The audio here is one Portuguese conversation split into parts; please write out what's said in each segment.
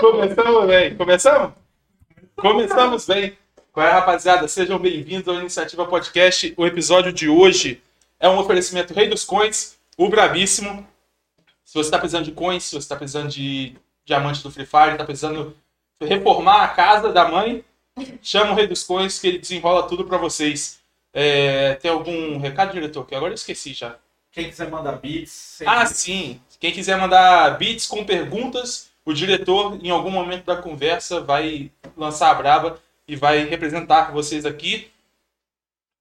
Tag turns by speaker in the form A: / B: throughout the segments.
A: Começamos bem. Começamos? Começamos bem. Qual é, rapaziada? Sejam bem-vindos ao Iniciativa Podcast. O episódio de hoje é um oferecimento Rei dos Coins, o Bravíssimo. Se você está precisando de coins, se você está precisando de diamante do Free Fire, está precisando reformar a casa da mãe, chama o Rei dos Coins que ele desenrola tudo para vocês. É, tem algum recado, diretor? Que agora eu esqueci já.
B: Quem quiser mandar beats, sempre.
A: Ah, sim. Quem quiser mandar beats com perguntas, o diretor, em algum momento da conversa, vai lançar a braba e vai representar vocês aqui.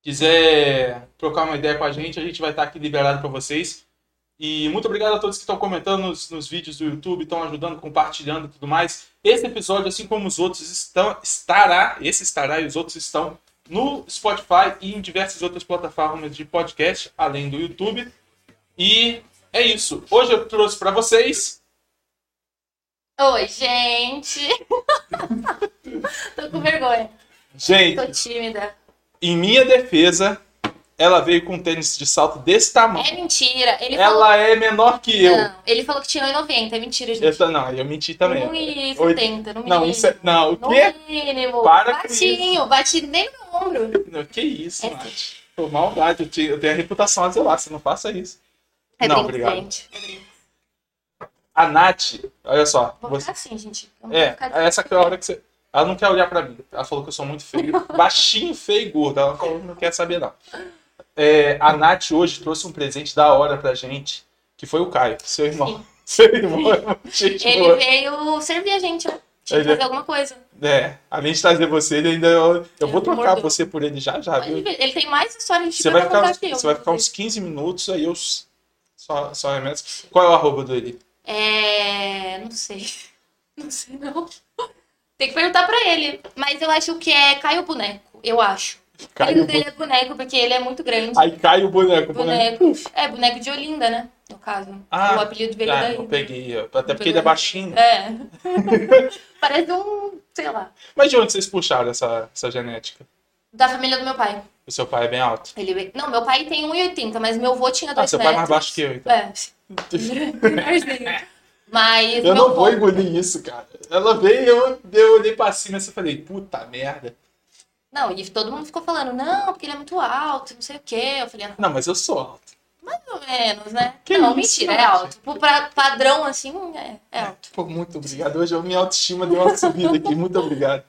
A: Quiser trocar uma ideia com a gente, a gente vai estar aqui liberado para vocês. E muito obrigado a todos que estão comentando nos, nos vídeos do YouTube, estão ajudando, compartilhando e tudo mais. Esse episódio, assim como os outros, estão, estará, esse estará e os outros estão no Spotify e em diversas outras plataformas de podcast, além do YouTube. E é isso. Hoje eu trouxe para vocês.
C: Oi, gente! Tô com vergonha. Tô
A: Gente,
C: tímida.
A: em minha defesa, ela veio com um tênis de salto desse tamanho.
C: É mentira. Ele falou
A: Ela é menor que
C: que
A: eu.
C: não. Ele falou que tinha 1,90. É mentira, gente.
A: Essa- não, eu menti também.
C: 1,70. No mínimo.
A: Não, isso é- não, o
C: No
A: quê?
C: mínimo.
A: Para com
C: Batinho. Batido nem no ombro.
A: Não, Que isso,
C: É
A: mano. Pô, maldade, eu te- eu tenho a reputação a zelar, você não faça isso.
C: É
A: Não,
C: brinco,
A: obrigado.
C: gente. É brinco.
A: A Nath, olha só.
C: Vou
A: você-
C: ficar assim, gente. Eu não vou
A: É,
C: ficar assim.
A: essa que é a hora que você. Ela não quer olhar pra mim. Ela falou que eu sou muito feio. Baixinho, feio e gordo. Ela falou que não quer saber, não. É, a Nath hoje trouxe um presente da hora pra gente, que foi o Caio, seu irmão. Seu irmão é muito gente
C: Ele
A: boa.
C: veio servir a gente, ó. Tinha
A: Ele-
C: que fazer alguma coisa.
A: É, além de trazer você, ele ainda. Eu, eu vou
C: Ele
A: trocar
C: mordeu.
A: você por ele já, já,
C: Ele,
A: viu?
C: ele tem mais história de
A: Você
C: chico
A: vai,
C: pra
A: ficar,
C: contar que eu. um
A: você vai ficar um uns 15 minutos, aí eu. s- Só, só remeto. Qual é o arroba do ele?
C: É. Não sei. Não sei, não. Tem que perguntar pra ele. Mas eu acho que é Caio Boneco. Eu acho. O
A: Caio.
C: apelido
A: Bu-
C: dele é Boneco, porque ele é muito grande.
A: Aí cai o boneco. o boneco.
C: boneco. É, Boneco de Olinda, né? No caso.
A: Ah,
C: o apelido dele
A: Ah,
C: é
A: eu
C: daí.
A: peguei. ó, Até porque ele é baixinho.
C: É. Parece um. Sei lá.
A: Mas de onde vocês puxaram essa, essa genética?
C: Da família do meu pai.
A: O seu pai é bem alto.
C: Ele... Não, meu pai tem 1,80, mas meu avô tinha
A: Ah,
C: 2
A: seu pai é mais baixo que eu, então.
C: É. mas.
A: Eu
C: meu
A: não vou
C: avô-
A: engolir isso, cara. Ela veio, eu, eu olhei pra cima e falei, puta merda.
C: Não, e todo mundo ficou falando, não, porque ele é muito alto, não sei o quê. Eu falei, ah,
A: Não, mas eu sou alto.
C: mais ou menos, né?
A: Que
C: não,
A: isso,
C: mentira, é
A: cara?
C: alto. Tipo, pra padrão assim, é, é alto.
A: Pô, Tipo, muito obrigado. Hoje eu, minha autoestima deu uma subida aqui. Muito obrigado.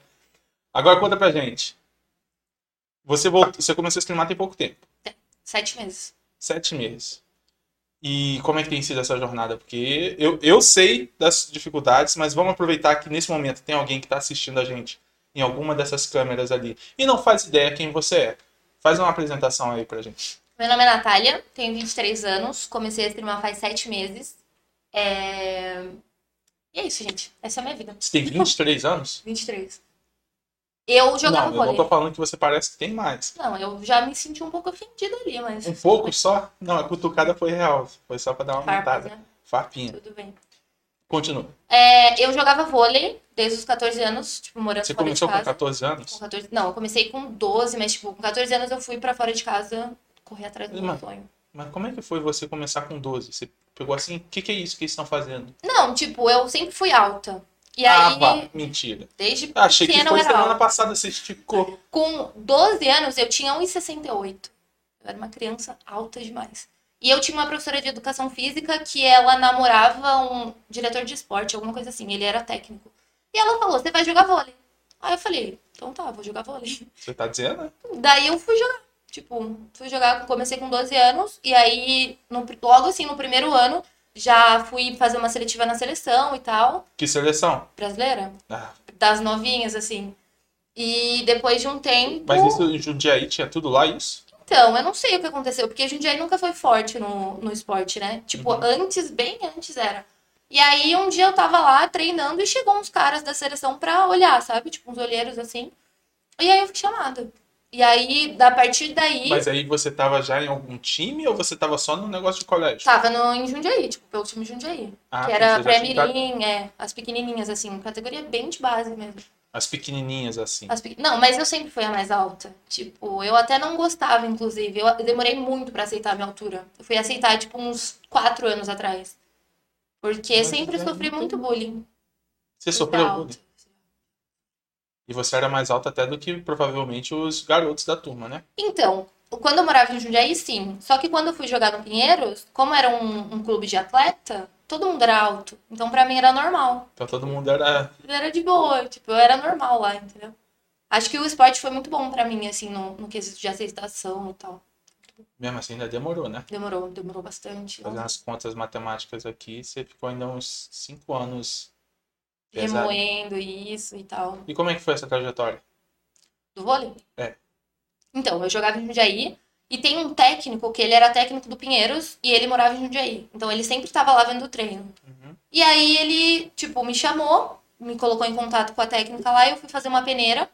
A: Agora conta pra gente. Você, voltou, você começou a streamar tem pouco tempo.
C: Sete meses.
A: Sete meses. E como é que tem sido essa jornada? Porque eu, eu sei das dificuldades, mas vamos aproveitar que nesse momento tem alguém que está assistindo a gente em alguma dessas câmeras ali e não faz ideia quem você é. Faz uma apresentação aí pra gente.
C: Meu nome é Natália, tenho 23 anos, comecei a streamar faz sete meses. É... E é isso, gente. Essa é a minha vida.
A: Você tem 23 anos?
C: 23. Eu jogava
A: não, eu não
C: vôlei.
A: tô falando que você parece que tem mais.
C: Não, eu já me senti um pouco ofendida ali, mas.
A: Um pouco só? Não, a cutucada foi real. Foi só pra dar uma
C: Farpas,
A: montada.
C: né?
A: Farpinha.
C: Tudo bem.
A: Continua.
C: É, eu jogava vôlei desde os 14 anos, tipo, morando
A: Você
C: fora de
A: começou com
C: casa.
A: 14
C: Com
A: anos?
C: 14 não, eu comecei com 12, mas tipo, com 14 anos eu fui pra fora de casa correr atrás do meu
A: Mano.
C: sonho.
A: Mas como é que foi você começar com 12? Você pegou assim, o que, que é isso que eles estão fazendo?
C: Não, tipo, eu sempre fui alta. E
A: ah,
C: aí,
A: vá, mentira.
C: desde
A: Ah, Achei que
C: pequena eu
A: foi
C: era
A: semana
C: alta.
A: passada, você esticou.
C: Com 12 anos eu tinha 1,68. Eu era uma criança alta demais. E eu tinha uma professora de educação física que ela namorava um diretor de esporte, alguma coisa assim, ele era técnico. E ela falou: "Você vai jogar vôlei?" Aí eu falei: "Então tá, vou jogar vôlei".
A: Você tá dizendo? né?
C: Daí eu fui jogar. Tipo, fui jogar, comecei com 12 anos. E aí, no- logo assim, no primeiro ano, já fui fazer uma seletiva na seleção e tal,
A: Que seleção?
C: brasileira,
A: Ah,
C: das novinhas, assim. E depois de um tempo.
A: mas isso em Jundiaí tinha tudo lá, isso?
C: Então, eu não sei o que aconteceu, porque Jundiaí nunca foi forte no, no esporte, né? Tipo,
A: Uhum.
C: antes, bem antes era. E aí, um dia eu tava lá treinando e chegou uns caras da seleção pra olhar, sabe? Tipo, uns olheiros assim. E aí eu fui chamada. E aí, a partir daí.
A: Mas aí você tava já em algum time ou você tava só num negócio de colégio?
C: Tava no, em Jundiaí, tipo, pelo time Jundiaí.
A: Ah,
C: que
A: você
C: era
A: já tinha-
C: pré-mirim, é, as pequenininhas, assim, categoria bem de base mesmo.
A: As pequenininhas, assim.
C: As pequ- Não, mas eu sempre fui a mais alta. Tipo, eu até não gostava, inclusive. Eu demorei muito pra aceitar a minha altura. Eu fui aceitar, tipo, uns quatro anos atrás. Porque
A: Mas
C: sempre
A: já
C: sofri
A: não
C: muito bullying.
A: Você
C: por ser
A: sofreu
C: alta.
A: bullying. E você era mais alta até do que provavelmente os garotos da turma, né?
C: Então, quando eu morava em Jundiaí, sim. Só que quando eu fui jogar no Pinheiros, como era um, um clube de atleta, todo mundo era alto. Então, pra mim, era normal.
A: Então todo mundo era.
C: Era de boa, tipo, eu era normal lá, entendeu? Acho que o esporte foi muito bom pra mim, assim, no, no quesito de aceitação e tal.
A: Mesmo assim, ainda demorou, né?
C: Demorou, demorou bastante.
A: Fazendo as contas matemáticas aqui, você ficou ainda uns cinco anos. pesado.
C: Remoendo isso e tal.
A: E como é que foi essa trajetória?
C: Do vôlei?
A: É.
C: Então, eu jogava em Jundiaí e tem um técnico que ele era técnico do Pinheiros e ele morava em Jundiaí. Então ele sempre estava lá vendo o treino.
A: Uhum.
C: E aí ele, tipo, me chamou, me colocou em contato com a técnica lá e eu fui fazer uma peneira.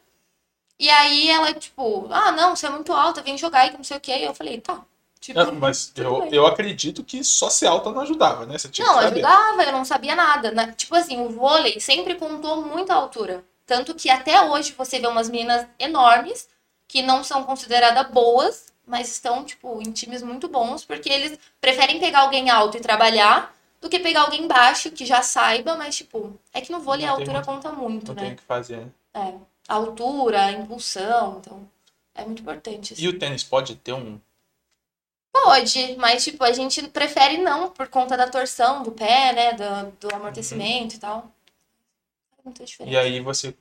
C: E aí ela, tipo, ah, não, você é muito alta, vem jogar e que não sei o quê. E eu falei, tá. Tipo,
A: Não, mas
C: tudo
A: eu,
C: bem.
A: eu acredito que só ser alta não ajudava, né? Você tinha
C: Não,
A: que saber.
C: ajudava, eu não sabia nada. Na- tipo assim, o vôlei sempre contou muito a altura. Tanto que até hoje você vê umas meninas enormes que não são consideradas boas, mas estão, tipo, em times muito bons, porque eles preferem pegar alguém alto e trabalhar do que pegar alguém baixo que já saiba, mas, tipo, é que no vôlei
A: Não
C: a
A: tem
C: altura
A: muito-
C: conta muito,
A: Não
C: né?
A: tem o que fazer. né?
C: A altura, a impulsão, então é muito importante. isso.
A: E o tênis pode ter um.
C: Pode, mas tipo, a gente prefere não, por conta da torção do pé, né? Do, do amortecimento e tal. É Muita diferença.
A: E aí você.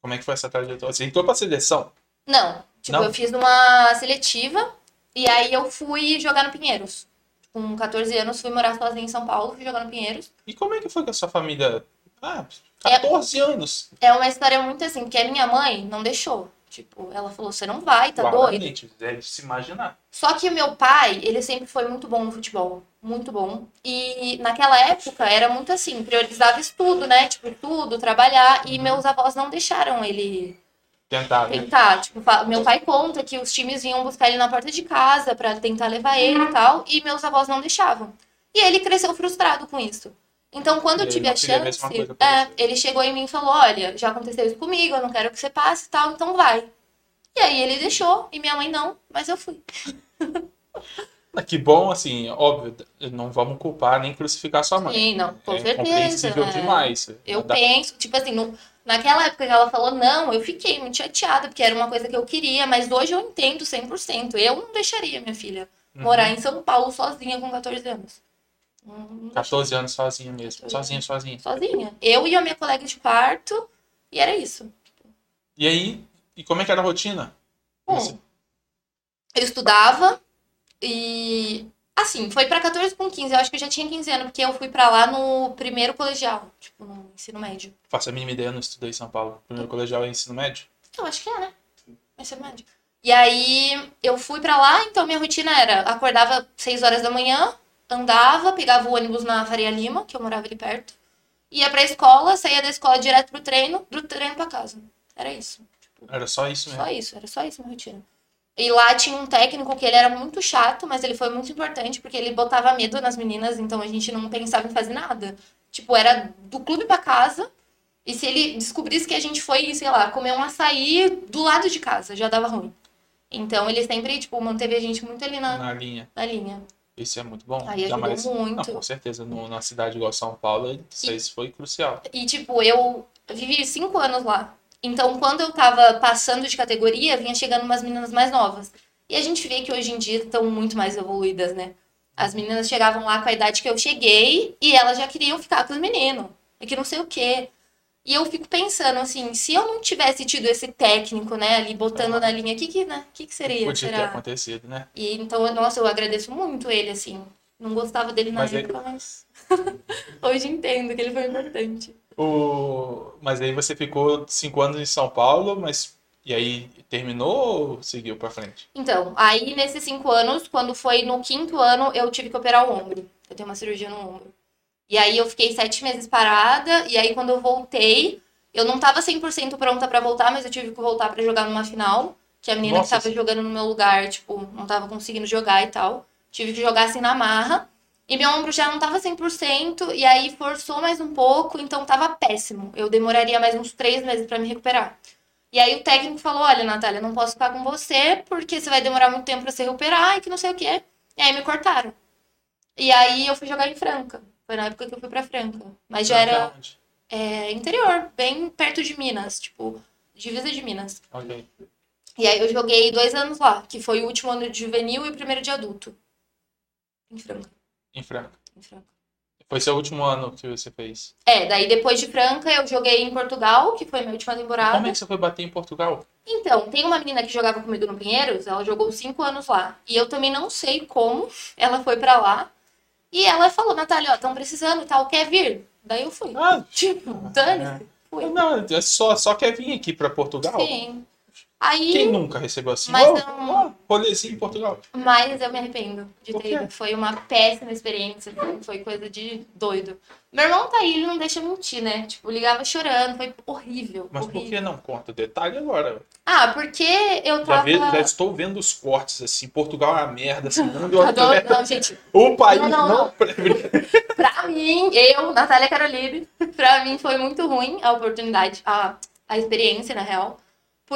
A: Como é que foi essa trajetória? Você entrou pra seleção?
C: Não, tipo,
A: Não?
C: eu fiz uma seletiva e aí eu fui jogar no Pinheiros. Com 14 anos, fui morar sozinha em São Paulo, fui jogar no Pinheiros.
A: E como é que foi que a sua família. Ah, 14 anos.
C: É uma história muito assim, porque a minha mãe não deixou. Tipo, ela falou, você não vai, tá doido?
A: Claramente, deve É se imaginar.
C: Só que o meu pai, ele sempre foi muito bom no futebol, muito bom. E naquela época era muito assim, priorizava estudo, né? Tipo, tudo, trabalhar.
A: Uhum.
C: E meus avós não deixaram ele
A: Tentar, né?
C: tentar. Tipo, fa- meu pai conta que os times vinham buscar ele na porta de casa pra tentar levar ele e tal. E meus avós não deixavam. E ele cresceu frustrado com isso. Então, quando
A: E
C: eu
A: ele
C: tive
A: não
C: a
A: queria a mesma
C: chance,
A: coisa pra
C: é,
A: você.
C: ele chegou em mim e falou: Olha, já aconteceu isso comigo, eu não quero que você passe e tal, então vai. E aí ele deixou, e minha mãe não, mas eu fui.
A: Ah, Que bom, assim, óbvio, não vamos culpar nem crucificar sua mãe.
C: Sim, não, com
A: é
C: certeza.
A: compreensível
C: é.
A: demais.
C: Eu
A: Dá-
C: penso, tipo assim, no- naquela época que ela falou não, eu fiquei muito chateada, porque era uma coisa que eu queria, mas hoje eu entendo 100%. Eu não deixaria minha filha
A: Uhum.
C: morar em São Paulo sozinha com 14 anos. Não- não deixaria.
A: 14 anos sozinha mesmo.
C: 14
A: Sozinha, sozinha.
C: Sozinha. Eu e a minha colega de quarto, e era isso.
A: E aí, e como é que era a rotina? Você-
C: Bom, eu estudava e. Assim, foi pra 14 com 15. Eu acho que eu já tinha 15 anos, porque eu fui pra lá no primeiro colegial, tipo, no ensino médio.
A: Faço a mínima ideia, eu não estudei em São Paulo. Primeiro colegial é ensino médio?
C: Eu acho que é, né? Esse é médico. E aí eu fui pra lá, então minha rotina era: acordava 6 horas da manhã, andava, pegava o ônibus na Faria Lima, que eu morava ali perto, ia pra escola, saía da escola direto pro treino, do treino pra casa. Era isso.
A: Era só isso mesmo.
C: Só isso, era só isso minha rotina. E lá tinha um técnico que ele era muito chato, mas ele foi muito importante porque ele botava medo nas meninas, então a gente não pensava em fazer nada. Tipo, era do clube pra casa. E se ele descobrisse que a gente foi, sei lá, comer um açaí do lado de casa, já dava ruim. Então ele sempre, tipo, manteve a gente muito ali na,
A: Na linha.
C: na linha.
A: Isso é muito bom.
C: Aí
A: Ainda
C: ajudou
A: mais. Não,
C: muito.
A: com certeza, no- numa cidade igual São Paulo, isso aí foi crucial.
C: E, tipo, eu vivi cinco anos lá. Então, quando eu tava passando de categoria, vinha chegando umas meninas mais novas. E a gente vê que hoje em dia estão muito mais evoluídas, né? As meninas chegavam lá com a idade que eu cheguei e elas já queriam ficar com os meninos. É que não sei o quê. E eu fico pensando, assim, se eu não tivesse tido esse técnico, né, ali botando na linha, o que que, né, que que seria,
A: Podia ter
C: será?
A: acontecido, né?
C: E então, nossa, eu agradeço muito ele, assim. Não gostava dele na
A: Mas ele-
C: época, mas hoje entendo que ele foi importante.
A: O... Mas aí você ficou cinco anos em São Paulo, mas. E aí terminou ou seguiu pra frente?
C: Então, aí nesses cinco anos, quando foi no quinto ano, eu tive que operar o ombro. Eu tenho uma cirurgia no ombro. E aí eu fiquei sete meses parada, e aí quando eu voltei, eu não tava 100% pronta pra voltar, mas eu tive que voltar pra jogar numa final, que a menina
A: Nossa.
C: que tava jogando no meu lugar, tipo, não tava conseguindo jogar e tal. Tive que jogar assim na marra. E meu ombro já não tava 100%, e aí forçou mais um pouco, então tava péssimo. Eu demoraria mais uns três meses pra me recuperar. E aí o técnico falou: Olha, Natália, não posso ficar com você porque você vai demorar muito tempo pra se recuperar e que não sei o quê. E aí me cortaram. E aí eu fui jogar em Franca. Foi na época que eu fui pra Franca. Mas já era
A: Onde?
C: é, interior, bem perto de Minas, tipo, divisa de Minas.
A: Ok.
C: E aí eu joguei dois anos lá, que foi o último ano de juvenil e o primeiro de adulto. Em Franca,
A: Em Franca.
C: em Franca.
A: Foi seu último ano que você fez.
C: É, daí depois de Franca eu joguei em Portugal, que foi minha última temporada.
A: Como é que você foi bater em Portugal?
C: Então, tem uma menina que jogava comigo no Pinheiros, ela jogou cinco anos lá. E eu também não sei como ela foi pra lá. E ela falou, Natália, ó, estão precisando e tal, quer vir? Daí eu fui.
A: Ah,
C: Tipo, dane-se. Fui.
A: não, é só, só quer vir aqui pra Portugal.
C: Sim. Aí,
A: Quem nunca recebeu assim?
C: Mas
A: oh,
C: não-
A: oh, rolezinho em Portugal.
C: mas eu me arrependo de
A: Por
C: ter
A: quê?
C: ido. Foi uma péssima experiência, assim, foi coisa de doido. Meu irmão tá aí, ele não deixa eu mentir, né? Tipo, ligava chorando, foi horrível,
A: Mas por
C: horrível.
A: que não conta? Detalhe agora.
C: Ah, porque eu
A: Já,
C: tava...
A: ve- já estou vendo os cortes, assim. Portugal é uma merda. Assim, mundo é uma
C: Adoro-
A: merda.
C: Não, gente,
A: O país
C: Não, não,
A: não.
C: Pra mim, eu, Natália Caroline, pra mim foi muito ruim a oportunidade, a, a experiência, na real,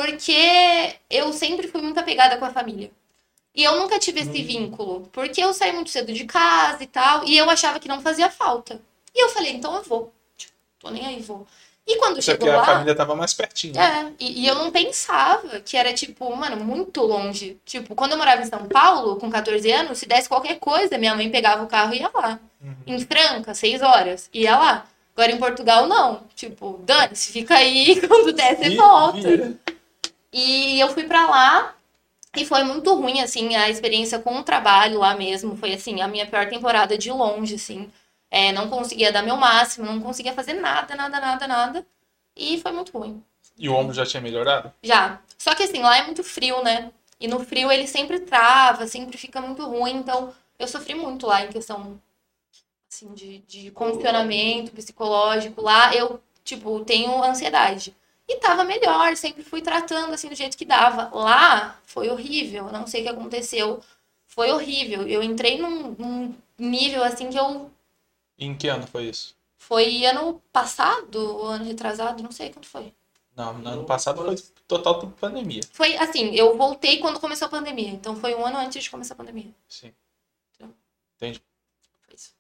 C: porque eu sempre fui muito apegada com a família. E eu nunca tive esse
A: Hum.
C: vínculo, porque eu saí muito cedo de casa e tal, e eu achava que não fazia falta. E eu falei, então eu vou. Tipo, tô nem aí, vou. E quando
A: Só
C: chegou
A: que a
C: lá,
A: família tava mais pertinho.
C: é, e, e eu não pensava que era, tipo, mano, muito longe. Tipo, quando eu morava em São Paulo, com 14 anos, se desse qualquer coisa, minha mãe pegava o carro e ia lá.
A: Uhum.
C: Em Franca, seis horas, ia lá. Agora em Portugal, não. Tipo, dane-se, fica aí, quando der, você
A: Vi-
C: volta.
A: vi-
C: E eu fui pra lá e foi muito ruim, assim, a experiência com o trabalho lá mesmo. Foi, assim, a minha pior temporada de longe, assim. É, não conseguia dar meu máximo, não conseguia fazer nada, nada, nada, nada. E foi muito ruim.
A: E o ombro já tinha melhorado?
C: Já. Só que assim, lá é muito frio, né? E no frio ele sempre trava, sempre fica muito ruim. Então, eu sofri muito lá em questão assim, de, de condicionamento psicológico. Lá eu, tipo, tenho ansiedade. E tava melhor, sempre fui tratando assim do jeito que dava. Lá foi horrível, eu não sei o que aconteceu. Foi horrível. Eu entrei num, num nível assim que eu.
A: E em que ano foi isso?
C: Foi ano passado, ano retrasado, não sei quando foi.
A: Não, no ano passado foi total tudo pandemia.
C: Foi assim, eu voltei quando começou a pandemia. Então foi um ano antes de começar a pandemia. Então,
A: Sim.
C: Foi isso.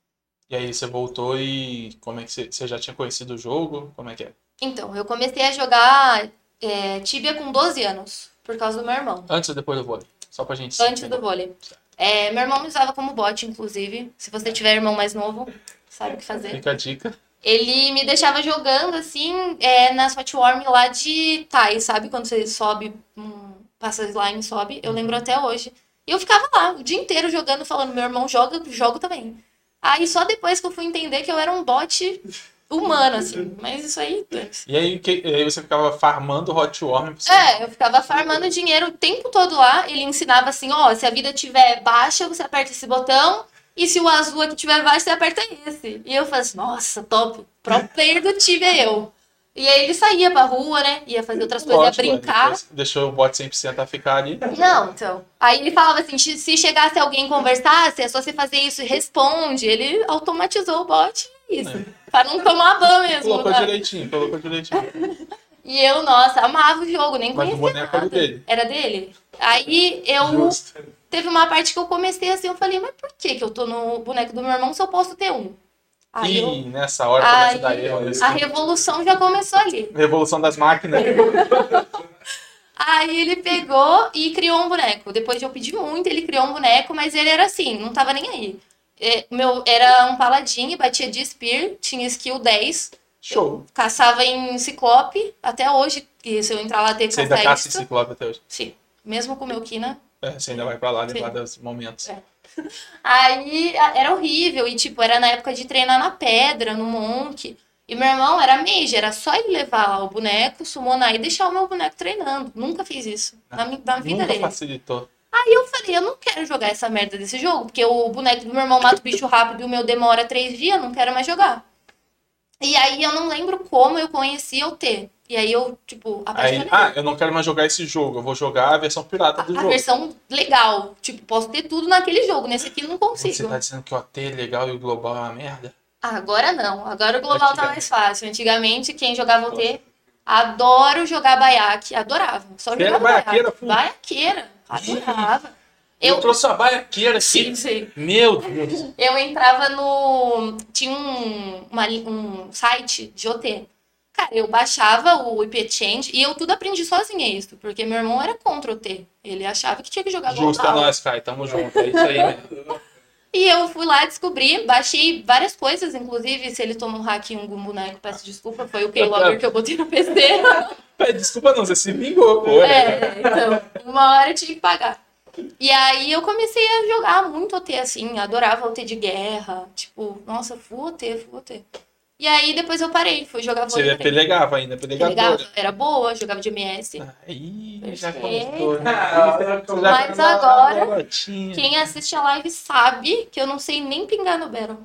A: E aí você voltou e como é que você, você já tinha conhecido o jogo? Como é que é?
C: Então, eu comecei a jogar é, tíbia com 12 anos, por causa do meu irmão.
A: Antes ou depois do vôlei? Só pra gente
C: Antes do vôlei. É, meu irmão me usava como bote, inclusive. Se você tiver irmão mais novo, sabe o que fazer.
A: Fica a dica.
C: Ele me deixava jogando, assim, é, na Sweatworm lá de Thai, sabe? Quando você sobe, hum, passa slime, sobe. Eu lembro até hoje. E eu ficava lá o dia inteiro jogando, falando, meu irmão joga, jogo também. Aí só depois que eu fui entender que eu era um bote humano, assim. Mas isso aí, dane-se.
A: E aí, que- e aí você ficava farmando hot warm pra você.
C: É, eu ficava farmando dinheiro o tempo todo lá. Ele ensinava assim, ó, se a vida tiver baixa, você aperta esse botão. E se o azul aqui tiver baixo, você aperta esse. E eu falei assim, nossa, top. Pro player do time é eu. E aí ele saía pra rua, né? Ia fazer outras coisas, ia
A: Lógico, é,
C: brincar.
A: depois Deixou o bot 100% a ficar ali.
C: Não, então. Aí ele falava assim, se se chegasse alguém e conversasse, é só você fazer isso e responde. Ele automatizou o bot e é isso. Pra não tomar ban mesmo.
A: Colocou
C: né?
A: direitinho, colocou
C: É,
A: direitinho.
C: E eu, nossa, amava o jogo, nem
A: Mas o
C: conhecia
A: boneco era
C: nada. Tá
A: dele.
C: Era dele? Aí eu.
A: Justo.
C: Teve uma parte que eu comecei assim, eu falei, mas por que que eu tô no boneco do meu irmão se eu posso ter um? Aí eu-
A: Ih, nessa hora começa a dar
C: aí
A: erro. é nesse
C: a
A: tempo.
C: revolução já começou ali.
A: Revolução das máquinas.
C: Aí ele pegou e criou um boneco. Depois de eu pedir muito, ele criou um boneco, mas ele era assim, não tava nem aí. É, Meu, era um paladinho, batia de spear, tinha skill 10,
A: Show.
C: caçava em ciclope, até hoje, que se eu entrar lá ter que
A: Você ainda
C: caçar
A: caça em
C: é isso.
A: ciclope até hoje.
C: Sim, mesmo com o meu Kina,
A: É, você ainda vai pra lá, lembrar
C: Sim.
A: dos momentos.
C: É. Aí a- era horrível, e tipo, era na época de treinar na pedra, no monk. E meu irmão era mage, era só ele levar lá o boneco, summonar e deixar o meu boneco treinando. Nunca fiz isso na, mi- na vida
A: Nunca
C: dele.
A: facilitou.
C: Aí eu falei, eu não quero jogar essa merda desse jogo, porque o boneco do meu irmão mata o bicho rápido e o meu demora três dias, não quero mais jogar. E aí eu não lembro como eu conheci o T. E aí eu, tipo,
A: Aí,
C: apaixonei.
A: ah, eu não quero mais jogar esse jogo, eu vou jogar a versão pirata do
C: a, a
A: jogo.
C: versão legal. Tipo, posso ter tudo naquele jogo, nesse aqui eu não consigo.
A: Você tá dizendo que o AT é legal e o global é uma merda?
C: Ah, Agora não. Agora o global tá
A: Antigamente.
C: mais fácil. Antigamente, quem jogava o T, adoro jogar baiaque. Adorava. Só
A: Você era
C: jogava
A: baiaqueira,
C: baiaque.
A: pô?
C: Baiaqueira. Adorava.
A: Eu,
C: Eu,
A: trouxe a baiaqueira aqui. assim.
C: sim, sim.
A: Meu Deus.
C: eu entrava no. Tinha um, uma li- um site de OT. Cara, eu baixava o IP Change e eu tudo aprendi sozinha isso, porque meu irmão era contra o OT. Ele achava que tinha que jogar
A: Justo é
C: global.
A: nós, Kai. Tamo junto. É isso aí, né?
C: E eu fui lá descobrir, baixei várias coisas, inclusive se ele toma um hack em algum boneco, peço desculpa, foi o Keylogger que eu botei no PC.
A: Pé, Desculpa não, você se vingou, pô. né?
C: É, então, uma hora eu tinha que pagar. E aí eu comecei a jogar muito OT, assim, adorava OT de guerra, tipo, nossa, full OT, full OT. E aí depois eu parei, fui jogar
A: Você é
C: vôlei. parei.
A: pelegava ainda, pelegadora.
C: Pegava, era boa, jogava de
A: Ah,
C: MS.
A: Aí, já
C: Perfeito.
A: contou. né? Já
C: Ah, Mas
A: tá na-
C: agora,
A: na garotinha.
C: Quem assiste a live sabe que eu não sei nem pingar no Battle.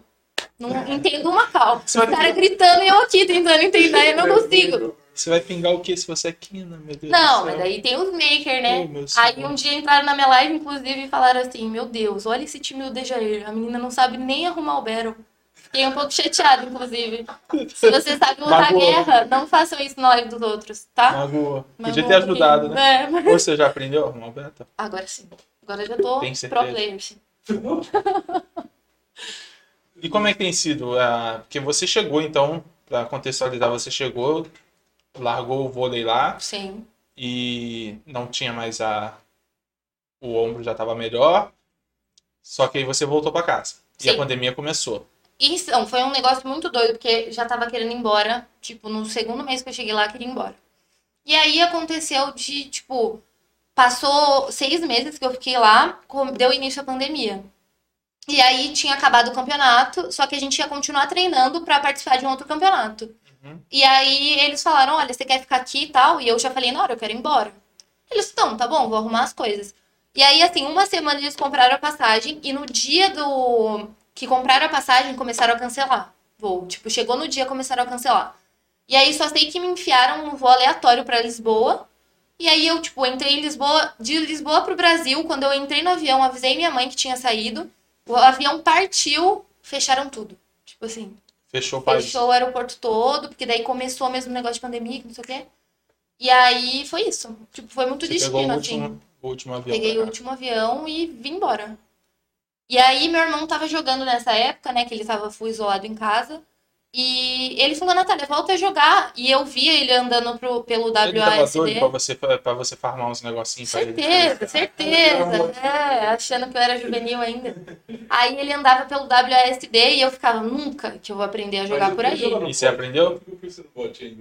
C: Não entendo uma cal.
A: Você vai
C: O cara gritando e eu aqui tentando entender, eu não consigo.
A: Você vai pingar o que se você é quina, meu Deus
C: Não,
A: do
C: mas
A: céu.
C: daí tem os maker,
A: Oh,
C: né?
A: meu
C: Aí
A: senhor.
C: um dia entraram na minha live, inclusive, e falaram assim: Meu Deus, olha esse time do Dejair. A menina não sabe nem arrumar o Battle. Fiquei um pouco chateada, inclusive. Se você sabe lutar
A: Magoou.
C: guerra, não façam isso na live dos outros, tá?
A: Magoa.
C: Mas
A: Podia
C: vou
A: ter
C: um
A: ajudado,
C: pouquinho.
A: né?
C: É, mas-
A: Ou Você já aprendeu tá. a arrumar o beta?
C: Agora sim. Agora eu já tô
A: Tem certeza?
C: pro player. sim.
A: E como é que tem sido? ah, Porque você chegou, então, pra contextualizar, você chegou, largou o vôlei lá
C: Sim.
A: e não tinha mais a... O ombro já tava melhor, só que aí você voltou pra casa. E a
C: Sim.
A: pandemia começou.
C: E então, foi um negócio muito doido, porque já tava querendo ir embora. Tipo, no segundo mês que eu cheguei lá, eu queria ir embora. E aí aconteceu de, tipo, passou seis meses que eu fiquei lá, com- deu início à pandemia. E aí tinha acabado o campeonato, só que a gente ia continuar treinando pra participar de um outro campeonato.
A: Uhum.
C: E aí eles falaram: olha, você quer ficar aqui e tal? E eu já falei: na hora, eu quero ir embora. Eles estão, tá bom, vou arrumar as coisas. E aí, assim, uma semana eles compraram a passagem e no dia do que compraram a passagem começaram a cancelar voo. Tipo, chegou no dia começaram a cancelar. E aí só sei que me enfiaram um voo aleatório pra Lisboa. E aí eu, tipo, entrei em Lisboa, de Lisboa pro Brasil. Quando eu entrei no avião, avisei minha mãe que tinha saído. O avião partiu, fecharam tudo. Tipo assim,
A: Fechou o país.
C: Fechou o aeroporto todo, porque daí começou mesmo o negócio de pandemia, que não sei o quê. E aí foi isso. Tipo, foi muito
A: Você pegou
C: destino,
A: o
C: assim.
A: último, né? o último avião. né,
C: Peguei
A: pra
C: o
A: cá.
C: último avião e vim embora. E aí, meu irmão tava jogando nessa época, né? Que ele tava full isolado em casa. E ele falou, Natália, volta a jogar. E eu via ele andando pro, pelo
A: Ele tava doido
C: WASD.
A: pra você, pra você farmar uns negocinhos pra ele. né?
C: Certeza, certeza. É, achando que eu era juvenil ainda. Aí ele andava pelo WASD e eu ficava, nunca que eu vou aprender a jogar por aí.
A: E você aprendeu?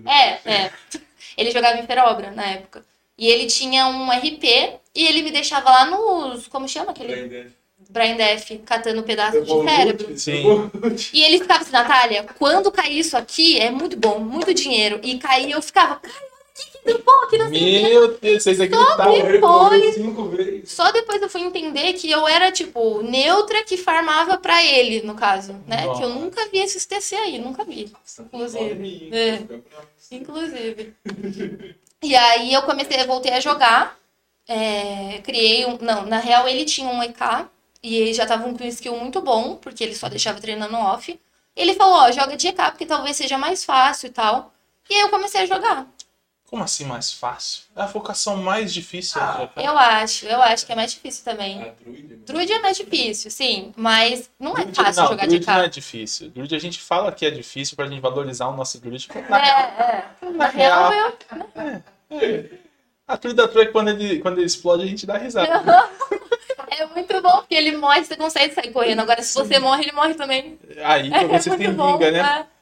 B: né?
C: É, é. Ele jogava em Ferobra na época. E ele tinha um RP e ele me deixava lá nos. Como chama aquele? Brain Def, catando um pedaço de
B: tipo,
C: cérebro.
A: Sim.
C: E ele ficava assim, Natália, quando cair isso aqui, é muito bom, muito dinheiro. E caía, eu ficava, cara, olha que que bom, que não sei o quê.
A: Meu Deus, vocês
C: Tá
A: acreditavam.
C: Depois,
B: Cinco vezes.
C: só depois eu fui entender que eu era, tipo, neutra que farmava pra ele, no caso, né? Que
A: Nossa.
C: eu nunca vi esses TC aí, nunca vi. Inclusive. É. Inclusive. E aí eu comecei, eu voltei a jogar. é, criei um. Não, na real ele tinha um EK e ele já tava com um skill muito bom, porque ele só deixava treinando off. Ele falou, ó, joga de EK, porque talvez seja mais fácil e tal. E aí eu comecei a jogar.
A: Como assim mais fácil? É a vocação mais difícil.
B: Ah,
A: né?
C: Eu acho, eu acho que é mais difícil também.
B: A druida. né?
C: Druid é mais difícil, sim, mas não é fácil
A: não,
C: jogar de
A: Druid
C: EK.
A: não é difícil. Druid a gente fala que é difícil pra gente valorizar o nosso Druid. porque Na,
C: É, é. Na real,
A: real,
C: eu.
A: a Druid da Troia, quando ele, quando ele explode, a gente dá risada.
C: É muito bom, porque ele morre, você consegue sair correndo. Agora, se você morre, ele morre também.
A: Aí
C: É,
A: quando você
C: muito
A: tem
C: bom,
A: liga, né?
C: é.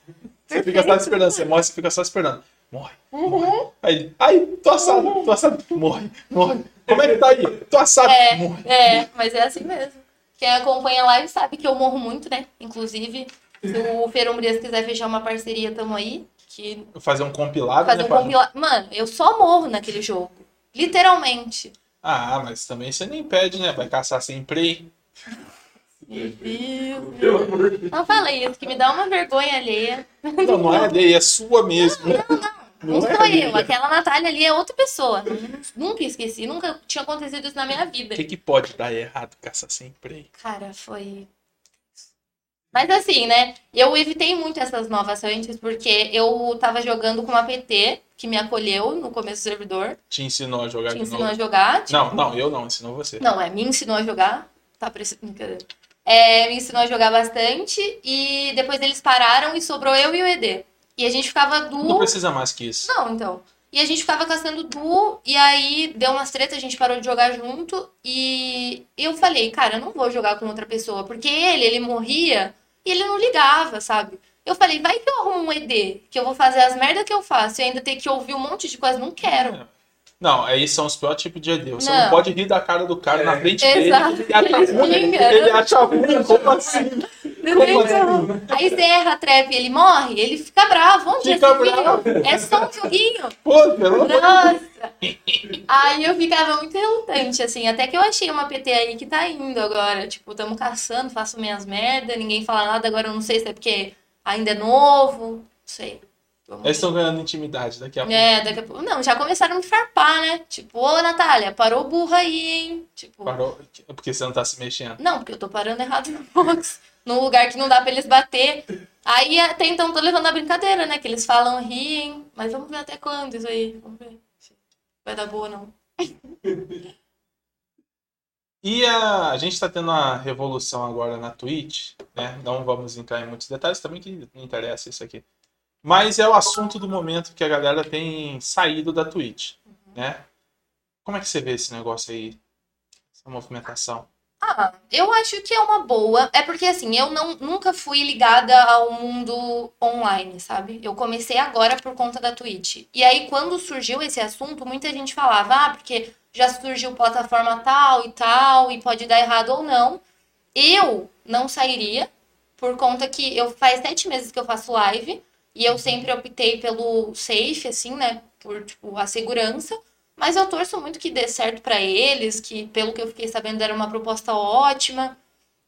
A: Você fica só esperando, você morre, você fica só esperando. Morre. morre.
C: Uhum.
A: Aí, aí, tô assado, tô assado. Morre, morre. Como é que tá aí? Tô assado,
C: É,
A: morre.
C: é, mas é assim mesmo. Quem acompanha a live sabe que eu morro muito, né? Inclusive, se o Ferombrias quiser fechar uma parceria, tamo aí. Que
A: Fazer um compilado,
C: fazer
A: né?
C: um
A: pra-
C: compila... Mano, eu só morro naquele jogo. Literalmente.
A: Ah, mas também você não impede, né? Vai caçar sem prey.
C: Meu Deus.
B: Pelo amor de Deus.
C: Não falei isso, que me dá uma vergonha alheia.
A: Não, não é alheia, é sua mesmo.
C: Não
A: Não é
C: sou eu.
A: alheia.
C: Aquela Natália ali é outra pessoa. Nunca esqueci, nunca tinha acontecido isso na minha
A: O
C: vida.
A: que, que pode dar errado caçar sem prey?
C: Cara, foi. Mas assim, né? Eu evitei muito essas novas frentes, porque eu tava jogando com uma PT que me acolheu no começo do servidor.
A: Te ensinou a jogar
C: Te
A: Tá de
C: ensinou a
A: novo.
C: jogar. tipo,
A: Não, não, eu não, ensinou você.
C: Não, é, me ensinou a jogar. Tá preci- brincadeira. É, me ensinou a jogar bastante. E depois eles pararam e sobrou eu e o ED. E a gente ficava duo.
A: Não precisa mais que isso.
C: Não, então. E a gente ficava caçando duo, e aí deu umas tretas, a gente parou de jogar junto. E eu falei, cara, eu não vou jogar com outra pessoa, porque ele, ele morria e ele não ligava, sabe? Eu falei, vai que eu arrumo um ED, que eu vou fazer as merdas que eu faço e ainda ter que ouvir um monte de coisa, não quero.
A: É. Não, aí são os piores tipos de ED. Você não,
C: Não.
A: pode rir da cara do cara
B: É.
A: na frente
C: Exato.
A: dele. Ele acha
C: Ele
A: ruim.
C: engana.
A: Ele acha ruim. Como assim? Como assim?
C: Aí você erra a trap, ele morre, ele fica bravo. Onde
A: Fica
C: é esse joguinho? É só um joguinho.
A: Pô, pelo amor
C: Nossa! Aí eu ficava muito relutante, assim, até que eu achei uma PT aí que tá indo agora. Tipo, tamo caçando, faço minhas merda, ninguém fala nada, agora eu não sei se é porque ainda é novo, não sei. Vamos
A: Eles
C: ver.
A: estão ganhando intimidade daqui a pouco.
C: É, daqui a pouco. Não, já começaram a me farpar, né? Tipo, ô Natália, parou burra aí, hein? Tipo,
A: Parou. Porque você não tá se mexendo.
C: não, porque eu tô parando errado no box, num lugar que não dá pra eles bater. Aí até então tô levando a brincadeira, né? Que eles falam, riem, mas vamos ver até quando isso aí. Vamos ver. se Vai dar boa, não.
A: E a, a gente tá tendo uma revolução agora na Twitch, né? Não vamos entrar em muitos detalhes, também que não interessa isso aqui. Mas é o assunto do momento que é a galera tem saído da Twitch, né? Como é que você vê esse negócio aí? Essa movimentação?
C: Ah, eu acho que é uma boa. É porque assim, eu não, nunca fui ligada ao mundo online, sabe? Eu comecei agora por conta da Twitch. E aí, quando surgiu esse assunto, muita gente falava, ah, porque já surgiu plataforma tal e tal, e pode dar errado ou não. Eu não sairia, por conta que eu faz sete meses que eu faço live, e eu sempre optei pelo safe, assim, né? Por, tipo, a segurança. Mas eu torço muito que dê certo pra eles, que pelo que eu fiquei sabendo era uma proposta ótima.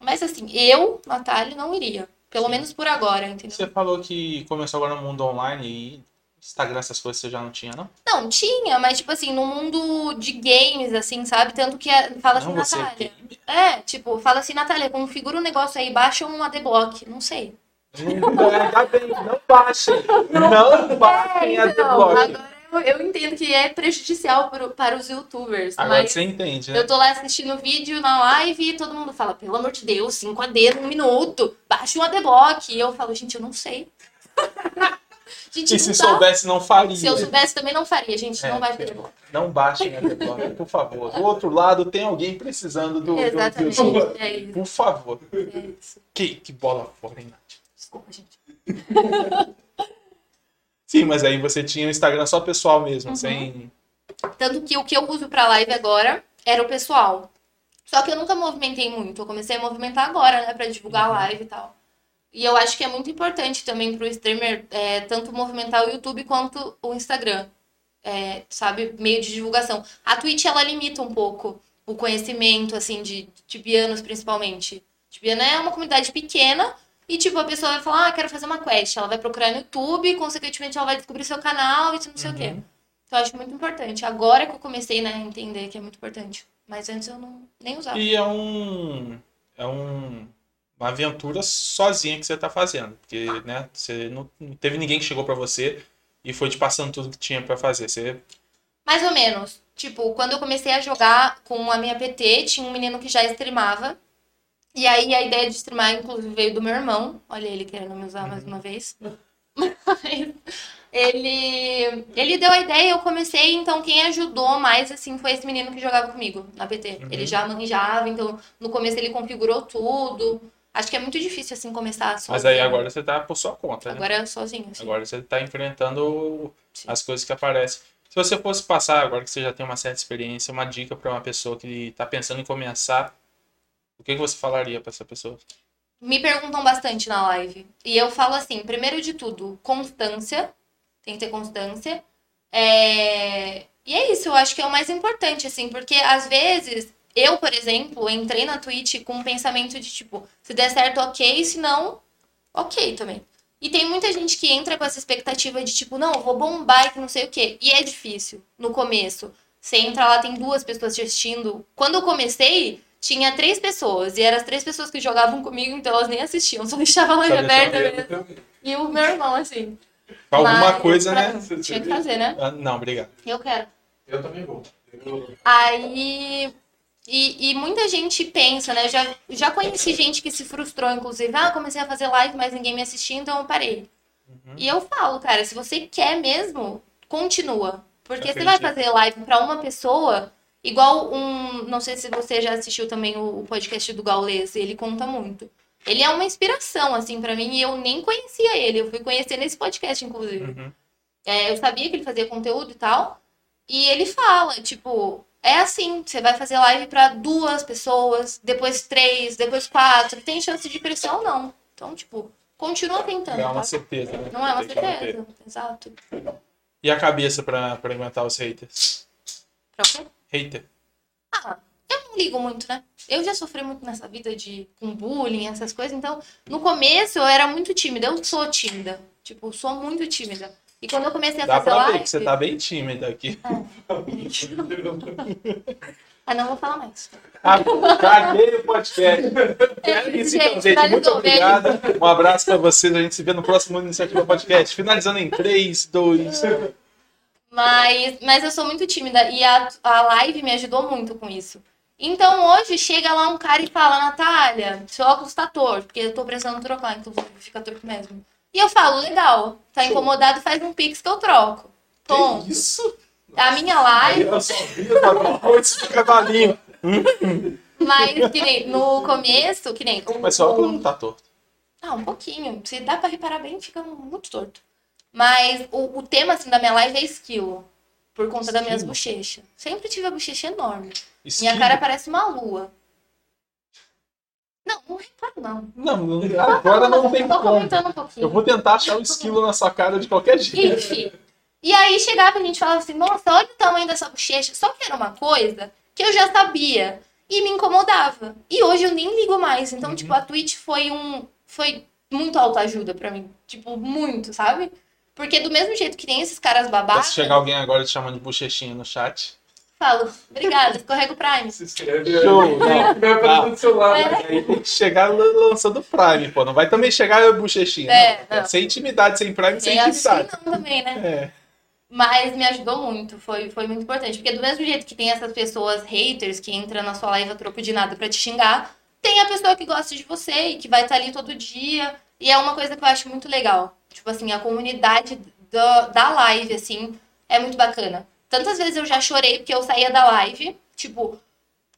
C: Mas assim, eu, Natália, não iria. Pelo
A: Sim.
C: menos por agora, entendeu?
A: Você falou que começou agora no mundo online e Instagram, essas coisas você já não tinha, não?
C: Não, tinha, mas tipo assim, no mundo de games, assim, sabe? Tanto que é- fala assim,
A: não, você
C: Natália. É, tipo, fala assim, Natália, configura um negócio aí, baixa um adblock, não sei.
A: Não, ainda bem, não baixem. Não baixem a
C: Então,
A: blog.
C: agora eu, eu entendo que é prejudicial pro- para os youtubers,
A: Agora
C: mas
A: você entende, né?
C: Eu tô lá assistindo o vídeo na live e todo mundo fala, pelo amor de Deus, 5 AD num minuto, baixa um adblock. E eu falo, gente, eu não sei. gente,
A: E
C: não
A: se
C: dá.
A: soubesse, não faria.
C: Se eu soubesse, também não faria, gente.
A: É,
C: não baixa
A: pelo
C: adblock.
A: Não baixem a Deblog, por favor. Do outro lado tem alguém precisando do, do, do
C: Exatamente.
A: YouTube.
C: É isso,
A: Por favor.
C: é isso.
A: Que, que bola fora, hein, Nath?
C: Desculpa, gente.
A: Sim, mas aí você tinha o Instagram só pessoal mesmo,
C: Uhum.
A: sem.
C: Tanto que o que eu uso pra live agora era o pessoal. Só que eu nunca movimentei muito. Eu comecei a movimentar agora, né? Pra divulgar a
A: Uhum.
C: live e tal. E eu acho que é muito importante também pro streamer é, tanto movimentar o YouTube quanto o Instagram. É, sabe? Meio de divulgação. A Twitch, ela limita um pouco o conhecimento, assim, de tibianos principalmente. Tibiana é uma comunidade pequena e, tipo, a pessoa vai falar, ah, quero fazer uma quest. Ela vai procurar no YouTube e, consequentemente, ela vai descobrir seu canal e não sei o quê. Então, eu acho muito importante. Agora que eu comecei, né, a entender que é muito importante. Mas antes eu não nem usava.
A: E é um. É um. Uma aventura sozinha que você tá fazendo. Porque, né, você não, não teve ninguém que chegou pra você e foi te passando tudo que tinha pra fazer. Você.
C: Mais ou menos. Tipo, quando eu comecei a jogar com a minha PT, tinha um menino que já streamava. E aí a ideia de streamar, inclusive, veio do meu irmão. Olha ele querendo me usar mais
A: Uhum.
C: uma vez. ele, ele deu a ideia e eu comecei. Então, quem ajudou mais, assim, foi esse menino que jogava comigo na PT.
A: Uhum.
C: Ele já manjava, então, no começo ele configurou tudo. Acho que é muito difícil, assim, começar sozinho.
A: Mas aí agora você tá por sua conta, né?
C: Agora sozinho, assim.
A: Agora você está enfrentando
C: Sim.
A: as coisas que aparecem. Se você fosse passar, agora que você já tem uma certa experiência, uma dica para uma pessoa que está pensando em começar, o que, que você falaria para essa pessoa?
C: Me perguntam bastante na live. E eu falo assim, primeiro de tudo, constância. Tem que ter constância. É, E é isso, eu acho que é o mais importante, assim, porque às vezes, eu, por exemplo, entrei na Twitch com um pensamento de tipo, se der certo, ok, se não, ok também. E tem muita gente que entra com essa expectativa de tipo, não, eu vou bombar e que não sei o quê. E é difícil no começo. Você entra lá, tem duas pessoas te assistindo. Quando eu comecei, Tinha três pessoas, e eram as três pessoas que jogavam comigo, então elas nem assistiam, só deixavam a
A: Só
C: loja
A: deixar
C: aberta
A: aberto
C: mesmo.
A: também.
C: E o meu irmão, assim.
A: Alguma
C: Mas,
A: coisa,
C: pra-
A: né? Você-
C: Tinha que fazer, né?
A: Ah, Não, obrigado.
C: Eu quero.
B: Eu também vou.
C: Aí. E, e muita gente pensa, né? Eu já, já conheci gente que se frustrou, inclusive. Ah, comecei a fazer live, mas ninguém me assistia, então eu parei.
A: Uhum,
C: E eu falo, cara, se você quer mesmo, continua. Porque você vai
A: Acredito.
C: fazer live pra uma pessoa, igual um. Não sei se você já assistiu também o, o podcast do Gaules, ele conta muito. Ele é uma inspiração, assim, pra mim, e eu nem conhecia ele. Eu fui conhecer nesse podcast, inclusive.
A: Uhum.
C: É, eu sabia que ele fazia conteúdo e tal. E ele fala, tipo, é assim, você vai fazer live pra duas pessoas, depois três, depois quatro, tem chance de crescer ou não. Então, tipo, continua tentando,
A: Não é uma
C: tá?
A: certeza, né?
C: Não é uma
A: Tem que manter.
C: certeza, exato.
A: E a cabeça pra, pra aguentar os haters?
C: Pra quê?
A: Hater.
C: não ligo muito, né? Eu já sofri muito nessa vida de com bullying, essas coisas, então no começo eu era muito tímida, eu sou tímida, tipo, sou muito tímida. E quando eu comecei a
A: Dá
C: fazer
A: pra
C: live,
A: ver que você tá bem tímido aqui.
C: ah, não vou falar mais.
A: Caguei o podcast. É isso então, gente. Muito
C: finalizou, beijo.
A: obrigado. Um abraço pra vocês. A gente se vê no próximo Iniciativa Podcast. Finalizando em 3, 2,
C: Mas, mas eu sou muito tímida e a, a live me ajudou muito com isso. Então hoje chega lá um cara e fala, Natália, seu óculos tá torto, porque eu tô precisando trocar, então fica torto mesmo. E eu falo, legal, tá incomodado, faz um pix que eu troco. Tom,
A: isso?
C: a minha live,
A: Eu só vi o papel de cavalinho.
C: mas que nem no começo, que nem. o-
A: Mas só
C: o-
A: que não tá torto.
C: Ah, um pouquinho. Se dá pra reparar bem, fica muito torto. Mas o, o tema assim, da minha live é esquilo. Por conta das minhas
A: Esquilo?
C: bochechas. Sempre tive a bochecha enorme. Minha
A: Esquiva.
C: cara parece uma lua. Não, não reparo, não.
A: Não, não- agora não tem
C: Tô
A: como.
C: comentando um
A: Eu
C: pouquinho.
A: vou tentar achar o esquilo na sua cara de qualquer jeito.
C: Enfim. E aí chegava e a gente falava assim, nossa, olha o tamanho dessa bochecha. Só que era uma coisa que eu já sabia e me incomodava. E hoje eu nem ligo mais. Então,
A: Uhum.
C: tipo, a Twitch foi um. Foi muito alta ajuda pra mim. Tipo, muito, sabe? Porque do mesmo jeito que tem esses caras
A: Mas
C: babados,
A: Se chegar alguém agora te chamando de bochechinha no chat.
C: falo, obrigada, escorrega o Prime.
B: Se inscreve.
A: Show, não.
B: Vai aparecer né? do seu lado.
C: É.
A: Aí tem que chegar lan- lançando Prime, pô. Não vai também chegar bochechinha.
C: É,
A: não.
C: não.
A: Sem intimidade, sem Prime, sem
C: E assim
A: intimidade.
C: não também, né?
A: É.
C: Mas me ajudou muito, foi, foi muito importante. Porque do mesmo jeito que tem essas pessoas haters que entram na sua live a troco de nada pra te xingar, tem a pessoa que gosta de você e que vai estar ali todo dia. E é uma coisa que eu acho muito legal. Tipo assim, a comunidade da da live, assim, é muito bacana. Tantas vezes eu já chorei porque eu saía da live, tipo,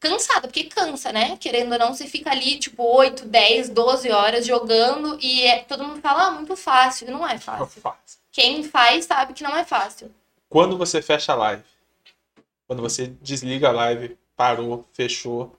C: cansada, porque cansa, né? Querendo ou não, você fica ali, tipo, 8, 10, 12 horas jogando e é- todo mundo fala, ah, muito fácil. Não é fácil. Quem faz sabe que não é fácil.
A: Quando você fecha a live, quando você desliga a live, parou, fechou,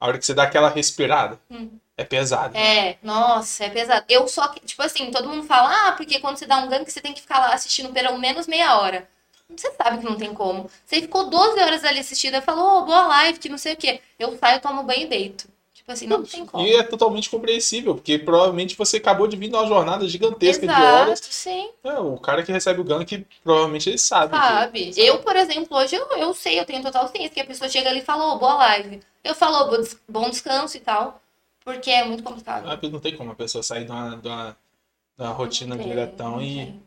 A: a hora que você dá aquela respirada,
C: Hum.
A: é pesado.
C: É, nossa, é pesado. Eu só, tipo assim, todo mundo fala, ah, porque quando você dá um gank, você tem que ficar lá assistindo pelo menos meia hora. Você sabe que não tem como. Você ficou 12 horas ali assistindo, falou, ô, boa live, que não sei o quê. Eu saio, tomo banho e deito. Tipo assim, não tem como.
A: E é totalmente compreensível, porque provavelmente você acabou de vir numa jornada gigantesca de
C: Exato,
A: horas.
C: sim,
A: É, o cara que recebe o gank, provavelmente ele sabe. que-
C: sabe? Eu, por exemplo, hoje eu, eu sei, eu tenho total ciência que a pessoa chega ali e fala, ô, boa live. Eu falo, "Ô, bom des- bom descanso e tal, porque é muito complicado.
A: Ah, Não tem como a pessoa sair de uma, de uma- de uma rotina
C: Não tem,
A: diretão
C: não
A: e.
C: tem.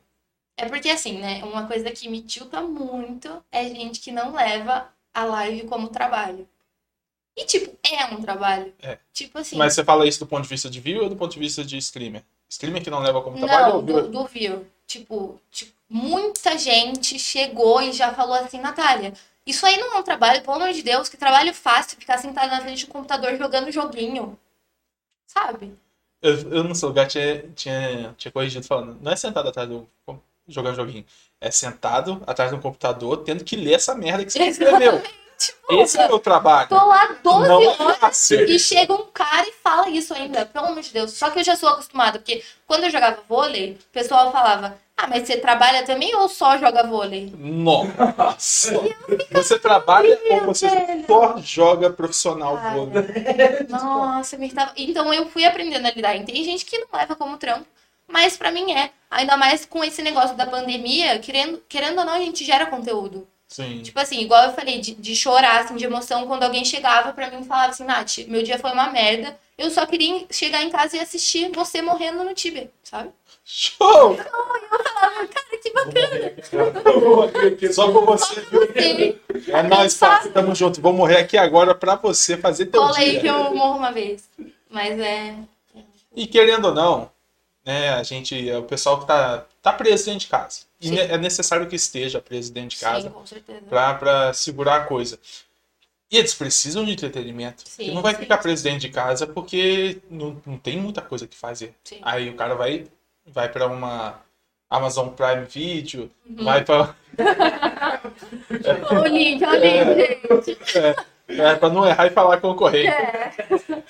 C: É porque assim, né? Uma coisa que me tilta muito é gente que não leva a live como trabalho. E, tipo, é um trabalho.
A: É.
C: Tipo assim,
A: Mas você fala isso do ponto de vista de view ou do ponto de vista de streamer? Streamer que não leva como é um trabalho
C: não,
A: ou viewer?
C: do, do view. Tipo, tipo, muita gente chegou e já falou assim, Natália, isso aí não é um trabalho, pelo amor de Deus, que trabalho fácil ficar sentado na frente do computador jogando joguinho. Sabe?
A: Eu, eu no seu lugar tinha, tinha, tinha corrigido falando, não é sentado atrás do com- jogar joguinho, é sentado atrás de um computador tendo que ler essa merda que você escreveu. Esse é o meu trabalho.
C: Tô lá 12
A: Não é
C: horas.
A: fácil.
C: E chega um cara e fala isso ainda, pelo amor de Deus. Só que eu já sou acostumada, porque quando eu jogava vôlei, o pessoal falava: Ah, mas você trabalha também ou só joga vôlei?
A: Nossa. Você trabalha ou você
C: velho.
A: só joga profissional
C: Cara,
A: vôlei?
C: Nossa, me irritava. Então eu fui aprendendo a lidar. E Tem gente que não leva como trampo, mas pra mim é. Ainda mais com esse negócio da pandemia, querendo, querendo ou não, a gente gera conteúdo.
A: Sim.
C: Tipo assim, igual eu falei, de, de chorar, assim, de emoção, quando alguém chegava pra mim e falava assim, Nath, meu dia foi uma merda, eu só queria em- chegar em casa e assistir você morrendo no Tibia, sabe?
A: Show!
C: Cara, que bacana.
A: Só por você, viu?
C: Sim,
A: É nóis, Fábio, tamo junto. Vou morrer aqui agora pra você fazer teu
C: cola aí
A: dia.
C: que eu morro uma vez. Mas é.
A: E querendo ou não, né, a gente, o pessoal que tá, tá preso dentro de casa. E
C: Sim.
A: ne- é necessário que esteja preso dentro de
C: Sim,
A: casa
C: com certeza.
A: pra, pra segurar a coisa. E eles precisam de entretenimento.
C: Sim,
A: Ele não vai
C: sim.
A: ficar preso dentro de casa porque não, não tem muita coisa que fazer.
C: Sim.
A: Aí o cara vai, vai para uma Amazon Prime Video,
C: Uhum.
A: vai pra
C: Ô, Link, ô, Link, gente.
A: é, pra não errar e falar concorrente.
C: É.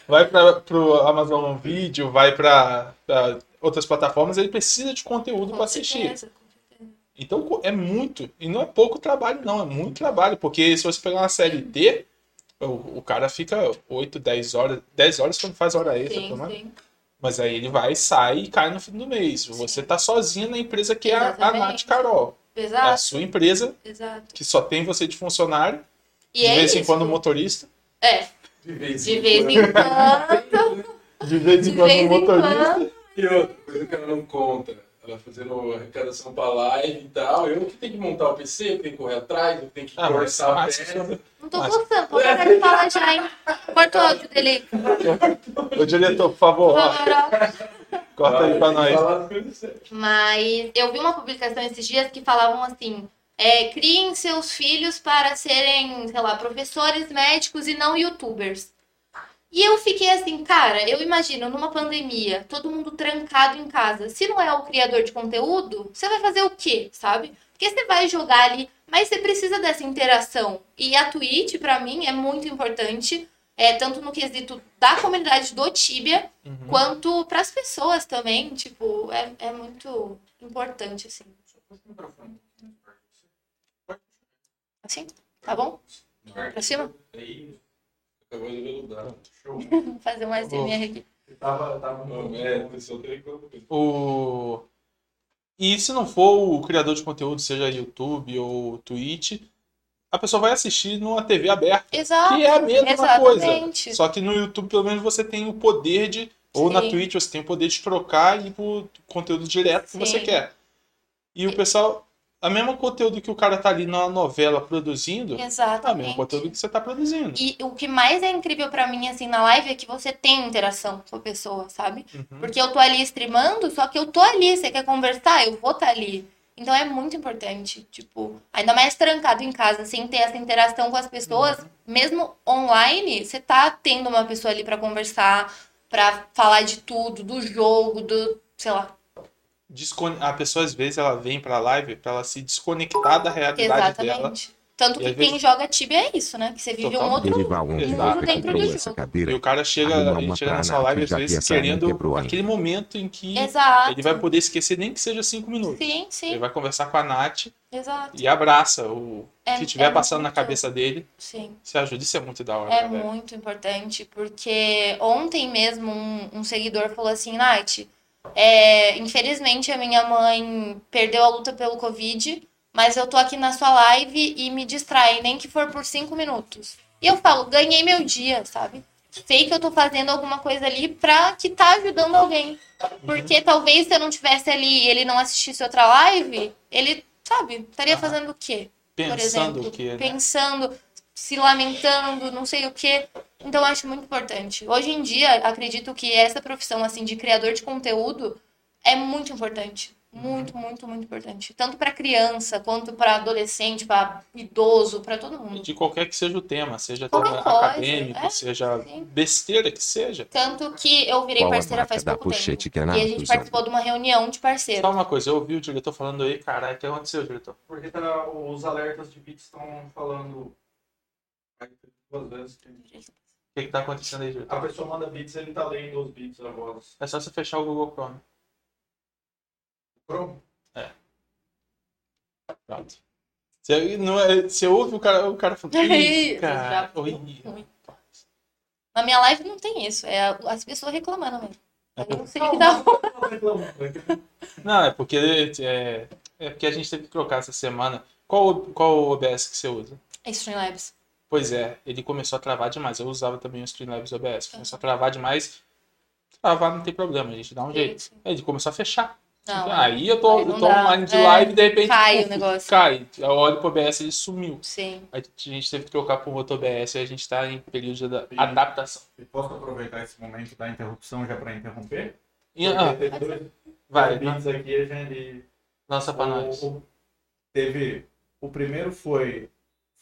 A: Vai para pro Amazon Video, vai pra pra outras plataformas, ele precisa de conteúdo para
C: Com
A: assistir.
C: certeza, com certeza.
A: Então co- é muito, e não é pouco trabalho, não, é muito trabalho, porque se você pegar uma série D, o, o cara fica 8, 10 horas, 10 horas quando faz hora extra,
C: Sim,
A: pelo menos.
C: sim.
A: mas aí ele vai, sai e cai no fim do mês. Você tá sozinho na empresa que é a, a Nath
C: Exatamente.
A: Carol, é a
C: Exato,
A: sua empresa
C: exato.
A: que só tem você de funcionário,
C: E
A: de
C: é
A: vez
C: isso.
A: em quando motorista,
C: É,
B: De vez
C: de vez em quando,
A: de vez
C: de
A: em quando
C: vez em
A: motorista.
C: quando.
B: E outra coisa que ela não conta. Ela fazendo arrecadação pra live e tal. Eu que tenho que montar o PC, eu que tenho que correr atrás, eu tenho que
A: Ah, mas,
B: conversar
A: mas-
C: Não tô
A: Mas-
C: cortando, vou parar de falar já, hein? Corta o áudio dele. Por
A: Ô diretor, por favor, Tá. ó,
C: favor, ó.
A: corta aí pra nós.
C: Mas eu vi uma publicação esses dias que falavam assim: é, criem seus filhos para serem, sei lá, professores, médicos e não youtubers. E eu fiquei assim, cara, eu imagino numa pandemia, todo mundo trancado em casa. Se não é o criador de conteúdo, você vai fazer o quê, sabe? Porque você vai jogar ali, mas você precisa dessa interação. E a Twitch, pra mim, é muito importante, é, tanto no quesito da comunidade do Tibia,
A: Uhum.
C: quanto para as pessoas também, tipo, é, é muito importante, assim. Assim? Tá bom? Pra cima?
B: Aí, acabou de veludar. Show.
C: Vou fazer um SMR aqui.
B: Tava, tava no. É, o pessoal tem que.
A: O... E se não for o criador de conteúdo, seja YouTube ou Twitch, a pessoa vai assistir numa TV aberta,
C: Exato.
A: que é a mesma coisa. Ah,
C: Exatamente.
A: Só que no YouTube, pelo menos, você tem o poder de. Ou na
C: Sim.
A: Twitch, você tem o poder de trocar e ir pro conteúdo direto que você
C: Sim.
A: quer. E o pessoal. A mesma conteúdo que o cara tá ali na novela produzindo, é o mesmo conteúdo
C: Exatamente.
A: que você tá produzindo.
C: E o que mais é incrível pra mim, assim, na live é que você tem interação com a pessoa, sabe?
A: Uhum.
C: Porque eu tô ali streamando, só que eu tô ali, você quer conversar, eu vou estar ali. Então é muito importante, tipo, ainda mais trancado em casa, sem ter essa interação com as pessoas,
A: Uhum.
C: mesmo online, você tá tendo uma pessoa ali pra conversar, pra falar de tudo, do jogo, do, sei lá,
A: Descone- A pessoa, às vezes, ela vem pra live pra ela se desconectar da realidade dela.
C: exatamente. Tanto
A: E
C: que
A: às
C: quem
A: vezes-
C: joga Tibia é isso, né? Que você vive um
A: Totalmente.
C: outro
D: Ele vai ontem,
A: Exato.
D: você
C: Dentro
D: comprou
C: do
D: essa
A: E
C: jogo.
A: o é
D: cadeira.
A: cara chega,
D: Arrumar
A: a gente
D: uma
A: chega nessa
D: pra
A: live,
D: Nath,
A: às
D: já que
A: vezes,
D: essa não
A: querendo
D: quebrou ainda.
A: aquele momento em que
C: Exato.
A: ele vai poder esquecer, nem que seja cinco minutos.
C: Sim,
A: Ele
C: sim,
A: vai conversar com a Nath
C: exato.
A: e abraça o
C: É-
A: que
C: é
A: tiver
C: muito
A: passando na
C: gostoso.
A: cabeça dele.
C: Sim.
A: Se ajuda, isso é muito da hora.
C: É
A: galera.
C: muito importante, porque ontem mesmo um, um seguidor falou assim, Nath, é, infelizmente a minha mãe perdeu a luta pelo Covid, mas eu tô aqui na sua live e me distrai, nem que for por cinco minutos. E eu falo, ganhei meu dia, sabe? Sei que eu tô fazendo alguma coisa ali pra que tá ajudando alguém.
A: Uhum.
C: Porque talvez se eu não tivesse ali e ele não assistisse outra live, ele, sabe, estaria
A: Aham.
C: fazendo o quê? por
A: Pensando
C: exemplo,
A: que. né?
C: pensando, se lamentando, não sei o quê. Então eu acho muito importante. Hoje em dia, acredito que essa profissão assim de criador de conteúdo é muito importante, muito,
A: Uhum.
C: muito, muito importante, tanto para criança quanto para adolescente, para idoso, para todo mundo.
A: De qualquer que seja o tema, seja
C: um Qualquer
A: tema
C: coisa,
A: acadêmico,
C: é,
A: seja
C: sim.
A: besteira que seja.
C: Tanto que eu virei
D: Qual a
C: parceira
D: marca
C: faz
D: da
C: pouco tempo.
D: pochete que é na
C: E a gente participou de uma reunião de
A: Só
C: parceiros.
A: uma coisa, eu ouvi o diretor falando aí, caralho, o que aconteceu, diretor?
E: Porque tá- os alertas de bits estão falando. Duas vezes.
A: um
C: É
E: que
A: O que, que tá acontecendo aí, diretor?
E: A pessoa manda bits, ele tá lendo os bits a voz.
A: É só você fechar o Google Chrome.
E: Chrome?
A: É. Pronto. Você, não é- você ouve o cara, o cara falando. "Ih,
C: Ih,
A: cara,
C: já-
A: oi."
C: Na minha live não tem isso, é a- as pessoas reclamando mesmo. Eu não sei o que tá- dá.
E: Não,
A: é Não, é porque é, é porque a gente teve que trocar essa semana Qual, qual o OBS que você usa?
C: É Streamlabs.
A: Pois é, ele começou a travar demais. Eu usava também o Streamlabs OBS. Começou a travar demais. Travar não tem problema, a gente dá um jeito. Aí Ele começou a fechar.
C: Não, é.
A: aí eu tô,
C: aí não
A: eu tô
C: dá.
A: online de
C: É,
A: live e de repente.
C: cai o
A: puf,
C: negócio.
A: Cai. Eu olho pro OBS ele sumiu.
C: sim.
A: Aí a gente teve que trocar pro outro OBS e a gente tá em período de ada- adaptação.
E: Eu Posso aproveitar esse momento da interrupção já para interromper?
A: E, ah,
E: Porque teve dois
A: vai,
E: beats aqui a gente
A: lança pra nós.
E: O- Teve. O primeiro foi,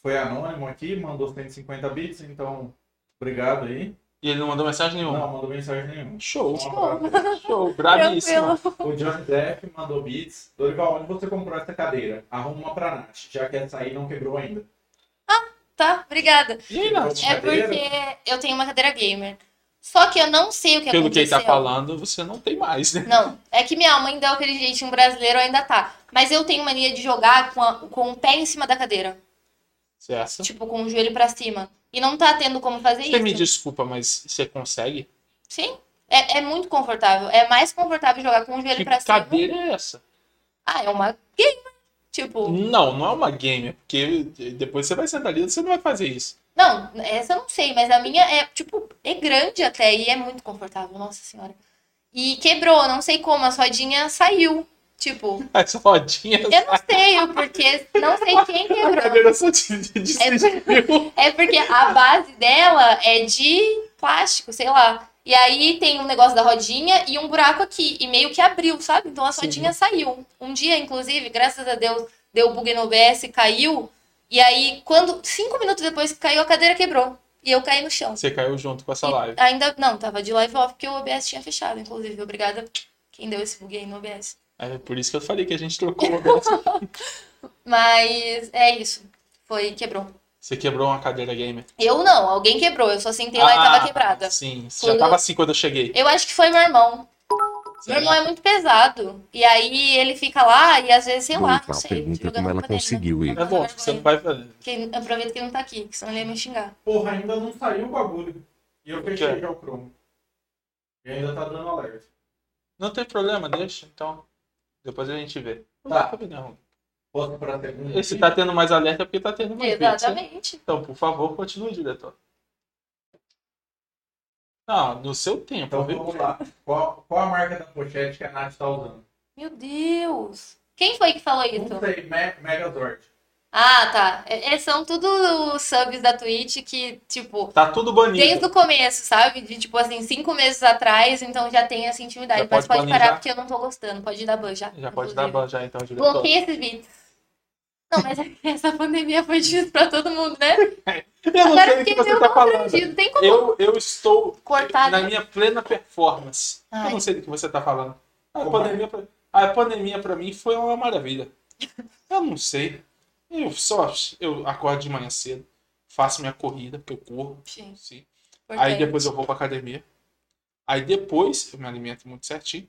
E: foi anônimo aqui, mandou 150 bits, então obrigado aí.
A: E ele não mandou mensagem nenhuma.
E: Não, mandou mensagem nenhuma. Um
A: Show,
E: Show.
A: show, bravíssimo.
C: Tranquilo.
E: O John Depp mandou bits. Dorival, onde você comprou essa cadeira? Arruma uma pra Nath, já que essa aí não quebrou ainda.
C: Tá, obrigada.
A: E aí, Nath?
C: É porque eu tenho uma cadeira gamer. Só que eu não sei o que
A: Pelo que
C: aconteceu.
A: ele tá falando, você não tem mais, né?
C: Não, é que minha alma ainda é aquele jeitinho brasileiro, ainda tá. Mas eu tenho mania de jogar com, a- com o pé em cima da cadeira.
A: Certo?
C: Tipo, com o joelho pra cima. E não tá tendo como fazer
A: é Você
C: isso.
A: me desculpa, mas você consegue?
C: Sim. É, é muito confortável. É mais confortável jogar com o joelho
A: Que
C: pra cima.
A: cadeira é essa?
C: Ah, é uma gamer. Tipo,
A: Não, não é uma gamer, porque depois você vai sentar ali e você não vai fazer isso.
C: não, essa eu não sei, mas a minha é, tipo, é grande até e é muito confortável, nossa senhora. E quebrou, não sei como, a rodinha saiu. Tipo,
A: As rodinhas.
C: Eu não sei o porquê, não sei quem
A: A
C: quebrou.
A: cadeira só te te desistiu.
C: É porque a base dela é de plástico, sei lá. E aí tem um negócio da rodinha e um buraco aqui. E meio que abriu, sabe? Então a
A: Sim.
C: rodinha saiu. Um dia, inclusive, graças a Deus, deu bug no OBS, caiu. E aí, quando. Cinco minutos depois que caiu, a cadeira quebrou. E eu caí no chão.
A: Você caiu junto com essa
C: E
A: live.
C: ainda. Não, tava de live off porque o OBS tinha fechado, inclusive. Obrigada quem deu esse bug aí no OBS.
A: É por isso que eu falei que a gente trocou uma vez.
C: Mas é isso. Foi, quebrou.
A: Você quebrou uma cadeira gamer. Ah,
C: Eu não, alguém quebrou. Eu só sentei lá e tava quebrada.
A: Sim, você já
C: Quando-
A: tava assim quando eu cheguei.
C: Eu acho que foi meu irmão. Meu irmão é muito pesado. E aí ele fica lá e às vezes, sei lá, não
D: Brutal,
C: sei.
D: pergunta
C: jogando
D: como ela
C: culpa dele, né?
D: conseguiu ir.
A: É bom,
C: Vergonha.
A: você não vai fazer.
C: Que- Aproveita que ele não tá aqui, que senão ele ia me xingar.
E: Porra, ainda não saiu o bagulho. E eu
A: quê?
E: fechei já o Chrome. E ainda tá dando alerta.
A: Não tem problema, deixa, então. Depois a gente vê. Não
E: Tá.
A: dá pra ver, não.
E: Posso pra segunda?
A: Esse tá tendo mais alerta porque tá tendo mais vídeos, né?
C: Exatamente.
A: Então, por favor, continue, diretor. Não, no seu tempo.
E: Então
A: viu?
E: vamos lá. Qual, qual a marca da pochete que a Nath tá usando?
C: Meu Deus. Quem foi que falou
E: Não
C: isso?
E: sei, Me Megazord.
C: Ah, tá. É- é- são tudo subs da Twitch que, tipo,
A: Tá tudo banido.
C: desde o começo, sabe? De, tipo, assim, cinco meses atrás, então já tem essa intimidade.
A: Já
C: Mas
A: pode
C: pode
A: planejar.
C: parar porque eu não tô gostando. Pode dar ban já.
A: Já pode dar
C: inclusive.
A: ban já, então, diretor.
C: Bloqueia esses vídeos. Não, mas é essa pandemia foi difícil pra todo mundo, né?
A: Eu não
C: Agora
A: sei o que
C: fiquei
A: você
C: meio
A: tá falando.
C: Não tem como
A: Eu, eu estou
C: cortar,
A: na
C: né?
A: minha plena performance. Eu
C: Ai.
A: não sei do que você tá falando. A
E: Como é?
A: pandemia, pra... a pandemia pra mim foi uma maravilha. Eu não sei. Eu só eu acordo de manhã cedo, faço minha corrida, porque eu corro.
C: Sim,
A: Sim.
C: importante.
A: Aí depois eu vou pra academia. Aí depois eu me alimento muito certinho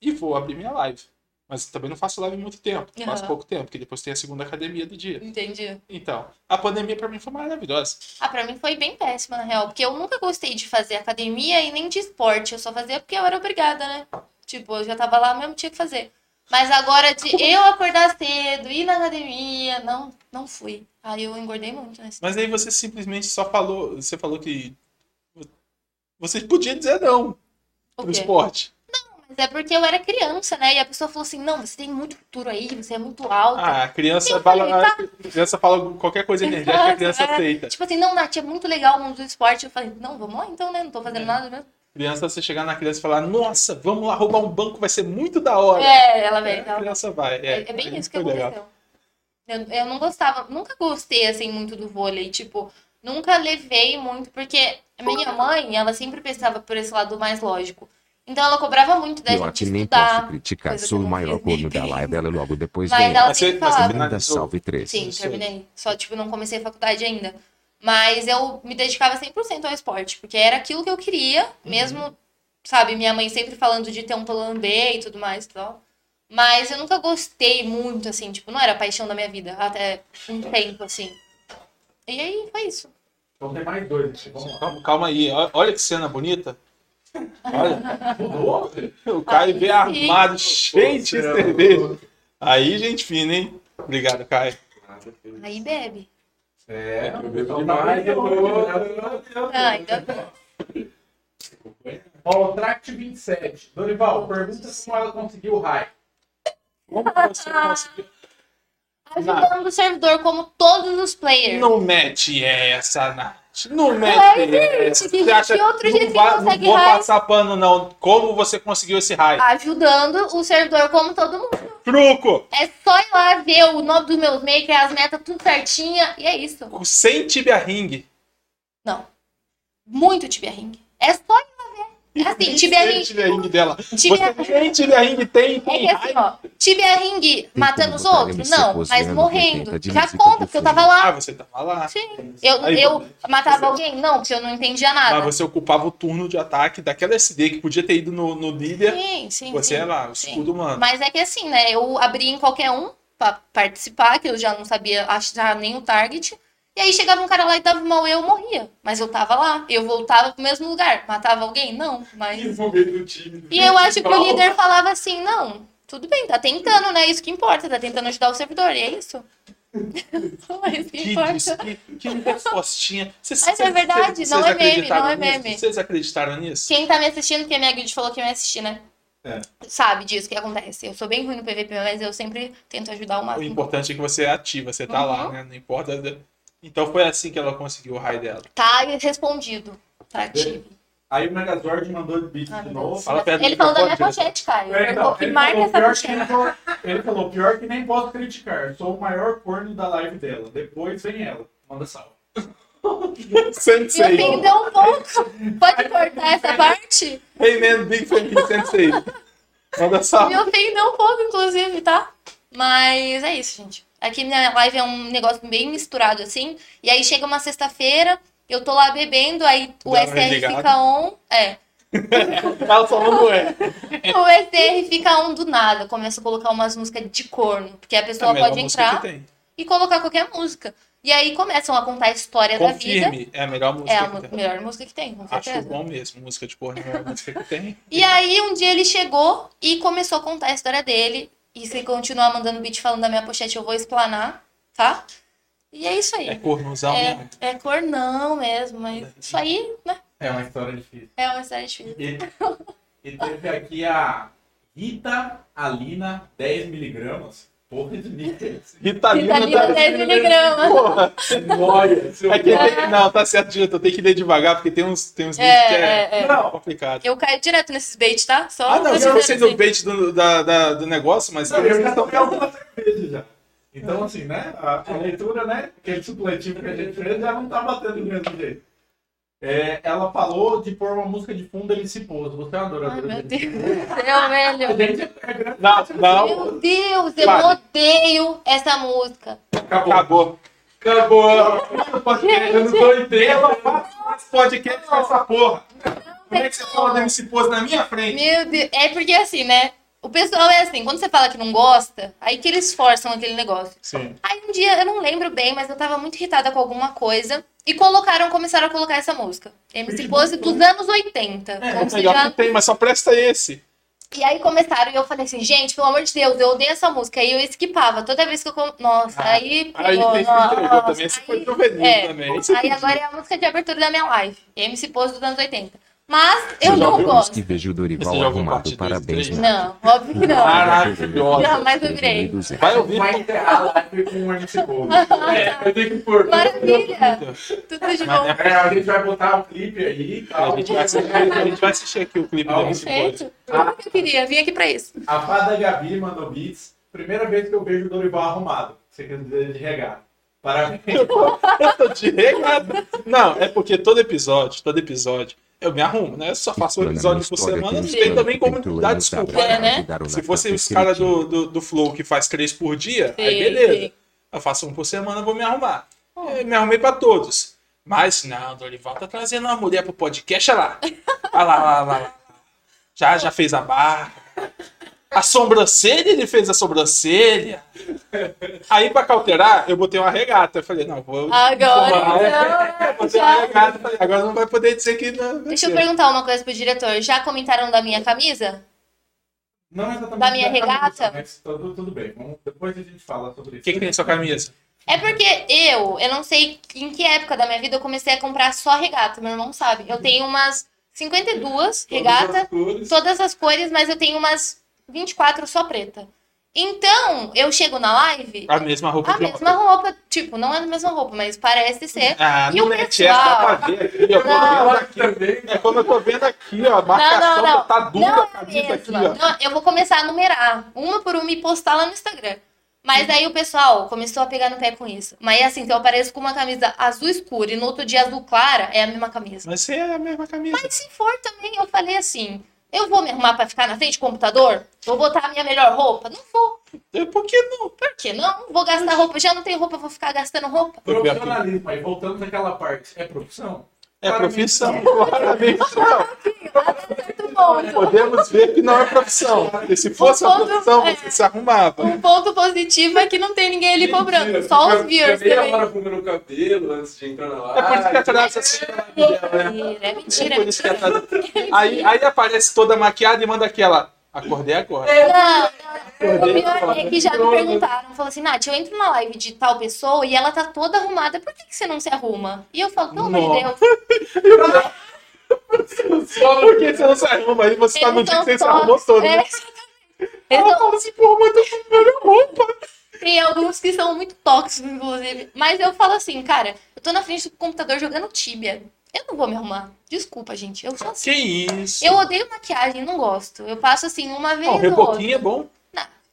A: e vou abrir minha live. Mas também não faço live muito tempo,
C: Aham.
A: faço pouco tempo, porque depois tem a segunda academia do dia.
C: Entendi.
A: Então, a pandemia pra mim foi maravilhosa.
C: Ah, pra mim foi bem péssima, na real. Porque eu nunca gostei de fazer academia e nem de esporte. Eu só fazia porque eu era obrigada, né? Tipo, eu já tava lá mesmo, tinha que fazer. Mas agora de eu acordar cedo, ir na academia, não, não fui. Aí eu engordei muito né? nesse.
A: Mas aí você simplesmente só falou, você falou que você podia dizer não
C: O
A: pro
C: quê?
A: esporte.
C: Mas é porque eu era criança, né? E a pessoa falou assim: não, você tem muito futuro aí, você é muito alta.
A: Ah, a criança
C: Eu
A: fala,
C: falei,
A: a criança fala qualquer coisa energética, a
C: Exato,
A: criança
C: né?
A: aceita.
C: Tipo assim, não, Nath, é muito legal o mundo do esporte. Eu falei, não, vamos lá então, né? Não tô
A: É.
C: fazendo nada mesmo.
A: Criança, você chegar na criança e falar, nossa, vamos lá roubar um banco, vai ser muito da hora.
C: É, ela
A: Aí
C: vem.
A: a
C: Ela...
A: criança vai.
C: É,
A: É,
C: é bem
A: Aí
C: isso que
A: foi legal.
C: aconteceu. Eu, eu não gostava, nunca gostei assim muito do vôlei, tipo, nunca levei muito, porque a minha
A: é?
C: mãe, ela sempre pensava por esse lado mais lógico. Então ela cobrava muito da
D: Eu
C: gente
D: aqui nem posso
C: estudar.
D: criticar,
C: coisa que
D: sou
C: eu
D: o
C: não
D: maior
C: fiz
D: corno da
C: bem.
D: live, ela logo depois
C: Mas
D: vem.
C: ela
A: Mas você-
C: sempre
A: mas você
C: falava.
D: Linda
A: finalizou.
D: salve 3.
C: Sim,
A: Isso aí.
C: terminei. Só, tipo, não comecei a faculdade ainda. Mas eu me dedicava 100% ao esporte, porque era aquilo que eu queria, mesmo, sabe, minha mãe sempre falando de ter um plano B e tudo mais e tal. Mas eu nunca gostei muito, assim, tipo, não era a paixão da minha vida, até um tempo, assim. E aí, foi isso.
E: Então tem mais dois. aqui, Vamos lá.
A: Calma, calma aí, ó- olha que cena bonita. Olha,
E: Mudou?
A: o Caio vem
C: Aí sim.
A: armado, cheio de cerveja. Aí, gente fina, hein? Obrigado, Caio.
B: Ah, Nada que isso.
C: Aí bebe.
E: É,
B: Eu bebo
E: então tá
B: demais,
E: bem,
B: eu
E: tô-
C: Ah, então
E: Ó, o Tract 27. Dorival, pergunta se ela conseguiu o raio.
A: Como que você conseguiu?
C: Ajudando o servidor como todos os players.
A: Não mete essa, Nath. Não mete essa.
C: que-
A: Você acha
C: que outro jeito
A: não
C: que
A: vai-
C: consegue
A: Não vou
C: raio?
A: passar pano, não. Como você conseguiu esse raio?
C: Ajudando o servidor como todo mundo.
A: Truco!
C: É só ir lá ver o nome dos meus makers, as metas tudo certinha. E é isso.
A: Sem tibia ring.
C: Não. Muito tibia ring. É só ir lá ver. Assim, tibia
A: Sem
C: ring.
A: tibia ring dela.
C: Tibia...
A: Você nem tibia ring tem, tem
C: É que assim,
A: raio.
C: ó, tibia ring matando os
D: botar
C: outros?
D: MC
C: Não, mas
D: cozinhando,
C: morrendo.
D: 80,
C: Já
D: admite que
C: conta,
D: eu
C: porque eu
D: fui.
C: tava
A: Ah,
C: lá.
A: você tava lá.
C: Sim. Eu,
A: Ah, Aí,
C: eu
A: bom.
C: matava alguém? Não, porque eu não entendia
A: Mas
C: nada.
A: Ah, você ocupava o turno de ataque daquela SD que podia ter ido no, no líder.
C: Sim, sim.
A: é Você
C: sim.
A: era lá, o escudo, mano.
C: Mas é que assim, né? Eu abri em qualquer um pra participar, que eu já não sabia achar nem o target. E aí chegava um cara lá e dava mal eu morria. Mas eu tava lá. Eu voltava pro mesmo lugar. Matava alguém? Não, mas.
B: Desenvolvimento do time.
C: E eu acho que o líder falava assim, não, tudo bem, tá tentando, né? Isso que importa, tá tentando ajudar o servidor, e é isso. Só isso que
A: Que
C: importa.
A: disque- que respostinha. Vocês-
C: Mas é
A: vocês-
C: verdade,
A: vocês
C: não é meme,
A: acreditaram
C: não é
A: nisso?
C: meme.
A: Vocês acreditaram nisso?
C: Quem tá me assistindo, porque a minha guild falou que ia me assistir, né?
E: É.
C: Sabe disso que acontece. Eu sou bem ruim no PVP, mas eu sempre tento ajudar o
A: O
C: máximo.
A: importante é que você é ativa, você tá lá,
C: Uhum.
A: né? Não importa. Então foi assim que ela conseguiu o raio dela.
C: Tá respondido. Tá ativo.
E: Aí o Megazord mandou o beat
C: Ah,
E: de
C: meu
E: novo.
C: Deus.
A: Fala perto do
C: Ele falou da minha
A: microfone,
C: pochete, cara.
E: É,
C: Ele
E: então,
C: falou que marca
E: falou
C: essa
E: pior que
C: pochete.
E: nem po- ele falou, pior que nem posso criticar. eu Sou o maior corno da live dela. Depois vem ela. Manda salve.
C: Meu
A: Sensei.
C: ping deu um pouco. Pode cortar essa parte?
A: Hey man, big fan, sensei. Manda salve.
C: Me ofendeu um pouco, inclusive, tá? Mas é isso, gente. Aqui minha live é um negócio bem misturado, assim. E aí chega uma sexta-feira, eu tô lá bebendo, aí o
A: Dá uma
C: SR
A: ligada.
C: fica on. É.
A: Ela falou não é.
C: O SR fica on do nada. Começa a colocar umas músicas de corno. Porque a
A: é
C: pessoa pode entrar
A: tem.
C: e colocar qualquer música. E aí começam a contar a história da vida.
A: Confirme, é a melhor música
C: É a
A: que
C: mu-
A: tem.
C: melhor música que tem, com
A: Acho é
C: certeza.
A: bom mesmo, música de porra é a música que tem.
C: E aí um dia ele chegou e começou a contar a história dele. E se ele continuar mandando beat falando da minha pochete, eu vou explanar, tá? E é isso
A: É
C: aí.
A: cornozão, né?
C: É, é cor não mesmo, mas isso aí, né?
E: É uma história difícil.
C: É uma história difícil.
E: E, e teve aqui a Rita Alina 10mg. Porra de nível.
A: Ritalina,
C: Ritalina
A: tá-
C: 10 miligramas.
A: Porra,
B: Olha, seu
A: é que tem- Não, tá certo, Dito, eu tenho que ler devagar, porque tem uns, tem uns
C: É,
A: beats que é,
C: é, é.
A: não, complicado.
C: Eu caio direto nesses bait, tá? Só
A: Ah, não,
C: pra
A: eu
C: dizer
A: não sei
C: assim.
A: do bait do, da, da- do negócio, mas
E: Não,
A: eles
E: eu já
A: estão
E: tomei alguma cerveja já. Então, assim, né? A, a leitura, né? Aquele supletivo que a gente fez já não tá batendo do mesmo jeito. É, ela falou de pôr uma música de fundo MC Pouso. Você é uma
C: Ai,
E: adoradora
C: meu
E: dele.
C: Deus do céu,
E: A
C: velho.
E: gente é grande.
A: Não, não,
C: Meu Deus, eu
A: Claro.
C: odeio essa música.
E: Acabou.
A: acabou.
B: Acabou.
A: Eu não tô entendendo. Eu faço mais podcast com essa porra. Como é que você fala do MC Pose na minha frente?
C: Meu Deus. É porque assim, né? O pessoal é assim, quando você fala que não gosta, aí que eles forçam aquele negócio.
A: Sim.
C: Aí um dia, eu não lembro bem, mas eu tava muito irritada com alguma coisa. E colocaram, começaram a colocar essa música. MC Pose dos anos 80. como
A: É
C: se
A: melhor
C: já-
A: que tem, mas só presta esse.
C: E aí começaram, e eu falei assim, gente, pelo amor de Deus, eu odeio essa música. E eu esquipava toda vez que eu... com- Nossa,
A: Ah,
C: aí...
A: Aí
C: pegou,
A: tem que
C: nossa,
A: entregou também. Esse foi
C: aí-
A: juvenil
C: é.
A: também.
C: Aí agora é a música de abertura da minha live. MC Pose dos anos 80. Mas eu
A: já
C: não
A: ouviu
D: Depois
C: gosto.
D: que vejo o Dorival
A: Esse jogo
D: arrumado,
A: parte dois,
D: parabéns. né?
A: três.
D: Nath.
C: Não, óbvio que não.
A: Ah,
D: Maravilhosa.
C: Jamais eu virei.
D: 3.200.
A: Vai ouvir.
E: Vai encerrar a live com o MC Pouso.
B: É, eu tenho que pôr.
C: Maravilha. Tudo de bom.
E: É, a gente vai botar o clipe aí tá? e
A: A
E: tal.
A: gente vai assistir, a gente vai assistir aqui o clipe
E: Ah,
A: do MC Pose.
C: Perfeito. Tudo que eu queria. Vim aqui pra isso.
E: A Fada Gabi mandou beats. Primeira vez que eu vejo o Dorival arrumado. Você quer dizer de regar. Parabéns.
A: Eu tô de regado. Não, é porque todo episódio, todo episódio, eu me arrumo, né? Eu só faço um episódio por semana, não tem também como dar desculpa.
C: É, né?
F: um
A: Se fosse os caras do, do, do Flow que faz três por dia, aí
C: Sim,
A: beleza.
C: sim.
A: Eu faço um por semana, eu vou me arrumar. Eu me arrumei pra todos. Mas não, Dorival tá trazendo uma mulher pro podcast, olha lá. Olha lá, olha lá, olha lá. Já, já fez a barra. A sobrancelha, ele fez a sobrancelha. Aí, pra cauterar, eu botei uma regata. Eu falei, não, vou. Botei
C: Agora. então,
A: uma
C: Ah, já.
A: regata, falei, agora não vai poder dizer que não.
C: Deixa eu perguntar uma coisa pro diretor. Já comentaram da minha camisa?
E: Não é exatamente.
C: é Da minha
E: camisa,
C: regata?
E: mas tudo, tudo bem. Vamos- depois a gente fala sobre
A: O
E: isso.
A: que, que tem na sua camisa?
C: É porque eu, eu não sei em que época da minha vida eu comecei a comprar só regata, meu irmão sabe. Eu tenho umas 52 regata,
B: Todas
C: todas as cores, mas eu tenho umas 24 só preta. Então, eu chego na live,
A: A mesma roupa
C: a
A: de
C: mesma roupa, tipo, não é a mesma roupa, mas parece ser.
A: Ah,
C: E
A: não
C: o
A: mete essa, dá pra
C: pessoal?
A: ver aqui, ó.
C: Não.
A: Quando eu
B: as também.
A: É como eu tô vendo aqui, ó. A marcação
C: Não, não, não.
A: tá dura
C: Não, é
A: a camisa aqui,
C: mesma.
A: ó.
C: Não, eu vou começar a numerar, uma por uma e postar lá no Instagram. Mas aí o pessoal começou a pegar no pé com isso. Mas assim, se eu apareço com uma camisa azul escura e no outro dia azul clara, é a mesma camisa.
A: Mas você é a mesma camisa.
C: Mas se for também, eu falei assim, eu vou me arrumar pra ficar na frente do computador? Vou botar a minha melhor roupa? Não vou.
A: Eu- Por que não?
C: Por que não? Vou gastar roupa. Já não tem roupa, vou ficar gastando roupa?
E: Profissionalismo, aí voltamos naquela parte. É profissão?
A: É
E: Claramente.
A: profissão, claramente não.
C: Certo ponto.
A: Podemos ver que não é profissão. Porque se fosse uma
C: ponto
A: profissão,
C: é-
A: você se arrumava.
C: Um ponto positivo é que não tem ninguém ali cobrando. Só os viewers
B: Eu meia
C: também.
B: hora arrumando o cabelo antes de entrar na
A: É por isso que
B: live.
A: atrás assim,
C: Mentira, é mentira,
A: É
C: é
A: por isso que
C: mentira.
A: atrasa. Aí, aí aparece toda maquiada e manda aquela. Acordei agora.
C: É, Não,
A: Acordei
C: O pior
A: agora.
C: é que já me perguntaram, falou assim, Nath, eu entro numa live de tal pessoa e ela tá toda arrumada, por que, que você não se arruma? E eu falo, pelo amor de
A: Nossa.
C: Deus,
A: Só porque você não se arruma aí, você tá no
C: eles
A: dia que
C: são
A: você se
C: todos-
A: arrumou todo.
C: É,
A: né?
C: Eles
A: Ela
C: são-
A: fala assim, pô, mas eu tô com melhor roupa.
C: É. tem alguns que são muito tóxicos, inclusive. Mas eu falo assim, cara, eu tô na frente do computador jogando tíbia. Eu não vou me arrumar. Desculpa, gente. Eu sou assim.
A: Que isso?
C: Eu odeio maquiagem, não gosto. Eu passo assim uma vez
A: Bom,
C: ou outra.
A: reboquinho é bom.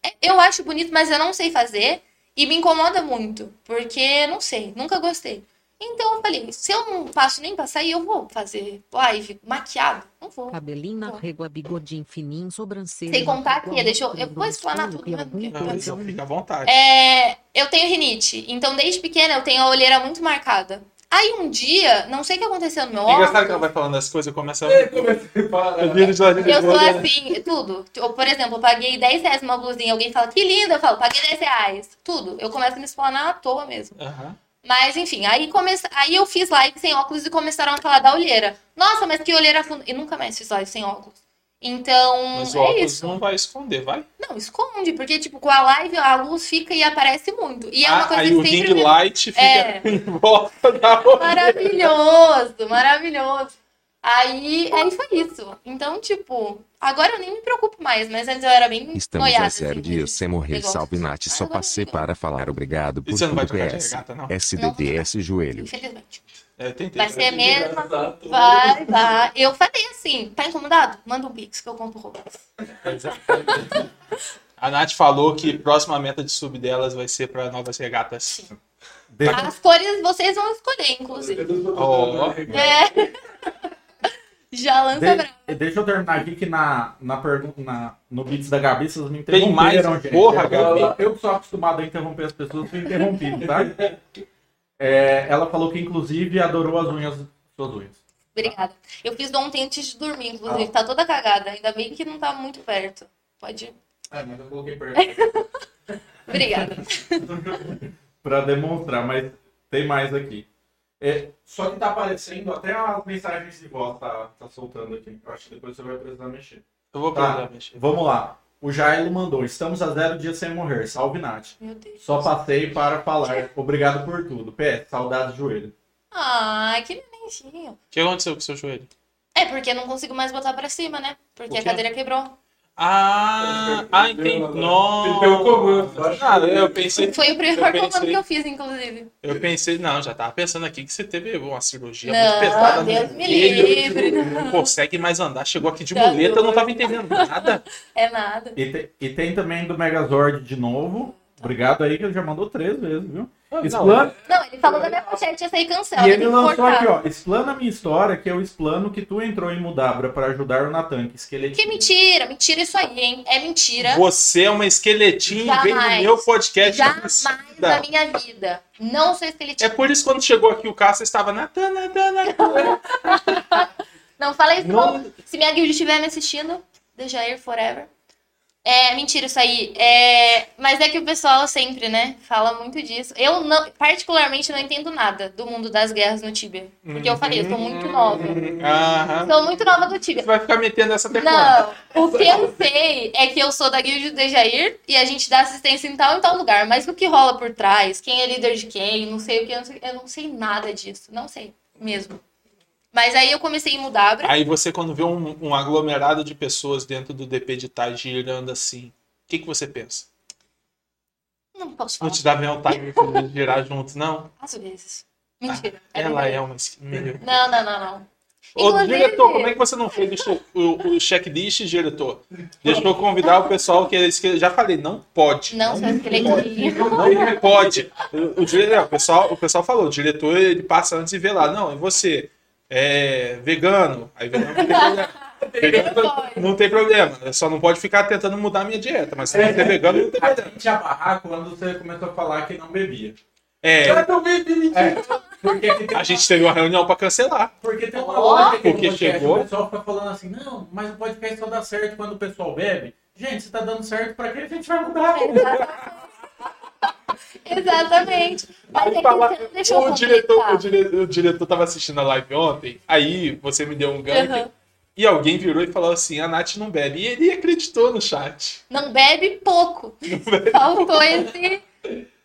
C: É, Eu acho bonito, mas eu não sei fazer. E me incomoda muito. Porque, não sei, nunca gostei. Então eu falei, se eu não passo nem pra sair, eu vou fazer live maquiado. Não vou.
D: Cabelinho na
C: Bom.
D: régua, bigodinho fininho, sobrancelha.
C: Sem contar aqui,
D: igual
C: deixa eu- eu
D: cabelo,
C: vou explanar
D: escuro,
C: tudo mesmo,
D: algum
C: porque-
A: Não,
D: coisa,
A: então
D: um
A: fica à vontade.
C: É, eu tenho rinite, então desde pequena eu tenho a olheira muito marcada. Aí um dia, não sei o que aconteceu no meu
A: É engraçado que ela
C: óculos,
A: vai falando as coisas e começa a.
B: É, como é que fala?
A: Eu viro de lado de
C: eu sou
A: olho, né?
C: assim, tudo. Eu, por exemplo, eu paguei 10 reais numa blusinha, alguém fala, que linda, eu falo, paguei 10 reais, tudo. Eu começo a me explanar à toa mesmo.
A: Aham.
C: Mas enfim, aí, come... aí eu fiz live sem óculos e começaram a falar da olheira. Nossa, mas que olheira funda. E nunca mais fiz live sem óculos. Então,
A: Mas o
C: é
A: óculos
C: isso.
A: não vai esconder, vai.
C: Não, esconde, porque, tipo, com a live a luz fica e aparece muito. E é uma
A: Ah,
C: coisa
A: aí o
C: que
A: ring
C: sempre me...
A: light fica
C: É.
A: em volta da outra.
C: Maravilhoso, maravilhoso. Aí, aí foi isso. Então, tipo, agora eu nem me preocupo mais, mas antes eu era bem
F: Estamos
C: noiada.
F: a zero
C: assim,
F: dias sem morrer.
C: negócio.
F: Salve, Nath. Só
C: Agora eu
F: passei
C: não.
F: para falar obrigado
A: E
F: por
A: você não vai
F: tudo
A: trocar de
F: PS.
A: regata, não?
F: SDDS joelho.
C: Infelizmente.
A: É, eu tentei.
C: Vai ser mesmo.
B: Exato.
C: Vai, vai. Eu falei assim, tá incomodado? Manda um pix que eu compro roupa.
A: Exatamente. A Nath falou que a próxima meta de sub delas vai ser para novas regatas.
E: É.
C: As cores vocês vão escolher, inclusive.
A: Ó.
C: É. Já lança brava.
E: De- deixa eu terminar aqui que na, na pergunta, na, no Beats da Gabi, vocês me
A: Tem
E: interromperam,
A: mais? Porra,
E: Eu-
A: Gabi.
E: Eu que sou acostumado a interromper as pessoas, fui interrompido, tá? É, ela falou que, inclusive, adorou as unhas, suas unhas.
C: Obrigada. Eu fiz ontem antes de dormir, inclusive. Tá toda cagada. Ainda bem que não tá muito perto. Pode ir.
E: É, mas eu coloquei perto
C: Obrigada.
E: pra demonstrar, mas tem mais aqui. É, só que tá aparecendo até as mensagens de voz, tá, tá soltando aqui. Eu acho que depois você vai precisar mexer.
A: Eu
B: Ah.
A: vou
E: Tá.
A: precisar mexer.
E: Vamos lá. O Jairo mandou, estamos a zero dias sem morrer, salve Nath.
C: Meu Deus.
E: Só passei para falar. Obrigado por tudo. Pé, saudade do joelho.
C: Ai, que nenenzinho.
A: O que aconteceu com o seu joelho?
C: É, porque eu não consigo mais botar pra cima, né? Porque
A: O
C: a
A: quê?
C: cadeira quebrou.
A: Ah, ah entendi.
B: Tem que ter um comando, eu acho.
A: Nossa. Ah, eu pensei,
C: Foi o primeiro
A: pensei.
C: comando que eu fiz, inclusive.
A: eu pensei, não, já tava pensando aqui que você teve uma cirurgia muito pesada. né?
C: Não,
E: né?
A: no
C: Deus me
A: joelho,
C: livre.
A: Não consegue mais andar, chegou aqui de
C: Tá
A: muleta, eu não tava entendendo nada.
C: É nada.
E: E, te- e tem também do Megazord de novo. Obrigado aí, que ele já mandou três vezes, viu? Explana...
C: Não, ele falou da minha pochete, essa aí cancela.
E: e
C: tem
E: ele
C: que
E: lançou
C: cortar.
E: aqui, ó. Explana a minha história, que eu explano que tu entrou em Mudabra para ajudar o Natan, que esqueletinho.
C: Que é mentira, mentira isso aí, hein? É mentira.
A: Você é uma esqueletinho, vem no
C: Jamais.
A: meu podcast.
C: Jamais
A: absurda.
C: na minha vida. Não sou esqueletinha.
A: É por isso que quando chegou aqui o Cássio estava na tana, tana, tana.
C: Não fala isso, não.
A: Não-
C: Se minha guild estiver me assistindo, The Jair Forever. É, mentira isso aí. É, mas é que o pessoal sempre, né, fala muito disso. Eu, não, particularmente, não entendo nada do mundo das guerras no Tibia. Porque eu falei, eu sou muito nova.
A: Uhum. Aham.
C: Sou muito nova do
A: Você
C: Tibia.
A: vai ficar metendo essa tecla.
C: Não, o que eu sei é que eu sou da guilda de Jair e a gente dá assistência em tal e tal lugar, mas o que rola por trás, quem é líder de quem, não sei o que, eu não sei, eu não sei nada disso, não sei mesmo. Mas aí eu comecei em Mudabra,
A: Aí você, quando vê um, um aglomerado de pessoas dentro do DP de Tade girando assim, o que, que você pensa?
C: não posso
A: Não
C: falar,
A: te dá vontade de girar junto, não?
C: às vezes. Mentira. é
A: Ela
C: brincadeira.
A: é uma esquina.
C: Não, não, não, não.
A: Ô,
C: Inclusive-
A: diretor, como é que você não fez o, che- o, o checklist, diretor? Deixa eu convidar o pessoal que eles que- já falei, não pode.
C: Não, seu esqueletinho.
A: Não pode. O, o dire- o pessoal, o pessoal falou, o diretor ele passa antes e vê lá. Não, e você? É vegano. Aí vegano, vegano
C: pode.
A: não tem problema. Eu Só não pode ficar tentando mudar a minha dieta. Mas se você é vegano, não tem
E: A
A: problema.
E: gente ia barrar quando você começou a falar que não bebia.
A: É,
B: Eu também pedi.
E: É, porque, aqui tem,
A: a gente teve uma reunião pra cancelar.
E: porque tem uma
C: Ó,
E: lógica aqui no
A: porque
E: podcast,
A: chegou.
E: O pessoal fica falando assim, não, mas o podcast só dá certo quando o pessoal bebe. Gente, se tá dando certo, pra que a gente vai mudar?
C: Exatamente. Mas
A: Aí
C: é
A: fala-
C: que você- deixa eu
A: o, diretor, o,
C: completar.
A: dire- o diretor tava assistindo a live ontem, aí você me deu um gancho
C: Aham.
A: e alguém virou e falou assim: a Nath não bebe. E ele acreditou no chat.
C: Não bebe pouco. Faltou esse,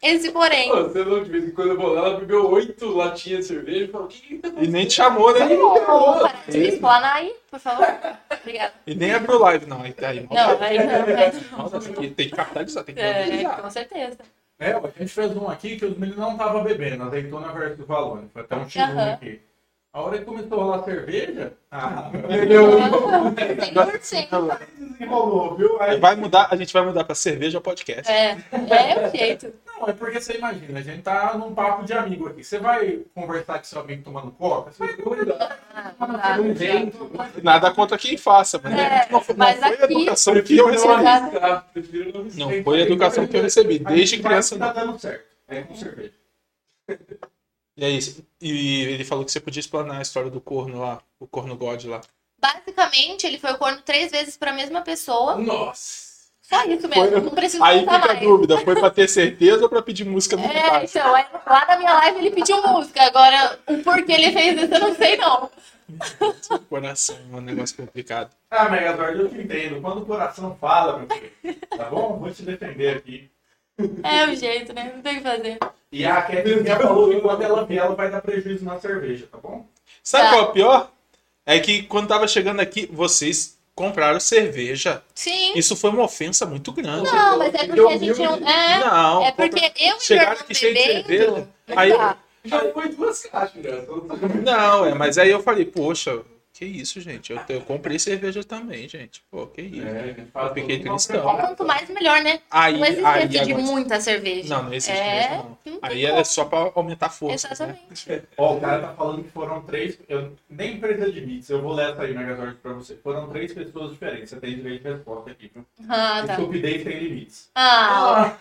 C: esse porém.
B: Pô, Você não, de vez em quando eu vou lá, ela bebeu oito latinhas de cerveja e falou, o que que tá
A: E nem te chamou, né?
C: Vamos parar de me explanar aí, por favor. Obrigada.
A: E nem abriu live, não. Aí, tá aí,
C: Não, aí não, aí
A: Nossa, tem que- tem que capitalizar, tem que
C: não. É,
A: capitalizar.
C: com certeza.
E: É, a gente fez um aqui que os meninos não estavam bebendo, azeitona versus valone. Foi até um x
C: Aham.
E: aqui. A hora que começou a rolar cerveja, ah,
C: Aham, 100%.
E: desenrolou, viu? Aí,
A: Vai mudar, a gente vai mudar pra cerveja ou podcast.
C: É, é o jeito.
E: não, é porque você imagina, a gente tá num papo de amigo aqui. Você vai conversar com seu amigo tomando coca? Você vai
B: tá
E: conversar.
C: Ah, não dá,
B: um
C: não dá.
A: Nada contra quem faça, mas,
C: É,
A: não, foi- não
C: mas
A: foi a
C: aqui-
A: educação que eu recebi.
C: Exato.
B: Ah, prefiro não me
A: Não foi a educação que eu recebi, desde
E: Aí vai
A: criança.
E: que
A: Não.
E: Tá dando certo. É com cerveja.
A: E aí, e ele falou que você podia explanar a história do corno lá, o corno God lá.
C: Basicamente, ele foi corno três vezes pra mesma pessoa.
B: Nossa.
C: Só isso mesmo,
A: Foi- né?
C: não preciso
A: Aí
C: contar
A: fica a
C: mais.
A: dúvida, foi pra ter certeza ou pra pedir música no
C: É,
A: é,
C: então, aí lá na minha live ele pediu música. Agora, o porquê ele fez isso, eu não sei, não.
A: Coração, é um negócio complicado.
E: Ah, Megazord, eu te entendo. Quando o coração fala, meu filho, tá bom? Vou te defender aqui.
C: É o jeito, né? Não tem o que fazer.
E: E a Kevin já falou que quando ela vier, ela vai dar prejuízo na cerveja, tá bom?
A: Sabe
C: Tá.
A: qual é o pior? É que quando tava chegando aqui, vocês compraram cerveja.
C: Sim.
A: Isso foi uma ofensa muito grande.
C: Não, mas é porque a gente não. É,
A: Não,
C: é porque eu e meu
A: chegaram
C: irmão
A: aqui cheio de cerveja.
C: bebendo. É não
A: Aí,
C: dá.
B: Já foi duas caixas, né?
A: não, é, mas aí eu falei, poxa, que isso, gente? Eu, eu comprei cerveja também, gente. Pô, que isso.
B: É.
E: É,
A: eu fiquei tristão.
C: é Quanto mais, melhor, né?
A: Aí,
C: Não existe
A: aí
C: esse de
A: agora-
C: muita cerveja.
A: Não, não existe
C: É,
A: mesmo, não.
C: não tem
A: Aí
C: como.
A: é só pra aumentar a força. né?
C: Exatamente.
E: Ó, o cara tá falando que foram três. Eu nem precisa de bits, eu vou ler essa aí, Megazord, pra você. Foram três pessoas diferentes. Você tem direito de resposta aqui, viu?
C: Ah, tá.
E: Estupidez tem limites.
C: Ah,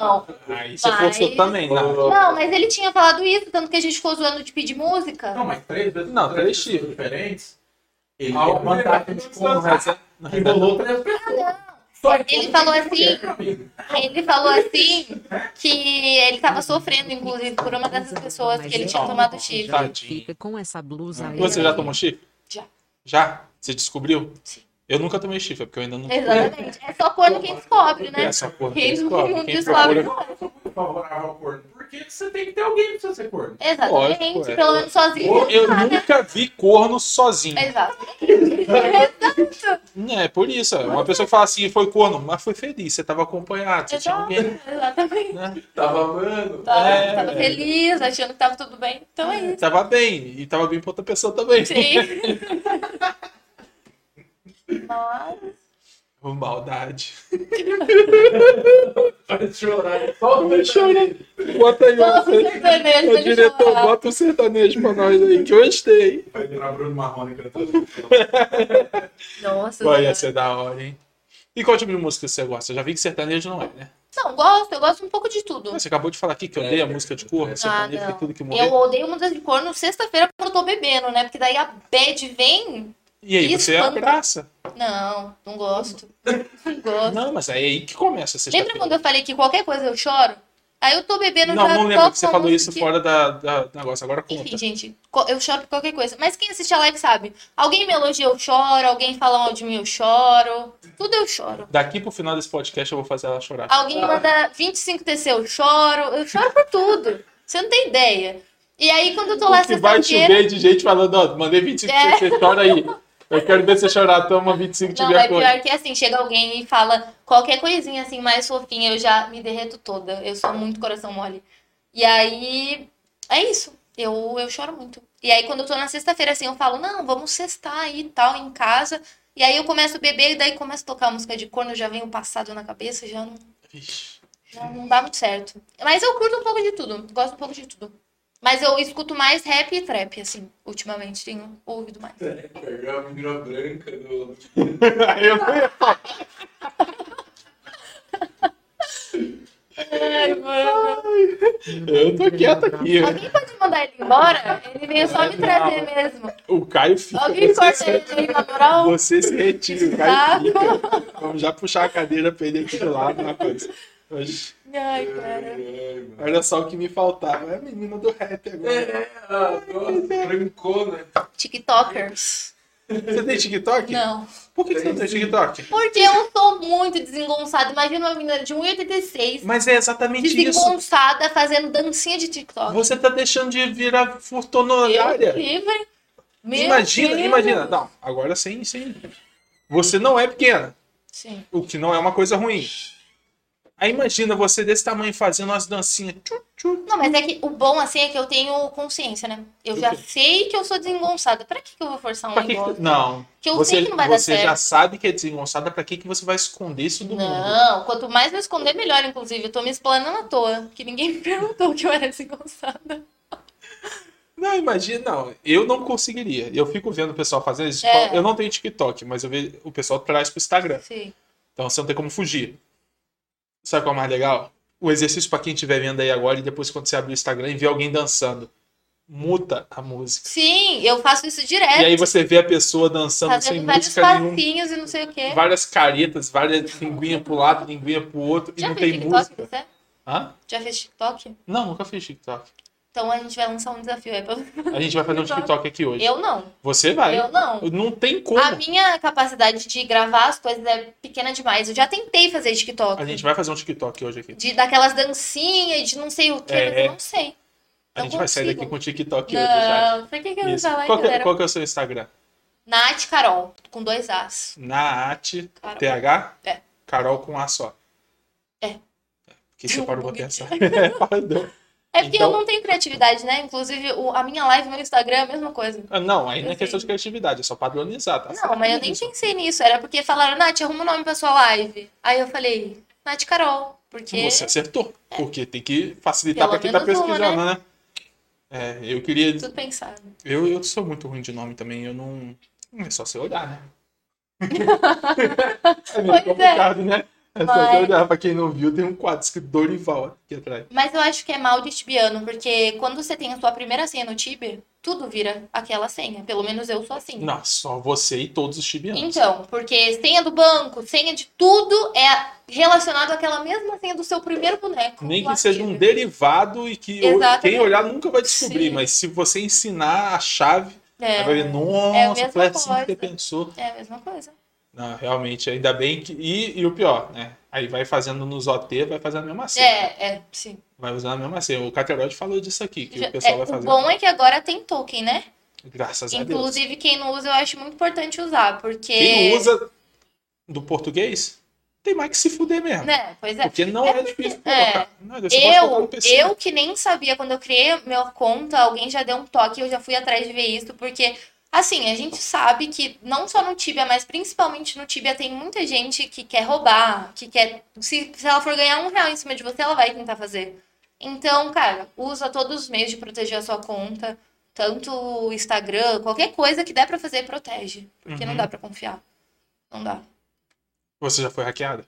C: não.
A: Aí você
C: Mas-
A: forçou também, né?
C: Não, mas ele tinha falado isso, tanto que a gente ficou zoando de pedir música.
E: Não, mas três pessoas,
A: Não,
E: três
A: três
E: pessoas
A: tipos.
E: diferentes. Ele
B: Ah,
E: tem
B: o
E: vantagem de
A: Não,
E: contar
A: não,
E: que rolou três pessoas. Só que
C: Ele falou
E: tem mulher,
C: assim-
E: meu amigo.
C: Ele falou assim que ele tava sofrendo, inclusive, por uma dessas pessoas que ele tinha tomado chifre.
A: Tá.
D: Fica com essa blusa aí. né?
A: Você já tomou chifre?
C: Já.
A: Já? Você descobriu?
C: Sim.
A: Eu nunca tomei chifre, é porque eu ainda não.
C: Exatamente. É só corno quem descobre, né?
A: Essa porra.
C: Quem
A: Quem
C: não
A: descobre? Quem
C: descobre.
A: procura...
E: Eu sou muito favorável ao corno. Porque você tem que ter alguém pra você ser corno.
C: Exatamente.
A: Lógico, é.
C: Pelo menos sozinho.
A: Eu, eu
C: não dá, né?
A: nunca vi corno sozinho.
C: Exato.
A: É, por isso. é. Uma pessoa que fala assim, foi corno, mas foi feliz, você tava acompanhado, você tinha
C: Exato.
A: alguém.
C: Exatamente.
B: Tava amando.
C: Tava,
A: É.
C: tava feliz, né? achando que tava tudo bem. Então é isso.
A: Tava bem, e tava bem pra outra pessoa também.
C: Sim. Mas...
A: Ô, Maldade.
B: Vai chorar. Só o
A: Bota aí,
C: Só o sertanejo,
A: o
C: ele
A: É diretor,
C: chorar.
A: bota o sertanejo pra nós aí, que eu gostei.
E: Vai virar Bruno Marrone cantando.
C: Nossa.
A: Vai, é. ia ser
C: senhora.
A: da hora, hein? E qual tipo de música você gosta? Eu já vi que sertanejo não é, né?
C: Não, gosto, eu gosto um pouco de tudo.
A: Você acabou de falar aqui que odeia a música de corno, sertanejo
C: Ah, não. É
A: foi tudo que morreu.
C: Eu odeio mudança de corno sexta-feira quando eu tô bebendo, né? Porque daí a bad vem
A: E aí
C: Isso,
A: você
C: quando-
A: abraça.
C: Não, não gosto. Não gosto.
A: Não, mas é aí que começa a sexta
C: Lembra quando eu falei que qualquer coisa eu choro? Aí eu tô bebendo
A: Não,
C: já
A: não lembro
C: toco
A: que você
C: uma
A: falou isso
C: musiquinha.
A: fora da, da- do negócio. Agora
C: Enfim,
A: conta.
C: gente, co- eu choro por qualquer coisa. Mas quem assiste a live sabe. Alguém me elogia, eu choro. Alguém fala mal de mim, eu choro. Tudo eu choro.
A: Daqui pro final desse podcast eu vou fazer ela chorar.
C: Alguém manda 25 TC, eu choro. Eu choro por tudo. Você não tem ideia. E aí, quando eu tô
A: O
C: lá
A: que vai
C: sexta-feira.
A: chover de gente falando, ó, mandei 25
C: É.
A: pra você, chora aí. Eu quero ver você chorar, toma 25 de
C: Não, é
A: minha cor.
C: pior que assim, chega alguém e fala qualquer coisinha assim mais fofinha, eu já me derreto toda. Eu sou muito coração mole. E aí, é isso. Eu, eu choro muito. E aí, quando eu tô na sexta-feira, assim, eu falo, não, vamos sextar aí e tal, em casa. E aí eu começo a beber e daí começo a tocar a música de corno, já vem o passado na cabeça, já não,
A: Ixi.
C: já não dá muito certo. Mas eu curto um pouco de tudo, gosto um pouco de tudo. Mas eu escuto mais rap e trap, assim, ultimamente, tenho ouvido mais.
B: Pegar a menina branca do.
A: Aí eu não ia falar.
C: Ai, mano.
A: Eu tô quieto
D: Tá
A: aqui.
C: Alguém pode mandar ele embora? Ele veio só me trazer mesmo.
A: O Caio fica.
C: Alguém corta
A: Você,
C: ele aí, na moral?
A: você se retira, o Caio fica. Vamos já puxar a cadeira pra ele aqui do lado, uma coisa. Oxi,
C: Ai,
B: Ai,
C: cara.
B: ai, mano.
A: Olha só o que me faltava. É a menina do rap agora.
B: É, ah, nossa, né? brancona.
C: TikTokers.
A: Você tem TikTok?
C: Não.
A: Por que você não tem TikTok?
C: Porque eu sou muito desengonçada. Imagina uma menina de 1,86
A: Mas é exatamente isso.
C: desengonçada fazendo dancinha de TikTok.
A: Você tá deixando de virar
C: Meu
A: furtonorária.
C: livre. Meu
A: imagina,
C: Deus.
A: imagina. Não, agora sim, sim. Você não é pequena,
C: Sim.
A: o que não é uma coisa ruim. Aí imagina você desse tamanho fazendo umas dancinhas. Tchu, tchu.
C: Não, mas é que o bom assim é que eu tenho consciência, né? Eu
A: Do
C: já
A: quê?
C: sei que eu sou desengonçada. Pra que, que eu vou forçar um
A: Pra que que-
C: negócio?
A: Não.
C: Que eu sei
A: Você,
C: que não vai dar
A: você
C: certo.
A: já sabe que é desengonçada, pra que, que você vai esconder isso do mundo?
C: Não, quanto mais me esconder, melhor, inclusive. Eu tô me explanando à toa, que ninguém me perguntou que eu era assim, desengonçada.
A: Não, imagina, não. Eu não conseguiria. Eu fico vendo o pessoal fazendo isso.
C: É.
A: Eu não tenho TikTok, mas eu vejo o pessoal traz pro Instagram.
C: Sim.
A: Então você não tem como fugir. Sabe qual é o mais legal? O exercício pra quem estiver vendo aí agora e depois quando você abrir o Instagram e ver alguém dançando. Muta a música.
C: Sim, eu faço isso
A: E
C: direto,
A: aí você vê a pessoa dançando sem
C: É. fazendo vários
A: música nenhuma,
C: passinhos e não sei o quê.
A: várias caretas, várias linguinha pro lado, linguinha pro outro, e
C: Já
A: não
C: fez
A: tem
C: TikTok
A: música.
C: você?
A: Hã?
C: Já fez TikTok?
A: Não, nunca fiz TikTok.
C: Então a gente vai lançar um desafio aí pra...
A: A gente vai fazer um TikTok aqui hoje.
C: Então, Eu não,
A: Você vai.
C: eu não.
A: Não tem como.
C: A minha capacidade de gravar as coisas é pequena demais. Eu já tentei fazer TikTok.
A: A gente vai fazer um TikTok hoje aqui.
C: De, daquelas dancinhas, de não sei o quê,
A: É,
C: mas eu
A: é.
C: não sei.
A: A
C: Não
A: gente vai sair
C: consigo.
A: daqui com o TikTok hoje, já.
C: Não, pra que que eu vou
A: Isso.
C: falar,
A: Qual que, é-
C: galera?
A: qual que é o seu Instagram?
C: Nath Carol, com dois As.
A: Naat,
C: Carol.
A: TH?
C: É.
A: Carol com A só.
C: É.
A: Porque você parou pra
C: Buguei.
A: pensar. É, parou.
C: É porque
A: Então-
C: eu não tenho criatividade, né? Inclusive, o- a minha live no meu Instagram é a mesma coisa.
A: Ah, não, aí não é
C: Eu
A: questão de
C: sei.
A: criatividade, é só padronizar, tá?
C: Não, mas eu nem pensei nisso. Era porque falaram, Nath, arruma um nome pra sua live. Aí eu falei, Nath Carol. Porque. é
A: Você acertou. Porque tem que facilitar pra
C: Pelo
A: quem tá
C: menos uma,
A: pesquisando, né? É, eu queria.
C: Tudo pensado.
A: Eu, eu sou muito ruim de nome também, eu não. hum, É só você olhar, né? é meio
C: Pois é.
A: complicado, né? É só você
C: Mas-
A: olhar. Pra quem não viu, tem um quadro escrito Dorival aqui atrás.
C: Mas eu acho que é mal de tibiano, porque quando você tem a sua primeira senha no Tibia, tudo vira aquela senha. Pelo menos eu sou assim.
A: Não, é só você e todos os tibianos.
C: Então, porque senha do banco, senha de tudo é relacionado àquela mesma senha do seu primeiro boneco.
A: Nem
C: lá
A: que
C: no
A: seja um
C: Tibia.
A: derivado e que o-
C: Exatamente.
A: quem olhar nunca vai descobrir,
C: Sim.
A: mas se você ensinar a chave,
C: É,
A: aí vai ver, nossa,
C: mesma
A: foi assim que
C: coisa.
A: você pensou.
C: é a mesma coisa.
A: Não, realmente, ainda bem que. E, e o pior, né? Aí vai fazendo nos OT, vai fazendo a mesma cena.
C: É, é, sim.
A: Vai usando a mesma cena. O Cateroide falou disso aqui, que
C: Já-
A: o pessoal
C: é,
A: vai fazer.
C: bom é que agora tem token, né?
A: Graças a Deus.
C: Inclusive, quem não usa, eu acho muito importante usar, porque.
A: Quem usa do português, tem mais que se fuder mesmo.
C: Né, pois é.
A: Porque não é, difícil colocar. Não, você pode colocar no
C: Eu,
A: PC.
C: eu que nem sabia, quando eu criei minha conta, alguém já deu um toque, eu já fui atrás de ver isso, porque, assim, a gente sabe que não só no Tibia, mas principalmente no Tibia, tem muita gente que quer roubar, que quer. Se, se ela for ganhar um real em cima de você, ela vai tentar fazer. Então, cara, usa todos os meios de proteger a sua conta, tanto o Instagram, qualquer coisa que der pra fazer, protege. Porque
A: Uhum.
C: não dá pra confiar. Não dá.
A: Você já foi hackeada?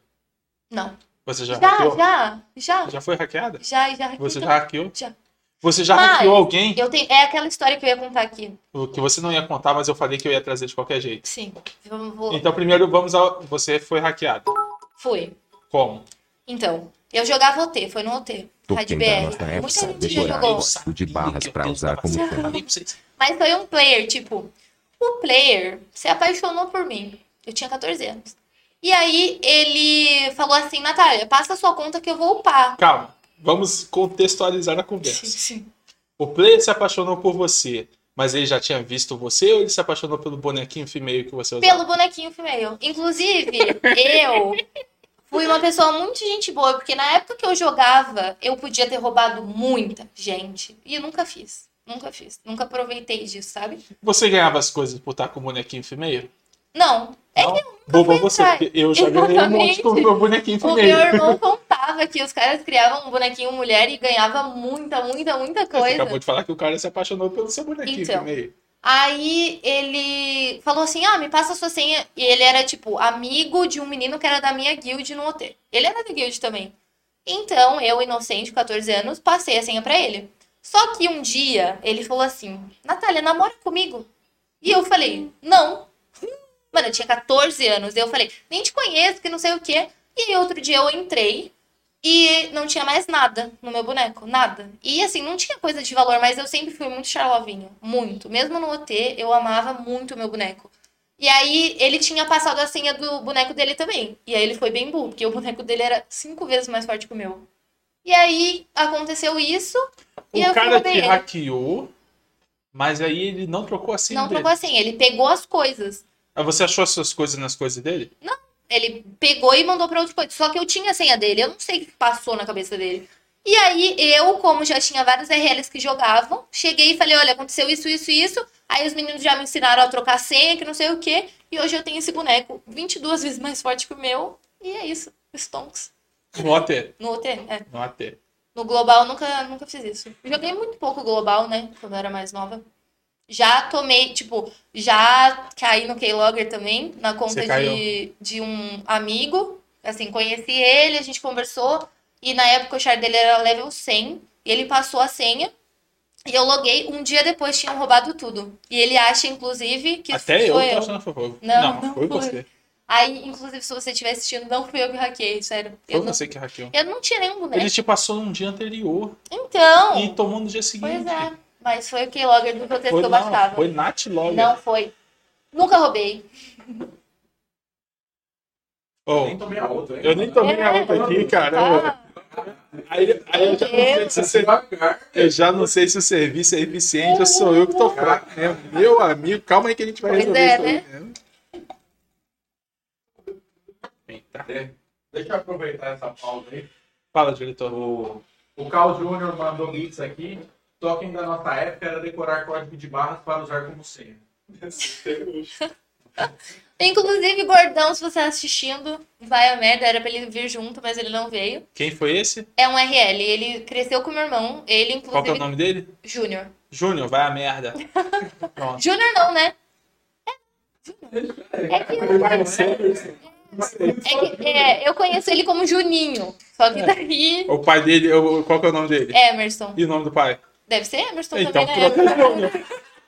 C: Não.
A: Você já,
C: Já,
A: hackeou?
C: já, já.
A: Já foi hackeada?
C: Já, já.
A: Você
C: Então,
A: já hackeou?
C: já.
A: Você já
C: Mas-
A: hackeou alguém?
C: Eu tenho, é aquela história que eu ia contar aqui.
A: O que você não ia contar, mas eu falei que eu ia trazer de qualquer jeito.
C: Sim. Vamos- vou-
A: Então, primeiro vamos ao. Você foi hackeado.
C: Fui.
A: Como?
C: Então, eu jogava OT, foi no OT.
F: Tô
C: Rádio
F: tentando
C: BR.
F: nessa época
C: Muita gente já
F: decorar
C: jogou.
F: código é de barras pra usar como ferramenta.
C: Mas foi um player, tipo, o player se apaixonou por mim. Eu tinha 14 anos. E aí ele falou assim, Natália, passa a sua conta que eu vou upar.
A: Calma, vamos contextualizar a conversa.
C: sim.
A: O player se apaixonou por você, mas ele já tinha visto você ou ele se apaixonou pelo bonequinho female que você usava?
C: Pelo bonequinho female. Inclusive, eu fui uma pessoa muito gente boa, porque na época que eu jogava, eu podia ter roubado muita gente. E eu nunca fiz. Nunca fiz. Nunca aproveitei disso, sabe?
A: Você ganhava as coisas por estar com o bonequinho female?
C: Não. É que
A: Boba
C: fui
A: você,
C: atrás.
A: porque eu já ganhei um monte
C: Exatamente.
A: com o meu bonequinho
C: O meu
A: female.
C: irmão contava que os caras criavam um bonequinho mulher e ganhava muita, muita, muita
A: Você
C: coisa.
A: acabou de falar que o cara se apaixonou pelo seu bonequinho
C: Então.
A: female.
C: Aí ele falou assim: ah, me passa a sua senha. E ele era, tipo, amigo de um menino que era da minha guild no OT. Ele era da guild também. Então, eu, inocente, 14 anos, passei a senha pra ele. Só que um dia ele falou assim: Natália, namora comigo. E eu falei: não. Mano, eu tinha 14 anos. Eu falei: nem te conheço, que não sei o quê. E aí, outro dia eu entrei e não tinha mais nada no meu boneco, nada. E assim, não tinha coisa de valor, mas eu sempre fui muito charlovinho, muito. Mesmo no OT, eu amava muito o meu boneco. E aí, ele tinha passado a senha do boneco dele também. E aí, ele foi bem burro, porque o boneco dele era cinco vezes mais forte que o meu. E aí, aconteceu isso. e
A: o
C: eu é.
A: cara
C: fui
A: te hackeou, mas aí ele não trocou a senha
C: Não
A: dele.
C: trocou assim, ele pegou as coisas.
A: Aí você achou as suas coisas nas coisas dele?
C: Ele pegou e mandou pra outro coisa. Só que eu tinha a senha dele, eu não sei o que passou na cabeça dele. E aí, eu, como já tinha vários RLs que jogavam, cheguei e falei: olha, aconteceu isso, isso, e isso. Aí os meninos já me ensinaram a trocar senha, que não sei o quê. E hoje eu tenho esse boneco 22 vezes mais forte que o meu. E é isso. Stonks.
A: No AT.
C: No OT, é.
A: No AT.
C: No Global, eu nunca, nunca fiz isso. Joguei muito pouco Global, né? Quando eu era mais nova. Já tomei, tipo, já caí no Keylogger também, na conta
A: Você caiu?
C: de, de um amigo. Assim, conheci ele, a gente conversou. E na época o char dele era level 100. E ele passou a senha. E eu loguei. Um dia depois tinham roubado tudo. E ele acha, inclusive, que
A: Até eu
C: foi
A: tô achando a favor.
C: Não, não
A: foi,
C: foi.
A: você.
C: Aí, inclusive, se você estiver assistindo, não fui eu que hackeei, sério.
A: Foi
C: Eu não,
A: você que hackeou.
C: eu não tinha nenhum boneco.
A: Ele te passou num dia anterior
C: Então.
A: e tomou no dia seguinte.
C: Pois é, mas foi o Keylogger do protesto
A: Foi,
C: que
A: não,
C: eu baixava.
A: foi Nath Logger.
C: Não foi. Nunca roubei.
A: Oh,
E: Nem tomei a outra, hein?
A: eu nem tomei a
C: É.
A: outra aqui, cara.
C: Ah,
A: Aí, aí eu já não sei se você
B: é Devagar.
A: Eu já não sei se o serviço é eficiente ou sou eu que tô fraco mesmo. Meu amigo, calma aí que a gente vai
C: Pois
A: resolver
C: é,
A: isso aí. né? Eita.
E: Deixa eu aproveitar essa pausa aí.
A: Fala, diretor.
E: O, o Carl Júnior mandou um mix aqui. Token da nossa época era decorar código de barras para usar como senha.
C: Inclusive, Gordão, se você tá assistindo, vai a merda, era pra ele vir junto, mas ele não veio.
A: Quem foi esse?
C: É um RL, ele cresceu com meu irmão, ele,
A: Qual que é o
C: inclusive,
A: nome dele?
C: Júnior.
A: Júnior, vai a merda. Pronto.
C: Júnior não, né? É, Júnior. É que É que, é, eu conheço ele como Juninho, só
A: É.
C: que daí...
A: O pai dele, eu- qual que é o nome dele?
C: Emerson.
A: E o nome do pai?
C: Deve ser Emerson
A: Então,
C: também, né?
A: pronto, é Júnior.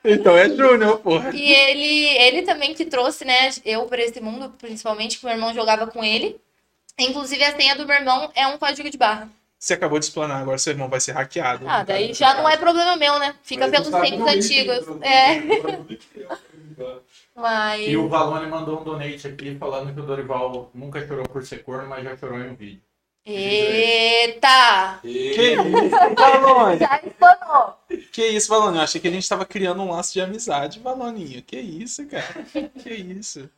A: Então é Júnior, porra.
C: E ele, ele também que trouxe, né, eu pra esse mundo, principalmente, que meu irmão jogava com ele. Inclusive, a senha do meu irmão é um código de barra.
A: Você acabou de explanar, agora seu irmão vai ser hackeado.
C: Ah, daí já não é problema meu, né? Fica
B: Mas
C: pelos
B: não sabe
C: tempos
B: o item,
C: antigos.
B: então.
C: É, mas.
E: E o Valone mandou um donate aqui falando que o Dorival nunca chorou por ser corno, mas já chorou em um vídeo.
C: Eita!
A: Que
B: E-
A: isso, Valone?
C: Já espanou!
A: Que isso, Valone? Eu achei que a gente tava criando um laço de amizade, Valoninho. Que isso, cara? Que isso?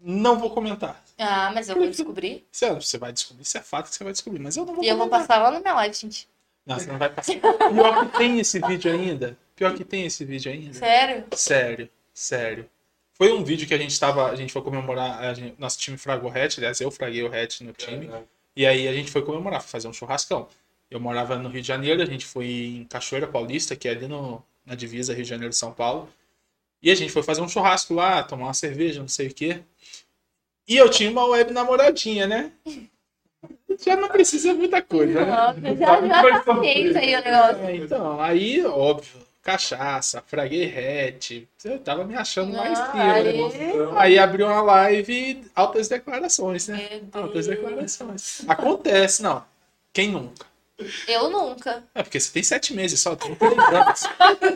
A: Não vou comentar.
C: Ah, mas eu vou descobrir.
A: Você, você vai descobrir, isso é fato que você vai descobrir, mas eu não vou
C: E eu vou
A: comentar.
C: passar lá na minha live, gente.
A: Não, você não vai passar. Pior que tem esse vídeo ainda. Pior que tem esse vídeo ainda.
C: Sério?
A: Sério, sério. Foi um vídeo que a gente tava. A gente foi comemorar. A gente- nosso time fragou o hatch, aliás, eu fraguei o hatch no time. E aí a gente foi comemorar, foi fazer um churrascão. Eu morava no Rio de Janeiro, a gente foi em Cachoeira Paulista, que é ali no, na divisa Rio de Janeiro e São Paulo. E a gente foi fazer um churrasco lá, tomar uma cerveja, não sei o quê. E eu tinha uma web namoradinha, né? já não precisa muita coisa, né?
C: Nossa, já, já tá feito aí o negócio.
A: É, então, aí, óbvio, cachaça, fraguerrete, eu tava me achando
C: Não,
A: É mais né?
C: aí-
A: frio. Aí abriu uma live, altas declarações, né?
C: Meu Deus.
A: Altas declarações. Acontece, não. Quem nunca?
C: Eu nunca.
A: É porque você tem sete meses só, tem três anos.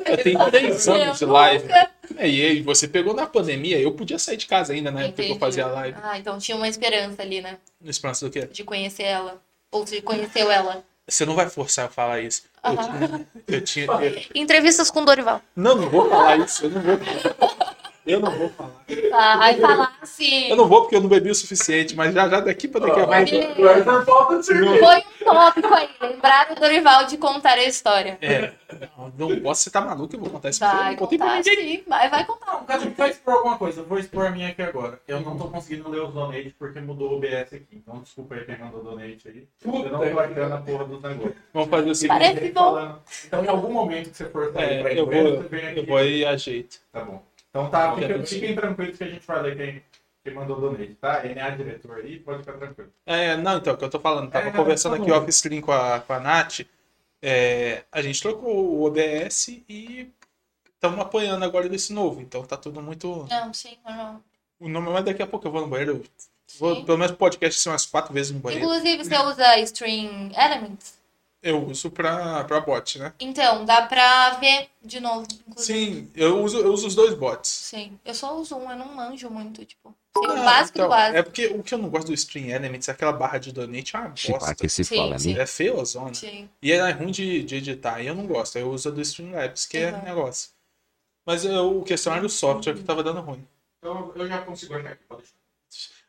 A: Eu tenho três anos de
C: Eu
A: live.
C: nunca.
A: É, e aí, você pegou na pandemia, eu podia sair de casa ainda na época que eu
C: Entendi.
A: fazia live.
C: Ah, então tinha uma esperança ali, né?
A: No esperança do quê?
C: De conhecer ela. Ou se conheceu ela.
A: Você não vai forçar eu falar isso. Eu tinha. Eu tinha eu-
C: Entrevistas com Dorival.
A: Não, não vou falar isso. Eu não vou falar. Eu não vou falar.
C: Ah, assim. aí falasse.
A: Eu não vou porque eu não bebi o suficiente, mas já já daqui pra daqui a pouco.
B: Não é por falta de cerveja.
C: Foi um tópico aí. Lembraram o Dorival de contar a história.
A: É. Não, não posso, você tá maluco, eu vou contar isso pra você. Eu
C: Vai
A: Não contei pra
C: contar,
A: ninguém.
C: sim. Vai, vai contar. um
E: Não, Cássio, vai expor alguma coisa. Eu vou expor a minha aqui agora. Eu não tô conseguindo ler os donates porque mudou o OBS aqui. Então, desculpa aí quem mandou donate aí.
B: Puta
E: eu não tô achando a porra dos negócios.
A: Vamos fazer o seguinte.
C: Parece bom.
E: Falando. Então, em algum momento que você for sair pra
A: É,
E: ir
A: eu
E: pro banheiro,
A: vou,
E: você vem aqui.
A: eu vou aí e ajeito.
E: Tá bom. Então, tá,
A: Tá
E: fica,
A: bom.
E: fiquem tranquilos que a gente vai ler quem, quem mandou donate, tá? NA diretor aí, pode ficar tranquilo.
A: É, não, então, o que eu tô falando, tava
E: É,
A: conversando
E: tá
A: aqui
E: bom.
A: off-screen com a, com a Nath, é, a gente trocou o OBS e estamos apanhando agora desse novo, então tá tudo muito...
C: Não, sim, normal.
A: O nome mas daqui a pouco eu vou no banheiro, eu vou,
C: Sim.
A: pelo menos podcast ser umas quatro vezes no banheiro.
C: Inclusive, você usa Stream Elements?
A: Eu uso pra, pra bot, né?
C: Então, dá pra ver de novo. Inclusive.
A: Sim, eu uso, eu uso os dois bots.
C: Sim. Eu só uso um, eu não manjo muito, tipo. Sei o
A: Ah,
C: básico
A: então,
C: do básico.
A: É porque o que eu não gosto do Stream Elements é aquela barra de donate, é uma
F: Chipá
A: bosta.
F: que se
C: Sim,
F: fala,
C: sim.
F: né?
A: É feiozona.
C: Sim.
A: E ela é ruim de, de editar, e eu não gosto. Eu uso a do Streamlabs, que é
C: Exato.
A: negócio. Mas eu, o questão
C: Uhum.
A: era o software que tava dando ruim.
E: Eu, eu já consigo achar aqui, pode deixar.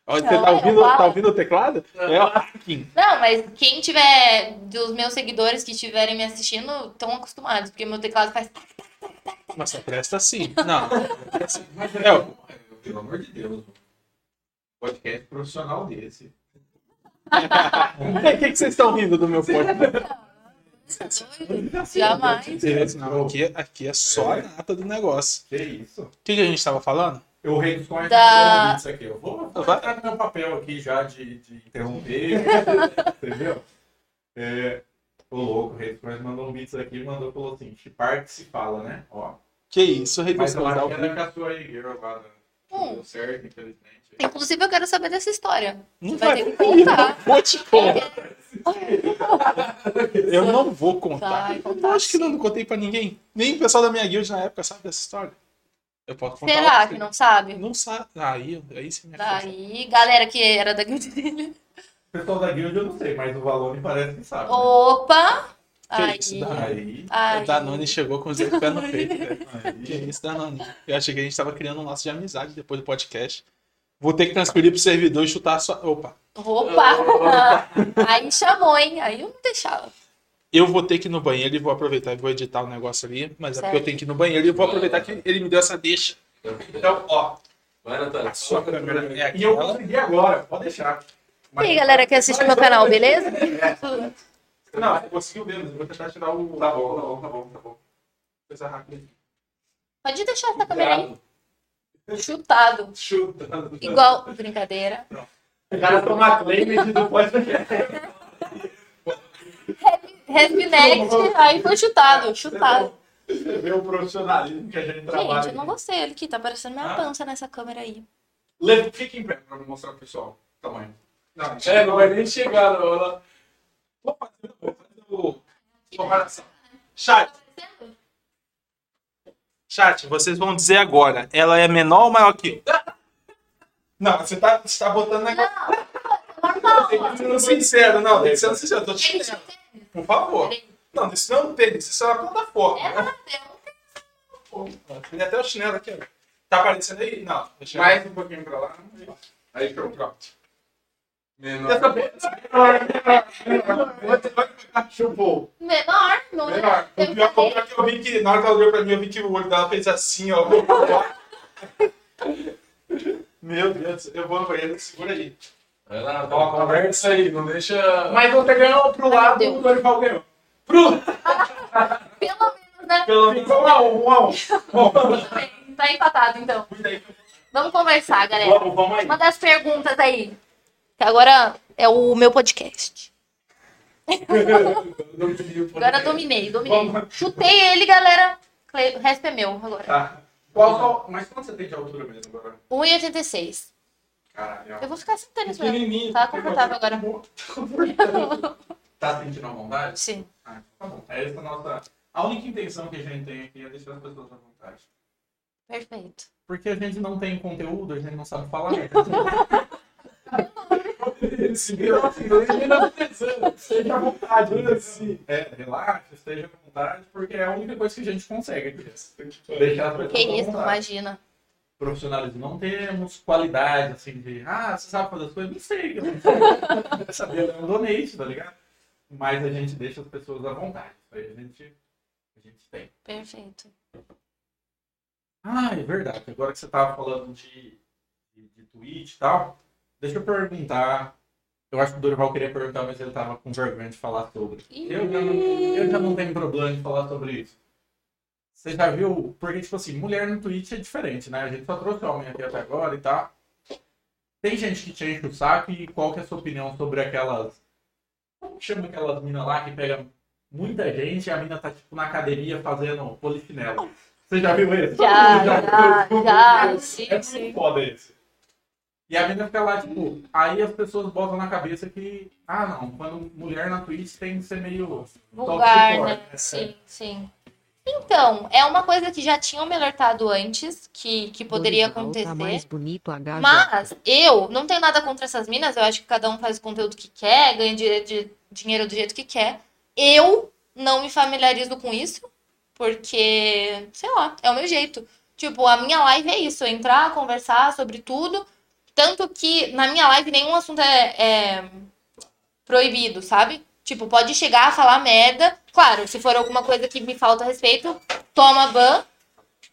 A: Ó, Você
C: Não,
A: tá
C: É, eu
A: ouvindo,
C: falo.
A: tá ouvindo o teclado? É o hacking.
C: Não, mas quem tiver, dos meus seguidores que estiverem me assistindo, estão acostumados, porque meu teclado faz.
A: Nossa, presta sim. Não.
E: Mas,
A: É, eu-
E: é, pelo amor de Deus, podcast profissional desse.
A: O que, que vocês estão rindo do meu podcast?
C: Tá
A: Assim,
C: doido?
A: né?
C: Jamais.
E: né?
A: Não, aqui, aqui é só a nata do negócio.
E: Que isso?
A: O que, que a gente tava falando?
E: Eu rei dos coins
C: Da-
E: da... isso aqui. Eu vou, vou
A: Vai.
E: entrar no meu papel aqui já de, de interromper. entendeu? É, o louco, o rei dos coins mandou um bits aqui e mandou falou assim: chipar que se fala, né? Ó.
A: Que isso, Rei
E: Mas eu acho que
A: Gustavo.
E: era com a sua Higuera lá, né? Não
C: Hum.
E: Deu certo, infelizmente.
C: Inclusive, eu quero saber dessa história.
A: Não
C: vai
A: vai um
C: ter um que
A: contar. né?
C: contar.
A: Vou te contar. Eu não vou contar.
C: Vai
A: Eu
C: contar,
A: acho que
C: sim.
A: não, não contei pra ninguém. Nem o pessoal da minha guild na época sabe dessa história. Eu posso contar. assim.
C: Será
A: outra.
C: que não sabe?
A: Não sabe. Aí, aí você me acusa.
C: Daí, galera que era da guild dele.
E: O pessoal da guild eu não sei, mas o Valone parece que sabe. né?
C: Opa! Aí.
A: isso, é dá.
E: Aí.
C: aí.
A: O Danone chegou com os dedos pé no peito. velho. Que
E: aí.
A: isso, Danone. Eu achei que a gente tava criando um laço de amizade depois do podcast. Vou ter que transferir pro servidor e chutar a sua. Opa!
C: Opa! aí chamou, hein? Aí eu não deixava.
A: Eu vou ter que ir no banheiro e vou aproveitar e vou editar o negócio ali, mas é porque eu
C: Certo.
A: tenho que ir no banheiro e eu vou aproveitar que ele me deu essa deixa. Então, ó,
B: Vai, Natália.
A: a sua câmera é aqui.
E: E eu consegui agora, pode deixar.
C: E aí, galera que assiste meu canal, beleza?
E: Não, você conseguiu ver, mas eu vou tentar tirar o. Tá bom, tá bom, tá bom, tá bom. Coisa rápida.
C: Pode deixar essa câmera aí. Chutado.
E: Chuta.
C: Igual. Brincadeira.
E: O cara toma claim do podcast.
C: Respinect, aí foi chutado. Chutado.
E: Você vê o profissionalismo que a gente trabalha.
C: Gente, eu não gostei. Olha aqui, tá parecendo minha
E: Ah.
C: pança nessa câmera aí.
E: Leva, fica em pé pra mostrar pro pessoal o tamanho. Não,
B: É, não vai nem chegar, não. Ela...
E: Vou fazer, vou fazer o- comparação. Chat.
A: Chat, vocês vão dizer agora, ela é menor ou maior que eu?
E: Não, você tá, você tá botando negócio. Tem que ser um sincero, não, tem que ser um sincero. Eu tô te
C: Gente,
E: dizendo, por favor. Não, isso não é um tênis, isso é uma plataforma. né?
C: um
E: Tem até o chinelo aqui, ó. Tá aparecendo aí? Não. Deixa Mais um pouquinho pra lá. Aí que eu pronto.
B: Menor.
E: Essa boca. Chupou.
C: um Menor, não um
E: Menor. O pior
C: Eu
E: ponto é que eu vi que, na hora que ela olhou pra mim, eu vi que o olho dela fez assim, ó. Meu Deus, eu vou no banheiro, segura aí.
B: Vai lá, né? Natália. Conversa aí, não deixa...
E: Mas você ganhou pro
C: lado, Meu Deus. o
E: Dorival ganhou.
C: Pelo menos, né?
E: Pelo menos um a um, um a um.
C: Tudo bem, Tá empatado, então.
E: Cuida aí.
C: Vamos conversar, galera.
E: Vamos, vamos aí.
C: Uma das perguntas aí. Agora é o meu podcast. Agora
B: Agora
C: dominei, dominei. Chutei ele, galera. Cle- O resto é meu agora.
E: Tá. Qual, qual- mas quanto você tem de altura mesmo agora?
C: 1,86.
E: Caralho.
C: Eu vou ficar sem tênis mesmo.
B: Pequenininho.
C: Tá confortável agora.
E: Tá sentindo a vontade?
C: Sim.
E: Ah, tá bom. É essa a nossa. A única intenção que a gente tem aqui é deixar as pessoas à vontade.
C: Perfeito.
E: Porque a gente não tem conteúdo, a gente não sabe falar. né? Esteja à vontade. né? É, relaxa, esteja à vontade, porque é a única coisa que a gente consegue aqui. Deixar as pessoas
C: Que
E: à
C: isso,
E: vontade.
C: imagina.
E: Profissionalismo não temos, qualidade, assim, de, ah, você sabe fazer as coisas? Não sei, eu não sei. Sabia, eu não donei isso, tá ligado? Mas a gente deixa as pessoas à vontade. Isso aí a gente, a gente tem.
C: Perfeito.
E: Ah, é verdade. Agora que você tava falando de, de, de Twitch e tal, deixa eu perguntar. Eu acho que o Dorival queria perguntar, mas ele tava com vergonha de falar sobre.
C: Ih.
E: Eu já não, eu já não tenho problema de falar sobre isso. Você já viu? Porque, tipo assim, mulher no Twitch é diferente, né? A gente só trouxe homem aqui até agora e tal. Tem gente que te enche o saco e qual que é a sua opinião sobre aquelas. Como que chama aquelas minas lá que pega muita gente e a mina tá, tipo, na academia fazendo polichinelo? Você já viu isso?
C: Já, já, já.
E: É
C: Sim,
E: muito
C: sim.
E: foda esse. E a menina fica lá, tipo, aí as pessoas botam na cabeça que, ah não, quando mulher na Twitch tem que ser meio.
C: Vulgar,
E: soft
C: né?
E: core.
C: Sim, sim. Então, é uma coisa que já tinham me alertado antes, que, que poderia
D: Dorival
C: acontecer.
D: Tá mais bonito HJ.
C: Mas eu não tenho nada contra essas minas, eu acho que cada um faz o conteúdo que quer, ganha di- de- dinheiro do jeito que quer. Eu não me familiarizo com isso, porque, sei lá, é o meu jeito. Tipo, a minha live é isso, é entrar, conversar sobre tudo. Tanto que na minha live nenhum assunto é, é proibido, sabe? Tipo, pode chegar a falar merda. Claro, se for alguma coisa que me falta respeito, toma ban.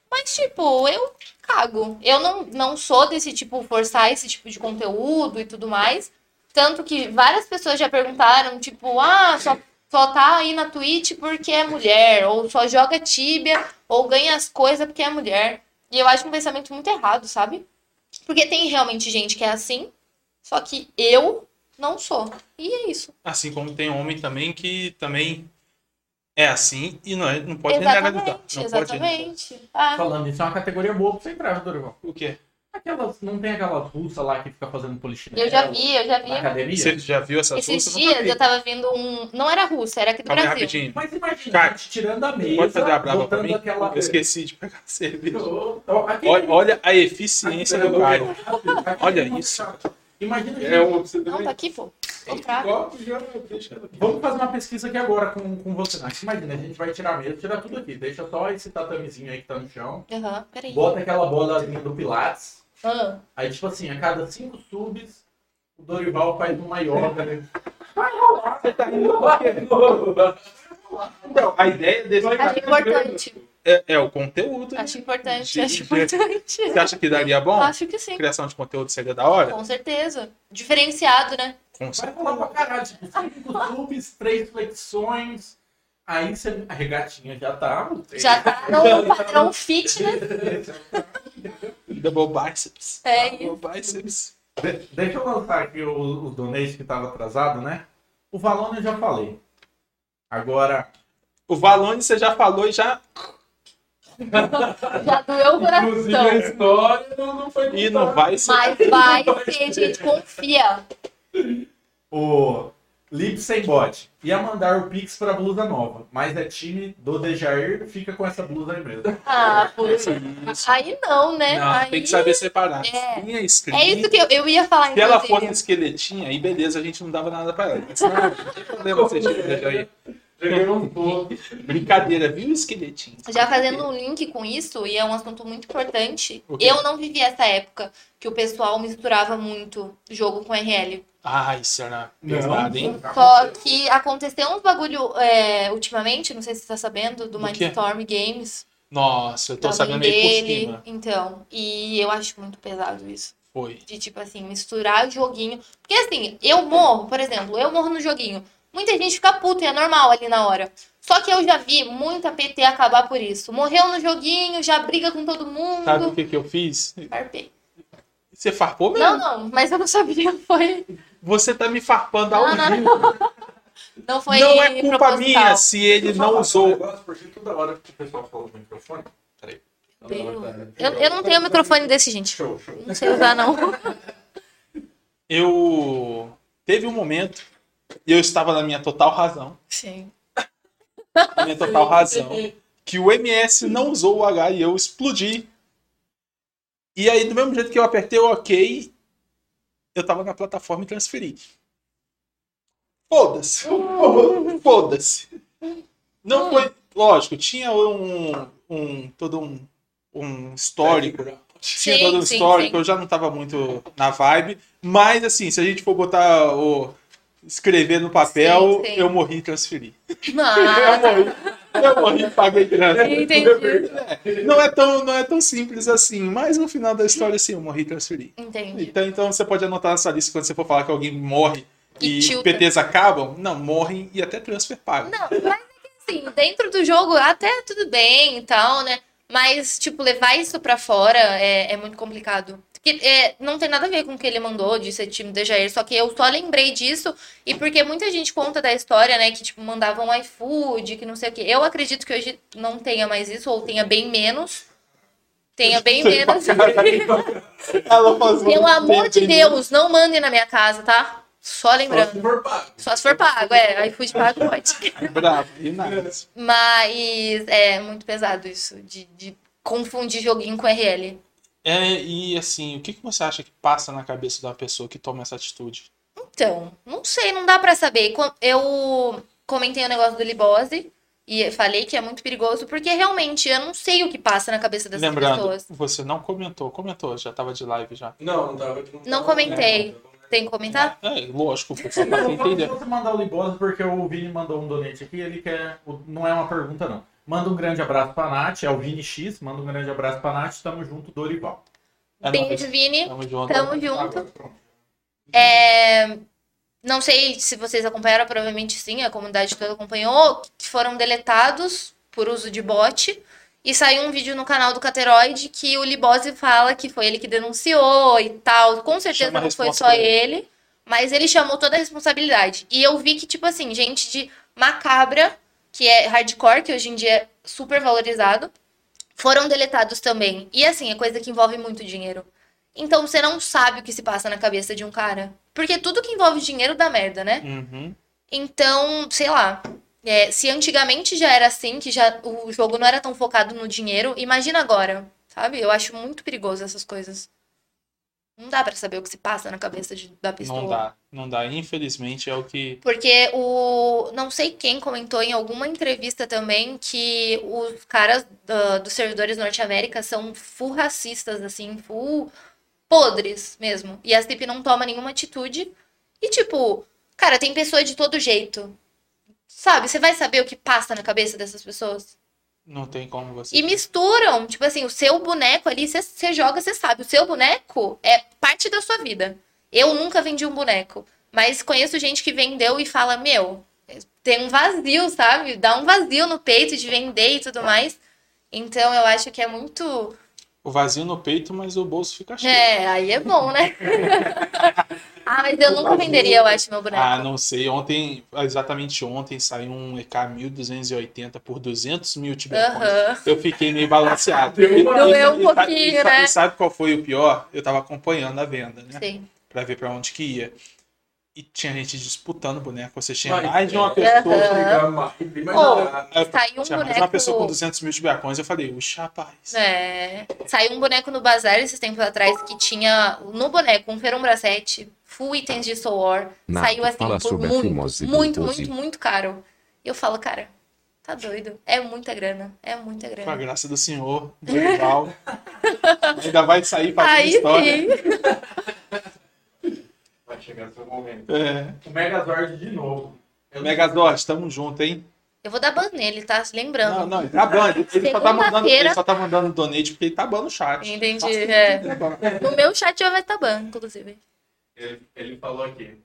C: Mas, tipo, eu cago. Eu não, não sou desse tipo, forçar esse tipo de conteúdo e tudo mais. Tanto que várias pessoas já perguntaram, tipo, ah, só, só tá aí na Twitch porque é mulher, ou só joga tíbia, ou ganha as coisas porque é mulher. E eu acho um pensamento muito errado, sabe? Porque tem realmente gente que é assim, só que eu não sou. E é isso.
A: Assim como tem homem também que também é assim e não, é- não pode renegar do tal. tá. Não pode renegar.
C: exatamente. Ah,
E: Falando isso, é uma categoria boa pra você entrar, viu, Dorival.
A: O quê?
E: Aquelas, não tem aquelas russas lá que fica fazendo polichinelo
C: eu
A: É,
C: já vi, eu já vi.
E: na academia?
A: Você já viu essas
C: Esses
A: russas?
C: dias eu tava vendo um. Não era russo, era aqui do
A: Calma aí,
C: Brasil.
A: rapidinho.
E: Mas imagina,
A: Cara,
E: gente tirando a mesa,
A: Pode fazer a brava pra
E: botando
A: mim?
E: aquela...
A: Eu esqueci de pegar a cerveja.
E: Então, aqui-
A: Olha, olha a eficiência do cara.
E: Aqui-
A: Olha isso.
E: Imagina, gente,
B: É um
C: Não, tá aqui, pô. Comprar.
A: um-
E: Vamos fazer uma pesquisa aqui agora com, com você. Nath. Imagina, a gente vai tirar mesmo, tirar tudo aqui. Deixa só esse tatamezinho aí que tá no chão.
C: Aham, peraí.
E: Bota aquela bolazinha do Pilates.
C: Ah,
E: Aí, tipo assim, a cada cinco subs, o Dorival faz uma yoga. né?
A: Então, a ideia desse
C: acho importante.
A: é, é o conteúdo. né?
C: Acho importante,
A: Gente,
C: acho importante.
A: Você acha que daria bom?
C: Acho que sim.
A: Criação de conteúdo seria da hora?
C: Com certeza. Diferenciado, né?
A: Com
E: Vai falar pra
A: certeza.
E: caralho, tipo, cinco subs, três flexões. Aí você. A regatinha já tá.
C: Já tá no padrão fitness.
A: Double biceps.
C: É isso.
A: Double biceps.
E: De- deixa eu lançar aqui o, o donate que tava atrasado, né? O Valone eu já falei. Agora.
A: O Valone você já falou e já.
C: Já doeu o
B: Inclusive a
C: coração.
B: história não, não foi
A: E não vai ser.
C: Mas vai ser, gente. Confia.
E: o Lips sem bot. Ia mandar o Pix pra blusa nova, mas é time do Dejair, fica com essa blusa aí mesmo.
C: Ah, pô. Aí não, né?
A: Não,
C: aí...
A: tem que saber separar.
C: É.
A: Minha escrita.
C: É isso que eu, eu ia falar,
A: Se ela fosse
C: inclusive.
A: esqueletinha, aí beleza, a gente não dava nada pra ela. Mas, não, não tem problema você chegar aí.
B: Pegou um pouco.
A: Brincadeira, viu, esqueletinho?
C: Já fazendo um link com isso, e é um assunto muito importante,
A: O quê?
C: eu não vivi essa época que o pessoal misturava muito jogo com RL.
A: Ai, isso era pesado, hein?
C: Só que aconteceu uns bagulho é, ultimamente, não sei se você tá sabendo,
A: Do
C: do
A: quê?
C: Mindstorm Games.
A: Nossa, eu tô
C: da
A: sabendo
C: mãe
A: meio por
C: Tá dele.
A: cima.
C: Então, e eu acho muito pesado isso.
A: Foi.
C: De tipo assim, misturar joguinho. Porque assim, eu morro, por exemplo, eu morro no joguinho. Muita gente fica puta e é normal ali na hora. Só que eu já vi muita PT acabar por isso. Morreu no joguinho, já briga com todo mundo.
A: Sabe o que, que eu fiz?
C: Farpei.
A: Você farpou mesmo?
C: Não, não, mas eu não sabia, foi.
A: Você tá me farpando ao
C: Não, não,
A: vivo. Não,
C: Não foi
A: é culpa
C: proposital.
A: minha se ele
E: Deixa eu só
A: não
E: falar um
A: usou.
E: negócio, porque toda hora que o pessoal fala no microfone. Peraí. Toda
C: Bem,
E: hora tá-
C: Eu, eu não tenho microfone desse, gente.
E: Show, show.
C: Não sei usar, não.
A: Eu. Teve um momento e eu estava na minha total razão.
C: Sim.
A: Na minha total razão. que o MS não usou o H e eu explodi. E aí, do mesmo jeito que eu apertei o OK, eu tava na plataforma e transferi. Foda-se. Foda-se. Não foi. Lógico, tinha um. um todo um, um histórico. Tinha
C: Sim,
A: todo um
C: sim,
A: histórico,
C: sim.
A: eu já não tava muito na vibe. Mas, assim, se a gente for botar o. Escrever no papel,
C: Sim, sim.
A: eu morri e transferi. Eu
C: Mas...
A: morri. Eu morri e paguei grana.
C: Ah, Entendi.
A: Não é tão, não é tão simples assim, mas no final da história, sim, eu morri e transferi.
C: Entendi.
A: Então, então você pode anotar nessa lista quando você for falar que alguém morre
C: E
A: e,
C: tilta.
A: PTs acabam. Não, morrem e até transfer paga.
C: Não, mas é que assim, dentro do jogo até tudo bem e tal, né? Mas, tipo, levar isso pra fora é, é muito complicado. Porque é, não tem nada a ver com o que ele mandou de ser time do Jair, só que eu só lembrei disso e porque muita gente conta da história, né? Que, tipo, mandavam iFood, que não sei o quê. Eu acredito que hoje não tenha mais isso, ou tenha bem menos. Tenha bem
A: Sei pra
C: menos.
A: caralho. Ela faz um- né?
C: Pelo amor de
A: tem- tem-
C: Deus, não mandem na minha casa, tá? Só
B: Só
C: lembrando.
B: se for pago.
C: Só se for pago, é. iFood pago pode.
A: Bravo, e nada.
C: Mas é muito pesado isso, de, de confundir joguinho com RL.
A: É, e assim, o que, que você acha que passa na cabeça de uma pessoa que toma essa atitude?
C: Então, não sei, não dá pra saber. Co- Eu comentei o negócio do Libose e falei que é muito perigoso, porque realmente eu não sei o que passa na cabeça dessas
A: Lembrando,
C: pessoas.
A: você não comentou, comentou, já tava de live já.
B: Não, não tava. Não,
C: Não
B: tava- né?
C: comentei.
B: não, não tava.
C: Tem que comentar?
A: É, lógico, porque
E: Eu
A: pra quem
E: vou-
A: entender.
E: eu vou mandar o Libosa porque o Vini mandou um donate aqui. Ele quer. o- Não é uma pergunta, não. Manda um grande abraço pra Nath. É o Vini X. Manda um grande abraço pra Nath. Tamo junto, Dorival.
A: É nóis.
C: Beijo, Vini.
A: Tamo junto.
C: Tamo junto.
E: Agora, pronto.
C: É, não sei se vocês acompanharam, provavelmente sim, a comunidade toda acompanhou, que foram deletados por uso de bot. E saiu um vídeo no canal do Cateroide que o Libose fala que foi ele que denunciou e tal. Com certeza
A: Chama a
C: não foi
A: resposta
C: só
A: dele.
C: ele, mas ele chamou toda a responsabilidade. E eu vi que, tipo assim, gente de macabra, que é hardcore, que hoje em dia é super valorizado, foram deletados também. E assim, é coisa que envolve muito dinheiro. Então você não sabe o que se passa na cabeça de um cara. Porque tudo que envolve dinheiro dá merda, né?
A: Uhum.
C: Então, sei lá. é, se antigamente já era assim, que já o jogo não era tão focado no dinheiro, imagina agora, sabe? Eu acho muito perigoso essas coisas. Não dá pra saber o que se passa na cabeça de- da pessoa.
A: Não dá, não dá. Infelizmente é o que.
C: Porque o. Não sei quem comentou em alguma entrevista também que os caras da- dos servidores norte-américa são full racistas, assim, full podres mesmo. E a CIP não toma nenhuma atitude. E, tipo, cara, tem pessoa de todo jeito. Sabe? Você vai saber o que passa na cabeça dessas pessoas?
A: Não tem como você.
C: E misturam, tipo assim, o seu boneco ali, você- você joga, você sabe. O seu boneco é parte da sua vida. Eu nunca vendi um boneco, mas conheço gente que vendeu e fala, meu, tem um vazio, sabe? Dá um vazio no peito de vender e tudo mais. Então eu acho que é muito.
A: O vazio no peito, mas o bolso fica cheio.
C: É, aí é bom, né? ah, mas eu nunca venderia, eu acho, meu boneco.
A: Ah, não sei. Ontem, exatamente ontem, saiu um EK 1280 por 200 mil tibecoins.
C: Aham.
A: Eu fiquei meio balanceado.
B: Deu uma-
C: Doeu um
A: e- e-
C: pouquinho,
A: e-
C: né?
A: E sabe qual foi o pior? Eu tava acompanhando a venda, né?
C: Sim.
A: Pra ver pra onde que ia. E tinha gente disputando o boneco. Você tinha
B: Mas,
A: mais de uma
B: é.
A: pessoa.
C: Aham.
B: Chegar mais, bem mais
C: Oh.
B: barato.
C: Saiu um
A: Tinha mais
C: boneco.
A: É, uma pessoa com 200 mil tibecoins. Eu falei, uxa, rapaz.
C: É. Saiu um boneco no bazar esses tempos atrás que tinha no boneco um Ferum Bracete, full itens de Soul War.
F: Nato,
C: saiu assim
F: fala
C: por
F: sobre a
C: muito,
F: fimose
C: muito,
F: glicose.
C: muito, muito caro. E eu falo, cara, tá doido. É muita grana. É muita
A: Com a
C: grana.
A: graça do senhor, do rival. Ainda vai sair fazendo
C: Aí
A: história.
C: sim.
E: Vai chegar seu momento.
A: É.
E: O Megazord de novo. Eu-
A: Megazord, tamo junto, hein?
C: Eu vou dar ban nele, tá? Lembrando.
A: Não, não, ele tá ban. Ele, ele só tá mandando,
C: Segunda-feira-
A: ele só tá mandando donate porque ele tá ban no chat.
C: Entendi.
A: Faz sentido,
C: é.
A: né, ban?
C: No meu chat já vai estar ban, inclusive.
E: Ele, ele falou aqui.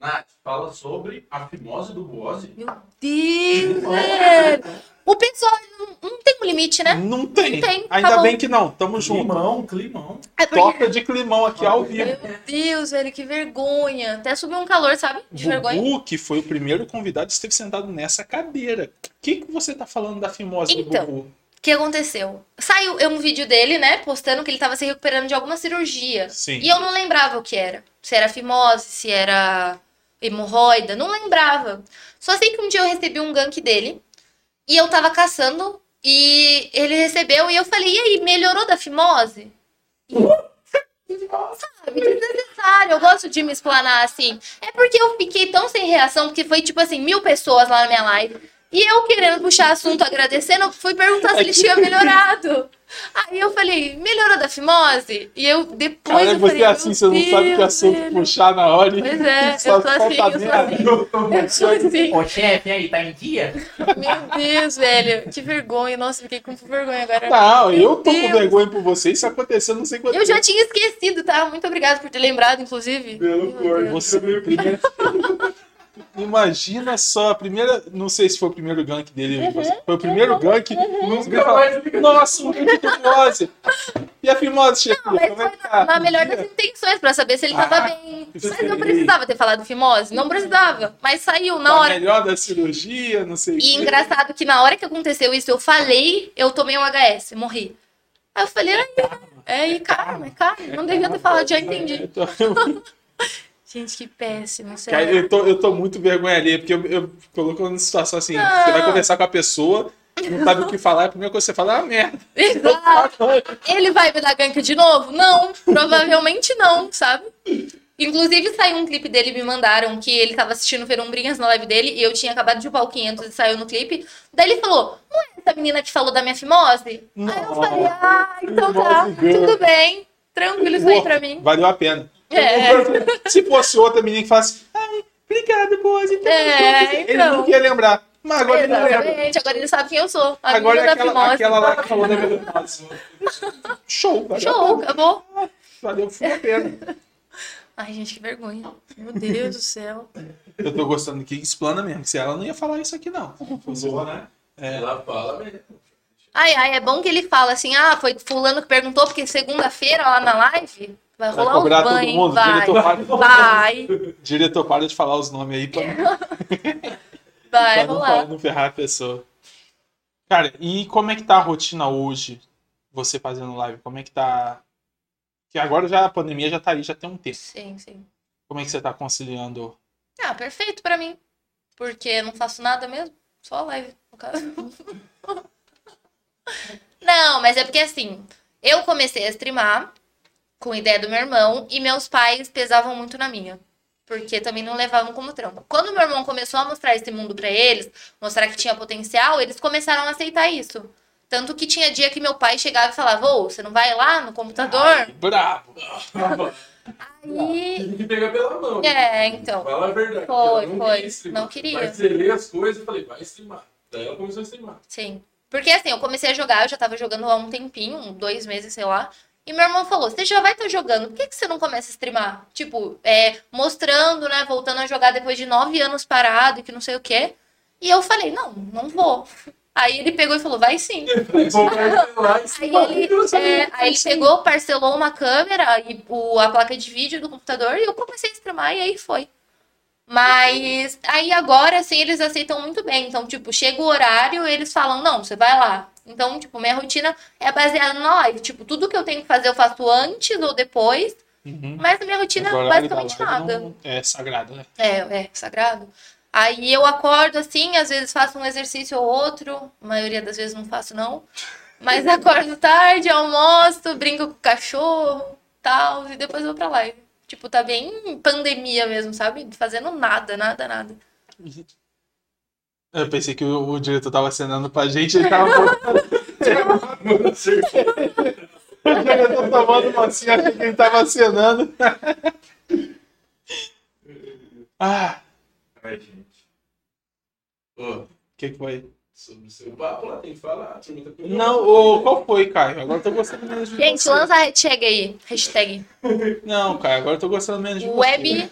E: Nath, fala sobre a fimose do Buose.
C: Meu Deus, velho. O pessoal não, não tem um limite, né?
A: Não tem.
C: Não tem, tá
A: Ainda
C: bom.
A: bem que não. Tamo junto.
E: Climão, climão.
A: Hum,
C: É porque...
A: Toca de climão aqui ao vivo.
C: Meu Deus, velho, que vergonha. Até subiu um calor, sabe? De vergonha.
A: Gugu, que foi o primeiro convidado, esteve sentado nessa cadeira. O que, que você tá falando da fimose
C: Então.
A: do Gugu?
C: O que aconteceu? Saiu eu, um vídeo dele, né? Postando que ele tava se recuperando de alguma cirurgia.
A: Sim.
C: E eu não lembrava o que era. Se era fimose, se era hemorroida, não lembrava. Só sei que um dia eu recebi um gank dele e eu tava caçando e ele recebeu e eu falei: "E aí, melhorou da fimose?" Sabe, desnecessário. Eu gosto de me explanar assim. É porque eu fiquei tão sem reação, porque foi tipo assim, mil pessoas lá na minha live. E eu querendo puxar assunto, agradecendo, eu fui perguntar se ele tinha melhorado. Aí eu falei, melhorou da fimose? E eu depois.
A: Cara,
C: eu
A: você
C: falei,
A: é assim,
C: "Meu
A: você não sabe que
C: Deus,
A: assunto
C: velho."
A: puxar na hora e
C: Pois é, eu
A: só
C: sou assim,
A: falta
C: eu sou
A: merda.
C: assim.
A: Eu tô
C: Eu sou assim.
G: Ô chefe, e aí, tá em dia?
C: Meu Deus, velho. Que vergonha. Nossa, fiquei com vergonha agora.
A: Não, eu tô com
C: Deus.
A: vergonha por você. Isso aconteceu não sei quanto
C: Eu já tinha esquecido, tá? Muito obrigada por ter lembrado, inclusive.
A: Pelo
C: Meu
A: corpo.
C: Deus.
A: Você né? primeiro... Imagina só, a primeira. Não sei se foi o primeiro gank dele.
C: Uhum.
A: foi o primeiro gank. Nunca
E: mais.
A: Nossa, um gank de fimose. E a fimose chegou.
C: Não, mas
A: como é que
C: foi
A: tá?
C: na, na melhor das intenções pra saber se ele tava bem.
A: Ah, isso é
C: Mas
A: aí.
C: não precisava ter falado fimose? Não precisava. Mas saiu na
A: Tá
C: hora.
A: melhor da cirurgia, não sei o
C: E
A: quê.
C: engraçado que na hora que aconteceu isso, eu falei, eu tomei um HS, morri. Aí eu falei, ai, é, e karma, é karma. Não devia ter falado, já entendi.
A: Eu tô-
C: Gente, que péssimo,
A: Cara,
C: sério.
A: eu tô, eu tô muito vergonha ali, porque eu, eu coloco numa situação assim, você
C: Ah.
A: vai conversar com a pessoa, não sabe o que falar, a primeira coisa que você fala é uma merda.
C: Exato.
A: Tá
C: Ele vai me dar gank de novo? Não, provavelmente não, sabe? Inclusive, saiu um clipe dele, me mandaram que ele tava assistindo Ferumbrinhas na live dele e eu tinha acabado de upar o 500 e saiu no clipe. Daí ele falou: Não é essa menina que falou da minha fimose? Aí eu falei: Ah, então tá,
A: Fimose girl.
C: tudo bem, tranquilo isso aí pra mim.
A: Valeu a pena.
C: É,
A: Se fosse outra menina que falasse, ai, obrigado, boa, gente.
C: É,
A: ele
C: então.
A: não ia lembrar. Mas agora ele não lembra.
C: exatamente. Agora ele sabe quem eu sou. A
A: Agora é
C: menina da
A: aquela,
C: fimose.
A: aquela lá que falou da fimose. Show, valeu. a
C: Show,
A: pena.
C: acabou.
A: Valeu, foi a pena.
C: Ai, gente, que vergonha. Meu Deus do céu.
A: Eu tô gostando que explana mesmo, se ela não ia falar isso aqui, não.
E: Boa, né?
B: Ela fala mesmo.
C: Ai, ai, é bom que ele fala assim, ah, foi fulano que perguntou, porque segunda-feira lá na live vai
A: Vai
C: rolar o
A: cobrar todo
C: banho, hein?
A: mundo.
C: vai,
A: Diretor, Tá, para,
C: vai,
A: diretor, para de falar os nomes aí pra
C: vai
A: Pra não, pra
C: rolar.
A: não ferrar a pessoa. Cara, e como é que tá a rotina hoje? Você fazendo live? Como é que tá. Que agora já a pandemia já tá aí, já tem um tempo.
C: Sim, sim.
A: Como é que você tá conciliando?
C: Ah, perfeito pra mim, porque eu não faço nada mesmo, só live, no caso. Não, mas é porque assim, eu comecei a streamar com a ideia do meu irmão e meus pais pesavam muito na minha. Porque também não levavam como trampo. Quando meu irmão começou a mostrar esse mundo pra eles, mostrar que tinha potencial, eles começaram a aceitar isso. Tanto que tinha dia que meu pai chegava e falava: Ô, você não vai lá no computador?
A: Brabo!
C: Aí.
B: Tive que pegar pela mão.
C: É, então.
B: Fala a verdade.
C: Foi,
B: ela não
C: foi.
B: queria streamar.
C: Não queria.
B: Mas você lê as coisas e falei, vai streamar. Daí ela começou a streamar.
C: Sim. Porque assim, eu comecei a jogar, eu já tava jogando há um tempinho, um, dois meses, sei lá. E meu irmão falou: você já vai estar jogando, por que, que você não começa a streamar? Tipo, é, mostrando, né? Voltando a jogar depois de nove anos parado e que não sei o quê. E eu falei: não, não vou. Aí ele pegou e falou: vai sim.
B: Falei, vou parcelar e
C: Aí
B: streamar.
C: ele, é, aí ele pegou, parcelou uma câmera e o, a placa de vídeo do computador e eu comecei a streamar e aí foi. Mas aí agora, assim, eles aceitam muito bem. Então, tipo, chega o horário, eles falam, não, você vai lá. Então, tipo, minha rotina é baseada na live. Tipo, tudo que eu tenho que fazer eu faço antes ou depois,
A: Uhum.
C: mas a minha rotina
A: Agora,
C: é basicamente
A: a live
C: nada.
A: não- É sagrado, né?
C: É, é, sagrado. Aí eu acordo assim, às vezes faço um exercício ou outro, a maioria das vezes não faço, não. Mas acordo tarde, almoço, brinco com o cachorro, tal, e depois vou pra live. Tipo, tá bem pandemia mesmo, sabe? Fazendo nada, nada, nada.
A: Eu pensei que o, o diretor tava acenando pra gente, ele tava botando- o diretor tomando uma assim, achei que ele tava acenando. ah,
E: Ai, gente.
B: Ô,
A: o que, que foi?
B: sobre o seu papo lá, tem que falar. tem muita coisa.
A: Não, ô, qual foi, Caio? Agora eu tô gostando menos de
C: Gente,
A: você.
C: lança a hashtag aí, hashtag.
A: Não, cara, agora eu né? tô gostando menos de você.
C: Web,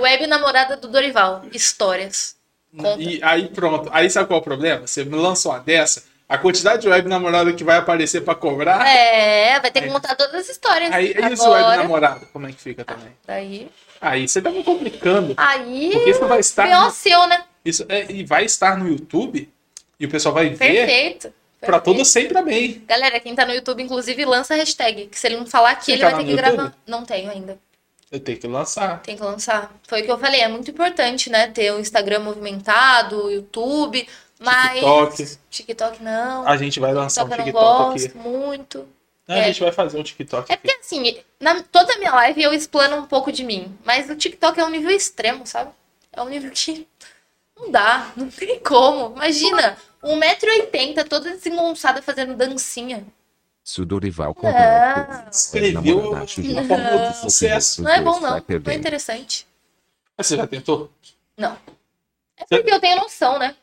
C: web namorada do Dorival, histórias. Conta.
A: E aí pronto. Aí sabe qual é o problema? Você me lançou uma dessa, A quantidade de web namorada que vai aparecer pra cobrar.
C: É, vai ter que montar todas as histórias.
A: Aí, e os web
C: É, agora.
A: namorada, como é que fica também?
C: Daí.
A: Aí você tá me complicando.
C: Aí.
A: Porque isso vai estar.
C: Pior seu, né?
A: Isso, é, e vai estar no YouTube e o pessoal vai ver
C: Perfeito.
A: pra
C: Perfeito.
A: todos sempre também.
C: Galera, quem tá no YouTube, inclusive, lança a hashtag. Que se ele não falar aqui,
A: Tem
C: ele vai
A: canal tá
C: ter
A: no
C: que gravar.
A: YouTube?
C: Não tenho ainda.
A: Eu tenho que lançar.
C: Tem que lançar. Foi o que eu falei. É muito importante, né? Ter o Instagram movimentado, o YouTube. Mas.
A: TikTok.
C: TikTok não.
A: A gente vai lançar
C: TikTok
A: um
C: Então, eu não
A: TikTok
C: gosto
A: aqui.
C: muito.
A: A gente vai fazer um TikTok
C: É
A: aqui.
C: porque assim, na toda minha live eu explano um pouco de mim, mas o TikTok é um nível extremo, sabe? É um nível que não dá, não tem como. Imagina, 1,80m toda desengonçada fazendo dancinha.
F: Se o Dorival
C: Não.
A: Escreveu
F: Escreveu
A: uma fórmula de sucesso.
C: Não é bom não, não é
F: Perdendo.
C: interessante.
A: Mas você já tentou?
C: É porque eu tenho noção, né?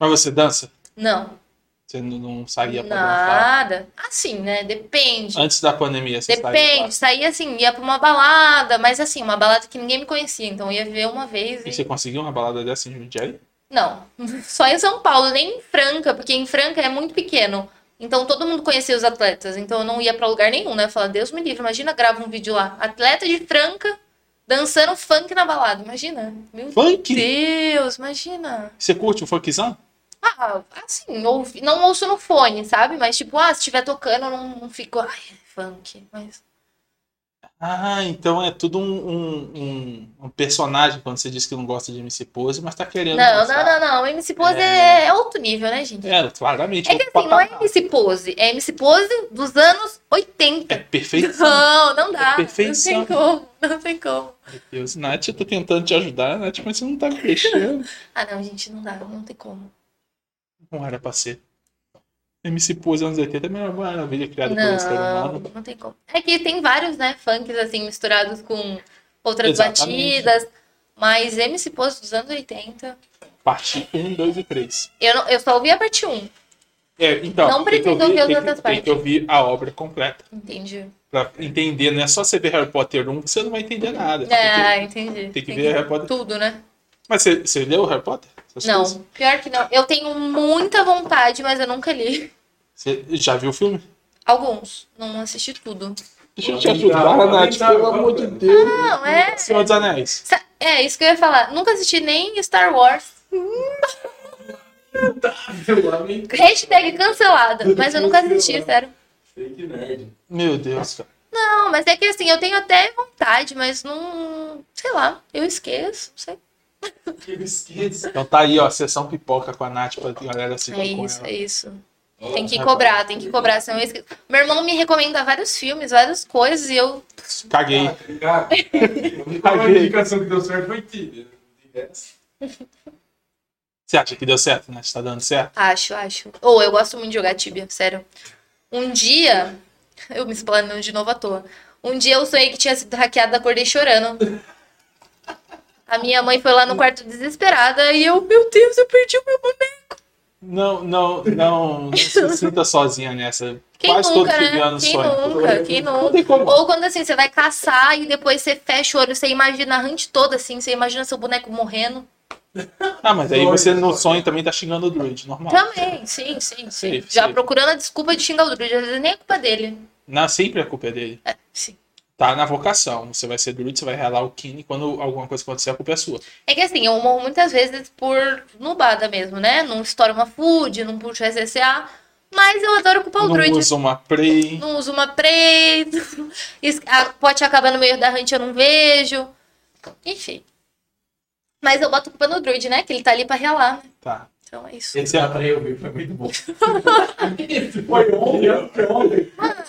A: Mas você dança?
C: Não,
A: Você não, não saía pra dançar?
C: nada. Assim, né? Depende.
A: Antes da pandemia, você saía?
C: Depende, saía assim, ia pra uma balada, mas assim, uma balada que ninguém me conhecia, então eu ia ver uma vez.
A: pra- E você conseguiu uma balada dessa em Jundiaí?
C: Não, só em São Paulo, nem em Franca, porque em Franca é muito pequeno. Então todo mundo conhecia os atletas, então eu não ia pra lugar nenhum, né? Falar, Deus me livre, imagina, grava um vídeo lá. Atleta de Franca dançando funk na balada, imagina. Meu
A: Funk?
C: Deus, imagina.
A: Você curte o funkzão?
C: Ah, assim, ouvi- não ouço no fone, sabe? Mas tipo, ah, se estiver tocando, eu não, não fico, ai, é funk. Mas
A: Ah, então é tudo um, um- um- um personagem quando você diz que não gosta de MC Pose, mas tá querendo.
C: não, não,
A: dançar.
C: não, não. MC Pose
A: É.
C: é... é outro nível, né, gente?
A: É, claramente.
C: É que
A: outro
C: assim, não é
A: patamar.
C: MC Pose, é MC Pose dos anos 80.
A: É perfeição.
C: Não, não dá.
A: É perfeição.
C: Não tem como, não tem como.
A: Meu Deus, Nath, eu tô tentando te ajudar, Nath, mas você não tá me deixando.
C: Ah, não, gente, não dá, não tem como.
A: Não era pra ser. MC Pose anos 80 é a melhor maravilha criada pelo ser
C: Não,
A: humano.
C: não tem como. É que tem vários, né, funks assim, misturados com outras
A: Exatamente.
C: batidas. Mas MC Pose dos anos 80,
A: Parte 1, 2 e 3.
C: eu, não, eu só ouvi a parte 1,
A: É, então,
C: Não
A: tem que
C: pretendo
A: ouvir-
C: ver as
A: tem que-
C: outras
A: Tem que ouvir a obra completa.
C: entendi.
A: Pra entender, não é só você ver Harry Potter 1 que você não vai entender nada.
C: Ah, entendi.
A: tem que ver Harry Potter.
C: Tudo, né?
A: Mas você, você leu Harry Potter? Essas
C: Não,
A: coisas?
C: pior que não. Eu tenho muita vontade, mas eu nunca li.
A: Você já viu o filme?
C: Alguns, não assisti tudo.
A: Deixa eu te
B: Vou tentar,
A: ajudar,
B: vou
A: Nath,
B: tentar,
A: pelo
B: vamos
A: amor de
B: ver.
A: Deus.
C: Não, é...
A: Senhor dos Anéis.
C: Sa- É, isso que eu ia falar. Nunca assisti nem Star Wars.
B: Eu amei.
C: Hashtag cancelada. Mas eu nunca assisti, sério.
B: Fake nerd.
A: Meu Deus, cara.
C: Não, mas é que assim, eu tenho até vontade, mas não. Sei lá, eu esqueço. Não sei.
B: Eu esqueço.
A: Então tá aí, ó, sessão pipoca com a Nath pra galera assistir
C: É
A: com
C: isso,
A: ela.
C: é isso.
B: Ó,
C: Tem que
A: tá
C: cobrar, tem que cobrar, senão eu esqueço. Meu irmão me recomenda vários filmes, várias coisas, e eu.
A: Caguei.
B: Cara, a
E: Tá
B: única indicação que deu certo foi Tibia.
A: Você acha que deu certo, Nath? Tá dando certo?
C: Acho, acho. Ou eu gosto muito de jogar Tibia, sério. Um dia. Eu me explanando de novo à toa. Um dia eu sonhei que tinha sido hackeada, acordei chorando. A minha mãe foi lá no quarto desesperada e eu, meu Deus, eu perdi o meu boneco.
A: Não, não, não, não se sinta sozinha nessa.
C: Quem
A: Quase
C: nunca,
A: todo tibiano
C: né? Quem
A: sonha.
C: nunca, quem
A: Não tem
C: nunca.
A: como.
C: Ou quando assim, você vai caçar e depois você fecha o olho, você imagina a rante toda assim, você imagina seu boneco morrendo.
A: Ah, mas aí
B: Sonho,
A: você no
B: sonho.
A: sonho também tá xingando o druid, normal.
C: Também, sim, sim, sim.
A: Safe,
C: Já
A: safe.
C: procurando a desculpa de xingar o druid, às vezes nem é culpa dele.
A: Não, sempre a culpa é dele.
C: Sim.
A: Tá na vocação. Você vai ser druid, você vai ralar o Kine. Quando alguma coisa acontecer, a culpa é sua.
C: É que assim, eu morro muitas vezes por nubada mesmo, né? Não estouro uma food, não puxo SSA, mas eu adoro culpar o
A: não
C: druid.
A: usa uma assim. prey.
C: Não uso uma prey, es- a pote acaba no meio da hunt, eu não vejo. Enfim. Mas eu boto culpa no druid, né? Que ele tá ali pra relar, né?
A: Tá.
C: Então é isso.
A: Esse é
E: pra eu ver, foi muito bom.
B: Foi ontem, né? foi ontem. um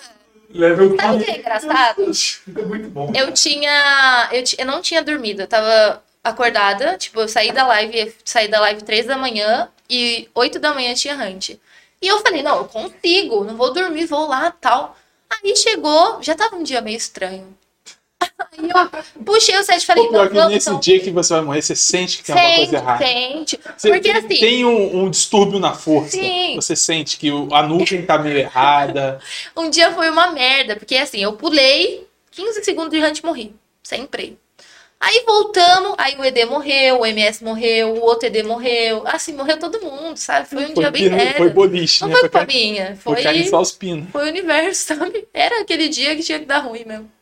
B: Level
C: Sabe o que é engraçado?
E: Foi muito bom.
C: Eu tinha. Eu, ti- eu não tinha dormido, eu tava acordada. Tipo, eu saí da live, saí da live 3 da manhã e 8 da manhã tinha hunt. E eu falei, não, eu consigo, não vou dormir, vou lá tal. Aí chegou, já tava um dia meio estranho. Aí eu puxei o set e falei,
A: O pior
C: não,
A: é que
C: vamos
A: nesse
C: então.
A: dia que você vai morrer, você sente que tem alguma coisa
C: Sente,
A: errada.
C: sente.
A: Você
C: Porque
A: tem,
C: assim,
A: tem um, um distúrbio na força.
C: Sim.
A: Você sente que o- a nuvem tá meio errada.
C: um dia foi uma merda, porque assim, eu pulei 15 segundos de hunt e morri. Sempre. Aí voltamos, aí o ED morreu, o MS morreu, o outro ED morreu. Assim, morreu todo mundo, sabe? Foi um dia bem
A: pino- foi
C: merda.
A: boliche,
C: Não
A: né?
C: foi
A: Foi,
C: culpa
A: foi,
C: minha,
A: foi
C: foi,
A: carniçar os pinos.
C: foi o universo, sabe? Era aquele dia que tinha que dar ruim mesmo.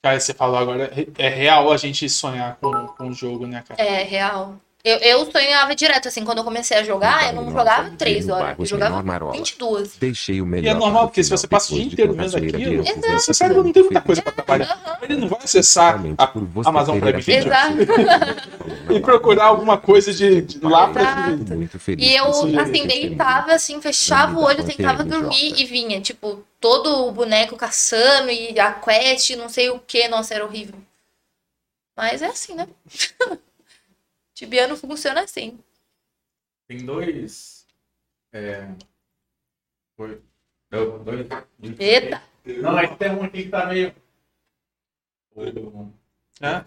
A: Cara, você falou agora, é real a gente sonhar com, com o jogo, né, cara?
C: É, real. Eu, eu sonhava direto, assim, quando eu comecei a jogar, eu não jogava três horas, eu jogava 22.
F: Deixei o melhor.
A: E é normal,
F: para o
A: porque se
F: final,
A: você passa o dia inteiro
F: depois de tanta
A: vendo
F: zoeira de
A: aquilo,
C: É.
F: loucos,
A: o seu
F: essa
A: cérebro não tem muita
F: foi
A: coisa pra trabalhar.
C: Aham.
A: Ele não vai acessar
F: Principalmente
A: a
F: por você
A: Amazon
F: ter
A: Prime
F: essa
A: Video
C: Exato.
A: e procurar alguma coisa de, de lá pra.
C: Exato.
F: Muito feliz
C: E eu,
F: com esse
C: assim,
F: jeito, esse
C: deitava, assim, fechava o
F: Amigo,
C: olho,
F: você
C: tentava
F: me
C: dormir
F: joga.
C: e vinha, tipo, todo o boneco caçando e a quest, não sei o que, nossa, era horrível. Mas é assim, né? Tibiano funciona assim.
E: Tem dois. É. Foi. Dois. dois-
C: Eita!
E: Não, é que tem um aqui que tá meio. O-
A: Hã?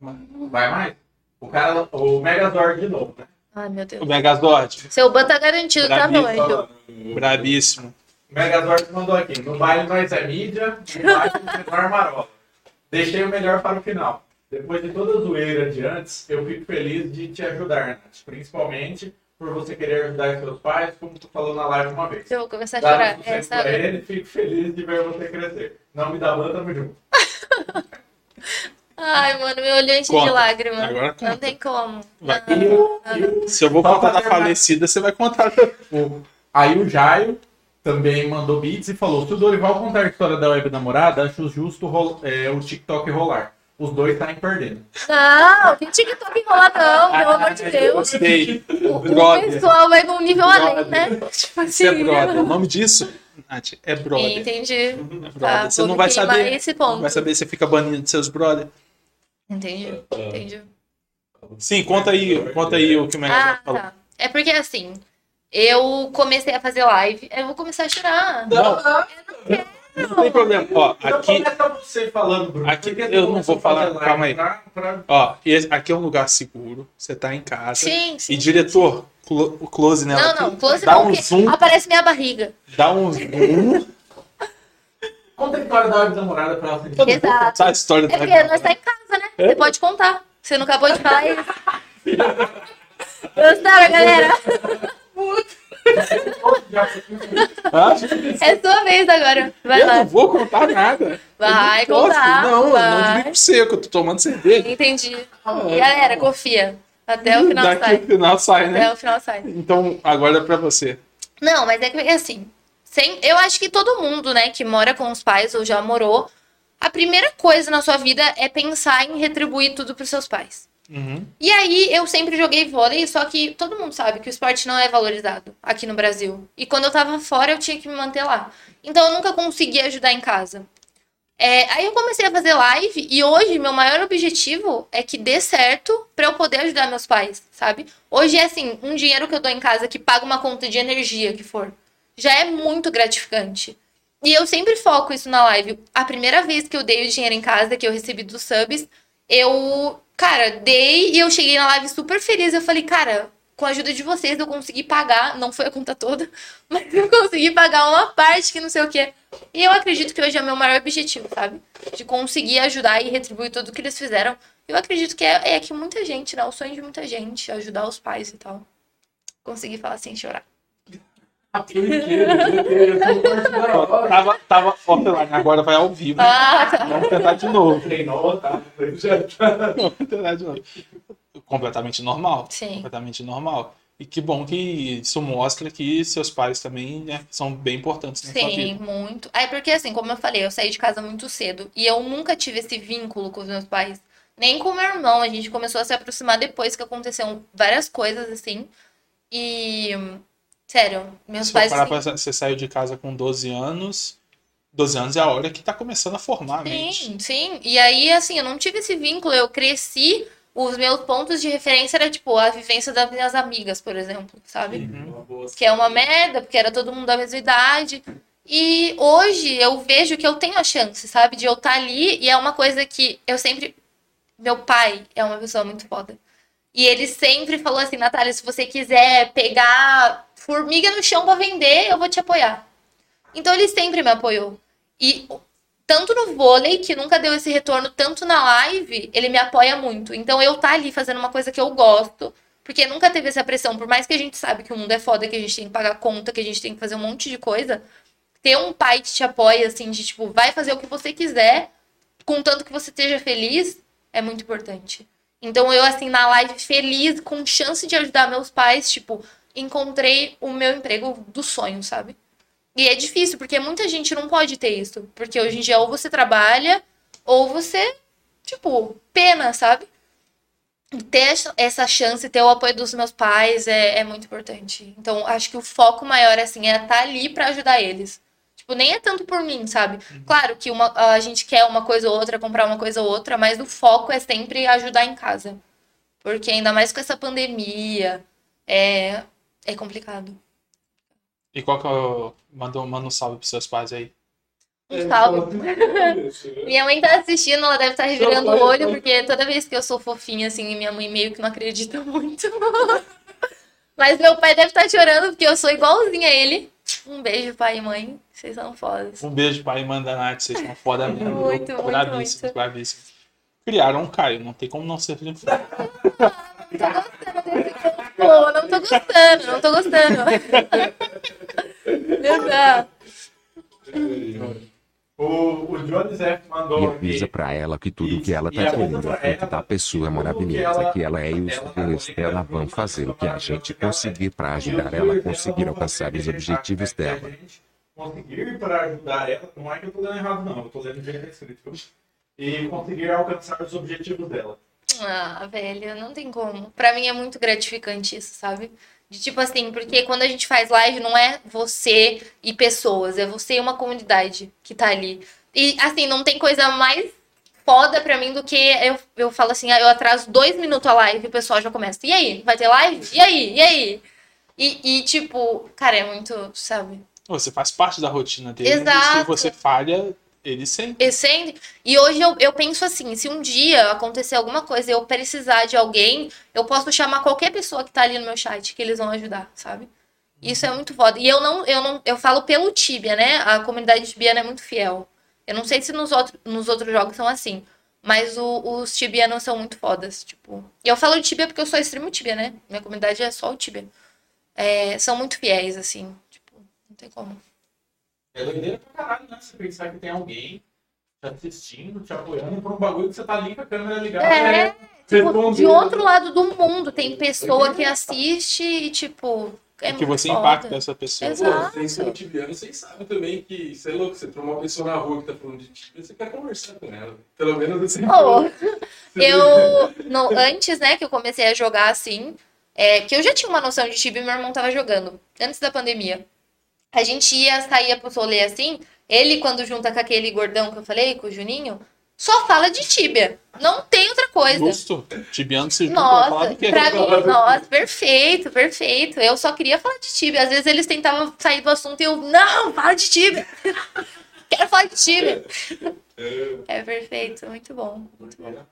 E: Vai mais? O cara. O Megazord de novo, né?
C: Ai, meu
A: O
C: Deus.
A: Megazord,
C: Seu ban tá garantido, tá, meu
A: Bravinho,
C: anjo?
A: brabíssimo.
E: O Megazord mandou aqui. No baile nós é mídia, no baile nós é menor marola. Deixei o melhor para o final. Depois de toda a zoeira de antes, eu fico feliz de te ajudar, Nath. Principalmente por você querer ajudar seus pais, como tu falou na live uma vez.
C: Eu vou começar a
E: Dá
C: chorar.
E: um
C: É,
E: sucesso pra
C: sabe?
E: ele, fico feliz de ver você crescer. Não me dá ban, tamo junto.
C: Ai, mano, meu olho enche de
A: Conta.
C: lágrima.
A: Agora conta.
C: Não tem como.
A: Vai.
E: E o- e o
A: Se eu vou
E: Ah. Só
A: contar
E: pra
A: da
E: terminar.
A: falecida, você vai contar.
E: O- Aí o Jairo também mandou beats e falou: se o Dorival contar a história da web namorada, acho justo rol- é, o TikTok rolar. Os dois estarem perdendo.
C: Não, que TikTok enrolar não, pelo amor de
A: Ah,
C: Deus.
A: Gostei.
C: O, o
A: Brother.
C: pessoal vai num nível além,
A: Brother.
C: né? Tipo
A: Você é
C: assim.
A: brother. O nome disso, Nath, é brother.
C: Entendi.
A: É brother.
C: Tá,
A: você
C: vou
A: não vai
C: queimar
A: saber.
C: esse
A: Não
C: ponto.
A: vai saber, você fica banido de seus brother.
C: Entendi,
A: É.
C: entendi.
A: Sim, conta aí, conta aí o que o
C: Ah,
A: Megazord falou.
C: tá. É porque assim, eu comecei a fazer live, eu vou começar a chorar.
A: Não, não tem problema. Ó,
E: Então
A: aqui,
E: começa você falando, Bruno.
A: aqui
E: Porque
A: eu
E: você
A: não
E: começou
A: vou
E: a fazer
A: falar,
E: live
A: calma aí.
E: pra- pra-
A: ó, esse- aqui é um lugar seguro. Você tá em casa.
C: Sim, sim.
A: E diretor, clo- o close nela.
C: Não,
A: aqui,
C: não, close
A: dá
C: não,
A: um
C: porque
A: zoom,
C: aparece minha barriga.
A: dá um zoom.
E: Conta a história da web namorada pra ela. se
A: Eu não vou
C: Exato.
A: contar a É. história
C: É
A: da
C: porque nós tá em casa, né? Você pode contar. Você não acabou de falar isso. Gostaram, galera?
A: Hã?
C: É sua vez agora.
A: Ah,
C: Vai
A: Eu não
C: lá.
A: vou contar nada.
C: Vai
A: Eu não posso.
C: contar,
A: Não, eu não
C: vai.
A: de bico seco, eu tô tomando cerveja.
C: Entendi. Galera, confia. Até É o final
A: Ah, Daqui
C: sai.
A: o final sai, né?
C: Até o final sai.
A: Então, agora é pra você.
C: Não, mas é que é assim. Sem, eu acho que todo mundo, né, que mora com os pais ou já morou, a primeira coisa na sua vida é pensar em retribuir tudo pros seus pais.
A: Uhum.
C: E aí eu sempre joguei vôlei, só que todo mundo sabe que o esporte não é valorizado aqui no Brasil. E quando eu tava fora, eu tinha que me manter lá. Então eu nunca consegui ajudar em casa. É, aí eu comecei a fazer live e hoje meu maior objetivo é que dê certo pra eu poder ajudar meus pais, sabe? Hoje é assim, um dinheiro que eu dou em casa que paga uma conta de energia que for, já é muito gratificante. E eu sempre foco isso na live. A primeira vez que eu dei o dinheiro em casa, que eu recebi dos subs, eu, cara, dei e eu cheguei na live super feliz. Eu falei, cara, com a ajuda de vocês eu consegui pagar, não foi a conta toda, mas eu consegui pagar uma parte que não sei o quê. E eu acredito que hoje é o meu maior objetivo, sabe? De conseguir ajudar e retribuir tudo que eles fizeram. Eu acredito que é, é que muita gente, né? O sonho de muita gente, é ajudar os pais e tal. Consegui falar sem chorar.
B: um
A: Ó, tava, tava offline, agora vai ao vivo.
C: Ah, tá.
A: Vamos tentar de novo.
E: treinou, tá?
A: Vamos tentar de novo. Completamente normal.
C: Sim.
A: Completamente normal. E que bom que isso mostra que seus pais também né, são bem importantes na sua
C: Sim,
A: vida.
C: muito. É porque assim, como eu falei, eu saí de casa muito cedo e eu nunca tive esse vínculo com os meus pais, nem com meu irmão. A gente começou a se aproximar depois que aconteceram várias coisas assim. E sério, meus
A: Se for
C: pais
A: parar
C: assim,
A: pra pensar, você saiu de casa com 12 anos. 12 anos é a hora que tá começando a formar a mente.
C: Sim, sim. E aí, assim, eu não tive esse vínculo. Eu cresci, os meus pontos de referência era, tipo, a vivência das minhas amigas, por exemplo, sabe? Que é uma merda, porque era todo mundo da mesma idade. E hoje eu vejo que eu tenho a chance, sabe? De eu estar ali e é uma coisa que eu sempre. Meu pai é uma pessoa muito foda. E ele sempre falou assim, Natália, se você quiser pegar formiga no chão pra vender, eu vou te apoiar. Então ele sempre me apoiou. E tanto no vôlei, que nunca deu esse retorno, tanto na live, ele me apoia muito. Então eu tá ali fazendo uma coisa que eu gosto, porque nunca teve essa pressão. Por mais que a gente sabe que o mundo é foda, que a gente tem que pagar conta, que a gente tem que fazer um monte de coisa, ter um pai que te apoia, assim, de tipo, vai fazer o que você quiser, contanto que você esteja feliz, é muito importante. Então eu, assim, na live, feliz, com chance de ajudar meus pais, tipo, encontrei o meu emprego do sonho, sabe? E é difícil, porque muita gente não pode ter isso. Porque hoje em dia ou você trabalha, ou você, tipo, pena, sabe? E ter essa- essa chance, ter o apoio dos meus pais é, é muito importante. Então, acho que o foco maior, assim, é estar ali pra ajudar eles. Tipo, nem é tanto por mim, sabe? Claro que uma, a gente quer uma coisa ou outra, comprar uma coisa ou outra, mas o foco é sempre ajudar em casa. Porque ainda mais com essa pandemia, é, é complicado.
A: E qual que é o. Manda, um- manda um salve pros seus pais aí.
B: É,
C: Um
B: então,
C: salve.
B: né?
C: Minha mãe tá assistindo, ela deve estar revirando
B: Não,
C: o
B: pode,
C: olho,
B: pode.
C: porque toda vez que eu sou fofinha, assim, minha mãe meio que não acredita muito. Mas meu pai deve estar chorando, porque eu sou igualzinha a ele. Um beijo, pai e mãe. Vocês são fodas.
A: Um beijo, pai e mãe da Nath. Vocês são foda mesmo.
C: Muito, muito,
A: bravíssimos,
C: muito.
A: bravíssimos. Criaram um Caio, não tem como não ser filho.
C: Pô, não tô gostando, não tô gostando. Meu Deus.
E: O, o Jones F
F: E
E: mandou
F: avisa
E: aqui.
F: pra ela que tudo que ela
E: E
F: tá
E: avisa
F: comendo
E: pra
F: é fruto
E: ela
F: da pessoa
E: tudo que
F: maravilhosa
E: ela-
F: que ela é e os
E: ela-
F: filhos dela vão fazer o que a gente conseguir pra ajudar ela a conseguir alcançar os objetivos dela.
E: Conseguir para ajudar ela, não é que eu tô lendo errado, não, eu tô lendo o jeito que tá escrito. viu? E conseguir alcançar os objetivos dela.
C: Ah, velho, não tem como. Pra mim é muito gratificante isso, sabe? De tipo assim, porque quando a gente faz live, não é você e pessoas, é você e uma comunidade que tá ali. E assim, não tem coisa mais foda pra mim do que eu, eu falo assim, ah, eu atraso dois minutos a live e o pessoal já começa. E aí? Vai ter live? E aí? E aí? E, e, tipo, cara, é muito, sabe?
A: Você faz parte da rotina dele.
C: Exato.
A: Se você falha, ele sente.
C: Esse- E hoje eu, eu penso assim, se um dia acontecer alguma coisa e eu precisar de alguém, eu posso chamar qualquer pessoa que tá ali no meu chat, que eles vão ajudar, sabe? Isso é muito foda. E eu não, eu não, eu falo pelo Tibia, né? A comunidade tibiana é muito fiel. Eu não sei se nos, outro, nos outros jogos são assim, mas o- os tibianos são muito fodas, tipo. E eu falo Tibia porque eu sou extremo Tibia, né? Minha comunidade é só o Tibia. É, são muito fiéis, assim, tipo, não tem como.
E: É doideira pra caralho, né? Você pensar que tem alguém te assistindo, te apoiando por um bagulho que você tá ali com a câmera ligada. né?
C: É. Tipo, de
B: Respondeu.
A: né?
C: outro lado do mundo tem pessoa que assiste e, tipo, é
A: É que
C: muito
A: você
C: foda.
A: impacta essa pessoa.
C: Exato.
B: Pô, vocês são tibianos, vocês sabem também que, você é louco, você pra uma pessoa na rua que tá falando de tibia, você quer conversar com ela. Pelo menos assim.
C: Pô, eu, no, antes, né, que eu comecei a jogar assim, é, que eu já tinha uma noção de time, meu irmão tava jogando, antes da pandemia. A gente ia, saía pro solê assim, ele quando junta com aquele gordão que eu falei, com o Juninho, só fala de Tibia. Não tem outra coisa.
A: Justo. Tibiano se junta pra falar
C: Nossa,
A: do quê?
C: pra mim, nossa, perfeito, perfeito. Eu só queria falar de Tibia. Às vezes eles tentavam sair do assunto e eu, não, fala de Tibia. Quero falar de Tibia. É perfeito, muito bom. Muito bom.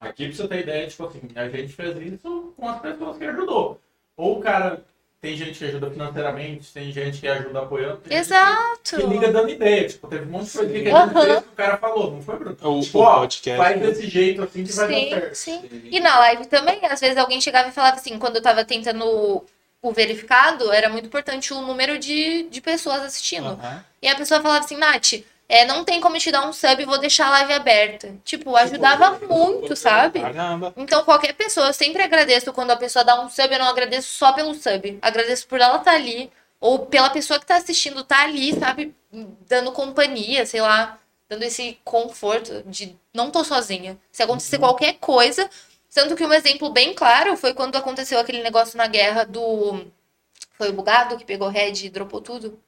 E: Aqui pra você ter ideia, tipo assim, a gente fez isso com as pessoas que ajudou. Ou o cara, tem gente que ajuda financeiramente, tem gente que ajuda apoiando, tem gente
C: Exato.
E: que liga dando ideia. Tipo, teve um monte de coisa que a gente
C: Aham.
E: fez que o cara falou, não foi, Bruno?
A: O,
E: Tipo,
A: o
E: ó,
A: podcast.
E: Faz desse jeito assim que vai dar
C: Sim,
E: certo.
C: sim. E na live também, às vezes alguém chegava e falava assim, quando eu tava tentando o verificado, era muito importante o número de, de pessoas assistindo.
E: Ah.
A: Aham.
C: E a pessoa falava assim, Nath, é, não tem como te dar um sub, vou deixar a live aberta. Tipo, ajudava muito, sabe?
A: Caramba.
C: Então, qualquer pessoa, eu sempre agradeço quando a pessoa dá um sub, eu não agradeço só pelo sub. Agradeço por ela estar ali, ou pela pessoa que tá assistindo tá ali, sabe? Dando companhia, sei lá, dando esse conforto de não tô sozinha. Se acontecer
A: Uhum.
C: qualquer coisa. Tanto que um exemplo bem claro foi quando aconteceu aquele negócio na guerra do. Foi o bugado que pegou red e dropou tudo?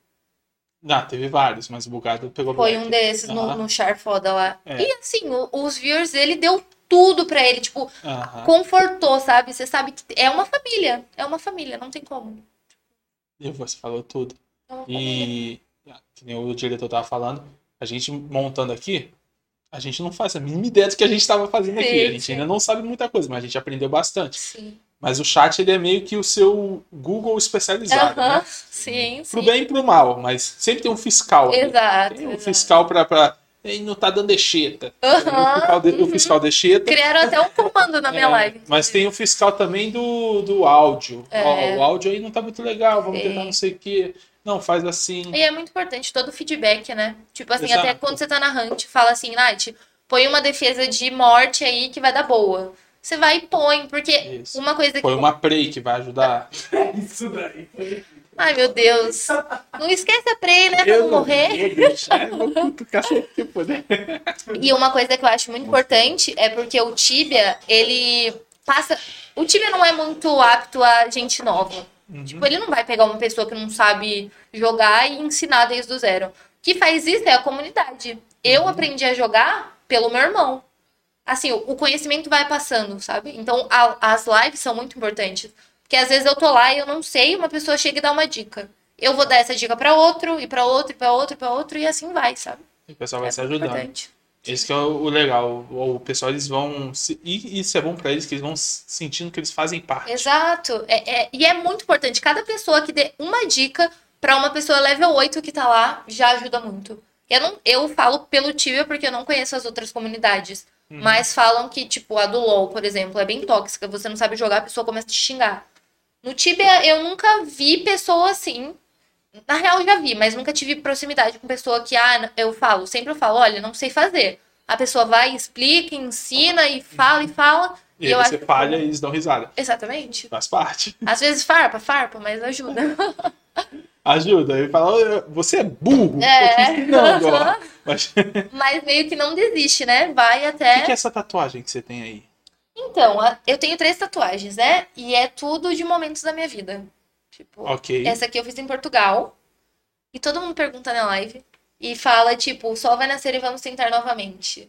A: Não, teve vários, mas o bugado pegou
C: Foi
A: black.
C: um desses no,
A: Aham.
C: no char foda lá.
A: É.
C: E assim, o- os viewers, ele deu tudo pra ele. Tipo,
A: Aham.
C: confortou, sabe? Você sabe que é uma família. É uma família, não tem como.
A: E você falou tudo.
C: É uma família.
A: E ah, que nem o diretor tava falando, a gente montando aqui, a gente não faz a mínima ideia do que a gente estava fazendo aqui.
C: Sim,
A: A gente
C: sim.
A: ainda não sabe muita coisa, mas a gente aprendeu bastante.
C: Sim.
A: Mas o chat ele é meio que o seu Google especializado,
C: Aham,
A: né?
C: sim, sim.
A: Pro bem e pro mal, mas sempre tem um fiscal. né?
C: Exato.
A: Tem um
C: exato.
A: fiscal pra, pra e não tá dando deixeta. O
C: Aham. uhum.
A: fiscal, de, o fiscal deixeta.
C: Criaram até um comando na minha
A: É,
C: live.
A: Mas tem o fiscal também do, do áudio.
C: É.
A: Ó, o áudio aí não tá muito legal, vamos
C: Sim.
A: tentar não sei o quê. Não, faz assim.
C: E é muito importante todo o feedback, né? Tipo assim,
A: Exato.
C: até quando você tá narrando, fala assim, Nath, põe uma defesa de morte aí que vai dar boa. Você vai e põe, porque
A: Isso.
C: uma coisa que.
A: Foi uma prey que vai ajudar.
E: Isso daí.
C: Ai, meu Deus. Não esquece a Prey, né? Pra
A: Eu
C: não
A: não
C: morrer. É,
A: poder.
C: E uma coisa que eu acho muito importante é porque o Tibia, ele passa. O Tibia não é muito apto a gente nova. Tipo, ele não vai pegar uma pessoa que não sabe jogar e ensinar desde o zero. O que faz isso é a comunidade. Eu aprendi a jogar pelo meu irmão. Assim, o o conhecimento vai passando, sabe? Então, a- as lives são muito importantes. Porque às vezes eu tô lá e eu não sei, uma pessoa chega e dá uma dica. Eu vou dar essa dica pra outro, e pra outro, e pra outro, e pra outro, e assim vai, sabe?
A: O pessoal vai
C: É
A: se
C: muito
A: ajudando.
C: importante.
A: Esse que é o o legal. O, o pessoal eles vão. se- e isso é bom pra eles, que eles vão s- sentindo que eles fazem parte.
C: Exato. É, é- e é muito importante. Cada pessoa que dê uma dica pra uma pessoa level 8 que tá lá já ajuda muito. Eu, não, eu falo pelo Tibia porque eu não conheço as outras comunidades. Mas falam que, tipo, a do LoL, por exemplo, é bem tóxica. Você não sabe jogar, a pessoa começa a te xingar. No Tibia, eu nunca vi pessoa assim. Na real, eu já vi, mas nunca tive proximidade com pessoa que, ah, n- eu falo, sempre eu falo, olha, não sei fazer. A pessoa vai, explica, ensina e fala e fala.
A: E
C: eu
A: aí você
C: acho-
A: falha e eles dão risada.
C: Exatamente.
A: Faz parte.
C: Às vezes farpa, farpa, mas ajuda.
A: Ajuda. Ele fala, "Ô, você é burro. Eu te
C: É.
A: ensinando, ó." Mas o que,
C: Mas meio que não desiste, né? Vai até.
A: que é essa tatuagem que você tem aí?
C: Então, a- eu tenho três tatuagens, né? E é tudo de momentos da minha vida. Tipo,
A: Ok.
C: essa aqui eu fiz em Portugal. E todo mundo pergunta na live. E fala, tipo, o sol vai nascer e vamos tentar novamente.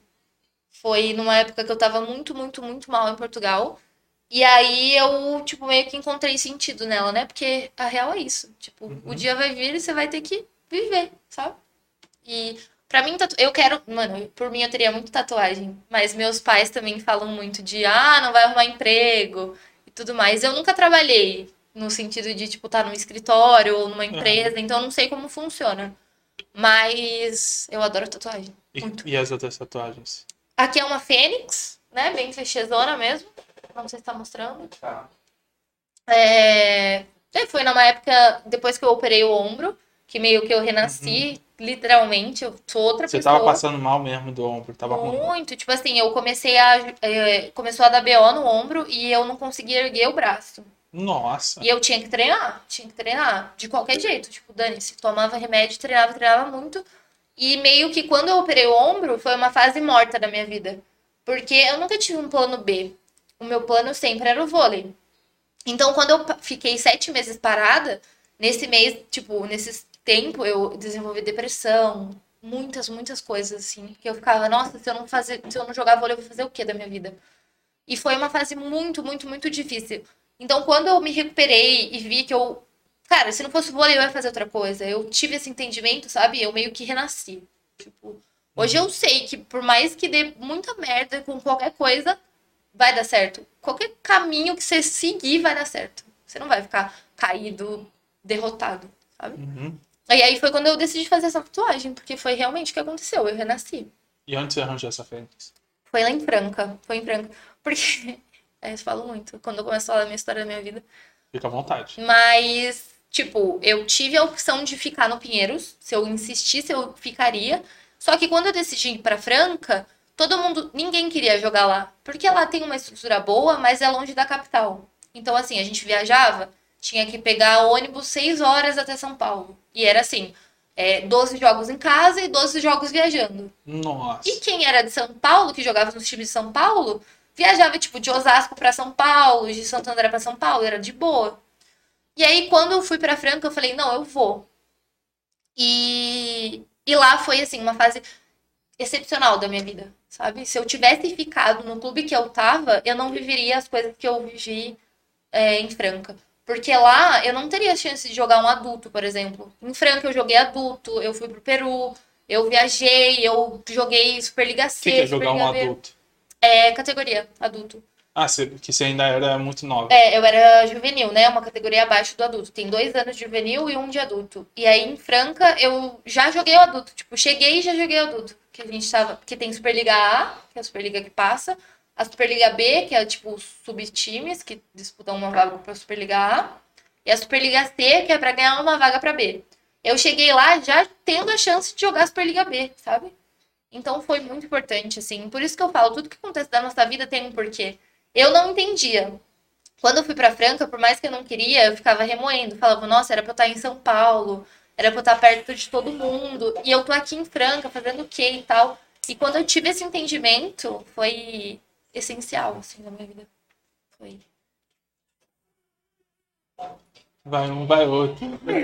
C: Foi numa época que eu tava muito, muito, muito mal em Portugal. E aí eu, tipo, meio que encontrei sentido nela, né? Porque a real é isso. Tipo, o dia vai vir e você vai ter que viver, sabe? E pra mim, tatu- eu quero. Mano, por mim eu teria muito tatuagem. Mas meus pais também falam muito de, ah, não vai arrumar emprego e tudo mais. Eu nunca trabalhei no sentido de, tipo, estar num escritório ou numa empresa. Então eu não sei como funciona. Mas eu adoro tatuagem.
A: E, e as outras tatuagens?
C: Aqui é uma fênix, né? Bem fechezona mesmo. Não sei se tá mostrando.
E: Tá.
C: É... é, Foi numa época, depois que eu operei o ombro, que meio que eu renasci, literalmente, eu sou outra
A: Uhum. Você
C: pessoa.
A: tava passando um mal mesmo do ombro, tava ruim.
C: Muito, tipo assim, eu comecei a. é, começou a dar BO no ombro e eu não conseguia erguer o braço.
A: Nossa.
C: E eu tinha que treinar, tinha que treinar, de qualquer jeito. Tipo, dane-se, tomava remédio, treinava, treinava muito. E meio que quando eu operei o ombro, foi uma fase morta da minha vida. Porque eu nunca tive um plano B. O meu plano sempre era o vôlei. Então, quando eu pa- fiquei sete meses parada, nesse mês, tipo, nesse tempo, eu desenvolvi depressão, muitas, muitas coisas, assim. Que eu ficava, nossa, se eu não fazer, se eu não jogar vôlei, eu vou fazer o quê da minha vida? E foi uma fase muito, muito, muito difícil. Então, quando eu me recuperei e vi que eu. Cara, se não fosse vôlei, eu ia fazer outra coisa. Eu tive esse entendimento, sabe? Eu meio que renasci. Tipo, hoje eu sei que por mais que dê muita merda com qualquer coisa, vai dar certo. Qualquer caminho que você seguir vai dar certo. Você não vai ficar caído, derrotado, sabe?
A: Uhum.
C: E aí foi quando eu decidi fazer essa tatuagem, porque foi realmente o que aconteceu. Eu renasci.
A: E onde você arranjou essa fênix?
C: Foi lá em Franca. Foi em Franca. Porque. É, eu falo muito. Quando eu começo a falar da minha história da minha vida.
A: Fica à vontade.
C: Mas, tipo, eu tive a opção de ficar no Pinheiros. Se eu insistisse, eu ficaria. Só que quando eu decidi ir pra Franca, todo mundo, ninguém queria jogar lá. Porque lá tem uma estrutura boa, mas é longe da capital. Então, assim, a gente viajava, tinha que pegar ônibus 6 horas até São Paulo. E era assim, é, 12 jogos em casa e 12 jogos viajando.
A: Nossa.
C: E quem era de São Paulo, que jogava nos times de São Paulo, viajava tipo de Osasco pra São Paulo, de Santo André pra São Paulo, era de boa. E aí quando eu fui pra Franca, eu falei, não, eu vou. E e lá foi assim uma fase excepcional da minha vida, sabe? Se eu tivesse ficado no clube que eu tava, eu não viveria as coisas que eu vivi é, em Franca. Porque lá eu não teria chance de jogar um adulto, por exemplo. Em Franca eu joguei adulto, eu fui pro Peru, eu viajei, eu joguei Superliga
A: O
C: C,
A: que que é jogar um
C: Superliga B.
A: adulto?
C: É categoria adulto.
A: Ah, você, que você ainda era muito nova.
C: É, eu era juvenil, né? Uma categoria abaixo do adulto. Tem dois anos de juvenil e um de adulto. E aí, em Franca, eu já joguei o adulto. Tipo, cheguei e já joguei o adulto. Que a gente tava. Que tem Superliga A, que é a Superliga que passa. A Superliga B, que é tipo os subtimes que disputam uma vaga pra Superliga A. E a Superliga C, que é pra ganhar uma vaga pra B. Eu cheguei lá já tendo a chance de jogar a Superliga B, sabe? Então foi muito importante, assim. Por isso que eu falo, tudo que acontece na nossa vida tem um porquê. Eu não entendia. Quando eu fui pra Franca, por mais que eu não queria, eu ficava remoendo. Falava, nossa, era pra eu estar em São Paulo, era pra eu estar perto de todo mundo. E eu tô aqui em Franca, fazendo o quê e tal. E quando eu tive esse entendimento, foi essencial, assim, na minha vida. Foi.
A: Vai um, vai outro.
B: É.
C: Vai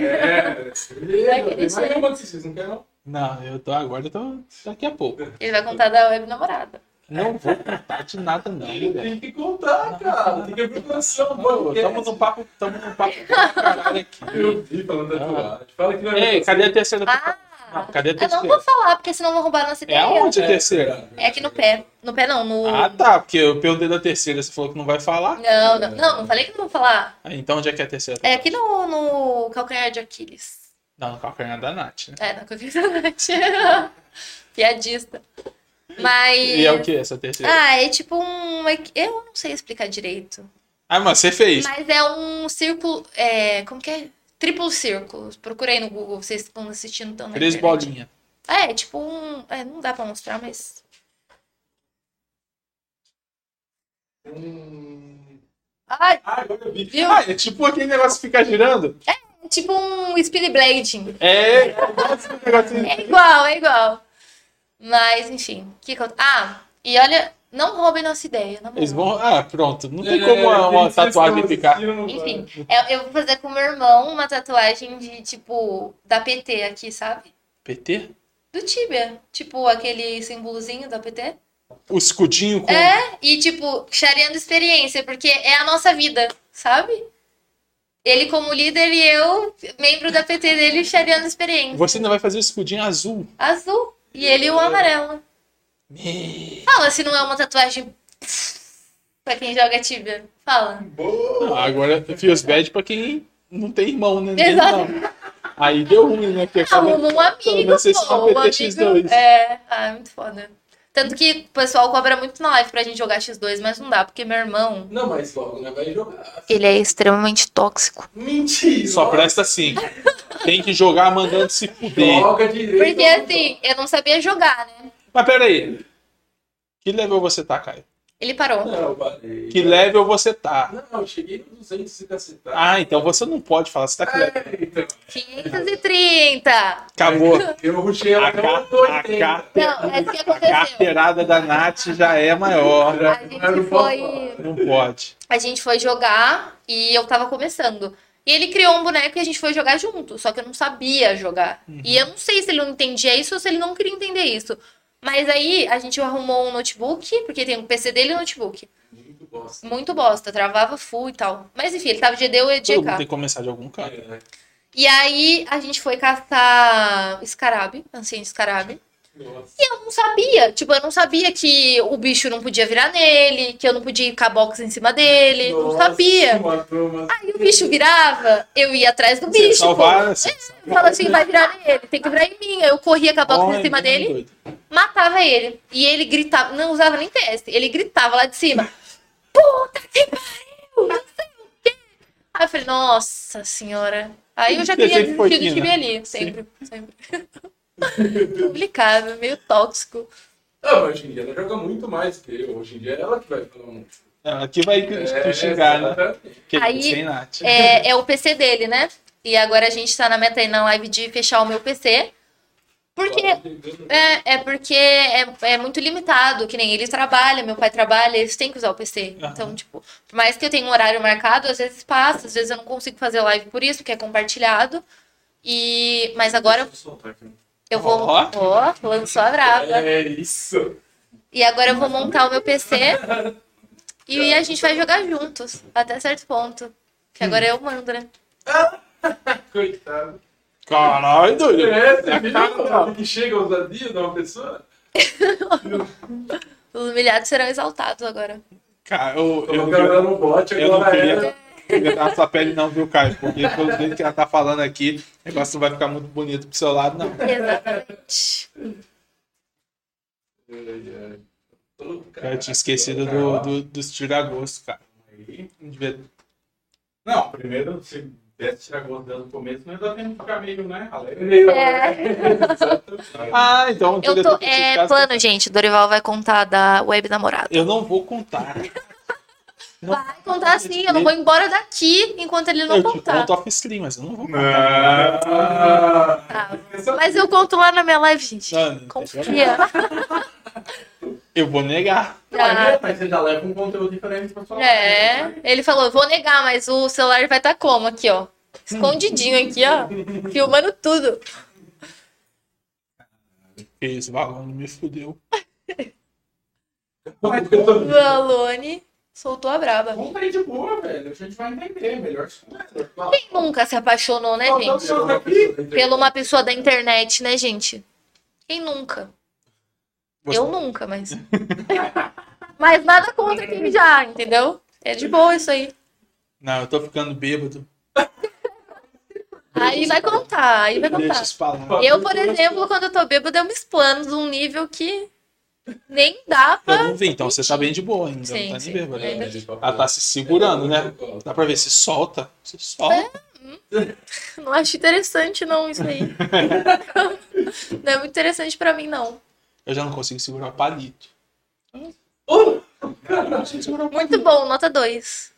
C: querer
B: Mas
C: ser.
B: eu mando vocês, não quer não?
A: Não, eu tô agora, eu tô daqui a pouco.
C: Ele vai contar da web namorada.
A: Não vou contar de nada, não, mulher.
B: Tem que contar, cara. Tem que abrir o coração,
A: Não,
B: mano.
A: Tamo num papo, tamo num papo pra caralho aqui.
B: Eu vi falando da tatuagem. Fala que não é.
A: Ei, cadê a terceira?
C: Ah!
A: Não, cadê a
C: Eu não
A: terceira?
C: vou falar, porque senão vão roubar a nossa
A: É
C: ideia.
A: aonde a
B: É,
A: terceira?
B: cara.
C: É aqui no pé. No pé não, no.
A: Ah, tá, porque eu perdi da terceira, você falou que não vai falar.
C: Não, não, não, não falei que não vou falar.
A: Ah, Então onde é que é a terceira?
C: É aqui no, no calcanhar de Aquiles.
A: Não, no calcanhar da Nath, né?
C: É, na confeccionante. Piadista. Mas.
A: E é o que essa terceira?
C: Ah, é tipo um. equi- Eu não sei explicar direito.
A: Ah, mas você fez.
C: Mas é um círculo. É, como que é? Triplo círculo. Procurei no Google, vocês estão assistindo tão na
A: Três
C: internet.
A: bolinhas.
C: É, é tipo um. é, não dá pra mostrar, mas.
A: Um
B: Hum.
C: Ah,
B: Ah, agora eu vi.
C: viu?
A: Ah, é tipo aquele negócio que fica girando.
C: É tipo um speed blading.
A: É, nossa, que negócio.
C: É igual, é igual. Mas, enfim. Que que eu- Ah, e olha, não roubem nossa ideia, na moral.
A: Eles vão. Ah, pronto. Não tem
B: É,
A: como uma, uma
B: tem que ser
A: tatuagem
B: esse
A: ficar.
B: raciocínio,
C: Enfim, é,
B: mano.
C: eu, eu vou fazer com meu irmão uma tatuagem de, tipo, da PT aqui, sabe?
A: PT?
C: Do Tibia. Tipo, aquele símbolozinho da PT.
A: O escudinho com.
C: E, tipo, chareando experiência, porque é a nossa vida, sabe? Ele como líder e eu, membro da PT dele, chareando experiência.
A: Você ainda vai fazer o escudinho azul.
C: Azul. E ele o amarelo. Fala se não é uma tatuagem pra quem joga Tibia. Fala.
A: Não, agora feels bad pra quem não tem irmão, né? Ninguém
C: Exato.
A: não. Aí deu ruim, né? Porque
C: Ah,
A: acaba-
C: um, um amigo,
A: menos vocês
C: pô.
A: são
C: Um amigo,
A: PTX2.
C: É, ah, é muito foda. Tanto que o pessoal cobra muito na live pra gente jogar X2, mas não dá, porque meu irmão,
B: Não, mas logo, né? Vai jogar.
C: ele é extremamente tóxico.
B: Mentira.
A: Só presta assim. Tem que jogar mandando se fuder.
B: Joga direito.
C: Porque assim, eu não sabia jogar, né?
A: Mas peraí. Que level você tá, Caio?
C: Ele parou.
B: Não, parei.
A: Que level você tá?
B: Não, eu cheguei no 200 e cacetada.
A: Ah, então você não pode falar, você tá que level.
B: É, então,
C: 530!
A: Acabou.
B: eu ruxei
A: A,
B: até
A: ca-
B: uma
A: a
B: 80.
C: Não, é isso que
A: a
C: aconteceu.
A: carteirada da Nath já é maior.
C: A
B: um
C: gente foi.
A: Não pode.
C: A gente foi jogar e eu tava começando. E ele criou um boneco e a gente foi jogar junto, só que eu não sabia jogar. E eu não sei se ele não entendia isso ou se ele não queria entender isso. Mas aí a gente arrumou um notebook, porque tem um PC dele e um notebook.
B: Muito bosta.
C: Muito bosta, travava full e tal. Mas enfim, ele tava de ED ou
A: Todo mundo tem
C: EDK.
A: que começar de algum canto.
B: É,
C: E aí a gente foi caçar Scarabe, ancião de Scarabe.
B: nossa.
C: Eu não sabia, tipo, eu não sabia que o bicho não podia virar nele, que eu não podia ir com a box em cima dele, não
B: Nossa,
C: sabia.
B: matou, mas-
C: Aí o bicho virava, eu ia atrás do
A: Você é
C: bicho. é?
A: salvar, você
C: pô. Fala assim, vai virar nele, tem que virar em mim. Aí Eu corria com a box
A: Olha,
C: em cima
A: muito
C: dele,
A: doido.
C: matava ele. E ele gritava, não usava nem PS, ele gritava lá de cima. Puta que pariu, não sei o quê. Aí eu falei, nossa senhora. Aí eu já
A: Você
C: queria
A: sempre foi
C: desistir do
A: fina.
C: time ali, sempre, sempre. Complicado, meio tóxico.
B: Ah, mas hoje em dia ela joga muito mais que eu. Hoje em dia é ela que vai falar É, muito.
A: Não, É, Aqui vai
E: É,
A: te xingar, né? Que
C: Aí-
A: sem Nath.
C: é, é o PC dele, né? E agora a gente tá na meta aí na live de fechar o meu PC. Porque
B: tá
C: é, é porque é, é muito limitado, que nem ele trabalha, meu pai trabalha, eles têm que usar o PC.
A: Aham.
C: Então, tipo, por mais que eu tenha um horário marcado, às vezes passa, às vezes eu não consigo fazer live por isso, porque é compartilhado. E mas agora
E: Deixa eu soltar aqui.
C: eu vou,
A: Ó.
C: ó, lançou a brava.
B: tá É isso.
C: E agora eu vou montar o meu PC e a gente vai jogar juntos, até certo ponto. Que agora eu mando, né?
B: Coitado.
A: Caralho, doido.
B: É, você viu
A: cara dela.
B: como que chega a ousadia de uma pessoa?
C: Os humilhados serão exaltados agora.
A: Cara, eu, eu,
B: Colocando ela no bote,
A: eu não
B: agora é.
A: queria
B: ela.
A: pegar sua pele não, viu, Caio? Porque pelo jeito que ela tá falando aqui, o negócio não vai ficar muito bonito pro seu lado, não.
C: Exatamente.
B: Ai, ai. Ô, cara,
A: Eu tinha esquecido do, do, dos tiragosto, cara.
E: Aí,
A: Não devia-
E: Não, primeiro, se desse tirar gosto dela no começo, nós já temos que ficar meio, né? Alegre.
A: Ah, então...
C: É, Eu
A: diretor
C: tô.
A: que tinha
C: É
A: ficado-
C: plano, gente. Dorival vai contar da web namorada.
A: Eu não vou contar. Não.
C: Vai contar assim, eu não vou embora daqui enquanto ele não
A: Eu te
C: contar.
A: conto off-stream, mas eu não vou
E: Ah,
C: Tá. Mas eu conto lá na minha live, gente. é?
A: Não, não tem
C: Confia.
A: Eu vou negar.
E: Mas mas você já leva um conteúdo diferente pra sua live, né?
C: É, ele falou, vou negar, mas o celular vai estar como aqui, ó? Escondidinho aqui, ó. Filmando tudo.
A: Que isso, Valone me fudeu.
E: Mas conta-
C: Valone soltou a braba.
E: Conta aí de boa, velho. A gente vai entender melhor.
C: Quem nunca se apaixonou, né, gente? Pela uma pessoa da internet, né, gente? Quem nunca?
A: Você-
C: Eu nunca, mas. mas nada contra quem já, entendeu? É de boa isso aí.
A: Não, eu tô ficando bêbado.
C: Aí vai contar, aí vai
A: Deixa
C: contar.
A: isso pra lá.
C: Eu, por exemplo, quando eu tô bêbada, eu me explano de um nível que nem dá
A: Eu
C: pra.
A: não vi, então você tá bem de boa ainda.
C: Sim,
A: não tá
C: sim.
A: nem bêbado.
C: É.
A: Ela tá se segurando, né? Dá pra ver, se solta. Se
C: É.
A: solta.
C: Não acho interessante, não, isso aí. não é muito interessante pra mim, não.
A: Eu já não consigo segurar o palito.
B: Oh,
C: Muito bom, nota 2.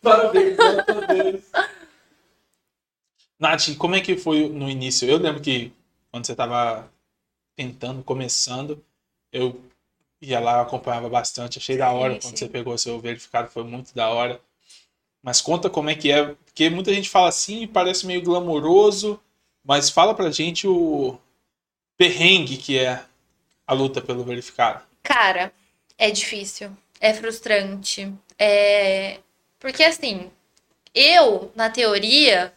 B: parabéns, né? parabéns.
A: Nath, como é que foi no início? Eu lembro que quando você tava tentando, começando, eu ia lá, eu acompanhava bastante. Achei da hora
C: Sim,
A: quando
C: sim.
A: você pegou seu verificado, foi muito da hora. Mas conta como é que é, porque muita gente fala assim e parece meio glamouroso, mas fala pra gente o perrengue que é a luta pelo verificado.
C: Cara, é difícil. É frustrante. É. Porque assim, eu, na teoria,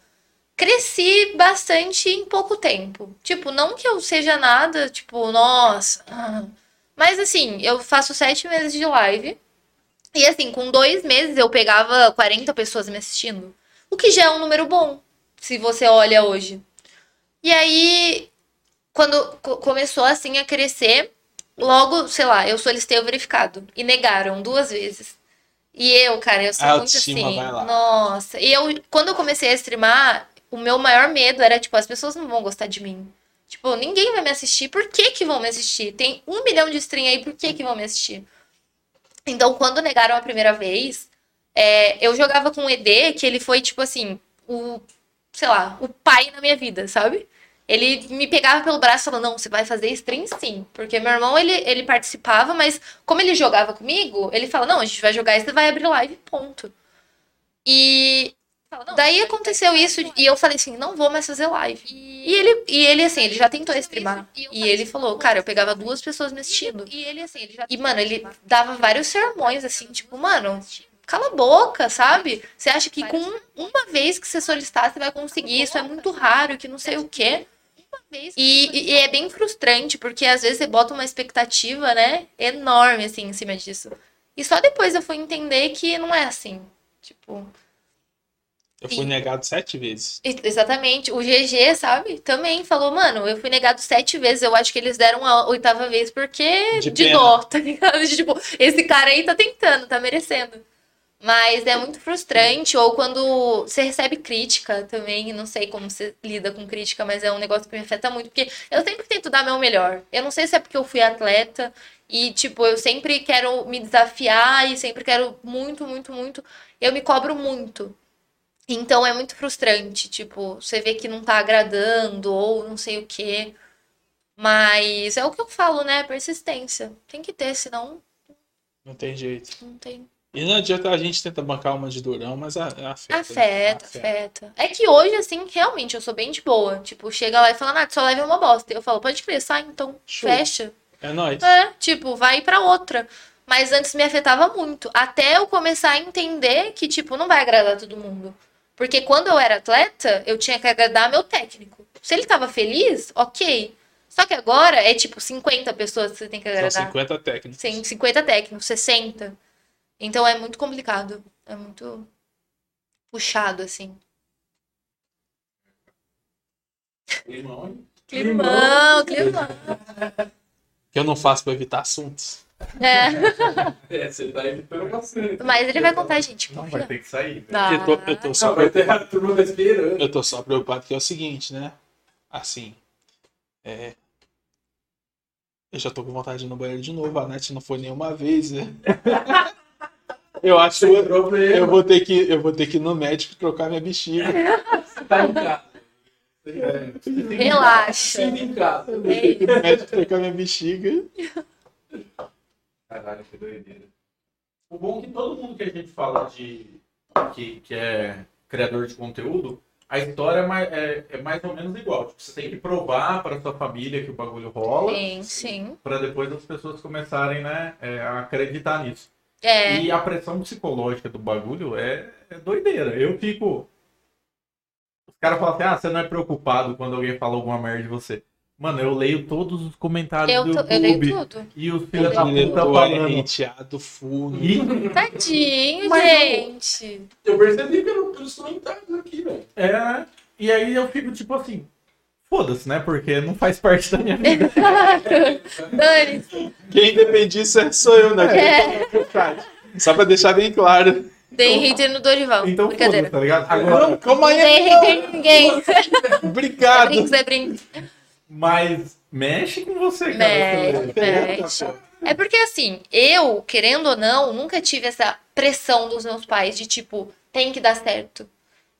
C: cresci bastante em pouco tempo. Tipo, não que eu seja nada, tipo, nossa. ah. Mas assim, eu faço sete meses de live. E assim, com dois meses eu pegava 40 pessoas me assistindo. O que já é um número bom, se você olha hoje. E aí, quando co- começou assim a crescer, logo, sei lá, eu solicitei o verificado. E negaram duas vezes. E eu, cara, eu sou
A: A
C: muito
A: autoestima
C: assim.
A: vai lá.
C: Nossa. E eu, quando eu comecei a streamar, o meu maior medo era, tipo, as pessoas não vão gostar de mim. Tipo, ninguém vai me assistir. Por que que vão me assistir? Tem um milhão de stream aí, por que que vão me assistir? Então, quando negaram a primeira vez, é, eu jogava com o ED, que ele foi, tipo assim, o, sei lá, o pai na minha vida, sabe? Ele me pegava pelo braço e falava, não, você vai fazer stream sim. Porque meu irmão, ele, ele participava, mas como ele jogava comigo, ele fala, não, a gente vai jogar e você vai abrir live, ponto. E Daí aconteceu isso e eu falei assim, não vou mais fazer live. E ele, e ele assim, ele já tentou streamar. E ele falou, cara, eu assim, pegava duas pessoas me assistindo. é E ele assim, ele já E mano, ele dava vários sermões assim, tipo, mano, cala a boca, sabe? Você acha que com uma vez que você solicitar você vai conseguir, isso é muito raro, que não sei o quê. E, e- e é bem frustrante, porque às vezes você bota uma expectativa, né, enorme, assim, em cima disso. E só depois eu fui entender que não é assim. Tipo,
A: Eu fui
C: Sim.
A: negado sete vezes.
C: e- Exatamente. O GG, sabe? Também falou, mano, eu fui negado sete vezes. Eu acho que eles deram a oitava vez porque
A: De
C: de,
A: pena.
C: dó, tá ligado? Tipo, esse cara aí tá tentando, tá merecendo. Mas é muito frustrante. Ou quando você recebe crítica também. Não sei como você lida com crítica, mas é um negócio que me afeta muito. Porque eu sempre tento dar meu melhor. Eu não sei se é porque eu fui atleta. E, tipo, eu sempre quero me desafiar e sempre quero muito, muito, muito. Eu me cobro muito. Então é muito frustrante, tipo, você vê que não tá agradando ou não sei o quê. Mas é o que eu falo, né? Persistência. Tem que ter, senão
A: Não tem jeito.
C: não tem.
A: E não adianta a gente tenta bancar uma de durão, mas a, a afeta. né?
C: Afeta, afeta. É que hoje, assim, realmente eu sou bem de boa. Tipo, chega lá e fala, Nath, só leve uma bosta. Eu falo, pode crer, sai então,
A: Show.
C: fecha.
A: É nóis.
C: É, tipo, vai pra outra. Mas antes me afetava muito. Até eu começar a entender que, tipo, não vai agradar todo mundo. Porque quando eu era atleta, eu tinha que agradar meu técnico. Se ele tava feliz, ok. Só que agora é tipo 50 pessoas que você tem que
A: São
C: agradar.
A: 50 técnicos.
C: Sim, 50 técnicos, 60. Então é muito complicado. É muito puxado, assim.
E: Irmão,
C: Climão, climão.
A: Que eu não faço pra evitar assuntos.
C: É.
B: É, você tá evitando bastante.
C: Mas ele vai contar, gente.
E: não
C: confia.
E: vai ter que sair. velho.
C: Tá.
A: Eu, tô, eu, tô só
B: Não, vai
A: preocupado,
B: ter a turma tá esperando.
A: eu tô só preocupado que é o seguinte, né? Assim. É. Eu já tô com vontade de ir no banheiro de novo. A Nath não foi nenhuma vez. né? Eu acho que
B: Sem
A: eu-
B: problema. é
A: eu vou ter que, eu vou ter que ir no médico trocar minha bexiga.
B: Tá em casa.
C: Relaxa.
B: Fica em casa.
C: É isso.
A: O médico trocar minha bexiga.
E: Caralho, que doideira. O bom é que todo mundo que a gente fala de que, que é criador de conteúdo, a história é mais, é, é mais ou menos igual. Tipo, você tem que provar para sua família que o bagulho rola,
C: Sim, sim.
E: para depois as pessoas começarem né, é, a acreditar nisso.
C: É.
E: E a pressão psicológica do bagulho é, é doideira. Eu fico. Os caras falam assim: ah, você não é preocupado quando alguém fala alguma merda de você. Mano, eu leio todos os comentários
C: Eu,
E: do
C: tô, eu leio
E: YouTube
C: tudo.
E: e os filhos da puta
A: Diretor,
E: tá- falando.
A: hateado, funo.
E: E
C: Tadinho,
B: Mas eu-
C: gente.
B: Eu percebi pelo- pelos comentários aqui, velho.
E: É, e aí eu fico tipo assim, foda-se, né? Porque não faz parte da minha vida.
C: Dani,
A: Quem depende disso é- sou eu, né?
C: é.
A: Só pra deixar bem claro.
C: Dei hater no Dorival.
E: Então foda-se,
C: Brincadeira.
E: tá ligado?
A: Não,
E: Agora,
A: calma
C: Não
A: aí. Tá
C: dei hater em ninguém. É
A: Obrigado.
C: brinks, é brinks.
E: mas mexe com você, cara.
C: Mexe,
E: você lembra?
C: mexe. É porque assim, eu, querendo ou não, nunca tive essa pressão dos meus pais de tipo, tem que dar certo.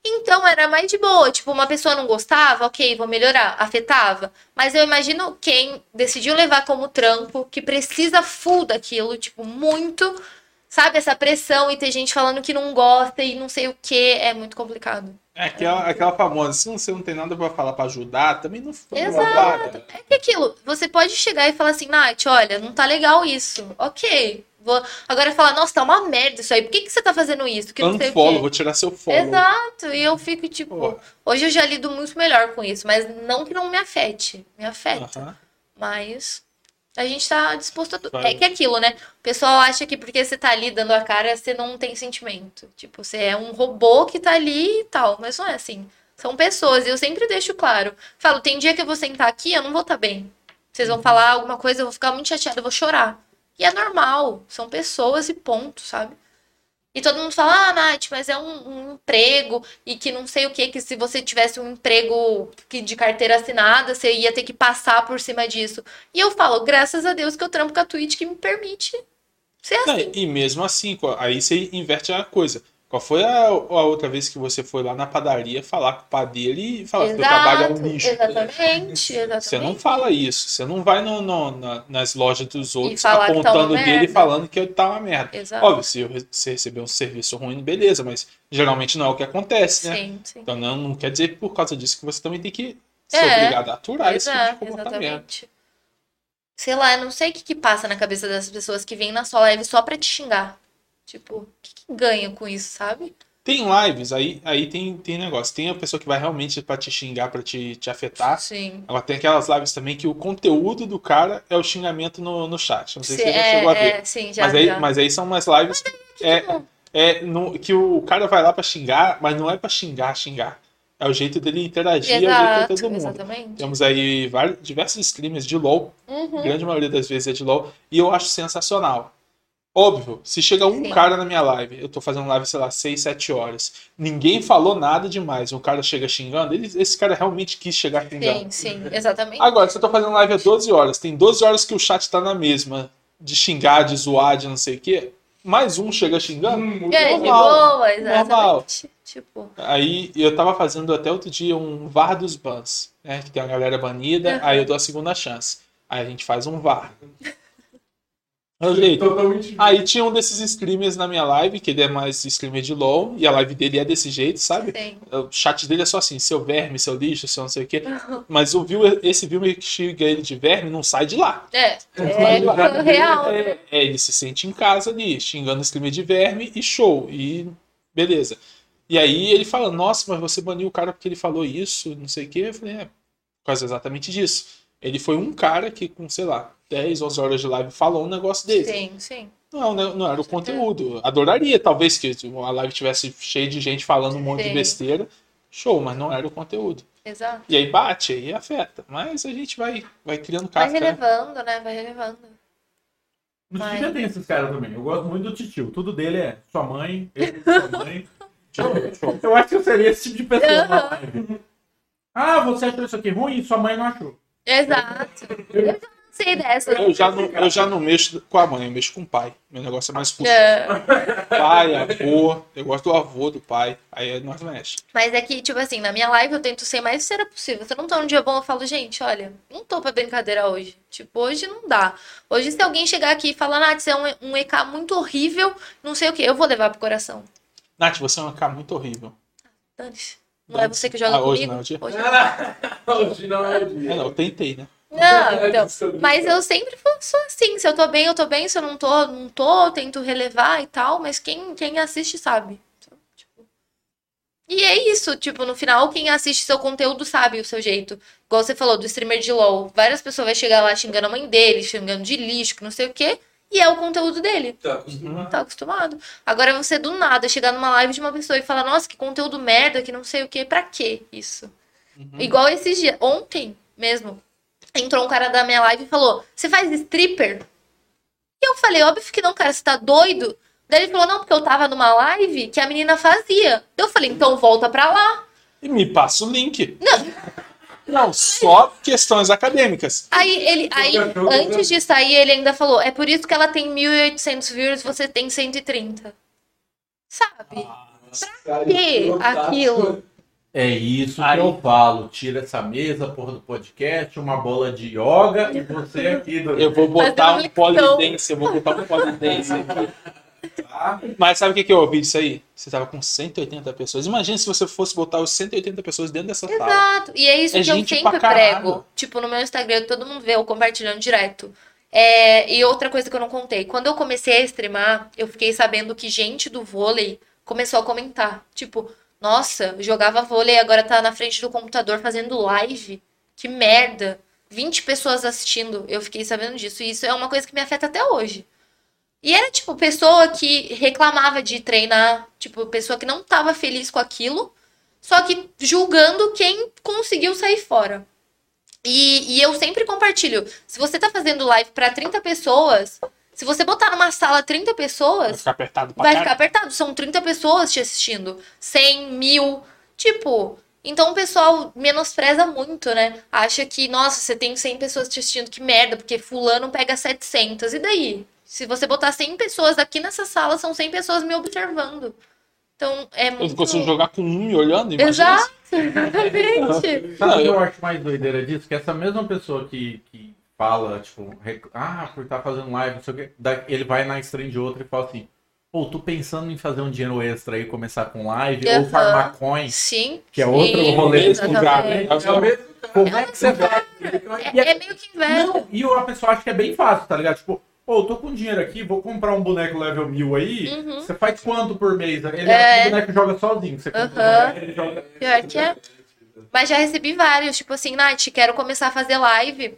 C: Então era mais de boa. Tipo, uma pessoa não gostava, ok, vou melhorar, afetava. Mas eu imagino quem decidiu levar como trampo, que precisa full daquilo, tipo, muito, sabe, essa pressão e ter gente falando que não gosta e não sei o que, é muito complicado.
A: É Aquela, aquela famosa, se você não tem nada pra falar pra ajudar, também não né? fica
C: Exato.
A: preocupada.
C: E É aquilo, você pode chegar e falar assim, Nath, olha, não tá legal isso. Ok. Vou... Agora falar, nossa, tá uma merda isso aí. Por que, que você tá fazendo isso? Que não sei o
A: Unfollow,
C: quê.
A: vou tirar seu follow.
C: Exato. E eu fico, tipo,
A: Pô.
C: hoje eu já lido muito melhor com isso, mas não que não me afete. Me afeta.
A: Aham.
C: Mas a gente tá disposto a tudo.
A: Vai.
C: É que é aquilo, né? O pessoal acha que porque você tá ali dando a cara, você não tem sentimento. Tipo, você é um robô que tá ali e tal. Mas não é assim. São pessoas. E eu sempre deixo claro. Falo, tem dia que eu vou sentar aqui, eu não vou estar bem. Vocês vão falar alguma coisa, eu vou ficar muito chateada, eu vou chorar. E é normal. São pessoas e ponto, sabe? E todo mundo fala, ah, Nath, mas é um, um emprego e que não sei o que, que se você tivesse um emprego que de carteira assinada, você ia ter que passar por cima disso. E eu falo, graças a Deus que eu trampo com a Twitch que me permite ser
A: Não,
C: assim.
A: e mesmo assim, qual- aí você inverte a coisa. Qual foi a, a outra vez que você foi lá na padaria falar com o padeiro e falar que o trabalho é um lixo?
C: assim." exatamente, exatamente.
A: Você não fala isso. Você não vai no, no- na- nas lojas dos outros
C: falar que tá uma
A: apontando o dedo e
C: merda.
A: falando que tá uma merda.
C: Exato.
A: Óbvio, se eu re- se receber um serviço ruim, beleza, mas geralmente não é o que acontece, né?
C: Sim, sim.
A: Então não, não quer dizer que por causa disso que você também tem que ser
C: É.
A: obrigado a aturar esse tipo de
C: Exato,
A: comportamento.
C: exatamente. Sei lá, eu não sei o que, que passa na cabeça dessas pessoas que vêm na sua live só pra te xingar. Tipo, o que, que ganha com isso, sabe?
A: Tem lives, aí, aí tem, tem negócio. Tem a pessoa que vai realmente pra te xingar, pra te, te afetar.
C: Sim.
A: Agora tem aquelas lives também que o conteúdo do cara é o xingamento no, no chat. Não sei se você já
C: é,
A: chegou a ver.
C: é, sim, já,
A: mas, aí,
C: já.
A: mas aí são umas lives é,
C: bom.
A: é no- que o cara vai lá pra xingar, mas não é pra xingar, xingar. É o jeito dele interagir, é o jeito de todo
C: Exato,
A: mundo.
C: exatamente.
A: Temos aí vários, diversos streamers de LoL a
C: Uhum.
A: grande maioria das vezes é de LOL, e eu acho sensacional. Óbvio, se chega um
C: Sim.
A: cara na minha live, eu tô fazendo live, sei lá, 6, 7 horas, ninguém falou nada demais, um cara chega xingando, ele- esse cara realmente quis chegar xingando.
C: Sim, sim, exatamente.
A: Agora, se eu tô fazendo live há 12 horas, tem 12 horas que o chat tá na mesma, de xingar, de zoar, de não sei o quê, mais um chega xingando,
B: Hum,
C: E aí, de
A: normal,
C: boa, exatamente.
A: normal.
C: Tipo,
A: Aí eu tava fazendo até outro dia um VAR dos bans, né? Que tem a galera banida, aí eu dou a segunda chance. Aí a gente faz um VAR. Eu dei.
B: Totalmente.
A: Aí tinha um desses streamers na minha live, que ele é mais streamer de LOL, e a live dele é desse jeito, sabe?
C: sim.
A: O chat dele é só assim, seu verme, seu lixo, seu não sei o quê. Mas o viewer, esse viewer que xinga ele de verme não sai de lá.
C: É, é,
A: Vai lá.
C: real. né?
A: É, é, ele se sente em casa ali, xingando o streamer de verme e show. E beleza. E aí ele fala, nossa, mas você baniu o cara porque ele falou isso, não sei o quê. Eu falei, é, por causa exatamente disso. Ele foi um cara que com, sei lá, 10, 11 horas de live falou um negócio desse.
C: Sim, sim.
A: Não, não, não era o conteúdo. Adoraria, talvez, que a live tivesse cheia de gente falando um monte de
C: Sim.
A: besteira. Show, mas não era o conteúdo.
C: Exato.
A: E aí bate, aí afeta. Mas a gente vai, vai criando
C: Vai
A: casca, né?
C: relevando, né? Vai relevando.
E: No
C: Vai.
E: Titio tem esses caras também. Eu gosto muito do Titio. Tudo dele é sua mãe, ele, é sua mãe.
A: Show.
E: Eu acho que eu seria esse tipo de pessoa. na
C: Aham.
E: live. Ah, você achou isso aqui ruim e sua mãe não achou.
C: Exato. Eu já não sei dessa.
A: Eu já, não, eu já não mexo com a mãe, eu mexo com o pai. Meu negócio é mais fuso.
C: É.
A: Pai, avô, eu gosto do avô, do pai. Aí nós mexe.
C: Mas é que, tipo assim, na minha live eu tento ser mais sincera possível. Se eu não tô num dia bom, eu falo, gente, olha, não tô pra brincadeira hoje. Tipo, hoje não dá. Hoje, se alguém chegar aqui e falar, Nath, você é um, um EK muito horrível, não sei o quê, eu vou levar pro coração.
A: Nath, você é uma cara muito horrível.
C: Dane-se. Não é você que joga
A: Ah, hoje
C: comigo?
A: não, hoje-
C: Hoje
B: Hoje não é o dia.
A: É, não, eu tentei, né?
C: Não, então.
B: Isso é muito
C: Mas eu sempre fui- sou assim. Se eu tô bem, eu tô bem. Se eu não tô, não tô. Eu tento relevar e tal. Mas quem, quem assiste sabe. Então, tipo, E é isso. Tipo, no final, quem assiste seu conteúdo sabe o seu jeito. Igual você falou do streamer de LOL. Várias pessoas vão chegar lá xingando a mãe dele, xingando de lixo, que não sei o quê. E é o conteúdo dele.
B: Tá acostumado.
C: Tá acostumado. Agora você do nada chegar numa live de uma pessoa e falar: Nossa, que conteúdo merda, que não sei o quê. Pra quê isso?
A: Uhum.
C: Igual esses dias, ontem mesmo, entrou um cara da minha live e falou: Você faz stripper? E eu falei: Óbvio que não, cara, você tá doido? Daí ele falou: Não, porque eu tava numa live que a menina fazia. Daí eu falei: Então volta pra lá.
A: E me passa o link. Não, só questões acadêmic
C: Aí ele, aí antes de sair, ele ainda falou: É por isso que ela tem 1.800 views, você tem 130. Sabe?
B: Pra
C: quê aquilo?
E: É isso
A: Aí.
E: que eu falo. Tira essa mesa, porra do podcast, uma bola de yoga e você aqui do.
A: Eu vou botar
C: Fazendo
A: um
C: lição.
A: polidense, eu vou botar um polidense aqui. Mas sabe o que, que eu ouvi disso aí? Você tava com 180 pessoas. Imagina se você fosse botar os 180 pessoas dentro dessa sala.
C: Exato. E é isso
A: É
C: que eu
A: gente
C: sempre
A: pra caralho.
C: prego. Tipo, no meu Instagram, todo mundo vê eu compartilhando direto. É, e outra coisa que eu não contei. Quando eu comecei a streamar, eu fiquei sabendo que gente do vôlei começou a comentar. Tipo, nossa, jogava vôlei, agora tá na frente do computador fazendo live. Que merda. 20 pessoas assistindo. Eu fiquei sabendo disso. E isso é uma coisa que me afeta até hoje. E era, tipo, pessoa que reclamava de treinar. Tipo, pessoa que não tava feliz com aquilo. Só que julgando quem conseguiu sair fora. E, e eu sempre compartilho. Se você tá fazendo live pra 30 pessoas, se você botar numa sala 30
A: Vai
C: pessoas,
A: ficar apertado pra
C: vai ficar
A: caralho.
C: apertado. São 30 pessoas te assistindo. 100, mil. Tipo, então o pessoal menospreza muito, né? Acha que, nossa, você tem 100 pessoas te assistindo, que merda, porque fulano pega 700. E daí? Se você botar 100 pessoas aqui nessa sala, são 100 pessoas me observando. Então, é muito...
A: Eu consigo jogar com um me olhando, imagina.
C: Exato,
E: Sabe
C: exatamente.
E: o
A: Não,
E: que
A: eu-
E: eu acho mais doideira disso? Que essa mesma pessoa que, que fala, tipo, rec- ah, por estar fazendo live, não sei o quê, da- ele vai na stream de outro e fala assim, pô, tô pensando em fazer um dinheiro extra aí, começar com live, ou
C: Aham.
E: farmar coins,
C: Sim.
E: que é outro
C: sim,
E: rolê.
A: Mesmo gato, né?
C: exatamente.
B: É o mesmo
E: Como é que você vai?
C: É, é meio que inveja.
E: Não, e a pessoa acha que é bem fácil, tá ligado? Tipo, pô, eu tô com dinheiro aqui, vou comprar um boneco level 1000 aí,
C: Uhum.
E: você faz quanto por mês? Ele acha
C: É.
E: que o boneco joga sozinho, você compra
C: Aham.
E: um boneco, ele joga
C: Pior que é. Mas já recebi vários, tipo assim, Nath, quero começar a fazer live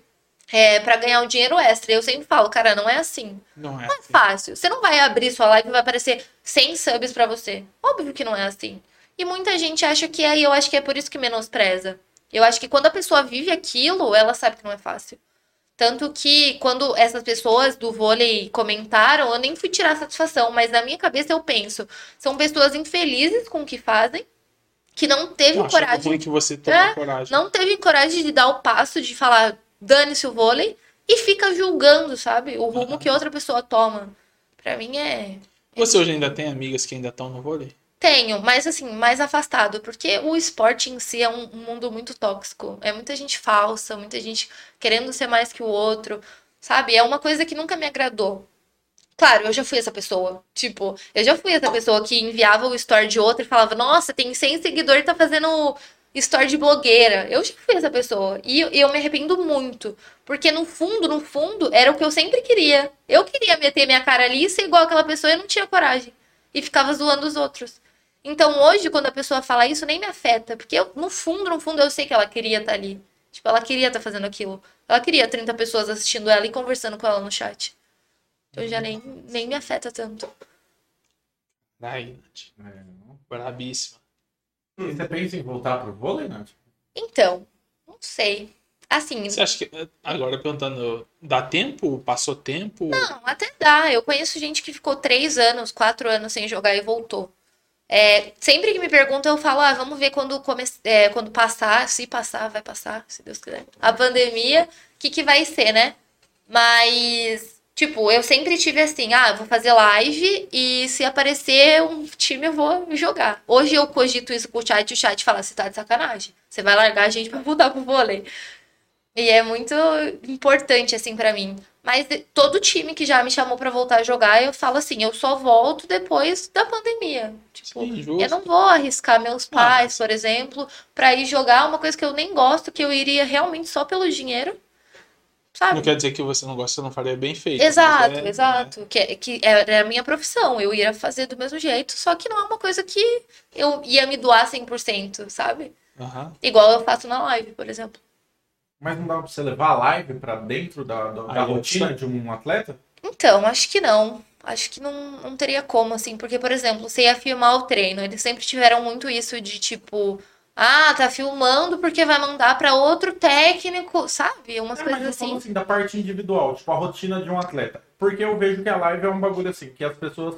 C: é, para ganhar um dinheiro extra. E Eu sempre falo, cara, não é assim.
A: Não é.
C: Não é fácil. Você não vai abrir sua live e vai aparecer 100 subs pra você. Óbvio que não é assim. E muita gente acha que é, e eu acho que é por isso que menospreza. Eu acho que quando a pessoa vive aquilo, ela sabe que não é fácil. Tanto que quando essas pessoas do vôlei comentaram, eu nem fui tirar satisfação, mas na minha cabeça eu penso, são pessoas infelizes com o que fazem, que não teve
A: Eu acho
C: coragem
A: ruim que você toma
C: É,
A: coragem.
C: não teve coragem de dar o passo de falar dane-se o vôlei e fica julgando, sabe? O rumo que outra pessoa toma. Pra mim é.
A: Você hoje ainda tem amigas que ainda estão no vôlei?
C: Tenho, mas assim, mais afastado, porque o esporte em si é um, um mundo muito tóxico. É muita gente falsa, muita gente querendo ser mais que o outro, sabe? É uma coisa que nunca me agradou. Claro, eu já fui essa pessoa. Tipo, eu já fui essa pessoa que enviava o story de outra e falava: Nossa, tem 100 seguidores e tá fazendo story de blogueira. Eu já fui essa pessoa. E eu- eu me arrependo muito. Porque no fundo, no fundo, era o que eu sempre queria. Eu queria meter minha cara ali e ser igual aquela pessoa e eu não tinha coragem. E ficava zoando os outros. Então hoje, quando a pessoa fala isso, nem me afeta. Porque eu, no fundo, no fundo, eu sei que ela queria estar ali. tá Tipo, ela queria estar fazendo aquilo. Ela queria 30 pessoas assistindo ela e conversando com ela no chat. Eu já nem, nem me afeta tanto.
A: Ai, Nath,
E: É, não.
A: Né, brabíssima.
E: E você pensa em voltar pro vôlei, né? Nath?
C: Então, não sei. Assim,
A: Você acha que. Agora perguntando, dá tempo? Passou tempo?
C: Não, até dá. Eu conheço gente que ficou três anos, quatro anos sem jogar e voltou. É, sempre que me perguntam, eu falo, ah, vamos ver quando, come... é, quando passar, se passar, vai passar, se Deus quiser. A pandemia, o que, que vai ser, né? Mas, tipo, eu sempre tive assim, ah, eu vou fazer live e se aparecer um time eu vou jogar. Hoje eu cogito isso com o chat e o chat fala, você tá de sacanagem. Você vai largar a gente pra voltar pro vôlei. E é muito importante, assim, pra mim. Mas de- todo time que já me chamou pra voltar a jogar, eu falo assim, eu só volto depois da pandemia. Tipo,
A: Sim, justo.
C: eu não vou arriscar meus
A: Não.
C: pais, por exemplo, pra ir jogar uma coisa que eu nem gosto, que eu iria realmente só pelo dinheiro,
A: Não
C: sabe?
A: quer dizer que você não gosta, você não faria bem feito. mas
C: Exato,
A: é-
C: exato. Que, que era a minha profissão, eu ia fazer do mesmo jeito, só que não é uma coisa que eu ia me doar 100%, sabe?
A: é, aham.
C: Igual eu faço na live, por exemplo.
E: Mas não dá pra você levar a live pra dentro da, da, da
A: Aí eu
E: rotina
A: sei.
E: de um atleta?
C: Então, acho que não. Acho que não, não teria como, assim, porque, por exemplo, você ia filmar o treino, eles sempre tiveram muito isso de tipo, ah, tá filmando porque vai mandar pra outro técnico, sabe? Umas
E: É, mas
C: coisas
E: eu falo
C: assim.
E: assim, da parte individual, tipo a rotina de um atleta. Porque eu vejo que a live é um bagulho assim, que as pessoas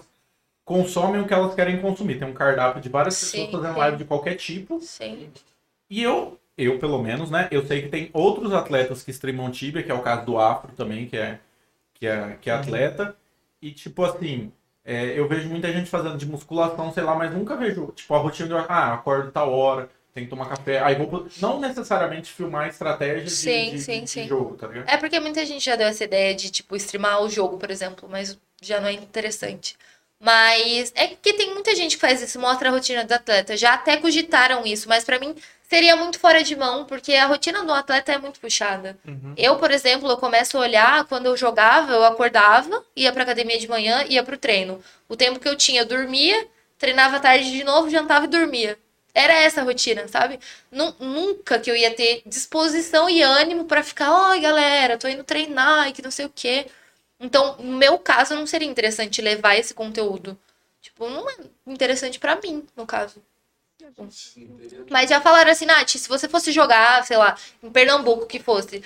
E: consomem o que elas querem consumir. Tem um cardápio de várias
C: Sim,
E: pessoas fazendo
C: tem.
E: live de qualquer tipo.
C: Sim.
E: E eu, eu pelo menos, né? Eu sei que tem outros atletas que streamam Tibia, que é o caso do Afro também, que é, que é, que é atleta. E tipo assim, é, eu vejo muita gente fazendo de musculação, sei lá, mas nunca vejo, tipo, a rotina de ah, acordo tal hora, tem que tomar café. Aí vou. pro- Não necessariamente filmar estratégia de,
C: Sim,
E: de-
C: sim,
E: de
C: sim.
E: jogo, tá ligado?
C: É porque muita gente já deu essa ideia de, tipo, streamar o jogo, por exemplo, mas já não é interessante. Mas é que tem muita gente que faz isso, mostra a rotina do atleta. Já até cogitaram isso, mas pra mim seria muito fora de mão, porque a rotina do atleta é muito puxada.
A: Uhum.
C: Eu, por exemplo, eu começo a olhar quando eu jogava, eu acordava, ia pra academia de manhã, ia pro treino. O tempo que eu tinha, eu dormia, treinava à tarde de novo, jantava e dormia. Era essa a rotina, sabe? Nu- nunca que eu ia ter disposição e ânimo pra ficar, ai, galera, tô indo treinar e que não sei o quê. Então, no meu caso, não seria interessante levar esse conteúdo. Tipo, não é interessante pra mim, no caso. Mas já falaram assim, Nath, se você fosse jogar, sei lá, em Pernambuco que fosse,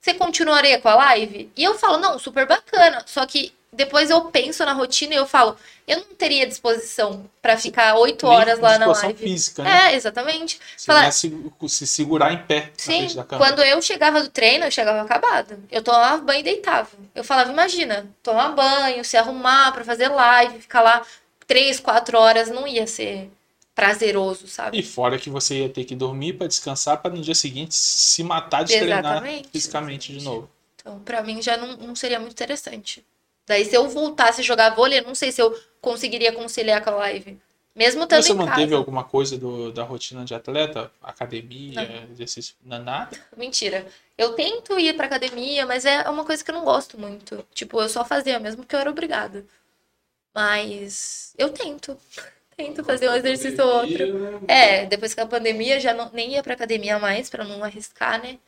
C: você continuaria com a live? E eu falo, não, super bacana. Só que depois eu penso na rotina e eu falo, eu não teria disposição pra ficar oito horas lá na
A: Disposição
C: live.
A: física, né?
C: É, exatamente.
A: Você
C: falar-
A: ia se, se segurar em pé na
C: Sim,
A: frente da câmera.
C: quando eu chegava do treino, eu chegava acabada. Eu tomava banho e deitava. Eu falava, imagina, tomar banho, se arrumar pra fazer live, ficar lá três, quatro horas, não ia ser prazeroso, sabe?
A: E fora que você ia ter que dormir pra descansar pra no dia seguinte se matar de treinar
C: Exatamente.
A: fisicamente de novo.
C: Então, pra mim já não, não seria muito interessante. Daí, se eu voltasse a jogar vôlei, eu não sei se eu conseguiria conciliar com a live. Mesmo estando
A: você
C: em casa.
A: manteve alguma coisa do- da rotina de atleta? Academia, exercício, não, nada?
C: Mentira. Eu tento ir pra academia, mas é uma coisa que eu não gosto muito. Tipo, eu só fazia mesmo porque eu era obrigada. Mas eu tento. Tento fazer um exercício ou outro. É, depois que a pandemia já não, nem ia pra academia mais, pra não arriscar, né?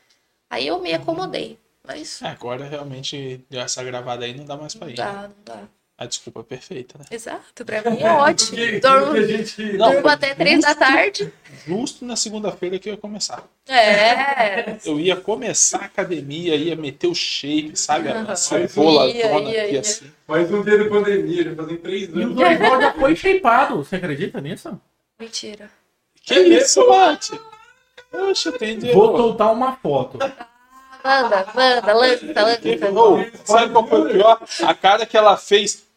C: Aí eu me acomodei. Mas
A: É, agora realmente deu essa gravada aí não dá mais pra
C: não
A: ir. né?
C: dá, não dá.
A: A desculpa é perfeita, né?
C: Exato, pra mim é ótimo. Dormo,
B: a gente...
A: Não,
C: Durmo até três da tarde.
A: Justo na segunda-feira que eu ia começar.
C: É.
A: Eu ia começar a academia, ia meter o shape, sabe?
C: Aham.
A: A cebola
C: Ia,
A: tona
C: ia,
A: aqui
C: ia.
A: assim.
B: Mais um dia de pandemia, já fazem três
E: E o
B: anos.
E: Dorival já foi shapeado, você acredita nisso?
C: Mentira.
A: Que isso, Mate? Poxa, tem de.
E: Vou soltar uma foto.
C: Manda, manda, lança, lança.
A: Oh, sabe qual foi o pior? A cara que ela fez.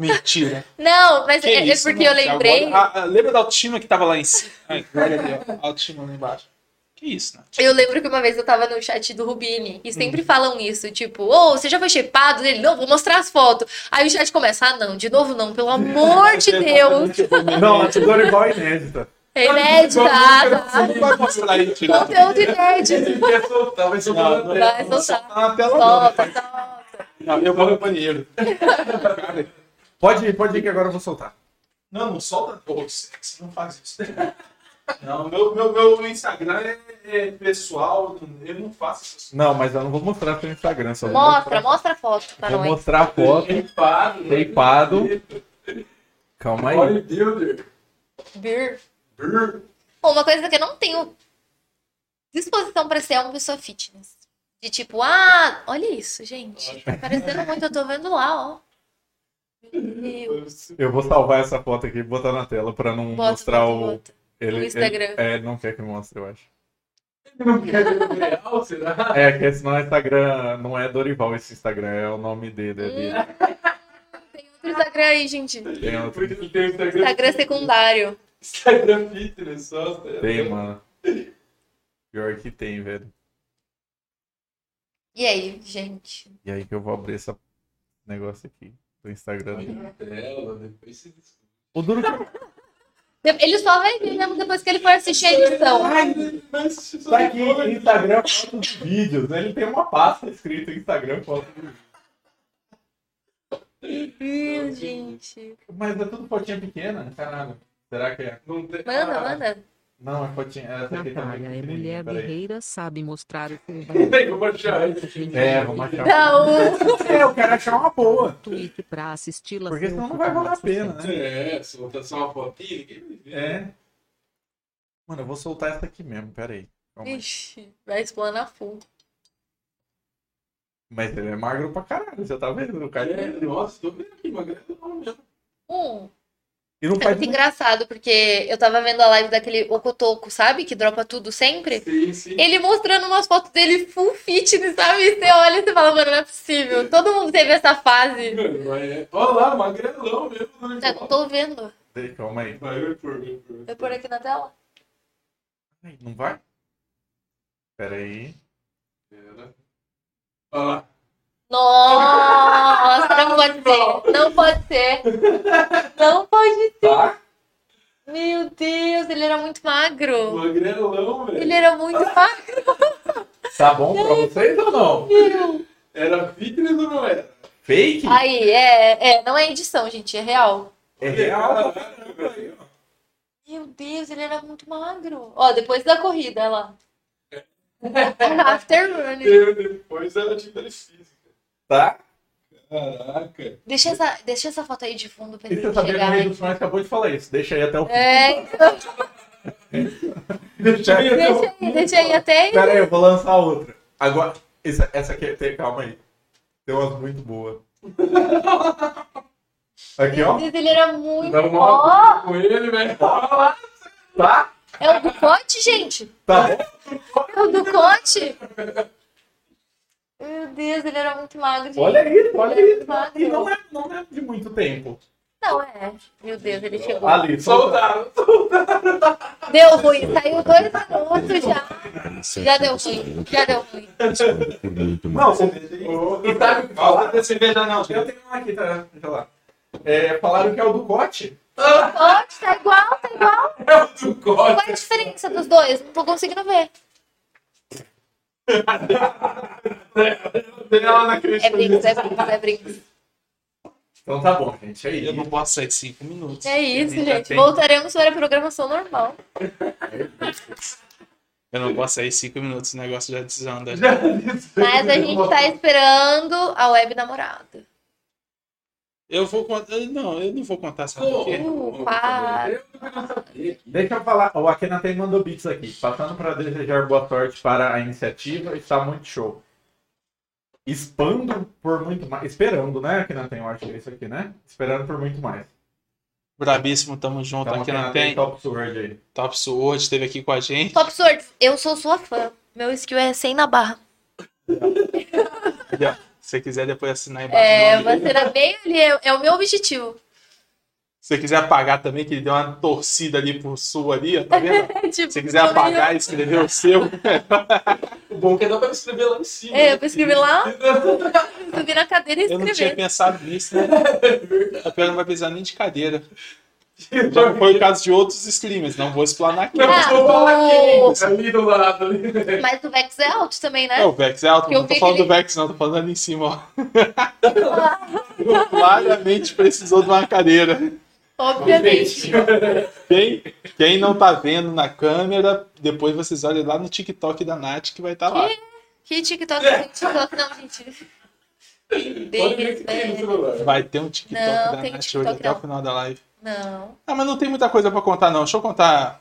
A: Mentira.
C: Não, mas
A: Que
C: é, é
A: isso,
C: porque eu
A: mano?
C: lembrei.
A: Agora- ah, ah, lembra da autoestima que tava lá em cima? Ai, olha ali, ó. Autoestima lá embaixo. Que isso, né?
C: Eu lembro que uma vez eu tava no chat do Rubini e sempre falam isso, tipo, ô, você já foi shapeado? Ele, não, vou mostrar as fotos. Aí o chat começa, ah, não, de novo não, pelo amor de Deus.
E: Não, a do Dorival é inédita.
C: É inédita. ah, tá,
A: Você não vai mostrar isso, né?
C: Conteúdo inédito.
B: Ele quer soltar, vai soltar
A: Não,
B: na tela.
C: Vai
A: Não
C: soltar.
A: tá na tela, não.
C: Solta, solta.
A: Não, Eu vou no banheiro.
E: Pode ir, pode ir que agora eu vou soltar.
A: Não, não solta. Pô, sexo, não faz isso. Não, meu, meu, meu Instagram é, é pessoal, eu não faço essas
E: Não, mas eu não vou mostrar seu Instagram. Só vou
C: Mostra, mostra a foto pra
E: Vou
C: nós.
E: mostrar a foto.
B: Limpado, né?
E: Teipado. Calma aí.
B: Bodybuilder.
C: Bir.
B: Brr.
C: Bom, uma coisa que eu não tenho disposição pra ser é uma pessoa fitness. De tipo, ah, olha isso, gente. Tá parecendo muito, eu tô vendo lá, ó. Meu Deus.
E: Eu vou salvar essa foto aqui e botar na tela pra não
C: Bota,
E: mostrar
C: bota,
E: o.
C: bota.
E: Ele,
C: o Instagram.
E: ele- é, não quer que mostre, eu acho.
B: Não quer ver o real, será?
E: É, que esse não é Instagram, não é Dorival esse Instagram, é o nome dele ali.
C: Tem outro Instagram aí, gente.
E: Tem outro
B: Porque ele tem o Instagram,
C: Instagram secundário. É.
B: Instagram fitness, só.
E: tem, mano. Pior que tem, velho.
C: E aí, gente?
E: E aí que eu vou abrir esse negócio aqui do Instagram
B: Olha
E: dele.
B: na tela, depois se desculpa.
E: O duro que-
C: Ele só vai ver mesmo depois que ele for assistir a edição.
B: Mas isso
E: tá
B: é
E: aqui,
B: coisa.
E: Instagram foto de vídeos. né? Ele tem uma pasta escrita Instagram foto.
C: Meu, gente.
E: Mas é tudo fotinha pequena, caralho. Será que é?
B: Não tem-
C: Manda,
B: Ah,
C: manda.
E: Não, é fotinha. Essa aqui também.
D: Natália é mulher guerreira, sabe mostrar o
B: Tem que baixar isso.
D: curvão.
E: É, vou achar.
C: Não.
E: É, eu quero achar uma boa.
D: Twitch pra assisti-la.
E: Porque
D: seu
E: senão não vai
A: Tá
E: valer a
D: futuro
E: pena, né?
B: É, se botar só uma fotinha, ninguém vai ver.
E: É. Mano, eu vou soltar essa aqui mesmo, peraí. Calma aí.
C: Vixe, um. vai explanar full.
E: Mas ele é magro pra caralho, você tá vendo? O cara
B: É, nossa, tô vendo aqui, magrelo não mesmo.
C: Hum.
E: E não
C: É
E: faz
C: muito engraçado, porque eu tava vendo a live daquele Ocotoco, sabe? Que dropa tudo sempre.
B: Sim, sim.
C: Ele mostrando umas fotos dele full fitness, sabe? Você olha e você fala, mano, não é possível. Todo mundo teve essa fase.
B: Mano, mas é- Olha lá, magrelão mesmo. Não
C: Eu não tô vendo.
E: Ei, Calma aí.
B: Vai, vai por, Tá. vai por.
C: Vai pôr aqui na tela?
E: Ai, Não vai? Peraí.
B: Pera. Olha lá.
C: Nossa, não pode ser. Não pode ser. Não pode.
B: Tá?
C: Meu Deus, ele era muito magro.
B: Magrelão, velho.
C: Ele era muito magro.
E: Tá bom pra vocês ou não?
B: Era fitness ou não era?
E: Fake?
C: Aí, é, é, não é edição, gente, é real.
E: É real.
B: Caralho, velho.
C: Meu Deus, ele era muito magro. Ó, depois da corrida, olha lá. After running.
B: é, Eu, depois era atividade física.
E: Tá?
B: Caraca.
C: Deixa essa, deixa essa foto aí de fundo pra
E: E
C: ele
E: você sabia que o
C: chegar.
E: Rei
C: aí.
E: dos Sonhos acabou de falar isso. Deixa aí até o fim.
C: É, então,
B: Deixa aí,
C: deixa aí, deixa aí até.
E: Pera aí, eu vou lançar outra. Agora, essa, essa aqui, tem- calma aí. Tem umas muito boas. Aqui,
C: Meu
E: ó.
C: Deus, ele era muito.
B: Dá uma
C: Ó,
B: Tá com ele, né? velho. Olha lá.
E: Tá?
C: é o Ducote, gente?
E: Tá bom?
C: É o Ducote? Meu Deus, ele era muito magro. Gente.
E: Olha isso, olha isso.
C: Magro.
E: E não é, não é de muito tempo.
C: Não, é. Meu Deus, ele chegou.
E: Ali, um- solta.
B: Soltaram.
C: Deu ruim, saiu dois minutos já.
F: Isso é
C: Já deu ruim,
F: gostoso.
C: já deu ruim.
F: Esconde por muito
E: Não,
F: mais.
E: e sabe o que falaram?
A: da cerveja não,
E: Eu tenho uma aqui, tá? Deixa lá. É, falaram que é o do Gote.
C: Ducote, tá igual, tá igual.
B: É o do
C: Qual é a
B: corte.
C: diferença dos dois? Não tô conseguindo ver.
A: Ela não acredita.
C: É brinks, é brinks, é brinks.
E: Então tá bom, gente. É
A: Eu não
E: isso.
A: posso sair de cinco minutos.
C: É isso,
A: Já
C: gente.
A: tem-
C: Voltaremos para a programação normal.
A: Eu não posso sair cinco minutos, o negócio já desanda.
C: Mas a gente tá esperando a web namorada.
A: Eu vou contar. eu- Não, eu não vou contar essa
B: Pô,
A: porque
C: Uh, para.
B: Eu não sabia aqui.
E: Deixa eu falar. O Akenaten mandou bits aqui. Passando para desejar boa sorte para a iniciativa. Está muito show. Expando por muito mais. Esperando, né, Akenaten? Eu acho que é isso aqui, né? Esperando por muito mais.
A: Brabíssimo, tamo junto
E: Então,
A: aqui na
E: Akenaten,
A: tá, Tem.
E: top sword aí.
A: Top Sword esteve aqui com a gente.
C: Top Swords, eu sou sua fã. Meu skill é 100 na barra.
A: Se você quiser depois assinar embaixo.
C: É,
A: o nome dele.
C: você era bem ali, é, é o meu objetivo.
A: Se você quiser apagar também, que ele deu uma torcida ali pro sul ali, ó, tá vendo?
C: tipo,
A: Se você quiser apagar e escrever o seu,
B: O bom é que dá pra escrever lá em cima.
C: É,
B: né?
C: eu vou escrever lá, subir na cadeira e
A: eu não tinha
C: escrever.
A: pensado nisso, né? A Pia não vai precisar nem de cadeira. Já foi o caso de outros streamers, não vou explanar aqui.
B: Não,
C: Ah,
B: vou falar
C: o-
B: aqui, Tá ali do lado. ali.
C: Mas o Vex é alto também,
A: É,
C: né?
A: o Vex é alto,
C: Eu
A: não tô
C: vi
A: falando
C: que
A: do Vex, não, tô falando ali em cima, ó. Claramente precisou de uma cadeira.
C: Obviamente.
A: Quem, quem não tá vendo na câmera, depois vocês olhem lá no TikTok da Nath que vai estar lá.
C: Que TikTok, tem TikTok não, gente.
B: Pode ver que
C: Deles, né?
B: tem no
C: velho.
B: celular.
A: Vai ter um TikTok
C: Não,
A: da
C: tem
A: Nath
C: TikTok
A: hoje até o
C: não.
A: final da live.
C: Não.
A: Ah, mas não tem muita coisa pra contar, não. Deixa eu contar.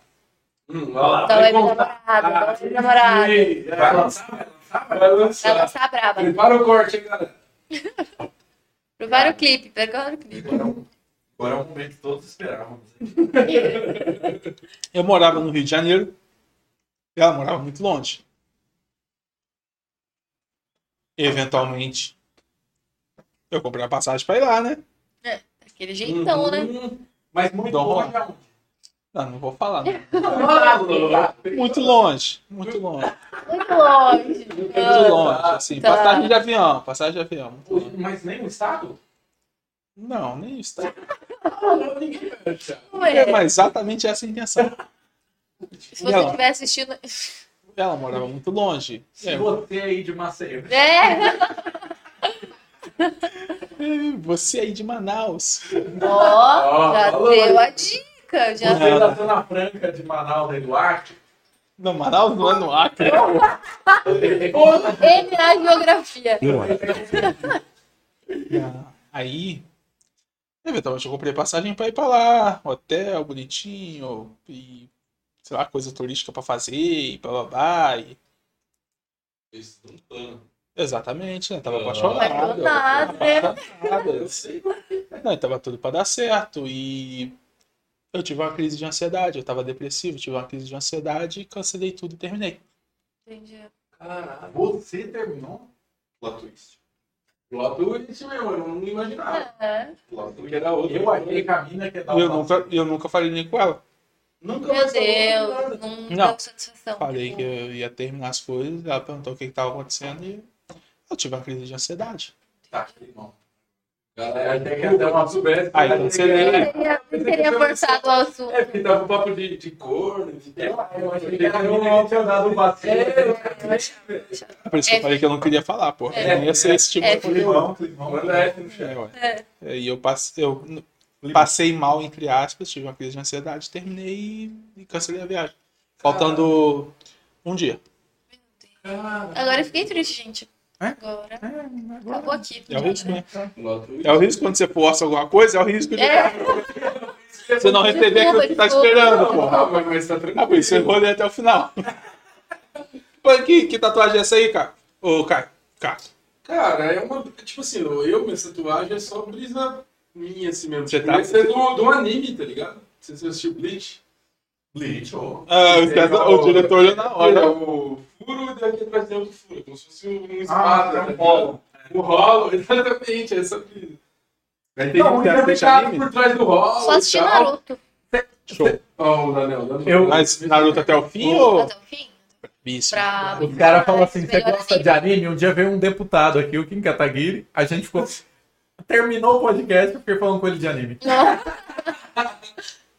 B: Hum, olha lá.
C: Da
B: vai
C: web
B: contar.
C: namorada, da web namorada.
B: Vai lançar, vai lançar, vai
C: Vai
B: lançar.
C: lançar a braba.
B: Prepara o corte, hein, galera.
C: Prepara o clipe, prepara o clipe.
E: Agora é um- agora é um momento que todos esperávamos.
A: Eu morava no Rio de Janeiro. E ela morava muito longe. Eventualmente, eu comprei a passagem pra ir lá, né?
C: Aquele jeitão, né?
B: Hum, Mas muito
A: Dom
B: bom.
A: Juan. Ah, Não, não vou falar. né? não.
B: Muito
A: Muito longe, muito longe,
C: Muito longe.
A: muito
C: mano.
A: longe. Assim,
C: tá.
A: passagem de avião, passagem de avião. muito longe.
E: Mas nem o Estado?
A: É. Não, nem isso. Tá?
B: ninguém vai achar.
C: Ué,
A: É, mas exatamente essa a intenção.
C: Se você
A: Não.
C: estiver assistindo.
A: Ela morava muito longe.
E: Se
A: É,
E: você aí de Maceió.
C: É!
A: você aí de Manaus.
C: Ó,
B: Ó,
C: já
B: falou
C: deu
B: aí.
C: a dica. Já
A: Não.
E: Você da Zona Franca de Manaus, né, do Acre?
A: Não, Manaus não é no Acre. É.
C: Ele na geografia.
F: Eu acho.
A: Ah, Aí, eventualmente eu comprei passagem pra ir pra lá, hotel bonitinho, e sei lá, coisa turística pra fazer, e blá blá blá. e-
B: Isso, não plano.
A: Exatamente, né? Tava
B: Ah.
A: apaixonado.
C: Apaixonado, né?
A: apaixonado, eu sei. Não, e tava tudo pra dar certo. E eu tive uma crise de ansiedade, eu tava depressivo, tive uma crise de ansiedade, cancelei tudo e terminei.
C: Entendi.
B: Caralho.
E: Você terminou? Plot twist.
B: Plot twist, meu, eu não imaginava.
C: É.
E: Plot twist.
B: Porque era outro.
E: Eu achei que é a mina quer dar
A: E eu
E: plot
A: nunca, eu nunca falei nem com ela.
B: Nunca
C: Meu
B: mais falou
C: Deus,
B: nada.
C: não,
A: Não.
C: deu satisfação.
A: Falei que eu ia terminar as coisas, ela perguntou o que que tava acontecendo e eu tive uma crise de ansiedade.
E: twist. Tá, irmão.
B: Galera, até que até uma soubesse.
A: Ah, então você lê.
C: Seria, seria forçado o assunto.
B: É, porque tava um papo de, de corno, de
E: Eu, eu achei
B: achei
E: que
B: que
E: a
B: era
E: mina que tinha dado um vacilo.
B: É,
A: Por isso que eu
C: É.
A: falei que eu não queria falar, pô.
C: É.
A: Não ia ser esse tipo
C: É.
A: de coisa.
E: Climão, climão. Ah,
B: Manda F no
A: É,
B: chat.
A: ué.
C: É.
A: E eu passei, eu passei mal, entre aspas, tive uma crise de ansiedade, terminei e- e cancelei a viagem. Faltando um dia.
C: Agora eu fiquei triste, gente.
A: É?
C: Agora. Acabou aqui.
A: É o risco, né?
B: um Plot twist.
A: É o risco quando você força alguma coisa, é o risco de
C: É,
A: você não receber aquilo que você tá
C: Desculpa,
A: esperando,
B: Não,
A: porra.
B: não, mas, mas tá tranquilo.
A: Ah, por isso eu enrolei até o final. Pô, que, que tatuagem é essa aí, cara? Ô, Caio, Caio,
B: Cara, é uma. Tipo assim, eu, minha tatuagem é só brisa minha, assim mesmo.
A: Você
B: Tipo,
A: tá-
B: Esse é do, do anime, tá ligado? Se você assistiu Bleach.
E: Bleach, ó.
A: Ah, o,
B: Tem
A: César-
B: lá
A: o diretor olhou na
B: Olha,
A: hora.
B: o furo daqui atrás tem outro furo, como se fosse um
E: Ah,
A: né?
B: espada.
E: é um
B: tá ligado?
E: rolo.
B: O rolo, exatamente, é essa brisa.
A: Vai ter
E: Então,
A: gente
B: Não,
A: que
B: ele é
A: assiste
B: pecado
A: anime.
B: por trás do rolo.
C: só assisti
B: e tal.
C: Naruto.
A: Show.
B: Ó, o Daniel, Daniel.
E: Eu-
A: Mas Naruto até o fim ou
C: Até o um fim.
A: bicho?
C: Pra...
E: O cara fala assim, você
C: Melhor
E: gosta de anime? Um dia veio um deputado aqui, o Kim Kataguiri, a gente ficou... Terminou o podcast, eu fiquei falando com ele de anime.
C: Não.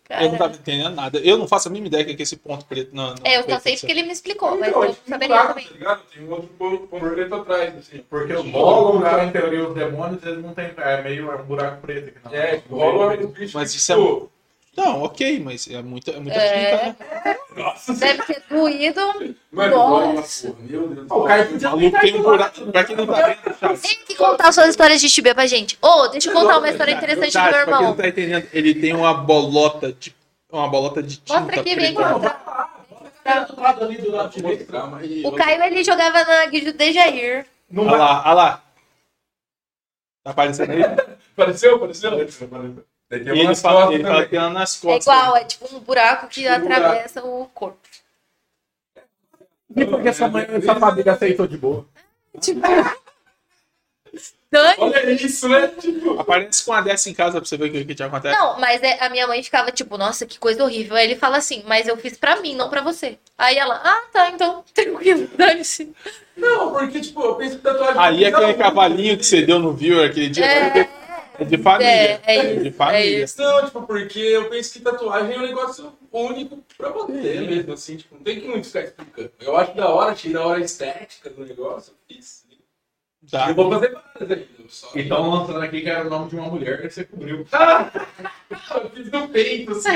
C: Cara,
A: Eu não tava entendendo nada. Eu não faço a mínima ideia que é esse ponto preto. Não, não
C: É, eu só
A: preto,
C: sei
A: sabe?
C: porque ele me explicou, mas
B: Então,
C: eu
B: é tipo um
C: saberia
B: buraco,
C: também.
B: tá ligado? Tem um outro ponto ponto preto atrás, assim.
E: Porque
B: o
E: os
B: Gollum,
E: Gollum
B: cara,
E: são em teoria os demônios, eles não têm... É meio é um buraco preto aqui. na-
B: É,
E: no
B: rola
E: meio.
B: um bicho
A: Mas
B: que,
A: isso é
B: pô,
A: muito- Não, ok, mas é muita, é muita
C: É.
A: fita, né?
C: Deve ter doído.
B: Mano,
C: Nossa.
B: rola, é porra, meu Deus do
E: O
B: céu.
E: cara podia
A: Maluco tem um buraco. Pra quem não tá vendo,
C: Tem que contar suas histórias de Tibia pra gente. Ô, deixa eu contar uma história interessante do
A: Tati,
C: meu
A: pra quem não
C: irmão.
A: tá entendendo, ele tem uma bolota de. Uma bolota de tinta
C: Mostra aqui, vem
A: preta.
E: Não,
C: contar.
E: vai lá. Bota o cara do lado ali, do lado
B: Vou
E: direito.
B: mostrar, mas-
C: O Caio, ele jogava na Guilda de Jair.
E: Não
A: Olha
E: vai...
A: lá, olha lá. Tá aparecendo aí?
B: Apareceu, apareceu? Daí Ah. tem
A: E ele
B: umas
A: fala,
B: fotos
A: ele fala
B: também.
A: que ela nas
C: É
A: costas.
C: igual, é tipo um buraco que
B: Um buraco.
C: atravessa o corpo.
E: E porque essa, mãe, essa família aceitou de boa?
C: Tipo... Dane.
B: Olha isso, né? Tipo,
A: Aparece com a dessa em casa pra você ver o que, que te acontece.
C: Não, mas é- a minha mãe ficava tipo, nossa, que coisa horrível. Aí ele fala assim, mas eu fiz pra mim, não pra você. Aí ela, ah, tá, então, tranquilo, dane-se.
B: não, porque, tipo, eu penso que tatuagem.
A: Aí é
B: não,
A: aquele cavalinho que você deu no viewer aquele dia
C: É,
A: é de família.
C: é, é
A: É
C: isso.
A: de família.
C: é
B: Não, tipo, porque eu penso que tatuagem é um negócio único pra você mesmo, assim, tipo, não tem que muito ficar explicando. Eu acho da hora, achei da hora a estética do negócio, eu fiz.
A: Tá.
B: Eu vou fazer várias ainda. eu Só...
E: Então lançando aqui que era o nome de uma mulher que você cobriu.
B: Eu fiz no peito, assim.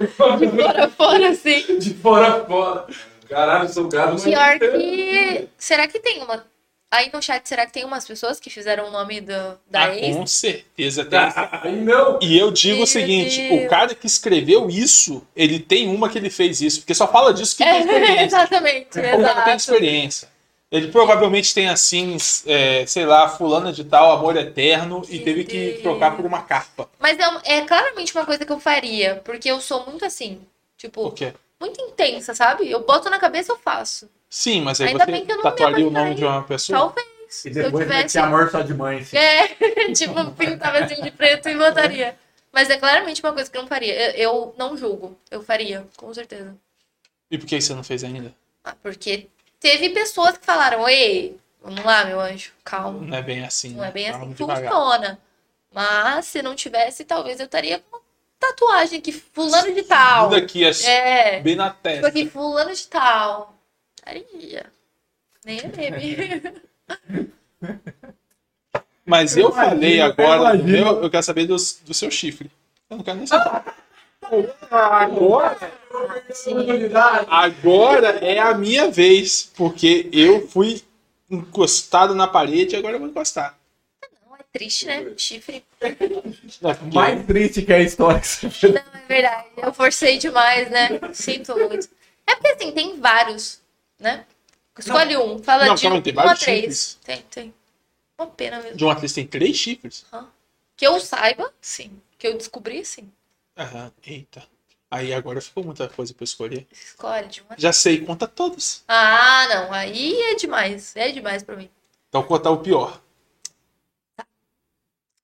C: De fora fora, assim.
B: De fora a fora. Caralho, sou gado. mas-
C: Pior que. Será que tem uma. Aí no chat, será que tem umas pessoas que fizeram o nome do, da
A: Ah,
C: ex?
A: com certeza tem.
B: Ah, Aí não.
A: E eu digo
C: Meu
A: o seguinte:
C: Deus.
A: o cara que escreveu isso, ele tem uma que ele fez isso, porque só fala disso que tem
C: É,
A: experiência.
C: exatamente,
A: o cara tem
C: exato.
A: experiência. Ele provavelmente tem assim, é, sei lá, fulana de tal, amor eterno, e
C: Que
A: teve que
C: Deus.
A: trocar por uma carpa.
C: Mas é, um- é claramente uma coisa que eu faria, porque eu sou muito assim, tipo,
A: Por quê?
C: muito intensa, sabe? Eu boto na cabeça e eu faço.
A: Sim, mas aí
C: Ainda bem
A: você
C: que eu não me
A: tatuaria o nome
C: apaixonei.
A: de uma pessoa.
C: Talvez.
E: E
C: Se eu
E: depois
C: tivesse.
E: meti amor só de mãe, assim.
C: É, tipo, pintava assim de preto e botaria. Mas é claramente uma coisa que eu não faria. Eu, eu não julgo. Eu faria, com certeza.
A: E por que você não fez ainda?
C: Ah, porque teve pessoas que falaram, ei, vamos lá, meu anjo, calma.
A: Não é bem assim.
C: Não é
A: né?
C: bem assim
A: Vamos
C: que
A: devagar.
C: funciona. Mas se não tivesse, talvez eu estaria com uma tatuagem que fulano de tal.
A: Tudo aqui, assim,
C: É.
A: bem na
C: Tipo
A: testa.
C: aqui, fulano de tal. Estaria. Nem é meme.
A: Mas eu,
E: Eu imagino,
A: falei
E: eu
A: agora, do
E: imagino.
A: meu, eu quero saber dos- do, seu chifre. Eu não quero nem saber.
E: Agora?
A: Agora é a minha vez, porque eu fui encostado na parede e agora eu vou encostar.
C: Não, é triste, né? Chifre.
E: Mais triste que é a história que você fez.
C: Não, é verdade. Eu forcei demais, né? Sinto muito. É porque assim, tem vários, né? Escolhe um. Fala
A: Não,
C: de
A: calma aí, tem
C: um a
A: vários
C: três.
A: chifres.
C: Tem, tem. Uma pena mesmo.
A: De um atleta tem três chifres?
C: Que eu saiba, sim. Que eu descobri, sim.
A: Aham, eita. Aí agora ficou muita coisa pra eu escolher.
C: Escolhe de uma.
A: Já sei, conta todos.
C: Ah, não. Aí é demais. É demais pra mim.
A: Então contar o pior.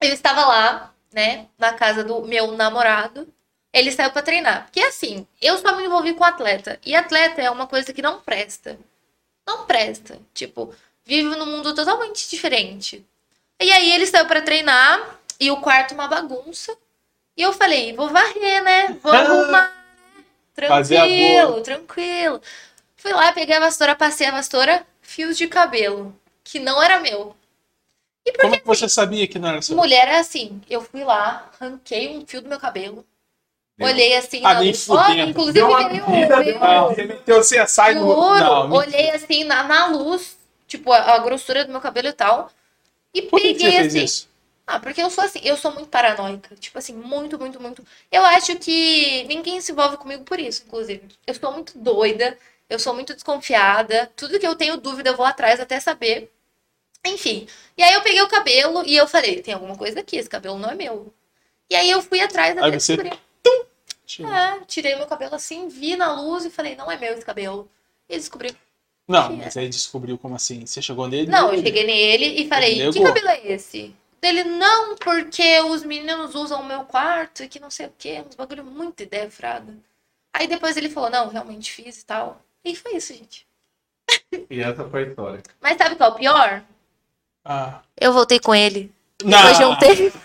C: Eu estava lá, né, na casa do meu namorado. Ele saiu pra treinar. Porque assim, eu só me envolvi com atleta. E atleta é uma coisa que não presta. Não presta. Tipo, vive num mundo totalmente diferente. E aí ele saiu pra treinar e o quarto uma bagunça. E eu falei, vou varrer, né? Vou
A: Ah!
C: arrumar.
A: Fazer a
C: Tranquilo, tranquilo. Fui lá, peguei a vassoura, passei a vassoura, fios de cabelo, que não era meu. E por
A: Como é que você sabia que não era seu?
C: Mulher é assim, eu fui lá, arranquei um fio do meu cabelo,
F: Meu.
C: olhei assim
A: Ah,
C: na
A: nem
C: luz.
A: fudendo.
C: Olha, inclusive
E: Deu uma
C: ganhei um-
E: vida, deu uma
C: ganhei um-
A: Não, você meteu o CSI no.
C: juro,
A: Não, mentira.
C: olhei assim na, na luz, tipo, a, a grossura do meu cabelo e tal. E
A: Por que, que
C: peguei
A: você fez
C: assim.
A: isso?
C: Ah, porque eu sou assim, eu sou muito paranoica. Tipo assim, muito, muito, muito. Eu acho que ninguém se envolve comigo por isso, inclusive. Eu sou muito doida, eu sou muito desconfiada. Tudo que eu tenho dúvida, eu vou atrás até saber. Enfim. E aí eu peguei o cabelo e eu falei, tem alguma coisa aqui, esse cabelo não é meu. E aí eu fui atrás até
A: Aí você-
C: descobrir. É, tirei meu cabelo assim, vi na luz e falei, não é meu esse cabelo. E descobri.
A: Não, mas aí descobriu como assim. Você chegou nele?
C: Não, eu cheguei nele e falei,
A: Ele
C: que
A: negou.
C: cabelo é esse? Dele, não, porque os meninos usam o meu quarto e que não sei o quê, uns bagulho muito ideia frada. Aí depois ele falou, não, realmente fiz e tal. E foi isso, gente.
E: E essa foi a história.
C: Mas sabe qual é o pior?
A: Ah.
C: Eu voltei com ele.
A: Não,
C: Depois de um tempo.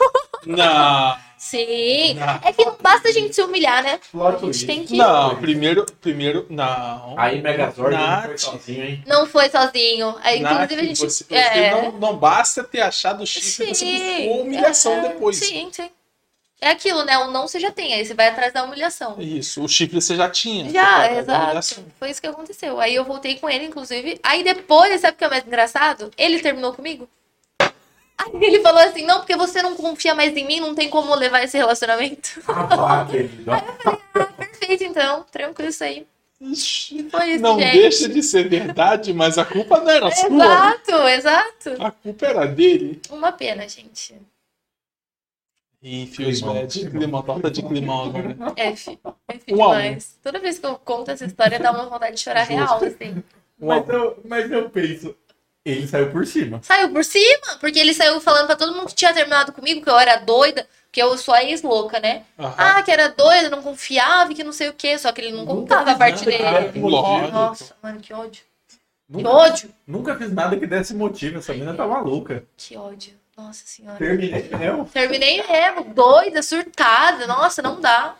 A: não,
C: Sim.
A: não.
C: É que não basta a gente se humilhar, né?
E: Plot
C: A gente
E: twist.
C: tem que.
A: Não, primeiro, primeiro, não.
E: Aí Megazord não foi
A: Nath.
E: sozinho, hein?
C: Não foi sozinho. Aí,
A: Nath,
C: inclusive, a gente.
A: Você, você
C: é.
A: não, não basta ter achado o chifre, você
C: Sim,
A: buscou humilhação
C: é,
A: depois.
C: Sim, sim. É aquilo, né? O não você já tem, aí você vai atrás da humilhação.
A: Isso, o chifre você já tinha.
C: Já,
A: Você tá-
C: exato. Foi isso que aconteceu. Aí eu voltei com ele, inclusive. Aí depois, sabe o que é mais engraçado? Ele terminou comigo. Aí ele falou assim: não, porque você não confia mais em mim, não tem como levar esse relacionamento.
E: Ah, querido.
C: Perfeito, então. Tranquilo isso aí.
A: Ixi,
C: Foi isso,
A: Não
C: gente.
A: deixa de ser verdade, mas a culpa não era sua.
C: Exato, exato.
A: A culpa era dele.
C: Uma pena, gente.
A: E fios
E: Climão,
A: né, de climão, torta de climão agora.
C: F. F
A: Um a um.
C: é demais. Toda vez que eu conto essa história, dá uma vontade de chorar real, assim.
E: Mas eu, mas eu penso, ele saiu por cima.
C: Saiu por cima, porque ele saiu falando pra todo mundo que tinha terminado comigo, que eu era doida, que eu sou a ex-louca, né?
A: Aham.
C: Ah, que era doida, não confiava, e que não sei o quê, só que ele não contava a parte
E: Nunca fiz nada
C: dele.
E: que
A: Lógico.
E: motivo.
C: Nossa, mano, que ódio. Que
E: Nunca,
C: ódio.
E: nunca fiz nada que desse motivo. Essa menina tá maluca.
C: Que ódio. Nossa senhora.
E: Terminei. Eu,
C: Terminei mesmo, doida, surtada. Nossa, não dá.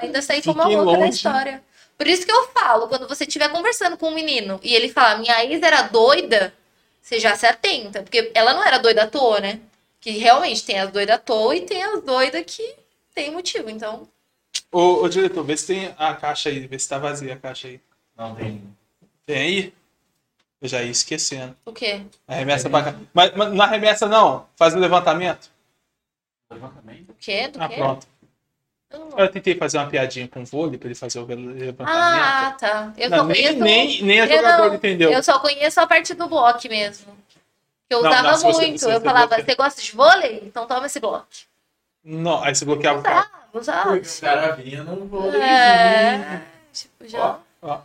C: Ainda saí como a
A: Fiquem
C: louca da
A: longe.
C: história. Por isso que eu falo, quando você estiver conversando com um menino e ele fala, minha ex era doida, você já se atenta. Porque ela não era doida à toa, né? Que realmente tem as doidas à toa e tem as doidas que tem motivo. Então,
A: Ô, ô, diretor, vê se tem a caixa aí, vê se tá vazia a caixa aí.
E: Não tem.
A: Tem aí? Eu já ia esquecendo.
C: o quê?
A: Arremessa pra cá. Mas, mas não arremessa, não. Faz o levantamento.
E: Levantamento?
C: O quê? Do
A: Ah,
C: quê?
A: pronto.
C: Eu não-
A: Eu tentei fazer uma piadinha com o vôlei pra ele fazer o levantamento.
C: Ah, tá. Eu só
A: Não, nem,
C: conheço.
A: nem, nem a
C: Eu
A: jogadora
C: não-
A: entendeu.
C: Eu só conheço a parte do bloco mesmo. Que eu
A: Não,
C: usava
A: não, se você-
C: muito.
A: se
C: eu
A: você
C: falava,
A: bloqueia-
C: você gosta de vôlei? Então toma esse bloco.
A: Não, aí você bloqueava o cara.
C: Tá, usava.
E: Porque o cara vinha no vôlei.
C: É, tipo,
A: Ó,
C: já.
A: ó.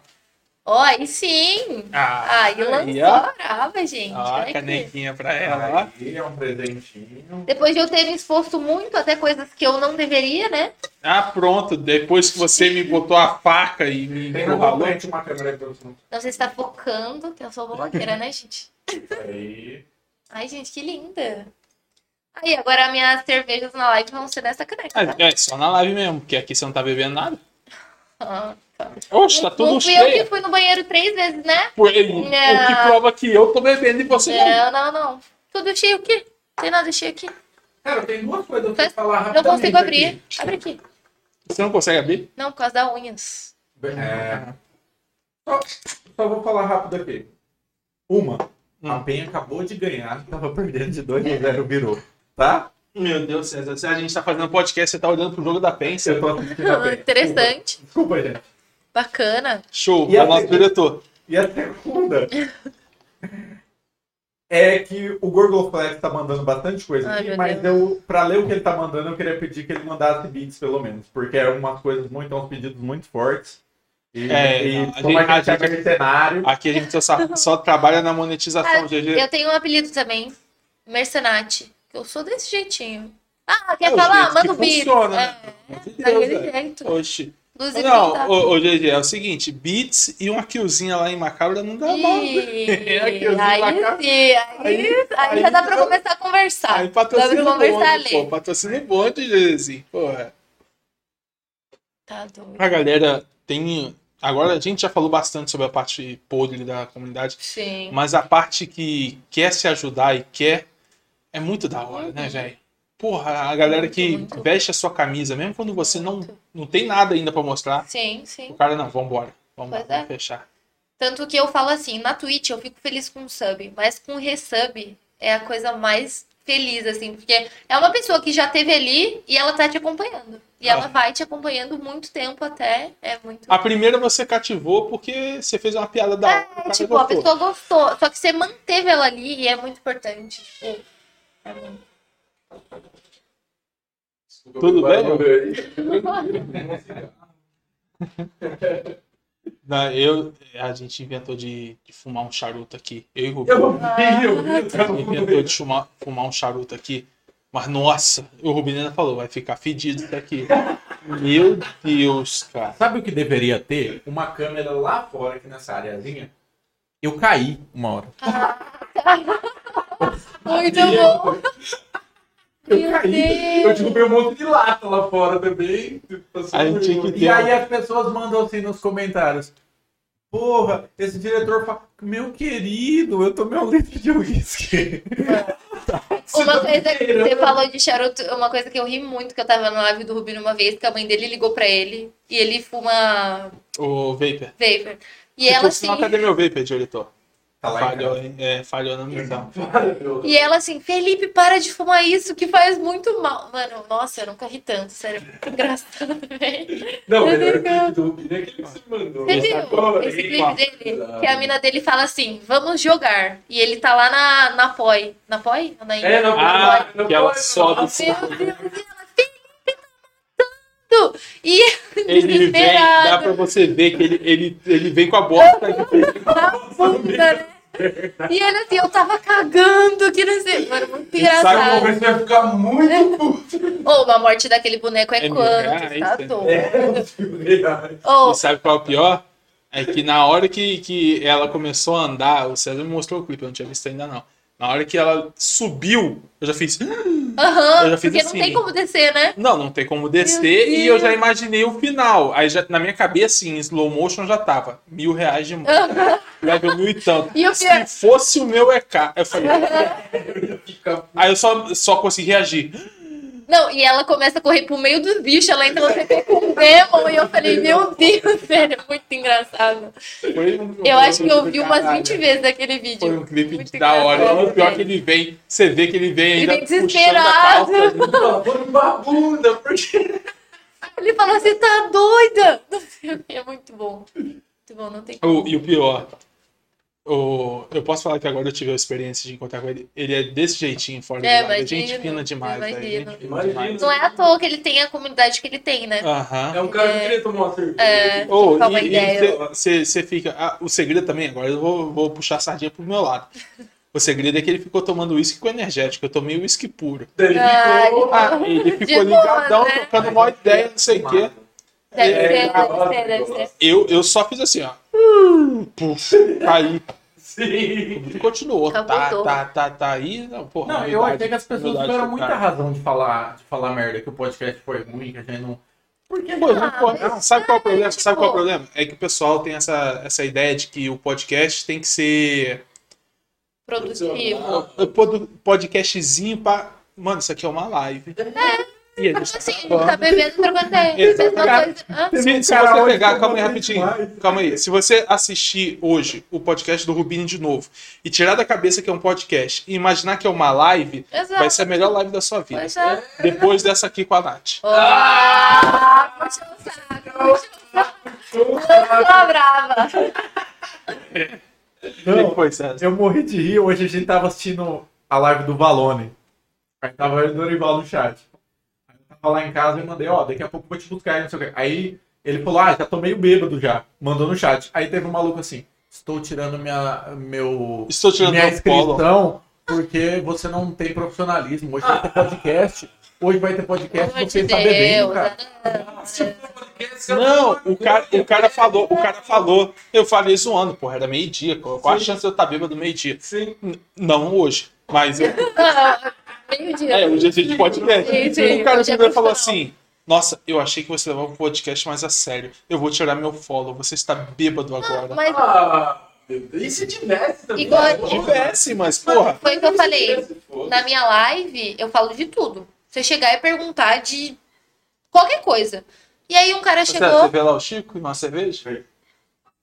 C: Ó, aí sim.
A: Ah,
C: Aí lançou
A: ó. Ah,
C: a brava, gente. é
A: Ó,
C: Olha
A: a
C: aqui.
A: canequinha pra ela. ó.
E: Aí é um presentinho.
C: Depois de eu ter me exposto muito, até coisas que eu não deveria, né?
A: Ah, pronto. Depois que você me botou a faca e me
E: Tem um
A: empurralou.
E: normalmente uma câmera aí pra você não.
C: Não sei se tá focando, que eu sou blogueira, né, gente?
E: tá Aí.
C: Ai, gente, que linda. Aí, agora minhas cervejas na live vão ser nessa caneca, tá?
A: É, é só na live mesmo, porque aqui você não tá bebendo nada.
C: Ah, tá.
A: Oxe, tá
C: não
A: tudo
C: fui eu que
A: cheio.
C: fui no banheiro três vezes, né?
A: Por ele- O que
C: Não. É.
A: prova que eu tô bebendo e você não.
C: Não, não, não. Tudo cheio aqui. Tem nada cheio aqui.
E: Cara, tem duas coisas que eu
C: Tá-
E: tenho que falar
C: Não
E: rapidamente.
C: consigo abrir.
E: aqui.
C: Abre aqui.
A: Você não consegue abrir?
C: Não, por causa da unhas.
E: É. Só, só vou falar rápido aqui. Uma. A
A: Hum.
E: Penha acabou de ganhar, tava perdendo de 2 a 0, virou. Tá?
A: Meu Deus, César, se a gente tá fazendo podcast, você tá olhando pro jogo da pensa.
E: Eu tô assistindo a Penha.
C: Ah, Interessante.
E: Desculpa, gente.
C: Bacana.
A: Show,
E: E
A: é o
E: a
A: nosso
E: segunda?
A: diretor.
E: E a segunda é que o Gorgon Flex tá mandando bastante coisa
C: Ai,
E: aqui,
C: meu
E: mas eu, pra ler o que ele tá mandando, eu queria pedir que ele mandasse beats, pelo menos. Porque é umas coisas muito, é uns pedidos muito fortes. E,
A: É,
E: e
A: não, a
E: como
A: gente-
E: a gente
A: a
E: é
A: gente-
E: mercenário.
A: Aqui a gente só, sa- só trabalha na monetização,
C: Ah,
A: GG.
C: Eu tenho um apelido também. Mercenate. Que eu sou desse jeitinho. Ah,
A: É
C: quer
A: o jeito
C: falar?
A: que
C: Manda o beat.
A: funciona,
C: É,
A: né? Meu Deus,
C: daquele
A: velho.
C: jeito.
A: Oxi.
C: Inclusive,
A: Não,
C: tá-
A: ô, ô, GG, é o seguinte: beats e uma killzinha lá em Macabra não dá mal. né?
C: Ih,
A: É que eu vi
C: aí
A: lá cá.
C: sim, aí,
A: Aí-
C: aí
A: aí
C: já dá pra
A: já-
C: começar a conversar.
A: Aí
C: dá pra
A: patrocina o
C: Ah, conversar
A: bonde, pô.
C: ali.
A: Patrocina o bonde, GGzinho. Porra.
C: Tá doido.
A: A galera tem. Agora a gente já falou bastante sobre a parte podre da comunidade,
C: Sim.
A: mas a parte que quer se ajudar e quer é muito da hora, né, velho? Porra, a galera que
C: Uhum. Muito, muito.
A: veste a sua camisa, mesmo quando você não, não tem nada ainda pra mostrar,
C: Sim,
A: o
C: sim.
A: cara não, vambora. Vamos,
C: Pois é.
A: vamos fechar.
C: Tanto que eu falo assim, na Twitch eu fico feliz com o sub, mas com o resub é a coisa mais feliz, assim, porque é uma pessoa que já teve ali e ela tá te acompanhando. E
A: Ah.
C: ela vai te acompanhando muito tempo até. É muito.
A: A primeira você cativou porque você fez uma piada da hora. o
C: É,
E: Ah,
A: cara
C: tipo, a
A: gostou.
C: pessoa gostou. Só que você manteve ela ali e é muito importante. Tipo, é muito.
B: Desculpa,
A: Tudo
B: vai,
A: bem?
B: vai.
A: Não, eu, a gente inventou de, de fumar um charuto aqui. Eu e o Rubinho.
E: Eu vi, eu vi, eu tava com
A: inventou de fumar, fumar um charuto aqui. Mas nossa, o Rubinena falou, vai ficar fedido isso aqui. Meu Deus, cara.
E: Sabe o que deveria ter? Uma câmera lá fora, aqui nessa areazinha. Eu caí uma hora.
C: Muito tá bom.
E: é Eu
C: Meu
E: caí.
C: Deus.
E: Eu derrubei um monte de lata lá fora também. passou
A: A gente
E: por
A: tinha
E: um.
A: que ter
E: E aí
A: um-
E: as pessoas mandam assim nos comentários. Porra, esse diretor fala, meu querido, eu tomei um litro de uísque.
C: Uma coisa que
E: né?
C: você falou de charuto, uma coisa que eu ri muito, que eu tava na live do Rubinho uma vez, que a mãe dele ligou pra ele e ele fuma
A: O Vapor.
C: vapor. E
A: Porque
C: ela assim,
A: senão, cadê meu Vapor, diretor?
E: Tá lá em
A: Falhou,
E: casa.
A: hein? É, falhou na missão.
C: e ela assim, Felipe, para de fumar isso que faz muito mal. Mano, nossa, eu nunca ri tanto, sério, é muito engraçado, velho.
B: Não,
C: Tá
B: melhor
C: legal.
B: clipe do Rubinho é aquele que você mandou.
C: Você
B: Pô,
C: viu um, esse
B: aí,
C: clipe dele? Que a mina dele fala assim, vamos jogar. E ele tá lá na, na POI. Na POI? Na
B: É, não,
A: Ah,
B: não,
A: que ela
B: não,
A: sobe o
B: não.
C: Meu Deus, e ela, Felipe, tá matando! E
A: Ele vem, dá pra
C: desesperado,
A: você ver que ele, ele, ele vem com a bosta.
C: na bunda, né? E ele assim, eu tava cagando, que não sei. Mano,
E: Sabe como
C: muito engraçado.
E: você vai ficar muito puto?
C: Ou a morte daquele boneco é
A: É mil
C: quanto,
A: reais,
C: tá
A: né?
C: doido.
E: Reais.
A: E
C: Ou,
A: sabe qual é o pior? É que na hora que, que ela começou a andar, o César me mostrou o clipe, eu não tinha visto ainda não. Na hora que ela subiu, eu já fiz. "Ah",
C: Aham,
A: Eu já fiz
C: porque
A: assim.
C: não tem como descer, né?
A: Não, não tem como descer
C: Meu
A: e eu
C: Deus.
A: já imaginei o final. Aí já- na minha cabeça, assim, em slow motion, já tava. Mil reais de multa.
C: Aham.
A: Level mil e tanto.
C: E o pior,
A: Se fosse o meu EK. Eu falei,
B: Fica
A: aí eu só, só consegui reagir.
C: Não, e ela começa a correr pro meio dos bichos, ela entra no CP com o Demon, e eu falei, meu Deus, sério, é muito engraçado.
A: Foi um-
C: Eu acho que eu vi
A: do
C: umas
A: caralho.
C: 20 vezes aquele vídeo.
A: Foi um clipe
C: Muito
A: da hora.
C: engraçado,
A: O pior é
C: né?
A: que ele vem, você vê que ele vem
C: Ele
A: ainda
C: vem
A: puxando a
C: desesperado.
A: calça.
B: uma bunda, porque.
C: Ele fala, você tá doida? Não sei o que, é muito bom. Muito bom, não tem
A: O- e o pior, o- eu posso falar que agora eu tive a experiência de encontrar com ele. Ele é desse jeitinho, fora
C: É,
A: do lado. É gente
C: imagino,
A: fina demais, velho.
C: imagino.
A: Gente fina demais.
C: Não é à toa que ele tem a comunidade que ele tem, né?
A: Aham.
B: É um cara que queria tomar uma cerveja.
C: É.
A: Ô,
C: trocar uma
A: e-
C: ideia.
A: e você fica. ah, o segredo também, agora eu vou, vou puxar a sardinha pro meu lado. O segredo é que ele ficou tomando uísque com energético. Eu tomei uísque puro.
B: Daí ele
C: Ai,
B: ficou.
A: Ah, ele ficou
C: boa,
A: ligadão,
C: né?
A: trocando uma ideia, não sei o quê.
C: Deve
A: É,
C: ser,
B: ah,
C: deve ser, deve ser.
A: Eu, eu só fiz assim, ó.
C: Hum.
A: Puf, caí.
B: Sim.
A: E continuou. Tá,
C: Capotou.
A: tá, tá, tá. Aí, não, porra.
E: Não, eu
A: humildade,
E: achei que as pessoas
A: humildade
E: tiveram
A: pro
E: muita
A: cara.
E: razão de falar, de falar merda, que o podcast foi ruim, que a gente não. Porque
A: Pô, não, pô,
C: mas
A: não, sabe qual é o problema?
C: tipo-
A: Sabe qual é o problema? É que o pessoal tem essa, essa ideia de que o podcast tem que ser
C: Produtivo.
A: um pod- podcastzinho pra. Mano, isso aqui é uma live. É. E eles
C: Assim,
A: tá
C: tá bebendo, trocando ideia.
A: Exato.
C: Mesma coisa. Hã?
A: Se, se
E: um cara
A: você
E: hoje
A: pegar,
E: que
A: calma aí
E: eu
A: rapidinho.
E: gostei demais.
A: Calma aí. Se você assistir hoje o podcast do Rubinho de novo e tirar da cabeça que é um podcast e imaginar que é uma live, vai
C: Exato.
A: ser a melhor live da sua vida.
C: Pois é.
A: Depois dessa aqui com a Nath.
C: Ah, puxa o saco, puxa o saco. Eu sou brava.
E: Não,
A: Depois dessa.
E: eu morri de rir. Hoje a gente tava assistindo a live do Valone. Aí tava eu e o Dorival no chat. Aí eu tava lá em casa e mandei, ó, daqui a pouco eu vou te buscar, aí não sei o quê. Aí ele falou, ah, já tô meio bêbado já. Mandou no chat. Aí teve um maluco assim, estou tirando minha, meu,
A: Estou tirando
E: minha
A: meu polo.
E: inscrição porque você não tem profissionalismo. Hoje vai ter podcast. Hoje vai ter podcast,
C: Pelo amor
E: você
C: de
E: está bebendo,
C: Deus.
E: cara.
B: ah,
A: Não, o cara, o cara falou, o cara falou. Eu falei zoando, porra, era meio-dia. Qual qual a chance de eu estar bêbado meio-dia?
B: Sim.
A: N- Não hoje, mas eu,
C: Ah, Meio-dia.
A: é, hoje a gente pode ver.
C: Sim, sim,
A: o Tipo, um cara
C: hoje é
A: chegou e falou
C: profissional.
A: assim: Nossa, eu achei que você levava um podcast mais a sério. Eu vou tirar meu follow, você está bêbado agora.
C: Mas
B: Ah, meu Deus. E se tivesse também?
C: Igual a-
B: Pô,
A: Tivesse, Tipo assim, mas porra.
C: foi o que eu falei.
B: se fosse.
C: Na minha live, eu falo de tudo. Você chegar e perguntar de qualquer coisa. E aí um cara
A: Você, você
C: chegou,
A: vê lá o Chico e uma cerveja?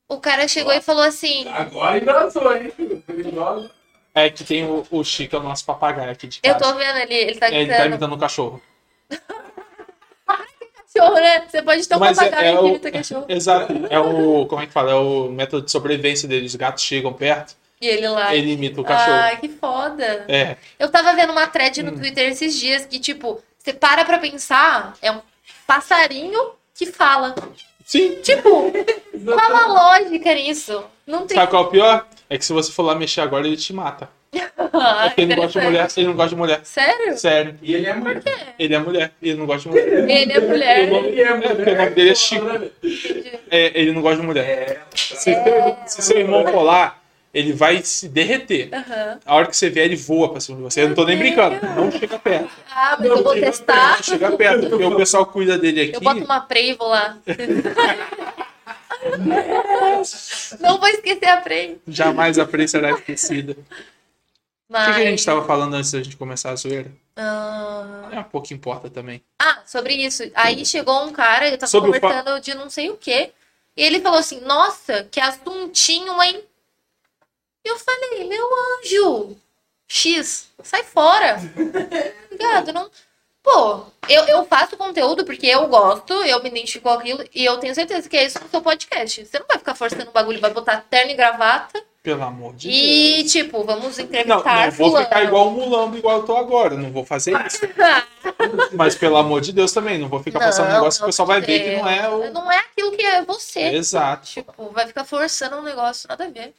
C: o cara chegou e falou assim:
B: Agora engraçou, hein? Agora-
A: É que tem o, o Chico, é o nosso papagaio aqui de
C: Eu
A: casa.
C: tô vendo ali, ele tá
A: Ele tá
C: gritando.
A: imitando um cachorro.
C: Cachorro, né? Você pode ter um
A: Mas é-
C: papagaio
A: é
C: que
A: o-
C: imita cachorro.
A: Exato. É o. Como é que fala? É o método de sobrevivência deles. Os gatos chegam perto,
C: E ele lá.
A: ele imita o cachorro. Hum.
C: Ai, que foda.
A: É.
C: Eu tava vendo uma thread no Twitter esses dias que, tipo, você para pra pensar, é um passarinho que fala.
A: Sim.
C: Tipo, qual a lógica nisso? Não tem.
A: Sabe qual é o pior? É que se você for lá mexer agora, ele te mata.
C: Ah,
A: é que ele não gosta de mulher. Ele não gosta de mulher.
C: Sério?
A: Sério.
E: E ele é muito.
A: Ele é mulher. Ele não gosta de mulher.
C: Ele é mulher.
B: Ele é mulher.
A: porque o nome dele é Chico. É, ele não gosta de mulher. Se, teu- se seu irmão for lá, ele vai se derreter.
C: Aham.
A: A hora que você vier, ele voa pra cima de você. Eu não tô nem
C: Meu
A: brincando.
C: Deus.
A: Não chega perto.
C: Ah, mas eu vou testar.
A: Não chega perto, porque o pessoal cuida dele aqui.
C: Eu boto uma Prey e vou lá. Não vou esquecer a Prey.
A: Jamais a Prey será esquecida. O que,
C: Mas...
A: que a gente tava falando antes da gente começar a zoeira?
C: Ah,
A: É pouco importa também.
C: Ah, sobre isso. Aí chegou um cara, eu tava
A: Sobre o fa-
C: conversando de não sei o quê. E ele falou assim: Nossa, que assuntinho, hein? E eu falei: Meu anjo, X, sai fora. Obrigado, não. Pô, eu, eu faço conteúdo porque eu gosto, eu me identifico com aquilo e eu tenho certeza que é isso no seu podcast. Você não vai ficar forçando o bagulho, vai botar terno e gravata
A: Pelo amor de Deus.
C: e, tipo, vamos
A: Não,
C: entrevistar
A: não vou
C: fulano.
A: ficar igual o Mulambo, igual eu tô agora. Não vou fazer isso. Mas pelo amor de Deus também, não vou ficar passando um
C: Não,
A: negócio que o
C: não,
A: pessoal vai
C: porque
A: ver que não é o.
C: Não é aquilo que é você.
A: Exato.
C: Tipo, vai ficar forçando um negócio, nada a ver.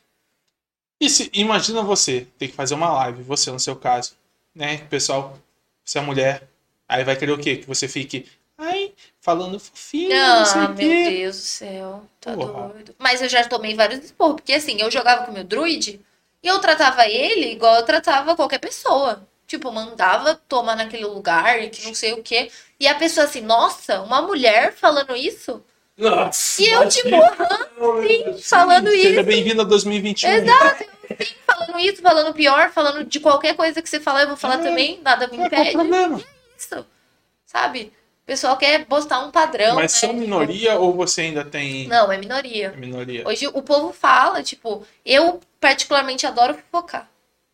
A: E se, imagina você ter que fazer uma live, você no seu caso, né? que o Pessoal, você é mulher. Aí vai querer o quê? Que você fique, ai, falando fofinho, não sei
C: Ah,
A: o
C: meu
A: quê.
C: Deus do céu, tá
A: Porra.
C: doido. Mas eu já tomei vários esporros, porque assim, eu jogava com o meu druid e eu tratava ele igual eu tratava qualquer pessoa. tipo, mandava tomar naquele lugar e que não sei o quê. E a pessoa assim, nossa, uma mulher falando isso?
H: Nossa!
C: E eu, tipo, aham, sim, falando
A: Seja
C: isso.
A: bem-vindo a 2021.
C: Exato, eu, sim, falando isso, falando pior, falando de qualquer coisa que você falar, eu vou
A: É,
C: falar também, nada me
A: Não, Qual o
C: impede.
A: problema?
C: Isso, sabe? O pessoal quer postar um padrão,
A: Mas
C: né?
A: são minoria ou você ainda tem
C: Não, é minoria.
A: minoria?
C: Hoje o povo fala, tipo, eu particularmente adoro fofocar.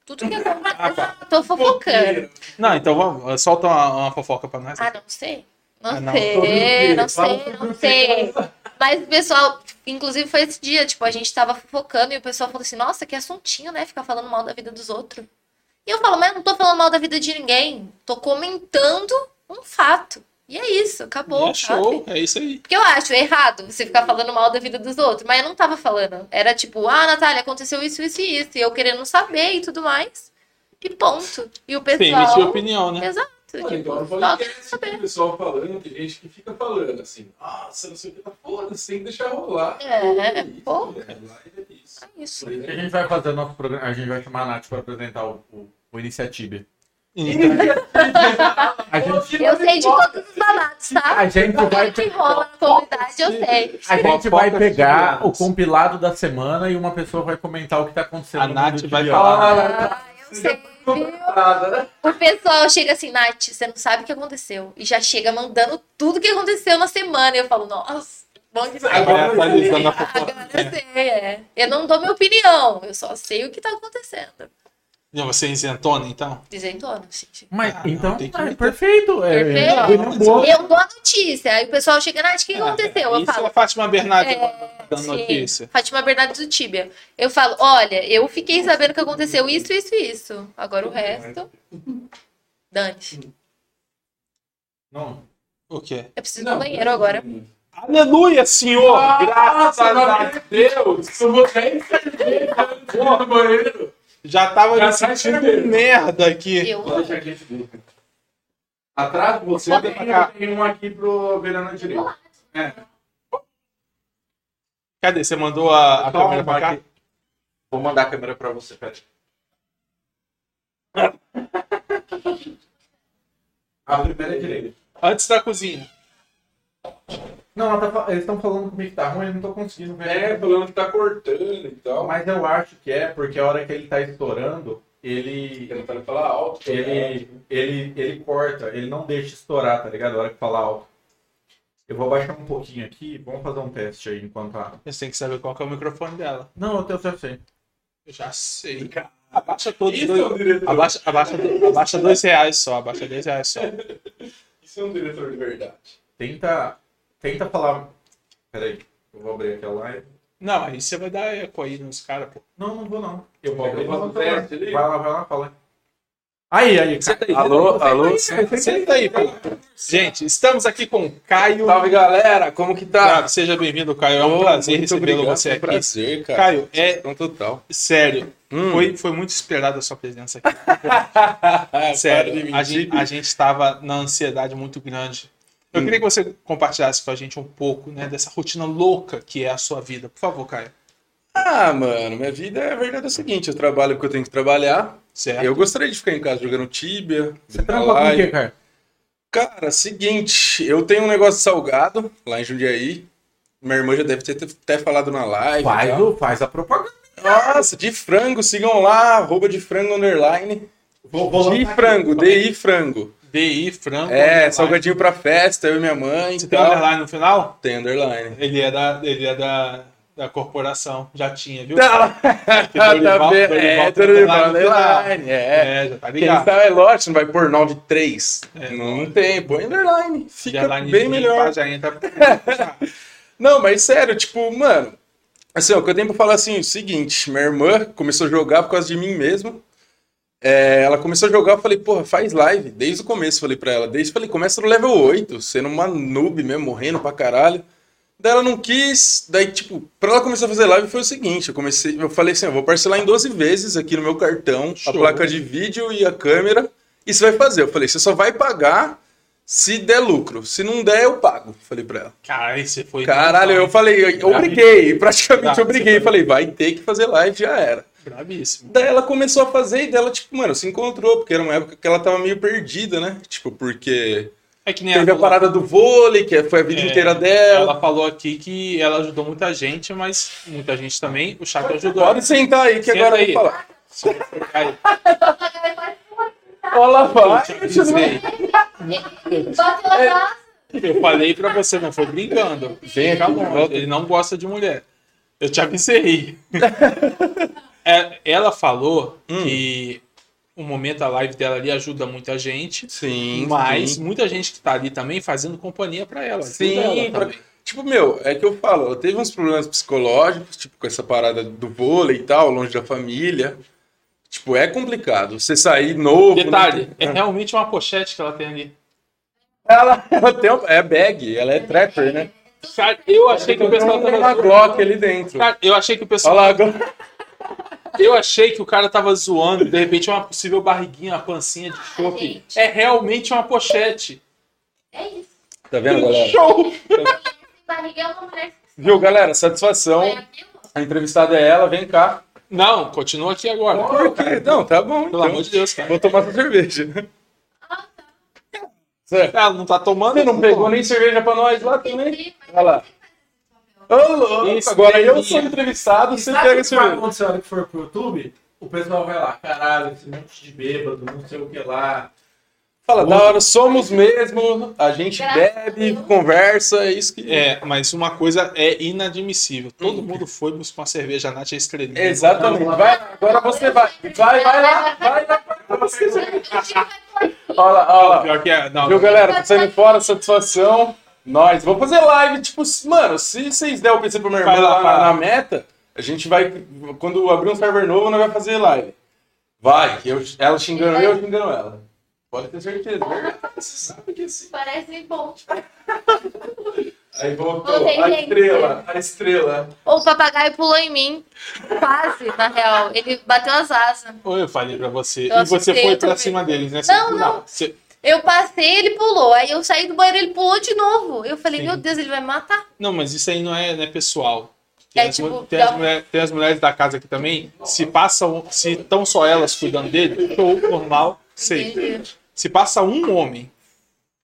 C: Tudo que acontece,
A: Ah, tá.
C: eu tô fofocando.
A: Não, então vamos, solta uma, uma fofoca pra nós.
C: Ah, não sei. Não,
A: Ah, não, todo
C: sei,
H: dia.
C: não
H: Fala
C: sei,
H: todo
C: não
H: dia.
C: sei. Mas o pessoal, inclusive foi esse dia, tipo, a gente tava fofocando e o pessoal falou assim, nossa, que assuntinho, né? Ficar falando mal da vida dos outros. E eu falo, mas eu não tô falando mal da vida de ninguém. Tô comentando um fato. E é isso, acabou,
A: é
C: sabe?
A: show, é isso aí.
C: Porque eu acho errado você ficar falando mal da vida dos outros, mas eu não tava falando. Era tipo, ah, Natália, aconteceu isso, isso e isso, e eu querendo saber e tudo mais. E ponto. E o
A: Tem emitir
C: pessoal.
A: opinião, né?
C: Exato.
H: Olha,
C: tipo,
H: igual no
C: só quer
H: podcast, tem
C: saber.
H: o pessoal falando, tem gente que fica falando assim, nossa, não sei o que, tá foda, sem deixar rolar.
C: É,
H: isso,
C: pô.
H: né? Live é isso.
C: É isso.
H: Por
E: A
H: exemplo,
E: gente vai fazer nosso programa, a gente vai chamar a Nath pra apresentar o, o, o Iniciativa.
A: Então,
E: A gente,
C: Eu sei de todos os balados, tá?
E: a gente vai,
C: Tudo que rola na comunidade, eu sei.
E: a gente
A: Fofoca
E: vai
A: de
E: pegar
A: criança.
E: o compilado da semana e uma pessoa vai comentar o que tá acontecendo.
A: A
E: no
A: Nath
E: mundo
A: vai
E: de
A: falar.
E: hoje.
C: Ah, eu sei, viu?
H: né?
C: O pessoal chega assim, Nath, você não sabe o que aconteceu. E já chega mandando tudo que aconteceu na semana. E eu falo, nossa, bom demais.
A: Então, Agora né? atualizando a
C: Agora eu
A: fofoca.
C: sei, é. Eu não dou minha opinião, eu só sei o que tá acontecendo.
A: Não, Você é isentona, então?
C: Isentona, gente.
E: Mas
A: Ah, não,
E: então,
A: tem que
E: é
A: meter.
E: perfeito. É,
C: Perfeito.
E: é muito bom.
C: Eu dou a notícia, aí o pessoal chega, Nath, o que aconteceu?
A: Ah,
C: Eu
A: isso é
C: falo,
A: a Fátima Bernardes
C: É,
A: dando
C: sim.
A: notícia.
C: Fátima Bernardes do Tíbia. Eu falo, olha, eu fiquei sabendo que aconteceu isso, isso e isso. Agora o resto. Dante,
E: Não,
A: O quê?
C: eu preciso ir no banheiro agora.
A: Aleluia, senhor! Graças
H: Nossa,
A: a
H: meu
A: Deus!
H: Deus! Eu vou até enfermeiro no banheiro.
A: Já tava
H: Já tá
A: me sentindo um
H: entendendo.
A: merda aqui.
C: Eu.
H: Pode deixar quieto dele. Atrás de você,
A: Bota pra cá.
E: tem um aqui pro Verano Direito.
A: Cadê? Você mandou a, a
B: Só
A: câmera
B: um
A: pra cá?
B: aqui. Vou mandar a câmera pra você, pera.
E: A primeira é direita.
A: Antes da cozinha.
E: Não, ela tá fa- eles estão falando comigo que tá ruim, eu não tô conseguindo ver.
H: É, falando que tá cortando e tal.
E: Mas eu acho que é porque a hora que ele tá estourando, ele
H: Ele tá falar alto.
E: ele ele ele corta, ele não deixa estourar, tá ligado? A hora que fala alto. Eu vou abaixar um pouquinho aqui, vamos fazer um teste aí enquanto a
A: Você tem que saber qual que é o microfone dela.
E: Não, eu tenho certeza.
A: Eu já sei. Abaixa todos
H: Isso é
A: dois.
H: um diretor.
A: Abaixa, abaixa, do- abaixa dois reais só, abaixa dois reais só.
H: Isso é um diretor de verdade.
E: Tenta tenta falar Peraí, eu vou abrir aqui a live.
A: Não, aí você vai dar eco aí nos caras, pô.
E: Não, não vou não. Eu vou
H: Quer que eu
E: abrir.
H: faça um
E: Vai lá,
H: teste ali?
E: Vai lá, vai lá, fala. Aí, aí, cara.
B: Alô, alô.
A: Senta aí, pô. Gente, estamos aqui com o Caio.
B: Salve galera, como que tá?
A: Bravo. Seja bem-vindo, Caio. É um
B: Ô,
A: prazer
B: muito
A: recebê-lo
B: obrigado,
H: é
A: você
B: foi um
A: aqui.
B: prazer, cara.
A: Caio, é
B: Então, total.
A: sério.
B: Hum.
A: Foi, foi muito esperada a sua presença aqui.
E: Ah,
A: Sério, a gente, a gente estava na ansiedade muito grande. Eu
B: Hum.
A: queria que você compartilhasse com a gente um pouco né, dessa rotina louca que é a sua vida. Por favor, Caio.
B: Ah, mano, minha vida é a verdade é o seguinte, eu trabalho porque eu tenho que trabalhar.
A: Certo?
B: Eu gostaria de ficar em casa jogando Tibia,
E: É. Você
B: vendo a
E: trampa com o
B: live.
E: quê, cara?
B: Cara, seguinte, eu tenho um negócio de salgado lá em Jundiaí. Minha irmã já deve ter até falado na live. e
E: Faz,
B: tal.
E: o- faz a propaganda.
B: Nossa, de frango, sigam lá, arroba de frango underline.
E: Vou,
B: De frango, DI frango.
A: DI, Franco.
B: É, então.
A: underline.
B: salgadinho pra festa, eu e minha mãe.
A: Você tem
B: tal.
A: underline no final?
B: Tem underline.
A: Ele é da, ele é da, da corporação. Já tinha, viu?
B: Tá,
A: Que Dorival-
B: tá bem.
A: Dorival
B: É,
A: tem
B: Dorival
E: né?
A: underline no final.
B: underline. É.
A: É, já tá
B: Quem
A: ligado.
B: sabe é lógico, não vai pôr 93.
A: É.
B: Não tem, põe underline. Fica
A: Underline
B: bem
A: limpa,
B: melhor.
A: Já entra.
B: Não, mas sério, tipo, mano. Assim, ó, o que eu tenho pra falar assim, é o seguinte, minha irmã começou a jogar por causa de mim mesmo. É, ela começou a jogar, eu falei, porra, faz live. Desde o começo, eu falei pra ela. Desde, falei, começa no level 8, sendo uma noob mesmo, morrendo pra caralho. Daí ela não quis, daí, tipo, pra ela começar a fazer live foi o seguinte, eu comecei, eu falei assim, eu vou parcelar em 12 vezes aqui no meu cartão,
A: Show.
B: a placa de vídeo e a câmera, e você vai fazer. Eu falei, você só vai pagar se der lucro, se não der, eu pago, falei pra ela.
A: Caralho, você foi.
B: Caralho, eu falei, eu obriguei, praticamente
A: Tá,
B: obriguei.
A: você
B: Falei, vai ter que fazer live, já era.
A: Bravíssimo.
B: Daí ela começou a fazer e dela, tipo, mano, se encontrou, porque era uma época que ela tava meio perdida, né? Tipo, porque
A: É que nem
B: teve a
A: ela,
B: parada do vôlei, que foi a vida
A: É,
B: inteira dela.
A: ela falou aqui que ela ajudou muita gente, mas muita gente também. O Chaka ajudou.
B: Pode sentar aí, que
A: Senta
B: agora
A: aí.
B: eu vou falar.
A: Aí,
B: Olha lá, vai.
A: eu te avisei.
C: Bateu a taça.
A: Eu falei pra você, não foi brincando.
B: Vem aqui,
A: Fica longe,
B: volta.
A: Ele não gosta de mulher. Eu te avisei. É, ela falou
B: Hum.
A: que o momento a live dela ali ajuda muita gente,
B: Sim,
A: mas
B: sim.
A: muita gente que tá ali também fazendo companhia pra ela. ajuda
B: Sim,
A: ela
B: pra-
A: também.
B: Tipo, meu, é que eu falo, ela teve uns problemas psicológicos, tipo, com essa parada do vôlei e tal, longe da família. Tipo, é complicado. Você sair novo. né? não
A: Detalhe, é
B: tem-
A: realmente uma pochete que ela tem ali.
B: Ela, ela tem um- É bag, ela é trapper, né?
A: Cara, eu achei que o pessoal
B: Então, tem uma
A: tava
B: Glock ali dentro.
A: Cara, eu achei que o
B: Olha
A: pessoal.
B: lá, agora.
A: Eu achei que o cara tava zoando, de repente é uma possível barriguinha, uma pancinha de chope.
C: gente.
A: É realmente uma pochete.
C: É isso.
B: Tá vendo, galera?
A: Show!
C: Barriga é uma mulher que
B: Viu, galera?
C: foi
B: Satisfação.
C: aquilo.
B: A entrevistada é ela, vem cá.
A: Não, continua aqui agora.
B: Por quê? Não, tá bom.
A: Pelo
B: então.
A: amor de Deus, cara.
B: Vou tomar sua cerveja. Você
A: Ela não tá tomando.
B: você não pegou
A: né?
B: nem cerveja pra nós lá também?
C: Sim, mas
B: Olha lá. Ô, louco,
A: Isso,
B: agora eu
A: minha.
B: sou entrevistado, você
E: Sabe
B: pega
E: o que
B: esse
E: vai acontecer na hora que for pro YouTube? O pessoal vai lá, caralho, esse monte de bêbado, não sei o que lá.
B: Fala, da hora, somos mesmo, a gente bebe, conversa, é isso que...
A: É, mas uma coisa é inadmissível.
C: Hum.
A: Todo mundo foi buscar uma cerveja Nath Estrelinha.
B: Exatamente. Vai, agora você vai. Vai, vai lá, vai lá. Você já-
C: a gente vai por aqui.
B: Olha lá, olha lá.
A: Pior que é. Não,
B: Viu,
A: não.
B: galera? Tá saindo fora, satisfação. Nós, vou fazer live, tipo, mano, se vocês der o PC pra minha irmã
A: Vai lá,
B: lá,
A: vai
B: na,
A: lá.
B: na meta, a gente vai, quando abrir um server novo, nós vai fazer live. Vai, eu, ela xingando eu, eu xingando ela. Pode ter certeza. né? Você sabe que assim...
C: Parece bom.
B: Aí voltou
C: Voltei,
B: a
C: gente.
B: estrela, a estrela.
C: O papagaio pulou em mim. Quase, na real. Ele bateu as asas.
A: Oi, Eu falei pra você.
C: Eu
A: e você
C: assustei,
A: foi
C: eu
A: pra
C: também.
A: cima deles, né?
C: Não, não.
A: Você-
C: Eu passei, ele pulou. Aí eu saí do banheiro, ele pulou de novo. Eu falei,
A: Sim.
C: meu Deus, ele vai me matar.
A: Não, mas isso aí não é, não é pessoal.
C: É
A: Tem, as,
C: tipo,
A: mu- tem, as
C: dá-
A: mulher- tem as mulheres da casa aqui também. Se passam, se estão só elas cuidando dele, show normal, sei.
C: Entendi.
A: Se passa um homem,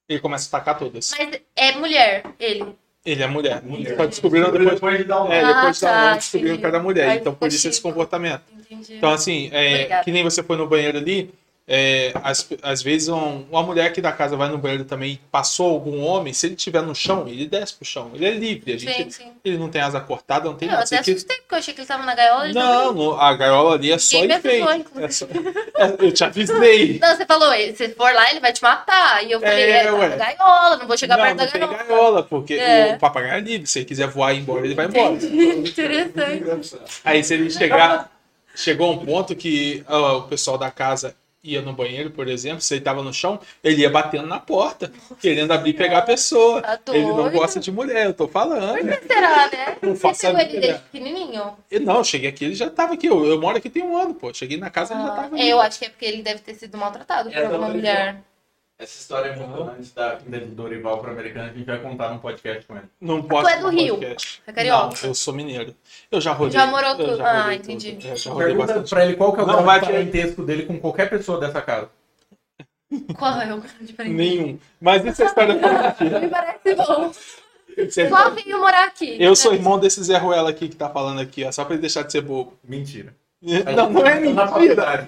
A: ele começa a atacar todas.
C: Mas é mulher, ele.
A: Ele é mulher.
E: Mulher.
A: Só descobriram depois.
E: Depois de dar um
A: É,
C: Ah,
A: depois da
C: tá,
A: mulher descobriram
C: entendi.
A: que era mulher.
C: Aí
A: então
C: ficou
A: por isso esse
C: chique.
A: comportamento.
C: Entendi.
A: Então, assim, é,
C: Obrigada.
A: que nem você foi no banheiro ali, é, às, às vezes um- uma mulher aqui da casa vai no banheiro também, passou algum homem, se ele estiver no chão, ele desce pro chão. Ele é livre, a gente.
C: sim, sim.
A: Ele não tem asa cortada, não tem
C: Eu
A: nada.
C: até
A: Você que-
C: assustei, porque eu achei que ele tava na gaiola. ele tava-
A: Não, no- a gaiola ali é só
C: Ninguém me
A: enfeite.
C: avisou, inclusive.
A: É só- é, eu te avisei.
C: Não, você falou, se for lá, ele vai te matar. E eu falei,
A: É,
C: é, tá
A: ué.
C: na gaiola, não vou chegar
A: não,
C: perto
A: não
C: da
A: tem
C: gaiola.
A: gaiola, porque
C: É.
A: o papagaio é livre. Se ele quiser voar e ir embora, ele vai embora.
C: Interessante.
A: Aí se ele chegar, chegou um ponto que ó, o pessoal da casa ia no banheiro, por exemplo, se ele tava no chão, ele ia batendo na porta, querendo abrir e pegar a pessoa.
C: Tá
A: Ele não
C: doido?
A: gosta de mulher, eu tô
C: Por
A: falando.
C: que será, né?
A: Não
C: Você
A: faço
C: pegou
A: a
C: ele
A: mínima
C: desde pequenininho?
A: E não, eu cheguei aqui, ele já tava aqui. Eu, eu moro aqui tem um ano, pô. Cheguei na casa, ele já tava ali. né?
C: eu acho que é porque ele deve ter sido maltratado por
E: É,
C: alguma
E: talvez
C: mulher.
E: Essa história é emocionante da vinda do Dorival pro americano, a gente vai contar num podcast com ele.
A: Não posso
C: é do
A: no
C: Rio?
A: podcast.
C: É carioca?
A: Não, eu sou mineiro. Eu já rodei.
C: Já morou
A: eu
C: tudo.
A: já rodei
C: Ah,
A: tudo.
C: entendi.
A: É, já rodei
E: Pergunta
A: bastante.
E: pra ele qual que é o
A: Não,
E: grau
A: vai
E: de
A: que-
E: parentesco dele com qualquer pessoa dessa casa.
C: Qual é o grande pra ele?
A: Nenhum. Mas isso é história pra
C: Me parece bom.
A: Isso é-
C: Qual veio morar aqui?
A: Eu sou irmão desse Zé Ruela aqui que tá falando aqui, ó. Só pra ele deixar de ser bobo.
E: Mentira. tá
A: Não, não é
E: Na
A: mentira.
E: faculdade.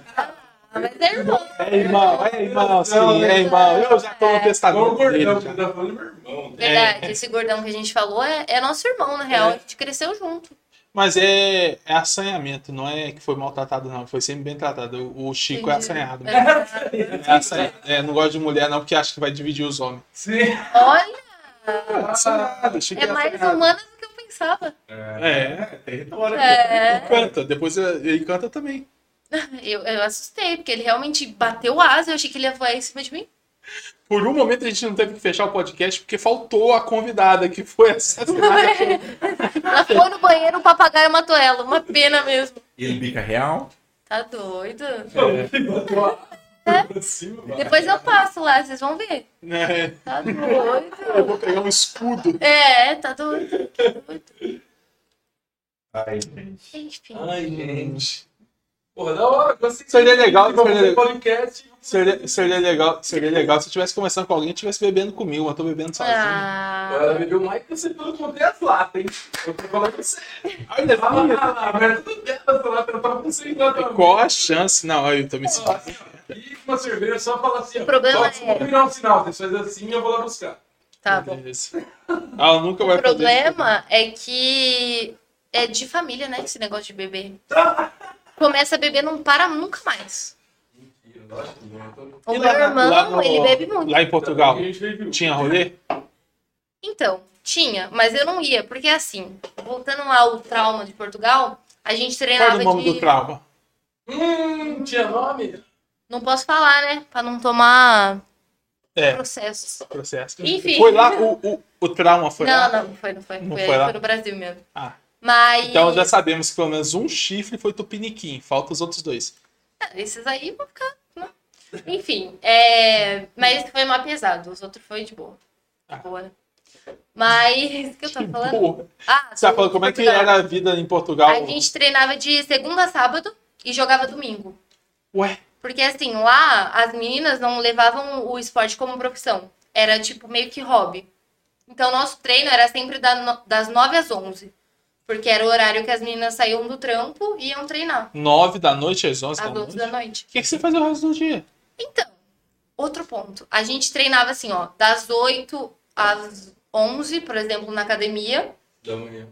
C: Ah, Mas é irmão.
A: É irmão, é irmão,
B: Não,
A: sim, é irmão. Eu já tô no testamento dele.
B: Concordamos,
A: já.
B: tá falando meu irmão.
C: Verdade, esse gordão que a gente falou é, é nosso irmão, na real.
A: É.
C: A gente cresceu junto.
A: Mas é, é assanhamento, não é que foi maltratado, não. Foi sempre bem tratado. O o Chico é
C: Entendi.
A: assanhado.
C: É.
A: mesmo. É assanhado. É, não gosta de mulher, não, porque acha que vai dividir os homens.
B: Sim.
C: Olha,
A: É assanhado, o Chico
C: é
A: é
C: mais
A: assanhado.
C: humana do que eu pensava.
A: É,
E: É, território.
A: ele
C: É.
A: canta, depois ele ele canta também.
C: Eu, eu assustei, porque ele realmente bateu asa. Eu achei que ele ia voar em cima de mim.
A: Por um momento a gente não teve que fechar o podcast porque faltou a convidada, que foi
E: Ah,
A: assassinada.
C: Ela foi no banheiro, o papagaio matou ela. Uma pena mesmo.
E: E ele bica real.
C: Tá doido?
E: É.
B: Pra cima, mano.
C: Depois eu passo lá, vocês vão ver.
A: É,
C: Tá doido.
A: eu vou pegar um escudo.
C: É, tá doido. Tá doido.
E: Ai, gente. Ah,
C: Enfim.
B: Ai, gente. Porra, da hora, gostei.
A: Seria é legal, seria
B: Vamos fazer um
A: legal. é
B: podcast.
A: Seria, seria legal, seria legal se eu tivesse conversando com alguém e estivesse bebendo comigo, mas eu tô bebendo sozinho.
C: Ah,
B: Ela bebeu mais que você pelo contei as latas, hein? Eu tô falando pra você.
A: Olha,
B: Fala lá, merda, tudo bem, essa lata eu tava com 100 latas.
A: qual a chance? Não, eu tô me sentindo.
C: Ah,
B: E uma cerveja só fala assim, ó.
C: O problema
B: só se
C: é-
B: virar um sinal, você faz assim eu vou lá buscar.
C: tá bom.
A: Ela Ah, nunca vai né?
C: O problema é que é de família, né? Esse negócio de beber. Começa a beber, não para nunca mais.
B: Mentira, lógico que não. eu tô-
C: O
A: E
C: meu
A: lá-
C: irmão,
A: lá no-
C: ele bebe muito.
A: Lá em Portugal,
B: A gente veio-
A: tinha rolê?
C: Então, tinha, mas eu não ia, porque assim, voltando ao trauma de Portugal, a gente
A: Qual era
C: treinava
A: o nome
C: de.
A: do trauma?
B: Hum, tinha nome?
C: Não posso falar, né? Pra não tomar
A: É.
C: processos.
A: Processo.
C: Enfim.
A: Foi lá, o, o, o trauma foi
C: não,
A: lá?
C: não, não foi, não foi.
A: Não
C: foi,
A: foi lá?
C: foi no Brasil mesmo.
A: Ah.
C: Mas.
A: Então já sabemos que pelo menos um chifre foi tupiniquim, falta os outros dois.
C: Esses aí vão ficar. né? Enfim, é... mas foi mais pesado. Os outros foi de boa. De
A: Ah.
C: boa, né? Mas o que eu tava falando?
A: Porra.
C: Ah,
A: Você tá
C: do
A: falando como é que
C: Portugal.
A: era a vida em Portugal?
C: A gente treinava de segunda a sábado e jogava domingo.
A: Ué,
C: Porque assim, lá as meninas não levavam o esporte como profissão. Era tipo meio que hobby. Então nosso treino era sempre da no- das 9 às 11. Porque era o horário que as meninas saíam do trampo e iam treinar.
A: nove da noite às 11 da
C: Às 11
A: noite?
C: da noite.
A: O que, que você fazia o resto do dia?
C: Então, outro ponto. A gente treinava assim, ó, das 8 às 11, por exemplo, na academia
B: Da manhã.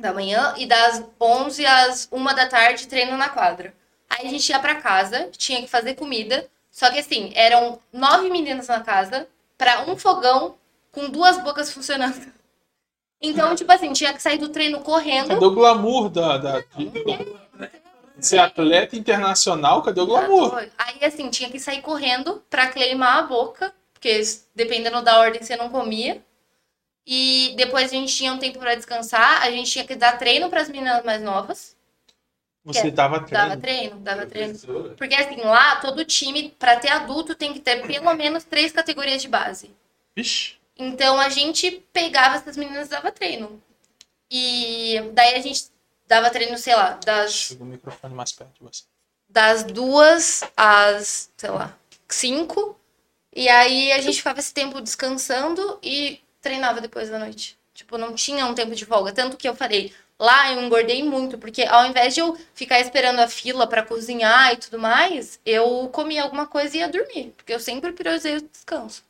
C: da manhã, e das 11 às 1 da tarde treino na quadra. Aí a gente ia pra casa, tinha que fazer comida, só que assim, eram nove meninas na casa pra um fogão com duas bocas funcionando. Então, tipo assim, tinha que sair do treino correndo
A: Cadê o glamour da. da, da- Ser atleta internacional, cadê o glamour?
C: Aí, assim, tinha que sair correndo pra aclimar a boca, porque dependendo da ordem você não comia. E depois a gente tinha um tempo pra descansar, a gente tinha que dar treino pras meninas mais novas.
A: Você tava
C: Dava
A: treinando.
C: treino, dava treino.
B: Professora.
C: Porque assim, lá todo time, pra ter adulto, tem que ter pelo menos três categorias de base.
A: Vixe.
C: Então a gente pegava essas meninas e dava treino. E daí a gente dava treino, sei lá, das
A: Chega o microfone mais perto de você.
C: das duas às, sei lá, cinco. E aí a gente ficava esse tempo descansando e treinava depois da noite. Tipo, não tinha um tempo de folga. Tanto que eu falei, lá eu engordei muito, porque ao invés de eu ficar esperando a fila pra cozinhar e tudo mais, eu comia alguma coisa e ia dormir. Porque eu sempre priorizei o descanso.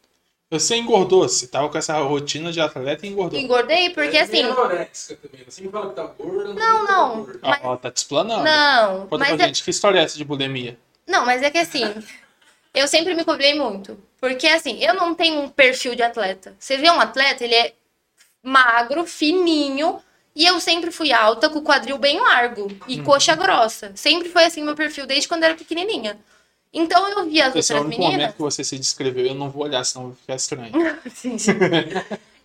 A: Você engordou, você tava com essa rotina de atleta e engordou.
C: Engordei porque
B: Ela é
C: assim.
B: meio anoréxica também, ela sempre fala que tá gorda. Não,
C: não.
A: Ó,
C: mas-
A: ó, tá te explanando.
C: Não,
A: Conta
C: mas
A: pra
C: é
A: gente, que história é essa de bulimia?
C: Não, mas é que assim, eu sempre me cobrei muito. Porque assim, eu não tenho um perfil de atleta. Você vê um atleta, ele é magro, fininho, e eu sempre fui alta, com o quadril bem largo e
A: Uhum.
C: coxa grossa. Sempre foi assim meu perfil, desde quando eu era pequenininha. Então eu via as
A: Esse é o
C: outras
A: único
C: meninas. Hum,
A: momento que você se descreveu. Eu não vou olhar, senão vai ficar estranho.
C: Sim, sim.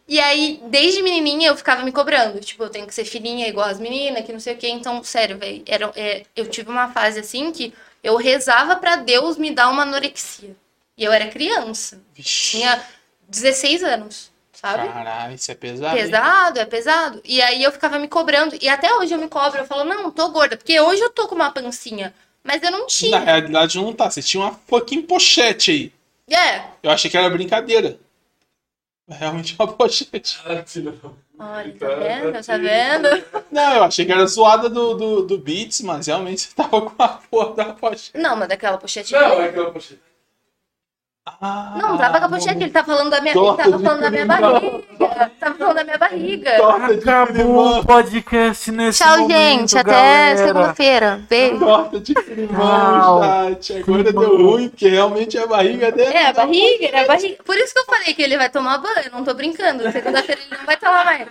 C: E aí, desde menininha, eu ficava me cobrando. Tipo, eu tenho que ser filhinha igual as meninas, que não sei o quê. Então, sério, velho, era- é, eu tive uma fase assim que eu rezava pra Deus me dar uma anorexia. E eu era criança.
A: Vixe.
C: Tinha 16 anos, sabe?
A: Caralho, isso é pesado. hein?
C: Pesado, é pesado. E aí eu ficava me cobrando. E até hoje eu me cobro. Eu falo, não, tô gorda. Porque hoje eu tô com uma pancinha. Mas eu não
A: Na
C: tinha.
A: realidade, não tá. Você tinha uma fucking pochete aí.
C: É.
A: Eu achei que era brincadeira. Mas Realmente é uma pochete.
B: Ela Ah, tira-
C: Olha, tá vendo? Tá vendo?
A: Não, eu achei que era zoada do, do, do Beats, mas realmente você tava com a porra da pochete.
C: Não, mas daquela pochetinha.
B: Não, é aquela pochete.
A: Ah,
C: Não, tava com a pochete, ele tá falando da minha, ele
A: Torta
C: tava
A: de
C: falando da minha barriga. Tava falando da minha barriga.
A: Torta de
I: Acabou
A: climão.
I: o podcast nesse
C: Tchau,
I: momento,
C: gente. Até
I: galera.
C: segunda-feira. Beijo.
A: Torta de climão,
I: Tchau.
A: chat. Agora deu ruim, porque realmente a barriga tá dele.
C: É, a barriga, é a barriga. Por isso que eu falei que ele vai tomar banho, eu não tô brincando. Segunda-feira ele não vai estar lá mais.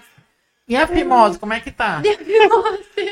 I: E a Fimose, como é que tá?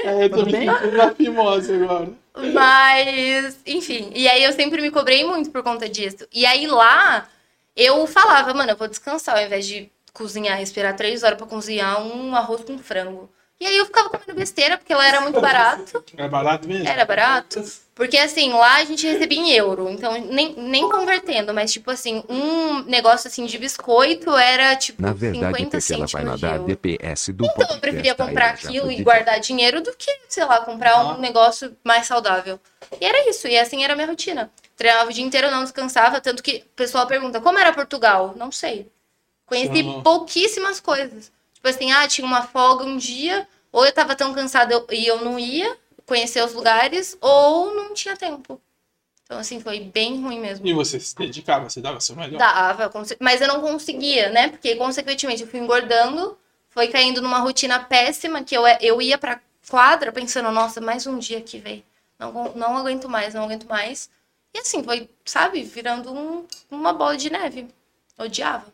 A: É, eu tô
I: Tudo
A: me
I: bem?
A: sentindo na fimosa agora.
C: Mas, enfim. E aí eu sempre me cobrei muito por conta disso. E aí lá, eu falava, mano, eu vou descansar ao invés de cozinhar, esperar três horas pra cozinhar um arroz com frango. E aí eu ficava comendo besteira, porque lá era muito barato.
A: É barato mesmo?
C: Era barato. Porque assim, lá a gente recebia em euro. Então, nem, nem convertendo, mas tipo assim, um negócio assim de biscoito era tipo
F: Na verdade,
C: 50
F: Pequena vai
C: cêntimos de
F: nadar
C: euro.
F: DPS do tá?
C: Então, eu preferia comprar aquilo e guardar dinheiro do que, sei lá, comprar
A: Ah.
C: um negócio mais saudável. E era isso, e assim era a minha rotina. Treinava o dia inteiro, não descansava, tanto que o pessoal pergunta, como era Portugal? Não sei. Conheci
A: Sim.
C: pouquíssimas coisas. Tipo assim, ah, tinha uma folga um dia, ou eu tava tão cansada eu- e eu não ia conhecer os lugares, ou não tinha tempo. Então, assim, foi bem ruim mesmo.
A: E você se dedicava, você dava seu melhor.
C: Dava, conse- mas eu não conseguia, né? Porque, consequentemente, eu fui engordando, foi caindo numa rotina péssima que eu, é- eu ia pra quadra pensando, nossa, mais um dia aqui, véi. Não, agu- não aguento mais, não aguento mais. E assim, foi, sabe, virando um- uma bola de neve. Odiava.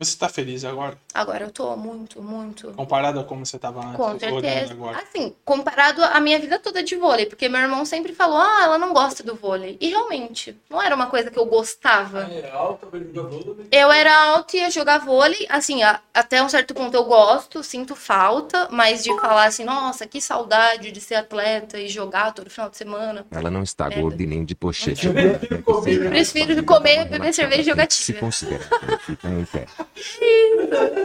A: Você tá feliz agora?
C: Agora eu tô muito, muito.
A: Comparado a como você tava antes,
C: Com
A: olhando
C: certeza.
A: Ah, agora.
C: Assim, comparado à minha vida toda de vôlei, porque meu irmão sempre falou, ah, ela não gosta do vôlei. E realmente, não era uma coisa que eu gostava.
B: É alta, vai jogar vôlei.
C: Eu era alta e ia jogar vôlei, assim, a- até um certo ponto eu gosto, sinto falta, mas de falar assim, nossa, que saudade de ser atleta e jogar todo final de semana.
F: Ela não está
C: Merda.
F: gorda e nem de pochete. né?
B: Eu prefiro comer.
F: Ela
C: Prefiro
F: está
C: comer,
F: relaxada,
C: beber cerveja e jogar
F: Se
C: tira.
F: considera que fica em pé.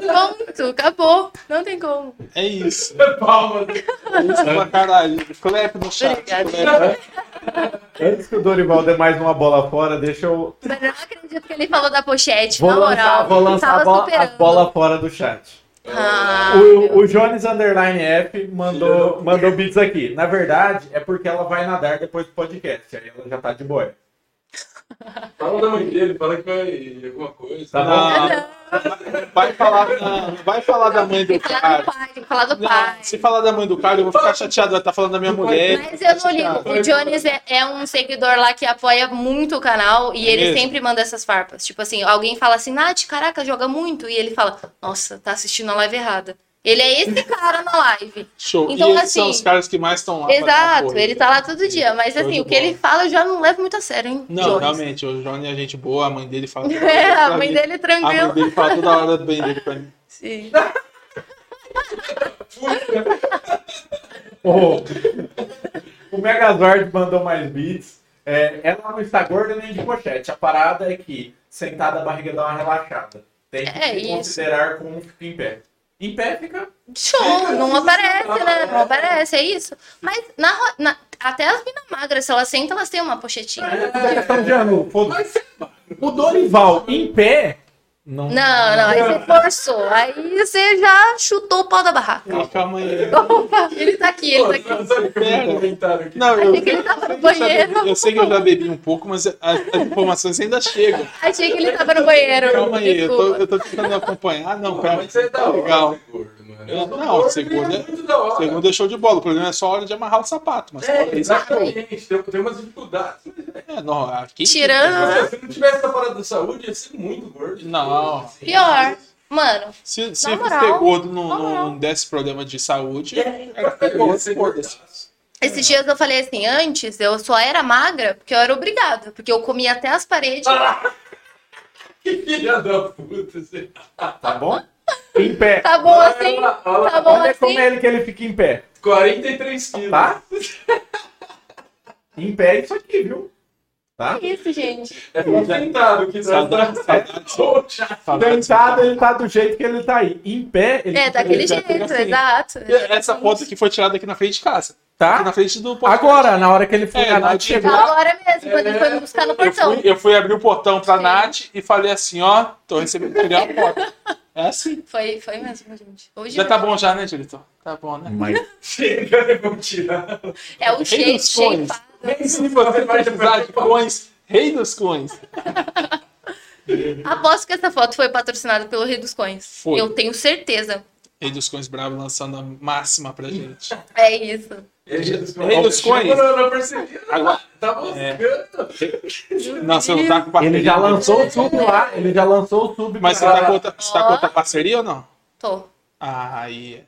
C: Pronto, acabou, não tem como.
A: É isso.
B: Palmas.
A: É isso pra caralho. Clap no chat.
C: Obrigada.
A: clap.
J: Antes que o Dorival dê mais uma bola fora, deixa eu.
C: Mas eu não acredito que ele falou da pochete,
J: Vou
C: na
J: lançar,
C: moral.
J: vou lançar a
C: Tava
J: bola, a
C: superando.
J: bola fora do chat.
C: Ah,
J: O,
C: meu.
J: o Jones Underline F mandou, mandou beats aqui. Na verdade, é porque ela vai nadar depois do podcast. Aí ela já tá de boa.
B: Fala da mãe dele, fala que vai alguma coisa.
J: Tá bom?
A: Ah, vai, falar da, vai falar da mãe
C: Tem
A: do
C: que falar do
A: cara.
C: pai, tem que falar do
A: Não,
C: pai.
A: se falar da mãe do cara, eu vou ficar chateado. Ela tá falando da minha mulher.
C: Mas eu não ligo.
A: Chateado.
C: O Jones é, é um seguidor lá que apoia muito o canal e
A: É
C: ele
A: mesmo?
C: sempre manda essas farpas. Tipo assim, alguém fala assim, Nath, caraca, joga muito. E ele fala, nossa, tá assistindo a live errada. Ele é esse cara na live.
A: Show.
C: Então,
A: e esses são
C: assim,
A: os caras que mais estão lá. pra dar
C: Exato,
A: apoio.
C: ele tá lá todo dia. Mas
A: Show de
C: assim, o que
A: bola.
C: ele fala eu já não levo muito a sério, hein?
A: Não,
C: Jones.
A: realmente, o Johnny é gente boa, a mãe dele fala. toda
C: É,
A: hora pra
C: a mãe
A: mim.
C: dele é
A: A mãe
C: tranquila.
A: dele fala toda hora bem dele pra mim.
C: Sim.
J: Ô, o Megazord mandou mais beats. É, ela não está gorda nem de pochete. A parada é que sentada a barriga dá uma relaxada. Tem que
C: É
J: se
C: isso.
J: considerar como fica em pé. Em pé fica.
C: Show, não aparece, né? Não aparece, é isso. Mas na, ro- na- até as minas magras, se elas sentam, elas têm uma pochetinha.
J: É questão de ângulo, foda-se. O Dorival em pé. Não.
C: Não, não, aí você forçou. Aí você já chutou o pau da barraca.
A: Ele, Calma aí.
C: Opa, ele tá aqui, ele tá aqui.
B: Pô, sabe o que me comentaram aqui?
A: Não, eu,
C: Achei que ele tava no
A: eu já bebi-
C: banheiro.
A: eu sei que eu já bebi um pouco, mas as, as informações ainda chegam.
C: Achei que ele tava no banheiro. Tipo,
A: Calma aí, eu tô,
C: Desculpa.
A: eu tô tentando acompanhar. Não,
B: Pô,
A: calma.
B: mas você é da
A: Tá
B: hora,
A: legal.
B: gordo, mano.
A: Eu-
B: Eu sou
A: não,
B: gordo e
A: segundo
B: é
A: é-
B: muito da hora.
A: Segundo deixou de bola. O problema é só a hora de amarrar o sapato. Mas
B: É,
A: isso é,
B: exatamente. Tem, tem umas dificuldades. Mas,
A: é, não, aqui.
C: Tirando-
B: cara, se não tivesse essa parada da saúde, ia ser muito gordo.
A: Não.
B: Assim.
C: Pior. Mano,
A: Se, se
C: Na moral,
A: ser gordo não,
C: na
A: não,
C: moral.
A: não desse problema de saúde,
B: É,
A: era
B: eu ia ser
A: foda-se.
B: gordaço.
C: esses dias eu falei assim, antes eu só era magra porque eu era obrigada, porque eu comia até as paredes.
B: Que filha da puta. você-
J: Tá bom? Em pé.
C: Tá bom assim?
B: Olha lá, olha lá.
C: Tá bom
J: Olha como
C: assim?
J: é ele que ele fica em pé.
B: 43 quilos.
J: Tá? Em pé é isso aqui, viu? Tá?
C: Que Isso, gente.
B: É bom sentado que nós
A: Saudade-
B: tá.
J: Sentado, ele tá do jeito que ele tá aí. Em pé, ele
C: É,
J: fica
C: daquele
J: aí.
A: já fica
C: jeito,
A: assim.
C: exato.
A: Essa foto aqui foi tirada aqui na frente de casa. Aqui
E: Tá?
A: na frente do portão.
E: Agora, na hora que ele foi
A: É,
E: na
A: na
E: Nath,
A: hora que-
E: chegou.
C: Tá Agora mesmo, quando ele foi me buscar
A: É,
C: no
A: Eu
C: portão.
A: fui, eu fui abrir o portão pra
C: então. Sim.
A: Nath e falei assim, ó, tô recebendo tirei a foto. É assim.
C: Foi, foi mesmo, gente. Hoje
A: Já tá bom já, né, diretor? Tá bom, né?
F: Mas
B: Chega, vamos tirar.
C: é o
A: Rei
C: shape,
A: dos cones.
C: shape.
A: Nem se você vai precisar de coins, rei dos coins.
C: Aposto que essa foto foi patrocinada pelo Rei dos Coins.
A: Foi.
C: Eu tenho certeza.
A: Rei dos coins bravo lançando a máxima pra gente.
C: É isso.
A: Rei dos coins.
B: Eu não percebi.
A: Agora, É.
B: Tá moscando.
A: não, você não tá com parceria.
J: Ele já lançou o sub lá. Ele já lançou o sub.
A: Mas você
J: pra-
A: tá, com outra, você tá com outra parceria ou não?
C: Tô.
A: Ah, aí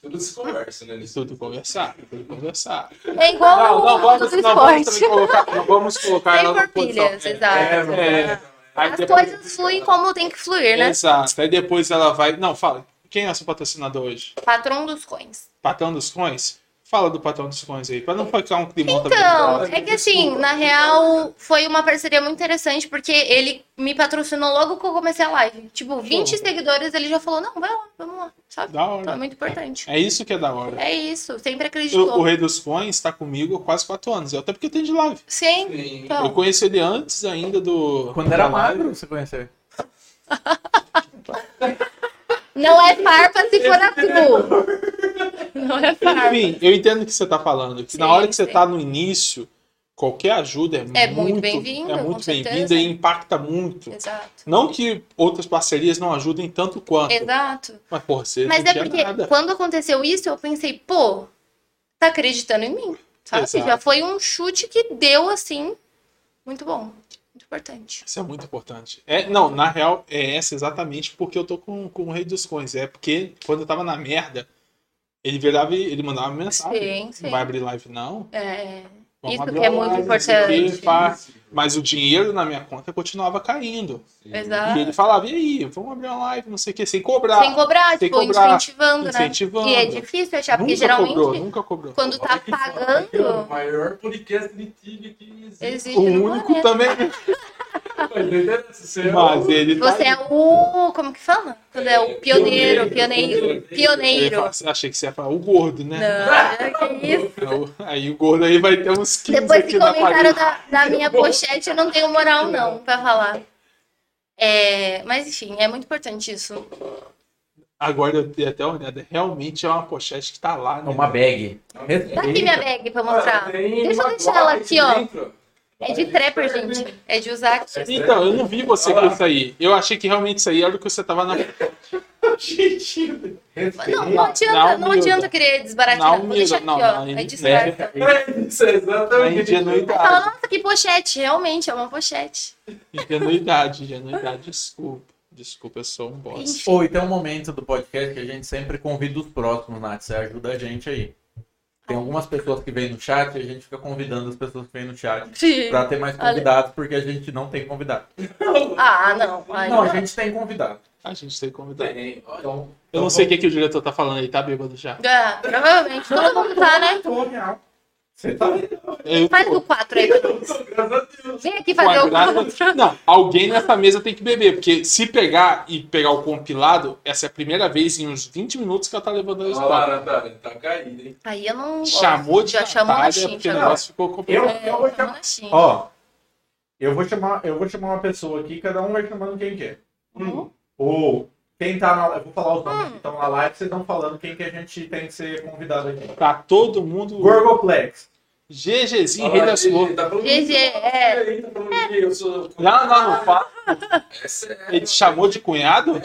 B: Tudo se conversa, né?
A: é tudo conversar, tudo conversar.
C: É igual
A: Não,
C: o
A: não
C: mundo
A: vamos,
C: do
A: não vamos
C: esporte.
A: também colocar, não vamos colocar
C: Sem
A: ela na posição.
C: forpilhas, exato.
A: é, é. Aí
C: As
A: depois-
C: coisas fluem como tem que fluir, né?
A: Exato. Aí depois ela vai. Não, fala. Quem é seu patrocinador hoje?
C: Patrão dos coins.
A: Patrão dos Coins? Fala do Patrão dos Coins aí, pra não ficar um climão
C: Então, é que assim, na real, foi uma parceria muito interessante, porque ele me patrocinou logo que eu comecei a live. Tipo, 20 seguidores, ele já falou, não, vai lá, vamos lá, sabe?
A: Da
C: Então é
A: hora.
C: muito importante.
A: É isso que é da hora.
C: É isso, sempre
A: O, o
C: acreditou.
A: Rei dos Coins tá comigo há quase 4 anos. Eu até porque tem de live.
C: Sim,
B: Sim.
A: Eu
C: então.
A: conheci ele antes ainda do.
E: Quando era magro, você conheceu.
C: Não é farpa se for azul. Não é farpa.
A: Enfim, eu entendo o que você tá falando. Que na
C: Sim,
A: hora que você
C: sim.
A: tá no início, qualquer ajuda é,
C: É muito bem-vinda,
A: É
C: com
A: muito
C: certeza.
A: bem-vinda e impacta muito.
C: Exato.
A: Não que outras parcerias não ajudem tanto quanto.
C: Exato.
A: Mas, porra, você
C: É. Mas
A: não
C: é
A: tinha
C: porque
A: nada.
C: quando aconteceu isso, eu pensei, pô, tá acreditando em mim. Sabe?
A: Exato.
C: Já foi um chute que deu assim. Muito bom. Muito importante.
A: Isso é muito importante. É, não, na real, é essa exatamente porque eu tô com, com o Rei dos Coins. É porque quando eu tava na merda, ele virava e ele mandava mensagem.
C: Sim, sim.
A: Não vai abrir live, não.
C: É,
A: Vamos
C: Isso
A: abrir
C: que é
A: uma live,
C: muito
A: não sei o quê,
C: importante.
A: pá. Mas o dinheiro na minha conta continuava caindo. E
C: exato.
A: ele falava, e aí, vamos abrir uma live, não sei o que, sem cobrar.
C: Sem cobrar,
A: sem
C: tipo,
A: cobrar,
C: incentivando, né?
A: incentivando.
C: E é difícil achar, porque
A: nunca
C: geralmente
A: cobrou, nunca cobrou.
C: quando tá
B: é O
A: né?
C: pagando,
B: maior podcast de tigre que existe.
C: existe.
A: O
C: no
A: único
C: planeta.
A: também,
B: Mas não interessa se você é
A: mas
B: o-
A: ele tá
C: Você
A: aí.
C: é o. Como que fala? Quando é o pioneiro, pioneiro,
B: pioneiro,
A: Eu ia
C: pioneiro.
A: falar, assim, achei que você ia falar o gordo, né?
C: Não, que isso.
A: Eu- Aí o gordo aí vai ter uns 15
C: Depois
A: aqui
C: que
A: na
C: comentaram
A: parede.
C: da, da minha pochete, eu não tenho moral, não, pra falar. É, mas enfim, é muito importante isso.
A: Agora eu dei até uma olhada. Realmente é uma pochete que tá lá,
J: É
A: né?
J: uma bag.
C: Tá aqui minha bag pra mostrar.
B: Tem
C: Deixa eu
B: uma
C: deixar ela aqui, ó.
B: dentro.
C: É de trapper, gente. É de usar aqui.
A: Então, eu não vi você com isso aí. Eu achei que realmente isso aí era o que você tava na,
C: Não, não
A: Na
C: adianta, não
A: humilda.
C: adianta querer desbaratinar.
A: Na
C: Vou deixar aqui,
A: humilda,
C: ó.
A: não, na
C: É disfarça.
B: Isso é
A: na
B: exatamente.
A: ingenuidade.
C: Fala, nossa, que pochete. Realmente, é uma pochete.
A: Ingenuidade, ingenuidade, desculpa. Desculpa, eu sou um bosta.
C: Enfim.
E: Ou e tem um momento do podcast que a gente sempre convida os próximos, Nath. Você ajuda a gente aí. Tem algumas pessoas que vêm no chat e a gente fica convidando as pessoas que vêm no chat pra ter mais
C: Olha.
E: convidados, porque a gente não tem convidado.
C: Ah, não. Ai,
E: Não, a
C: não.
E: gente tem convidado.
A: A gente tem convidado.
B: Tem, ó,
E: Então,
A: Eu não sei o que, que o diretor tá falando aí, tá bêbado já.
C: Ah, provavelmente. Todo mundo tá, né?
E: Você tá
A: Eu
C: Faz
A: tô.
C: o 4 aí. Vem aqui
A: Com
C: fazer
A: a
C: o
A: graça-
C: 4.
A: Não, alguém nessa mesa tem que beber, porque se pegar e pegar o compilado, essa é a primeira vez em uns 20 minutos que ela tá levando a
B: Olha lá,
A: história.
B: Natália, tá caído, hein?
C: Aí eu não. gosto.
A: Chamou de
C: Já chamou na
A: cantada,
C: Shin.
A: porque o
C: já.
A: negócio ficou complicado.
C: É,
J: Eu vou
C: chamou na Shin.
J: Ó, eu vou chamar, eu vou chamar uma pessoa aqui, cada um vai chamando quem quer.
A: hum.
J: Ou quem tá na Eu vou falar os
C: Hum.
J: nomes que estão na live, vocês estão falando quem que a gente tem que ser convidado aqui.
A: Tá todo mundo.
J: Gorgoplex.
A: GGzinho,
B: Olha
A: rei
B: lá,
A: das flores.
B: Tá falando
C: GG, é.
B: Tá falando que eu sou.
A: Não, não, não fala.
B: É sério.
A: Ele te chamou de cunhado?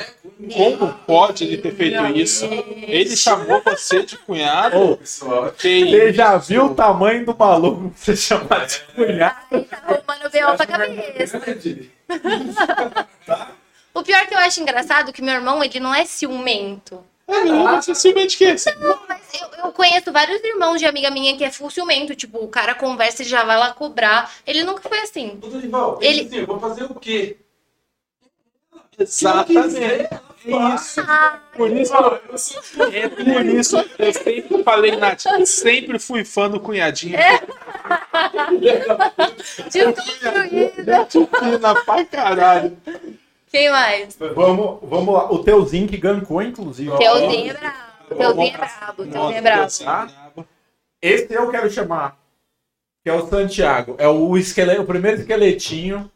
A: Como pode ele ter feito isso? Ele chamou você de cunhado?
J: Ou,
B: Pessoal,
A: Que
J: você já viu o tamanho do maluco pra você chamar de
E: É.
J: cunhado?
C: Ai, tá arrumando B.O. pra
B: é
C: cabeça. O pior que eu acho engraçado é que meu irmão, ele não é ciumento.
A: Ah, meu irmão, você simplesmente que esse.
C: Mas eu, eu conheço vários irmãos de amiga minha que é full ciumento. Tipo, o cara conversa e já vai lá cobrar. Ele nunca foi assim.
B: Ô, Dorival,
C: Ele-
B: ele... assim, eu vou fazer o quê?
A: Exatamente. É Isso. Por isso,
B: Eu sou
A: é por isso que eu sempre falei, Nath, eu sempre fui fã do cunhadinho.
C: É. Desconstruído.
A: Tupina pra caralho.
C: Quem mais?
J: Vamos, vamos lá. O Teuzinho que gancou, inclusive.
C: Teuzinho é brabo. Teuzinho é brabo. Teuzinho é brabo.
A: tá?
J: Esse eu quero chamar. Que é o Santiago. É o, esqueleto, o primeiro esqueletinho.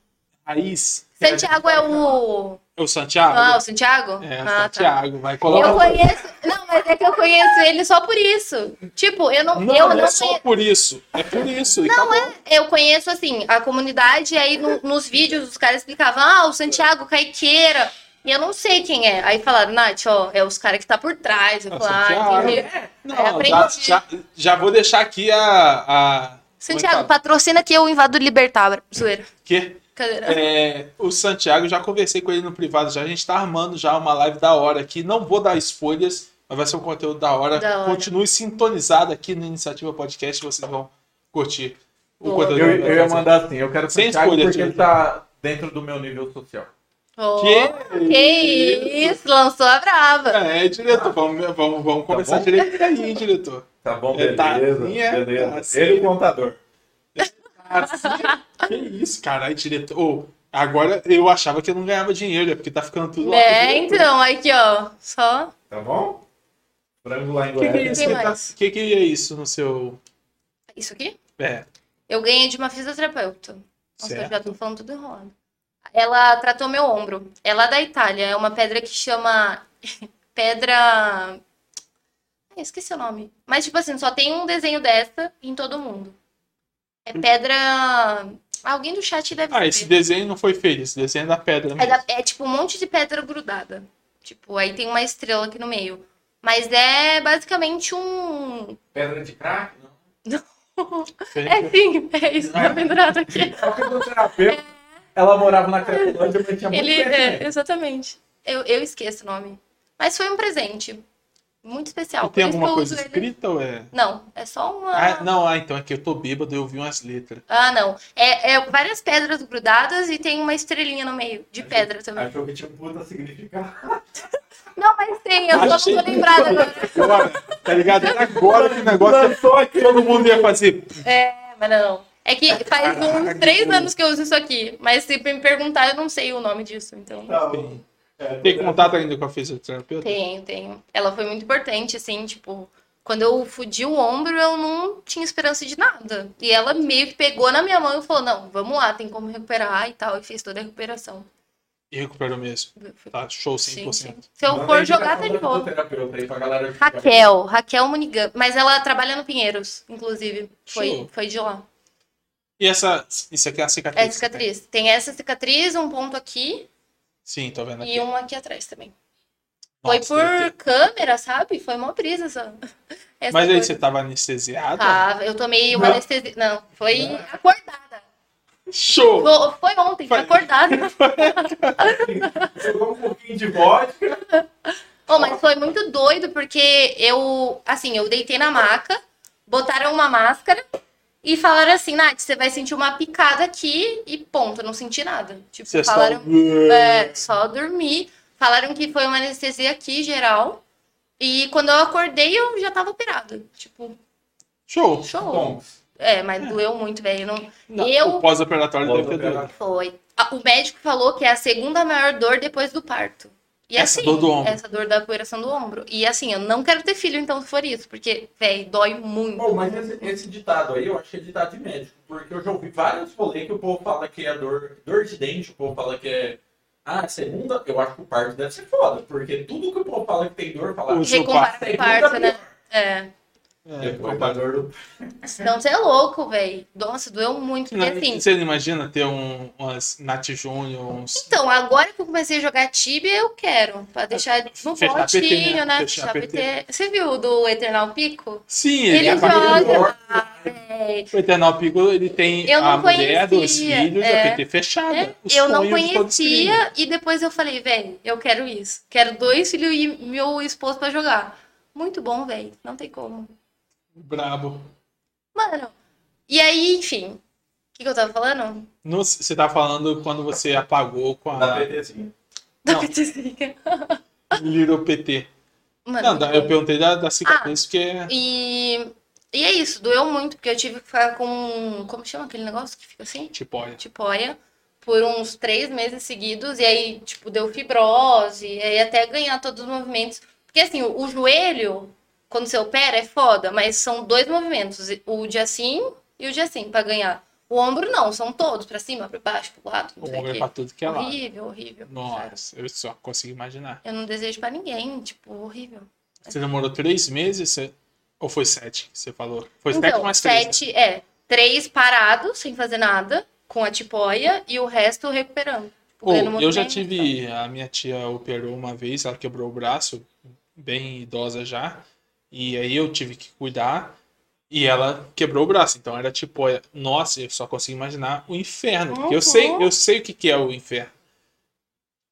A: Raiz.
C: Santiago é o...
A: É o Santiago?
C: Ah, o Santiago?
A: É, o
C: Ah, tá.
A: Santiago. Vai
C: Eu
A: colocar.
C: conheço. Não, mas é que eu conheço ele só por isso. Tipo, eu não.
A: Não,
C: eu
A: não
C: não
A: é só
C: conheço.
A: por isso. É por isso. E acabou.
C: Eu conheço, assim, a comunidade, e aí no- nos vídeos os caras explicavam, ah, o Santiago Caiqueira. E eu não sei quem é. Aí falaram, Nath, ó, é os caras que tá por trás. Eu
A: É o
C: falei, ah,
A: Santiago.
C: entendi.
A: Não,
C: É, aprendi.
A: já, já, já vou deixar aqui a. a...
C: Santiago, patrocina que eu invado Libertar. Zoeira.
A: Que?
C: Cadeira.
A: É, o Santiago, já conversei com ele no privado já. A gente tá armando já uma live da hora aqui. Não vou dar spoilers, mas vai ser um conteúdo da hora.
C: Da hora.
A: Continue sintonizado aqui no Iniciativa Podcast, vocês vão curtir o
C: Boa.
A: conteúdo.
E: Eu, eu ia mandar assim, eu quero
A: Sem
E: Santiago
A: escolha,
E: porque
A: tio.
E: ele tá dentro do meu nível social.
C: Oh,
A: Que
C: que isso, lançou a brava.
A: É, diretor, vamos, vamos,
E: Tá
A: vamos conversar
J: bom?
A: direito aí, hein, diretor.
J: Tá bom,
A: É,
J: beleza.
A: tá, minha,
J: beleza.
A: tá,
J: Ele e
E: é
A: sim.
J: o contador.
E: Ah,
A: Que isso, caralho, diretor. Ô, agora eu achava que eu não ganhava dinheiro, é porque tá ficando tudo lá.
C: É, então, aqui, ó. Só.
J: Tá bom? Frango lá em
A: O que, que é
J: Goiás.
A: isso? que tá-
C: mais?
A: que, que é isso no seu.
C: Isso aqui?
A: É,
C: Eu ganhei de uma fisioterapeuta. Nossa, eu
A: certo.
C: já tô falando tudo errado. Ela tratou meu ombro. É lá da Itália. É uma pedra que chama. pedra. Ai, Eu esqueci o nome. Mas, tipo assim, só tem um desenho dessa em todo mundo. É pedra. Alguém do chat deve
A: Ah,
C: saber.
A: esse desenho não foi feio, esse desenho é da pedra
C: É,
A: mesmo.
C: da- é tipo um monte de pedra grudada. Tipo, aí tem uma estrela aqui no meio. Mas é basicamente um.
E: Pedra de crack? Não.
C: É sim, é isso, tá pendurado aqui.
E: Só que o terapeuta, ela morava na Cracolândia, mas tinha muito
C: Ele,
E: pé. né?
C: é, exatamente. Eu, eu esqueço o nome. Mas foi um presente. Muito especial.
A: E tem
C: por isso que
A: alguma
C: eu
A: coisa
C: uso ele.
A: escrita ou é?
C: Não, é só uma.
A: Ah, não, ah, então é que eu tô bêbado, eu vi umas letras.
C: Ah, não. É, é várias pedras grudadas e tem uma estrelinha no meio, de pedra também.
E: Achou que tinha um puta significado.
C: Não, mas tem, eu só
A: Achei
C: não tô lembrada agora.
A: Agora, tá ligado? Era Agora que o negócio é que todo mundo ia fazer.
C: É, mas não. É que faz uns três anos que eu uso isso aqui. Mas se me perguntar, eu não sei o nome disso, então.
E: Não.
A: Tem contato ainda com a fisioterapeuta?
C: Tenho, tenho. Ela foi muito importante, assim, tipo, quando eu fudi o ombro, eu não tinha esperança de nada. E ela meio que pegou na minha mão e falou: não, vamos lá, tem como recuperar e tal. E fez toda a recuperação.
A: E recuperou mesmo. Tá, show 100%.
C: Se eu
E: Manda
C: for
E: a
C: jogar,
E: indicação
C: tá de
E: da
C: boa.
E: fisioterapeuta aí pra galera jogar.
C: Raquel, Raquel Munigam. Mas ela trabalha no Pinheiros, inclusive. Foi,
A: Show.
C: foi de lá.
A: E essa. Isso aqui é a cicatriz.
C: É a cicatriz. Tem essa cicatriz, um ponto aqui
A: Sim, tô vendo aqui.
C: e um aqui atrás também. Foi
A: Nossa,
C: por
A: deve ter-
C: câmera, sabe? Foi uma brisa essa. essa
A: Mas aí
C: coisa. Tá.
A: você tava anestesiada?
C: Tava, Ah, eu tomei uma anestesia. Não, foi acordada.
A: Show!
C: Fo- Foi ontem,
A: Foi.
C: acordada.
E: Jogou um pouquinho de vodka.
C: Ô, mas foi muito doido, porque eu, assim, eu deitei na maca, botaram uma máscara e falaram assim, Nath, você vai sentir uma picada aqui e ponto, eu não senti nada. Tipo,
A: Você só-
C: falaram. É, só dormi. Falaram que foi uma anestesia aqui, geral. E quando eu acordei, eu já tava operada. Tipo,
A: Show!
C: show.
E: Bom,
C: É, mas doeu muito, velho. Não,
A: Não,
C: Eu-
A: O pós-operatório deve ter
E: Pós-operatório.
A: doido.
C: Foi. A- O médico falou que é a segunda maior dor depois do parto. E
A: Essa
C: assim,
A: dor do ombro.
C: Essa dor da operação do ombro. E assim, eu não quero ter filho, então, se for isso. Porque, velho, dói muito.
E: bom, mas esse, esse ditado aí eu acho que é ditado de médico, porque eu já ouvi vários rolês que o povo fala que é dor, dor de dente, o povo fala que é. Ah, segunda, eu acho que o parto deve ser foda, porque tudo que o povo fala que tem dor, fala.
A: Os-
C: Porque compara com o
E: segunda
C: parto,
E: pior.
C: né? É.
A: É,
E: Depois da dor do.
C: Senão você é louco, velho. Nossa, doeu muito. Porque
A: Não, é
C: assim.
A: Você não imagina ter um, umas Nat Júnior, uns.
C: Então, agora que eu comecei a jogar Tibia, eu quero. Pra deixar no
A: Fechar
C: potinho,
A: PT, né?
C: né?
A: Fechar
C: Fechar
A: PT.
C: PT. Você viu o do Eternal Pico?
A: Sim, ele,
C: Ele,
A: é
C: joga. Ah, véi.
A: O Eternal Pico, ele tem
C: Eu
A: a
C: não
A: mulher, dois
C: conhecia,
A: filhos,
C: é.
A: a PT fechada.
C: É,
A: O
C: eu não
A: sonho de todo streamer.
C: conhecia e depois eu falei, velho, eu quero isso. Quero dois filhos e meu esposo pra jogar. Muito bom, velho. Não tem como.
A: Brabo.
C: Mano. E aí, enfim. O que, que eu tava falando?
A: No- você tá falando quando você apagou com
E: Da
A: a
E: PTzinha.
C: Da
A: Não.
C: petezinha.
A: Little PT.
C: Mano.
A: Não, da- eu
C: muito bom.
A: perguntei da, é da cicatriz, porque.
C: E. E é isso, doeu muito, porque eu tive que ficar com. Como chama aquele negócio que fica assim?
A: Tipo, olha.
C: Tipóia. Por uns três meses seguidos. E aí, tipo, deu fibrose. E aí até ganhar todos os movimentos. Porque assim, o, o joelho, quando você opera, é foda, mas são dois movimentos. O de assim e o de assim, pra ganhar. O ombro não, são todos, pra cima, pra baixo, pro lado, não
A: O
C: sei o
A: ombro é
C: quê.
A: pra tudo que é lá.
C: horrível, horrível. cara.
A: Nossa, eu só consigo imaginar.
C: Eu não desejo pra ninguém, tipo, horrível.
A: Você demorou três meses? você- Ou foi sete que você falou? Foi sete
C: Então,
A: mais três. né?
C: sete, é, três parados, sem fazer nada, com a tipóia, e o resto recuperando. tipo,
A: Ou,
C: ganhando
A: eu já
C: movimento. então.
A: tive. A minha tia operou uma vez, ela quebrou o braço, bem idosa já. E aí eu tive que cuidar. E ela quebrou o braço. Então era tipo, olha, nossa, eu só consigo imaginar o inferno. Porque eu
C: Uhum.
A: sei, eu sei o que que é o inferno.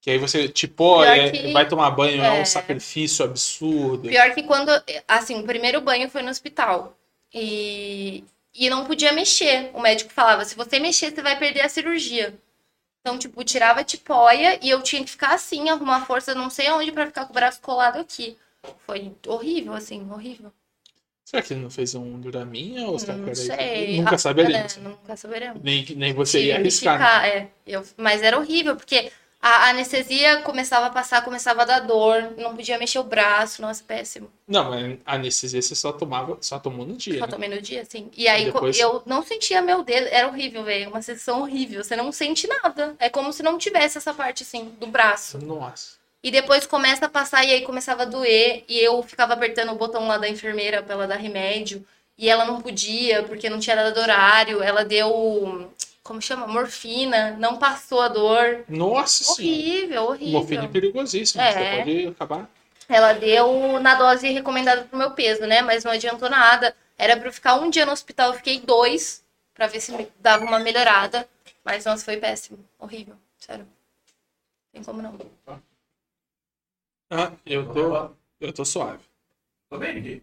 A: Que aí você, tipo,
C: Pior
A: é,
C: que-
A: vai tomar banho, é
C: é.
A: um sacrifício absurdo.
C: Pior que quando, assim, o primeiro banho foi no hospital. E, e não podia mexer. O médico falava, se você mexer, você vai perder a cirurgia. Então, tipo, tirava a tipóia e eu tinha que ficar assim, arrumar força não sei aonde pra ficar com o braço colado aqui. Foi horrível, assim, horrível.
A: Será que ele não fez um Duraminha ou será que
C: Hum, não
A: era isso?
C: sei.
A: Nunca
C: Ah,
A: saberemos.
C: é, nunca saberemos.
A: Nem, nem você ia
C: Tive que
A: arriscar. né?
C: ficar, é, eu, mas era horrível, porque a anestesia começava a passar, começava a dar dor, não podia mexer o braço, nossa, péssimo.
A: Não, mas a anestesia você só tomava, só tomou no dia.
C: Só
A: né?
C: tomei no dia, assim. E aí co-
A: Depois-
C: eu não sentia meu dedo, era horrível, velho. Uma sensação horrível. Você não sente nada. É como se não tivesse essa parte, assim, do braço.
A: Nossa.
C: E depois começa a passar e aí começava a doer. E eu ficava apertando o botão lá da enfermeira pra ela dar remédio. E ela não podia, porque não tinha dado horário. Ela deu. Como chama? Morfina. Não passou a dor.
A: Nossa senhora.
C: Horrível, horrível.
A: Morfina é perigosíssima.
C: É.
A: Você pode acabar.
C: Ela deu na dose recomendada pro meu peso, né? Mas não adiantou nada. Era pra eu ficar um dia no hospital, eu fiquei dois, pra ver se me dava uma melhorada. Mas, nossa, foi péssimo. Horrível, sério. Não tem como não.
A: Ah, eu tô, eu tô suave.
E: Tô bem aqui.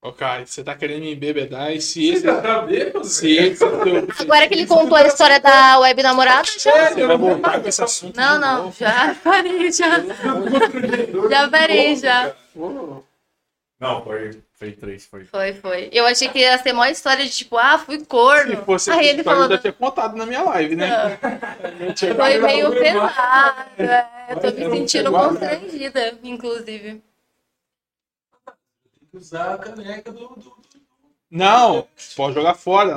A: Ô, Kai, você tá querendo me embebedar e se esse. é
B: Tá bêbado?
A: Se esse teu-
C: Agora que ele contou a história da web namorada, já.
A: Você vai voltar com esse assunto.
C: Não,
A: de
C: não,
A: novo.
C: já parei, já. Já parei, já.
A: Ô,
E: Não, foi, foi três, foi.
C: Foi, foi. Eu achei que ia ser mó história de tipo, ah, fui
A: Se
C: corno.
A: fosse
C: Aí
A: essa
C: ele
A: história, eu
C: falou. É.
A: já tinha contado na minha live, né?
C: Foi meio
A: um
C: pesado. É. Tô me sentindo constrangida, inclusive.
B: Usar a caneca É do. do...
A: Não, pode jogar fora.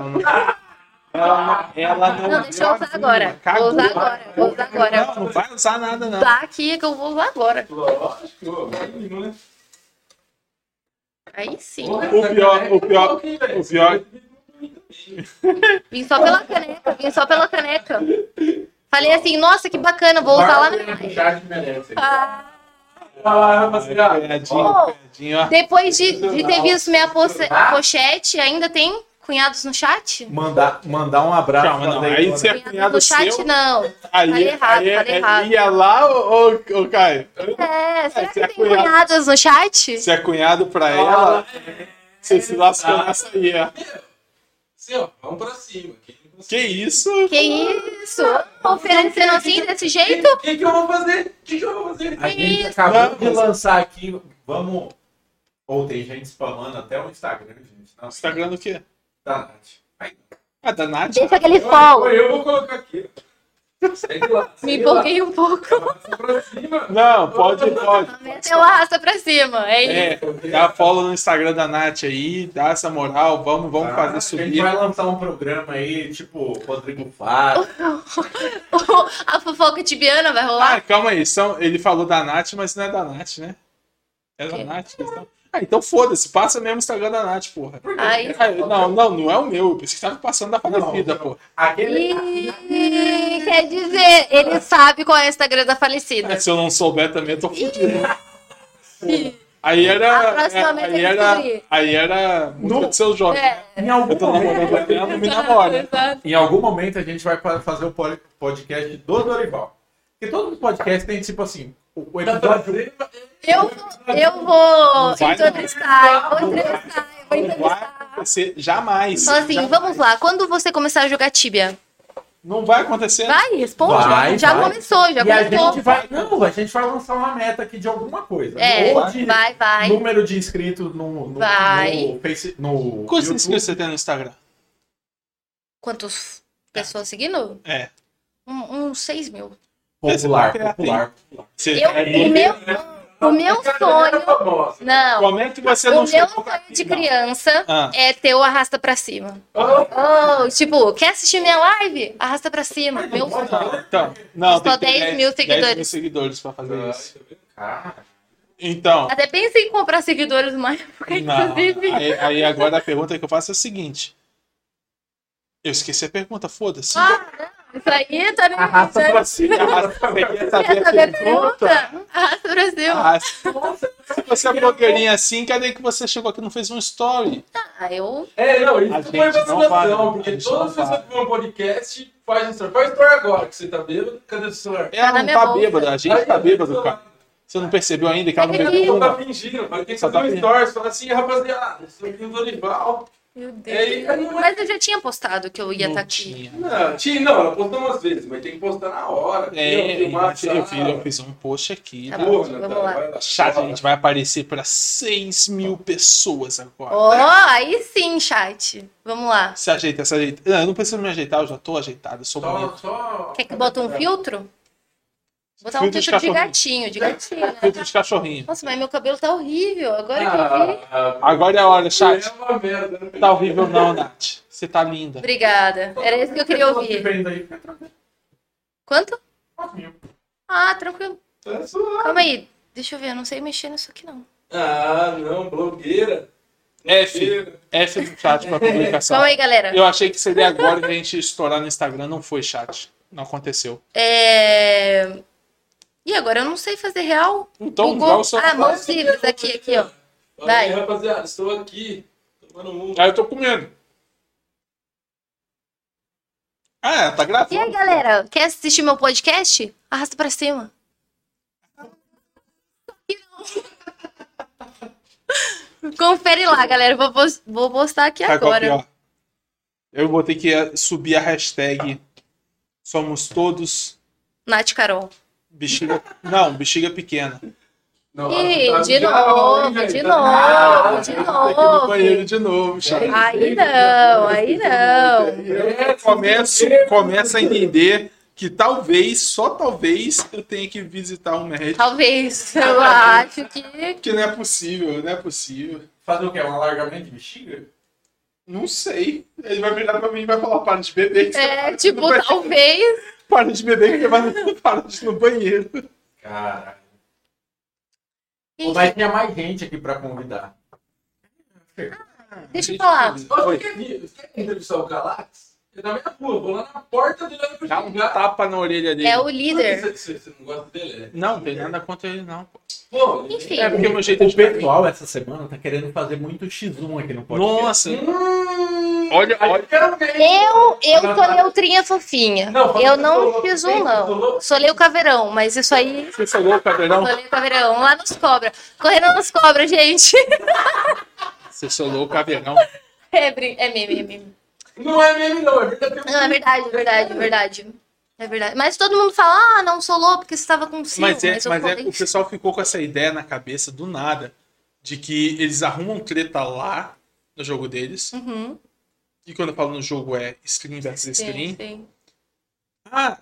A: Ela não, ela não, ela não
C: Não, deixa eu usar
A: cagou,
C: agora.
A: né? cagou.
C: Vou usar agora. Vou usar agora.
A: Não, não vai usar nada, não.
C: Tá aqui que eu vou usar agora.
B: Lógico, óbvio, né?
C: Aí sim.
A: O
B: tá
A: pior, o pior, o pior.
C: Vim só pela caneca. Vim só pela caneca. Falei assim, nossa, que bacana, vou usar lá. na-
E: Chá de merece.
C: Ah,
B: Olha lá,
A: Tá. É.
B: rapaziada.
A: Pegadinho,
C: Oh.
A: pegadinho, ó.
C: depois de, de ter visto minha poche- pochete, ainda tem cunhados no chat?
J: Mandar, mandar um abraço.
A: Calma,
J: pra
A: não.
J: Leila,
A: Aí você é
C: Cunhados
A: cunhado
C: no Tá. chat,
A: seu.
C: não.
A: Aí,
C: Falei Tá errado,
A: aí,
C: falei
A: é-
C: errado.
A: ia lá, ô, ô, ô, Caio.
C: É, será
A: você é
C: que tem
A: cunhado.
C: cunhados no chat?
A: Se é cunhado pra ela, você se lascou nessa aí, ó.
B: Assim, ó, vamos pra cima. Quem não conseguir-
A: Que isso?
C: Que isso? Oferecendo assim, desse jeito?
B: O que, que eu vou fazer? O que, que eu vou fazer?
E: A gente acabou de lançar aqui. Vamos. Ou tem gente spamando até o Instagram, gente. Não,
A: Instagram do tá quê?
E: da Nath.
A: Ah, da Nath?
C: Deixa aquele
B: Pô,
C: sol.
B: eu vou colocar aqui. Segue lá.
C: Me empolguei um pouco.
B: Passa pra cima.
A: Não, pode, pode.
C: Meteu a raça pra cima. É isso.
A: É, dá follow no Instagram da Nath aí, dá essa moral, vamos, vamos
E: Ah,
A: fazer
E: A gente
A: subir.
E: vai lançar um programa aí, tipo, Rodrigo Faro.
C: A fofoca tibiana vai rolar?
A: Ah, calma aí, são, ele falou da Nath, mas não é da Nath, né? É da
C: É.
A: Nath? Então... Ah, então foda-se, passa mesmo o Instagram da Nath, porra.
C: Aí.
A: Ah, não, não, não é o meu, eu pensei que tava passando da falecida, porra.
E: Aquele.
C: Ih, quer dizer, ele sabe qual é o Instagram da falecida.
A: É, se eu não souber também, eu tô fudido. Aí era.
C: A próxima
A: é,
C: meta
A: aí
C: é
A: era.
C: descobrir.
A: Aí era. Música do seu Jorge. né?
C: É,
E: Em algum
A: Eu tô
E: momento.
A: namorando com ela, não me namora.
C: exato.
E: Em algum momento a gente vai pa- fazer o pod- podcast do Dorival. Porque todo os podcasts tem, tipo assim, o o episódio.
C: Eu, vou- eu vou
A: vai, não.
C: entrevistar, eu vou entrevistar, eu vou
A: Não vai
C: entrevistar.
A: acontecer jamais.
C: Fala assim,
A: Jamais.
C: vamos lá, quando você começar a jogar tibia?
A: Não vai acontecer.
C: Vai, responde.
E: Vai,
C: já
E: vai.
C: começou, já
E: E a gente
C: começou.
E: vai. Não, a gente vai lançar uma meta aqui de alguma coisa.
C: É,
E: Ou de
C: vai, vai.
E: número de inscritos no, no,
C: Vai.
E: no Face. No
A: Quantos
E: YouTube.
A: inscritos você tem no Instagram?
C: Quantas pessoas seguindo?
A: É.
C: Um, uns 6 mil.
E: Popular,
B: é assim.
E: popular.
A: assim. Você-
C: Eu,
A: é-
C: o meu, o meu sonho...
B: É Famosa.
C: Não,
A: Como é que você não
C: o meu
A: chegou
C: sonho de
A: aqui, não?
C: criança
A: Ah,
C: é ter o arrasta pra cima.
B: Ah.
C: Oh, tipo, quer assistir minha live? Arrasta pra cima.
A: não,
C: Meu sonho.
A: então, não,
C: Só
A: tem que ter
C: 10 mil
A: 10 mil
C: seguidores.
A: seguidores pra fazer isso.
E: Ah,
A: Então,
C: Até pensei em comprar seguidores numa época,
A: não.
C: inclusive.
A: Aí, aí agora a pergunta que eu faço é a seguinte. Eu esqueci a pergunta, foda-se.
C: Ah, Isso aí tá me
E: Arrasta
C: já-
E: pra cima.
A: Você quer saber
C: Quer
A: a
C: saber a
A: pergunta?
C: pergunta? Arrasta pra cima.
A: Ah, se você é blogueirinha assim, cadê que você chegou aqui e não fez um story?
C: Ah, eu.
B: É, não,
A: A
B: isso
A: gente
B: foi uma
A: não
B: vacilação,
A: fala, a
B: porque
A: gente
B: todas
A: não
B: as pessoas
A: fala.
B: que vão no podcast fazem story. Faz story agora, que você tá bêbado. Cadê o celular?
A: Ela
C: na
A: não
C: minha
A: tá
C: bolsa.
A: bêbada, a gente tá bêbado, cara.
B: Só
A: Você não percebeu ainda que ela não
C: É que
A: bebeu
C: eu-
A: uma?
B: tá fingindo, mas tem que
A: Só
B: fazer
A: tá
B: um
A: fingindo.
B: stories. Fala assim, rapaziada, eu sou aqui o Dorival.
C: Meu Deus.
B: É, e- é, não é-
C: Mas eu já tinha postado que eu ia estar aqui.
B: Não, tinha, não, ela postou umas vezes, mas tem que postar na hora.
A: É,
B: tem um que filmar,
A: eu,
B: tirar.
A: fiz, eu fiz um post aqui.
C: Tá
A: Tá
C: bom.
B: Boa,
C: Vamos
B: Natália,
C: lá.
B: vai lá.
A: Chat, a
B: Fala.
A: gente vai aparecer para 6 mil pessoas agora.
C: Ó, aí sim, chat. Vamos lá.
A: Se ajeita, se ajeita. Não, eu não preciso me ajeitar, eu já tô ajeitado, eu sou bonito.
B: Só, só...
C: Quer que bota um filtro? Botar um
A: Filtro de
C: filtro de
A: cachorro.
C: gatinho, de gatinho, né?
A: Filtro de cachorrinho.
C: Nossa, mas meu cabelo tá horrível. Agora que eu vi.
B: Ah, ah,
A: Agora é a hora, chat.
B: é uma merda. né?
A: Tá horrível não, Nath. Você tá linda.
C: Obrigada. Era isso que eu queria ouvir.
J: Vendo aí, fica tranquilo.
C: Quanto?
J: Quatro mil.
C: Ah, tranquilo.
B: Tá suave.
C: Calma aí. Deixa eu ver, eu não sei mexer nisso aqui, não.
B: Ah, não, blogueira.
A: F, F do chat pra publicação.
C: Calma aí, galera.
A: Eu achei que seria agora que a gente estourar no Instagram, não foi chat. Não aconteceu.
C: É... E agora eu não sei fazer real.
A: Então,
C: Google-
A: joga o seu.
C: Ah,
B: assim.
C: mãos livres aqui, aqui, ó.
B: Fala
C: Vai.
B: aí, rapaziada, estou aqui. Tomando um.
A: Ah, eu tô comendo. Ah, tá
C: E
A: gravando.
C: aí, galera, quer assistir meu podcast? Arrasta pra cima. Confere lá, galera. Vou, pos- vou postar aqui
B: Tá
A: Sabe qual que é?
C: agora.
A: Eu vou ter que eh, subir a hashtag Somos Todos
C: Nath Carol.
A: Bexiga. Não, bexiga pequena.
B: Não,
C: Ih,
B: tá
C: de
B: já,
C: novo,
B: hein,
C: de
B: velho?
C: novo,
B: Ah,
C: de
B: tem que ir
C: novo.
B: no banheiro de novo, chat.
C: Aí não, aí não.
A: Eu começo, começo a entender que talvez, só talvez, eu tenha que visitar um médico.
C: Talvez. Eu acho que.
A: Porque não é possível, não é possível.
E: Fazer o quê? Um alargamento de bexiga?
A: Não sei. Ele vai virar pra mim e vai falar: para de beber. que você
C: É,
A: para
C: tipo,
A: no banheiro.
C: talvez.
A: Para de beber que você vai para de ir no banheiro.
E: Caralho. Mas tinha mais gente aqui pra convidar.
C: Deixa eu falar.
B: Poxa, é quer vir? Vocês querem entrevistar o Galax? É na minha rua, vou lá na porta dele olho pra
A: Dá um
B: xingar.
A: tapa na orelha dele.
C: É o
B: Por que
C: líder.
B: Você, você- você não gosta dele, né?
A: Não, tem nada contra ele, não.
B: Pô, ele-
C: Enfim.
A: É porque o meu jeito
E: O
A: de beber.
E: pessoal essa semana tá querendo fazer muito X1 aqui no podcast. Hum,
A: Nossa! Olha, olha.
C: Eu, eu sou neutrinha fofinha.
B: Não,
C: eu
B: fala-
C: não
B: falou-
C: fiz um,
B: quem
C: não.
B: falou?
C: Sou Leo Caveirão, mas isso aí.
A: Você falou, caveirão?
C: Sou Leo Caveirão, lá nos cobra. Correndo nos cobra, gente.
A: Você solou o caveirão.
C: É, brin- é meme, é meme.
B: Não é meme, não, é verdadeiro.
C: Não, é verdade, é verdade, é verdade. É verdade. Mas todo mundo fala, ah, não sou lobo porque você estava com cio.
A: mas é,
C: eu
A: mas é,
C: falei,
A: o pessoal ficou com essa ideia na cabeça do nada de que eles arrumam treta lá no jogo deles.
C: Uhum,
A: E quando eu falo no jogo é screen versus
C: sim,
A: screen.
C: sim.
A: Ah,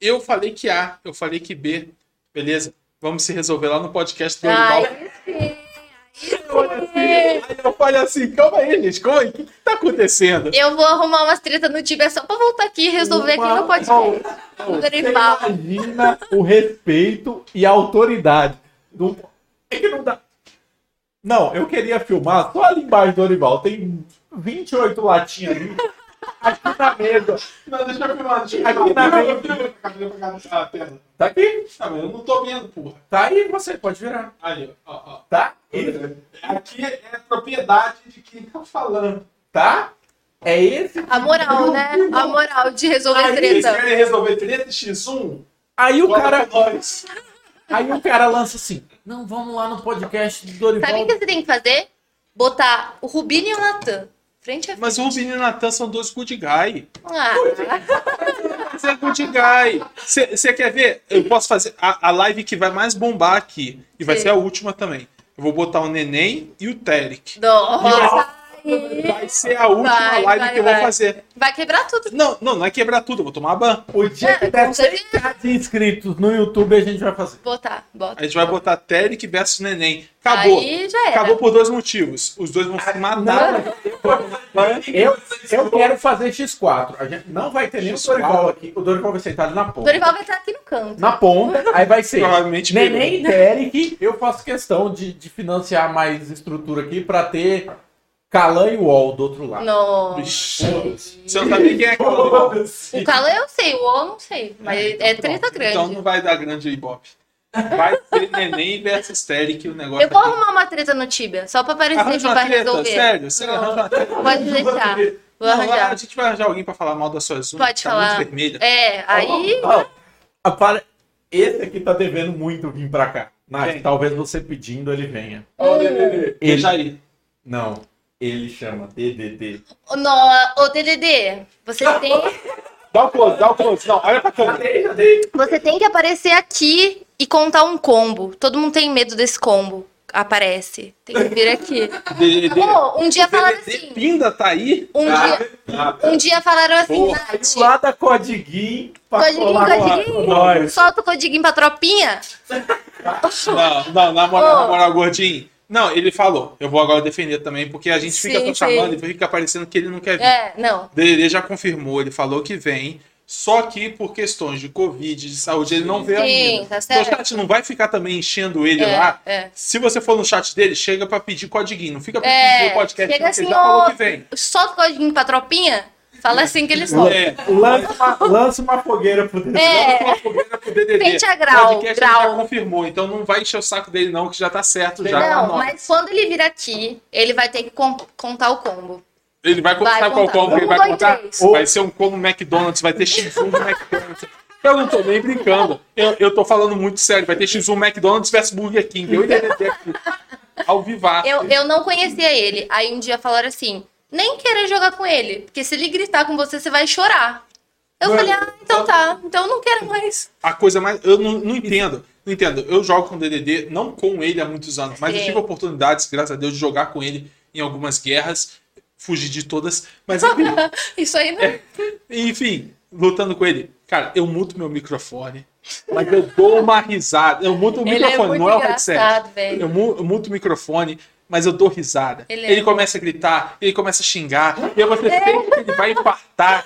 A: eu falei que A, eu falei que B. Beleza, vamos se resolver lá no podcast do Orival.
C: Ai, sim.
A: Aí eu falei assim, calma aí, gente, calma aí, o que, que tá acontecendo?
C: Eu vou arrumar umas tretas no Tibia só pra voltar aqui e resolver aqui no podcast.
E: Não,
C: No
E: você
C: Dorival.
E: imagina o respeito e a autoridade. Não, é que não dá. Não, eu queria filmar só ali embaixo do Dorival. Tem 28 latinhas ali. Aqui na mesa.
A: Não, deixa eu filmar, deixa eu
E: Aqui na
A: filmar.
E: mesa. Tá aqui.
A: Tá, mas eu não tô vendo, porra.
E: Tá aí, você pode virar.
A: Aí, ó, ó.
E: Tá? Aqui.
A: Aqui é propriedade de quem tá falando.
E: Tá? É esse.
C: A moral, né? A moral de resolver
A: Eles
C: Ah, treta.
A: querem resolver treta X1?
E: Aí o
A: Bota
E: cara,
A: com nós.
E: aí o cara lança assim: "Não, vamos lá no podcast do Dorival".
C: Sabe o que você tem que fazer? Botar o Rubinho e o Natan. Frente a frente.
A: Mas o Rubinho e o Natan são dois good guy.
C: Ah,
A: Você é good guy. Você você quer ver? Eu posso fazer a, a live que vai mais bombar aqui. E vai
C: Sim.
A: ser a última também. Eu vou botar o Neném e o Terek.
C: nossa.
A: Vai ser a última
C: Vai,
A: live
C: vai,
A: que eu vou
C: vai.
A: fazer.
C: Vai quebrar tudo. né?
A: Não, não, não é quebrar tudo, eu vou tomar ban.
E: O dia que
C: É,
E: der
C: com certeza.
E: 100k de inscritos no YouTube, a gente vai fazer.
C: Botar,
A: A
C: bota.
A: gente vai botar Terek versus Neném. Acabou.
C: Aí já era.
A: Acabou por dois motivos. Os dois vão se matar.
E: Eu, eu quero fazer X4. A gente não vai ter nem o
A: X4.
E: Dorival aqui. O Dorival vai sentado na
C: O
E: ponta.
C: Dorival vai estar aqui no canto.
E: Na ponta, aí vai ser.
A: Provavelmente
E: Neném e Derek, eu faço questão de, de financiar mais estrutura aqui pra ter Calan e Wall do outro lado.
C: Nossa.
A: Você não sabe nem quem é que é o
C: O Calã eu sei, o O eu não sei. Mas é treta
A: Então
C: grande.
A: não vai dar grande ibope. Vai ser neném versus Terry que o negócio
C: Eu vou
A: aqui.
C: arrumar uma treta no Tibia, só pra parecer que
A: Arranja uma
C: vai
A: treta,
C: resolver.
A: sério? Você
C: Não.
A: arranja uma treta?
C: Pode deixar. Vou
A: Não, a
C: arranjar.
A: gente vai arranjar alguém pra falar mal da sua Zoom.
C: Pode
A: que tá
C: falar.
A: Muito vermelha.
C: É, aí.
E: Ó, ó, para- Esse aqui tá devendo muito vir pra cá. Nath,
A: Quem?
E: talvez você pedindo ele venha.
B: Olha o Nenê.
A: Veja aí.
E: Não.
J: Ele chama DDD.
C: Ô, nó- ô, DDD, você tem,
A: Dá o close, dá o close. Não, olha pra câmera.
J: Cadê? Cadê?
C: você tem que aparecer aqui e contar um combo. Todo mundo tem medo desse combo. Aparece. Tem que vir aqui.
A: DDD.
C: Ô, um dia falaram
G: DDD
C: assim.
G: Pinda tá aí?
C: Um dia, um dia falaram assim, Nath.
J: Lá da Codiguin pra
C: Codiguinho,
J: colar com a-
C: codiguinho.
J: com nós.
C: Solta o codiguinho pra tropinha.
A: Não, não, na moral,
C: Ô.
A: na moral, gordinho. Não, ele falou. Eu vou agora defender também, porque a gente fica
C: Sim,
A: só chamando
C: sim.
A: e fica parecendo que ele não quer vir.
C: É, não.
A: Dererê já confirmou, ele falou que vem. Só que por questões de Covid, de saúde, ele não veio
C: Sim,
A: ainda.
C: tá
A: Então, o
C: certo.
A: chat não vai ficar também enchendo ele lá.
C: É, é.
A: Se você for no chat dele, chega pra pedir codiguinho. Não fica pedindo
C: É,
A: o podcast,
C: chega
A: porque ele
C: assim,
A: já falou
C: ó,
A: que vem.
C: Solta o codiguinho pra tropinha. Fala assim que ele solta.
A: É,
J: Lança uma, lança uma fogueira pro DDD.
C: É,
A: uma fogueira pro DDD.
C: pente a
A: O
C: grau,
A: podcast ele já
C: grau.
A: confirmou, então não vai encher o saco dele, não, que já tá certo. Já tá
C: Não,
A: nó-
C: mas quando ele vir aqui, ele vai ter que con- contar o combo.
A: Ele vai contar
C: Vai
A: sabe qual
C: contar.
A: combo que ele
C: Um,
A: vai
C: dois,
A: contar?
C: três.
A: Vai ser um combo McDonald's, vai ter X1 do McDonald's. Eu não tô nem brincando. Eu, eu tô falando muito sério. Vai ter X1 McDonald's versus Burger King. Eu e DDD aqui. Ao vivar.
C: Eu, eu não conhecia ele. Aí um dia falaram assim: nem queira jogar com ele, porque se ele gritar com você, você vai chorar. Eu
A: Mano,
C: falei, ah, então tá, então eu não quero mais.
A: A coisa mais. Eu não, não entendo. Não entendo. Eu jogo com o DDD, não com ele há muitos anos, mas eu
C: Sim.
A: tive oportunidades, graças a Deus, de jogar com ele em algumas guerras. Fugi de todas. Mas é enfim,
C: Isso aí não.
A: É, Enfim, lutando com ele. Cara, eu muto meu microfone, mas eu dou uma risada. Eu muto o
C: ele é
A: microfone,
C: muito
A: não é o headset.
C: engraçado, velho.
A: Eu, mu- eu muto o microfone, mas eu dou risada.
C: Ele
A: Ele,
C: é-
A: começa a gritar, ele começa a xingar, e você sente que ele vai infartar.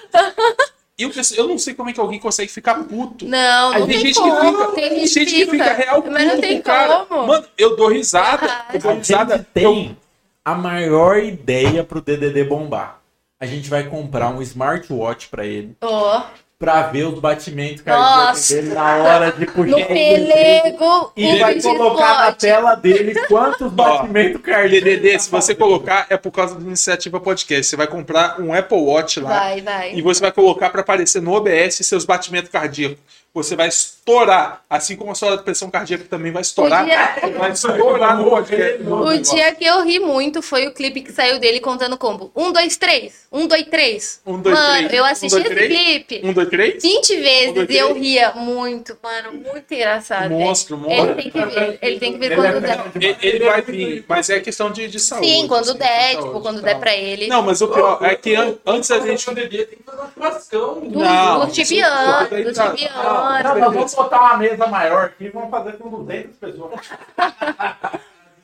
A: E eu, penso, eu não sei como é que alguém consegue ficar puto.
C: Não,
A: Aí
C: não
A: tem
C: tem
A: gente
C: como.
A: que fica,
C: tem
A: tem gente que fica real puto
C: Mas não tem
A: com o cara.
C: como.
A: Mano, eu dou risada,
C: Ah,
A: eu
E: A
A: dou
E: gente
A: risada. eu-
E: tem a maior ideia pro DDD bombar. A gente vai comprar um smartwatch pra ele,
C: Ó,
E: pra ver os batimentos cardíacos
C: Nossa.
E: dele na hora de
C: no
E: puxar. o dedo.
C: pelego,
E: E
C: o
E: vai
C: de
E: colocar na
C: esporte.
E: tela dele quantos batimentos cardíacos.
A: DDD, se você colocar, é por causa da iniciativa podcast. Você vai comprar um Apple Watch lá.
C: Vai, vai.
A: E você vai colocar para aparecer no OBS seus batimentos cardíacos. Você vai estourar, assim como a sua pressão cardíaca também vai
C: O
A: estourar.
C: dia,
A: Vai estourar no podcast.
C: o dia que eu ri muito foi o clipe que saiu dele contando combo. Um, dois, três. Um, dois, três.
A: Um, dois,
C: mano,
A: três.
C: eu
A: Um,
C: assisti
A: dois,
C: esse
A: três.
C: clipe
A: Um, dois, três.
C: 20 vezes
A: Um, dois,
C: e eu
A: três.
C: ria muito, mano. Muito engraçado. velho.
A: Monstro,
C: Tá, é, Ele
A: monstro.
C: tem que vir. Ele tem que vir
E: Ele
C: quando
E: é
C: der.
A: Ele, ele vai vir, mas é questão de, de saúde.
C: Sim, quando
A: assim,
C: der,
A: saúde,
C: tipo, quando
A: tal.
C: der pra ele.
A: Não, mas o pior é que an- antes a gente.
B: tem que fazer uma churrascão.
C: do,
A: não,
C: do
A: isso-
C: tibiano,
A: isso daí
C: do
A: tá-
E: Não,
C: tibiano.
E: não, nós vamos botar uma mesa maior aqui e vamos fazer com 200 pessoas.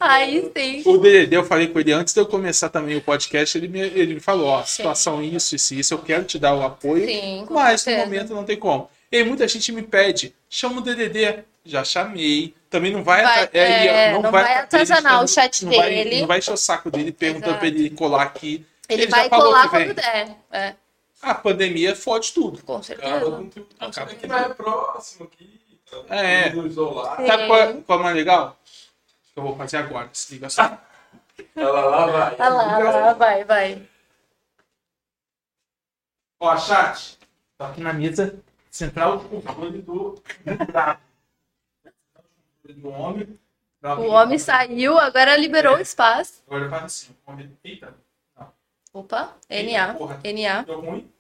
C: Aí sim.
A: O DDD, eu falei com ele antes de eu começar também o podcast, ele me, ele me falou, ó, situação isso, isso, isso, eu quero te dar o apoio,
C: Sim, com
A: mas no
C: certeza.
A: momento não tem como. E muita gente me pede, chama o DDD, já chamei, também não vai...
C: Vai-
A: atra- é,
C: é,
A: e
C: não vai atazanar
A: ele-
C: o chat
A: não vai-
C: dele.
A: Não vai encher o saco dele perguntando
C: Exato.
A: pra ele colar aqui.
C: Ele,
A: Ele já
C: vai
A: falou
C: colar
A: que
C: quando
A: vem.
C: der. É,
A: A pandemia fode tudo.
C: com
B: Acaba
C: certeza.
B: com tudo.
A: Acaba.
B: que não é próximo aqui. Tá
A: É.
B: tudo isolado.
A: Sabe qual, é- qual é mais legal? Que eu vou fazer agora, se liga só.
B: Ela lá vai.
C: Olha Tá lá, olha lá, vai, vai.
A: Ó, chat,
E: Tô aqui na mesa central do controle do do braço.
B: um
E: do homem. pra-
C: O homem saiu, agora liberou o espaço.
E: Agora faz assim, o homem fica,
C: Opa, NA.
E: porra.
C: NA.
E: deu ruim.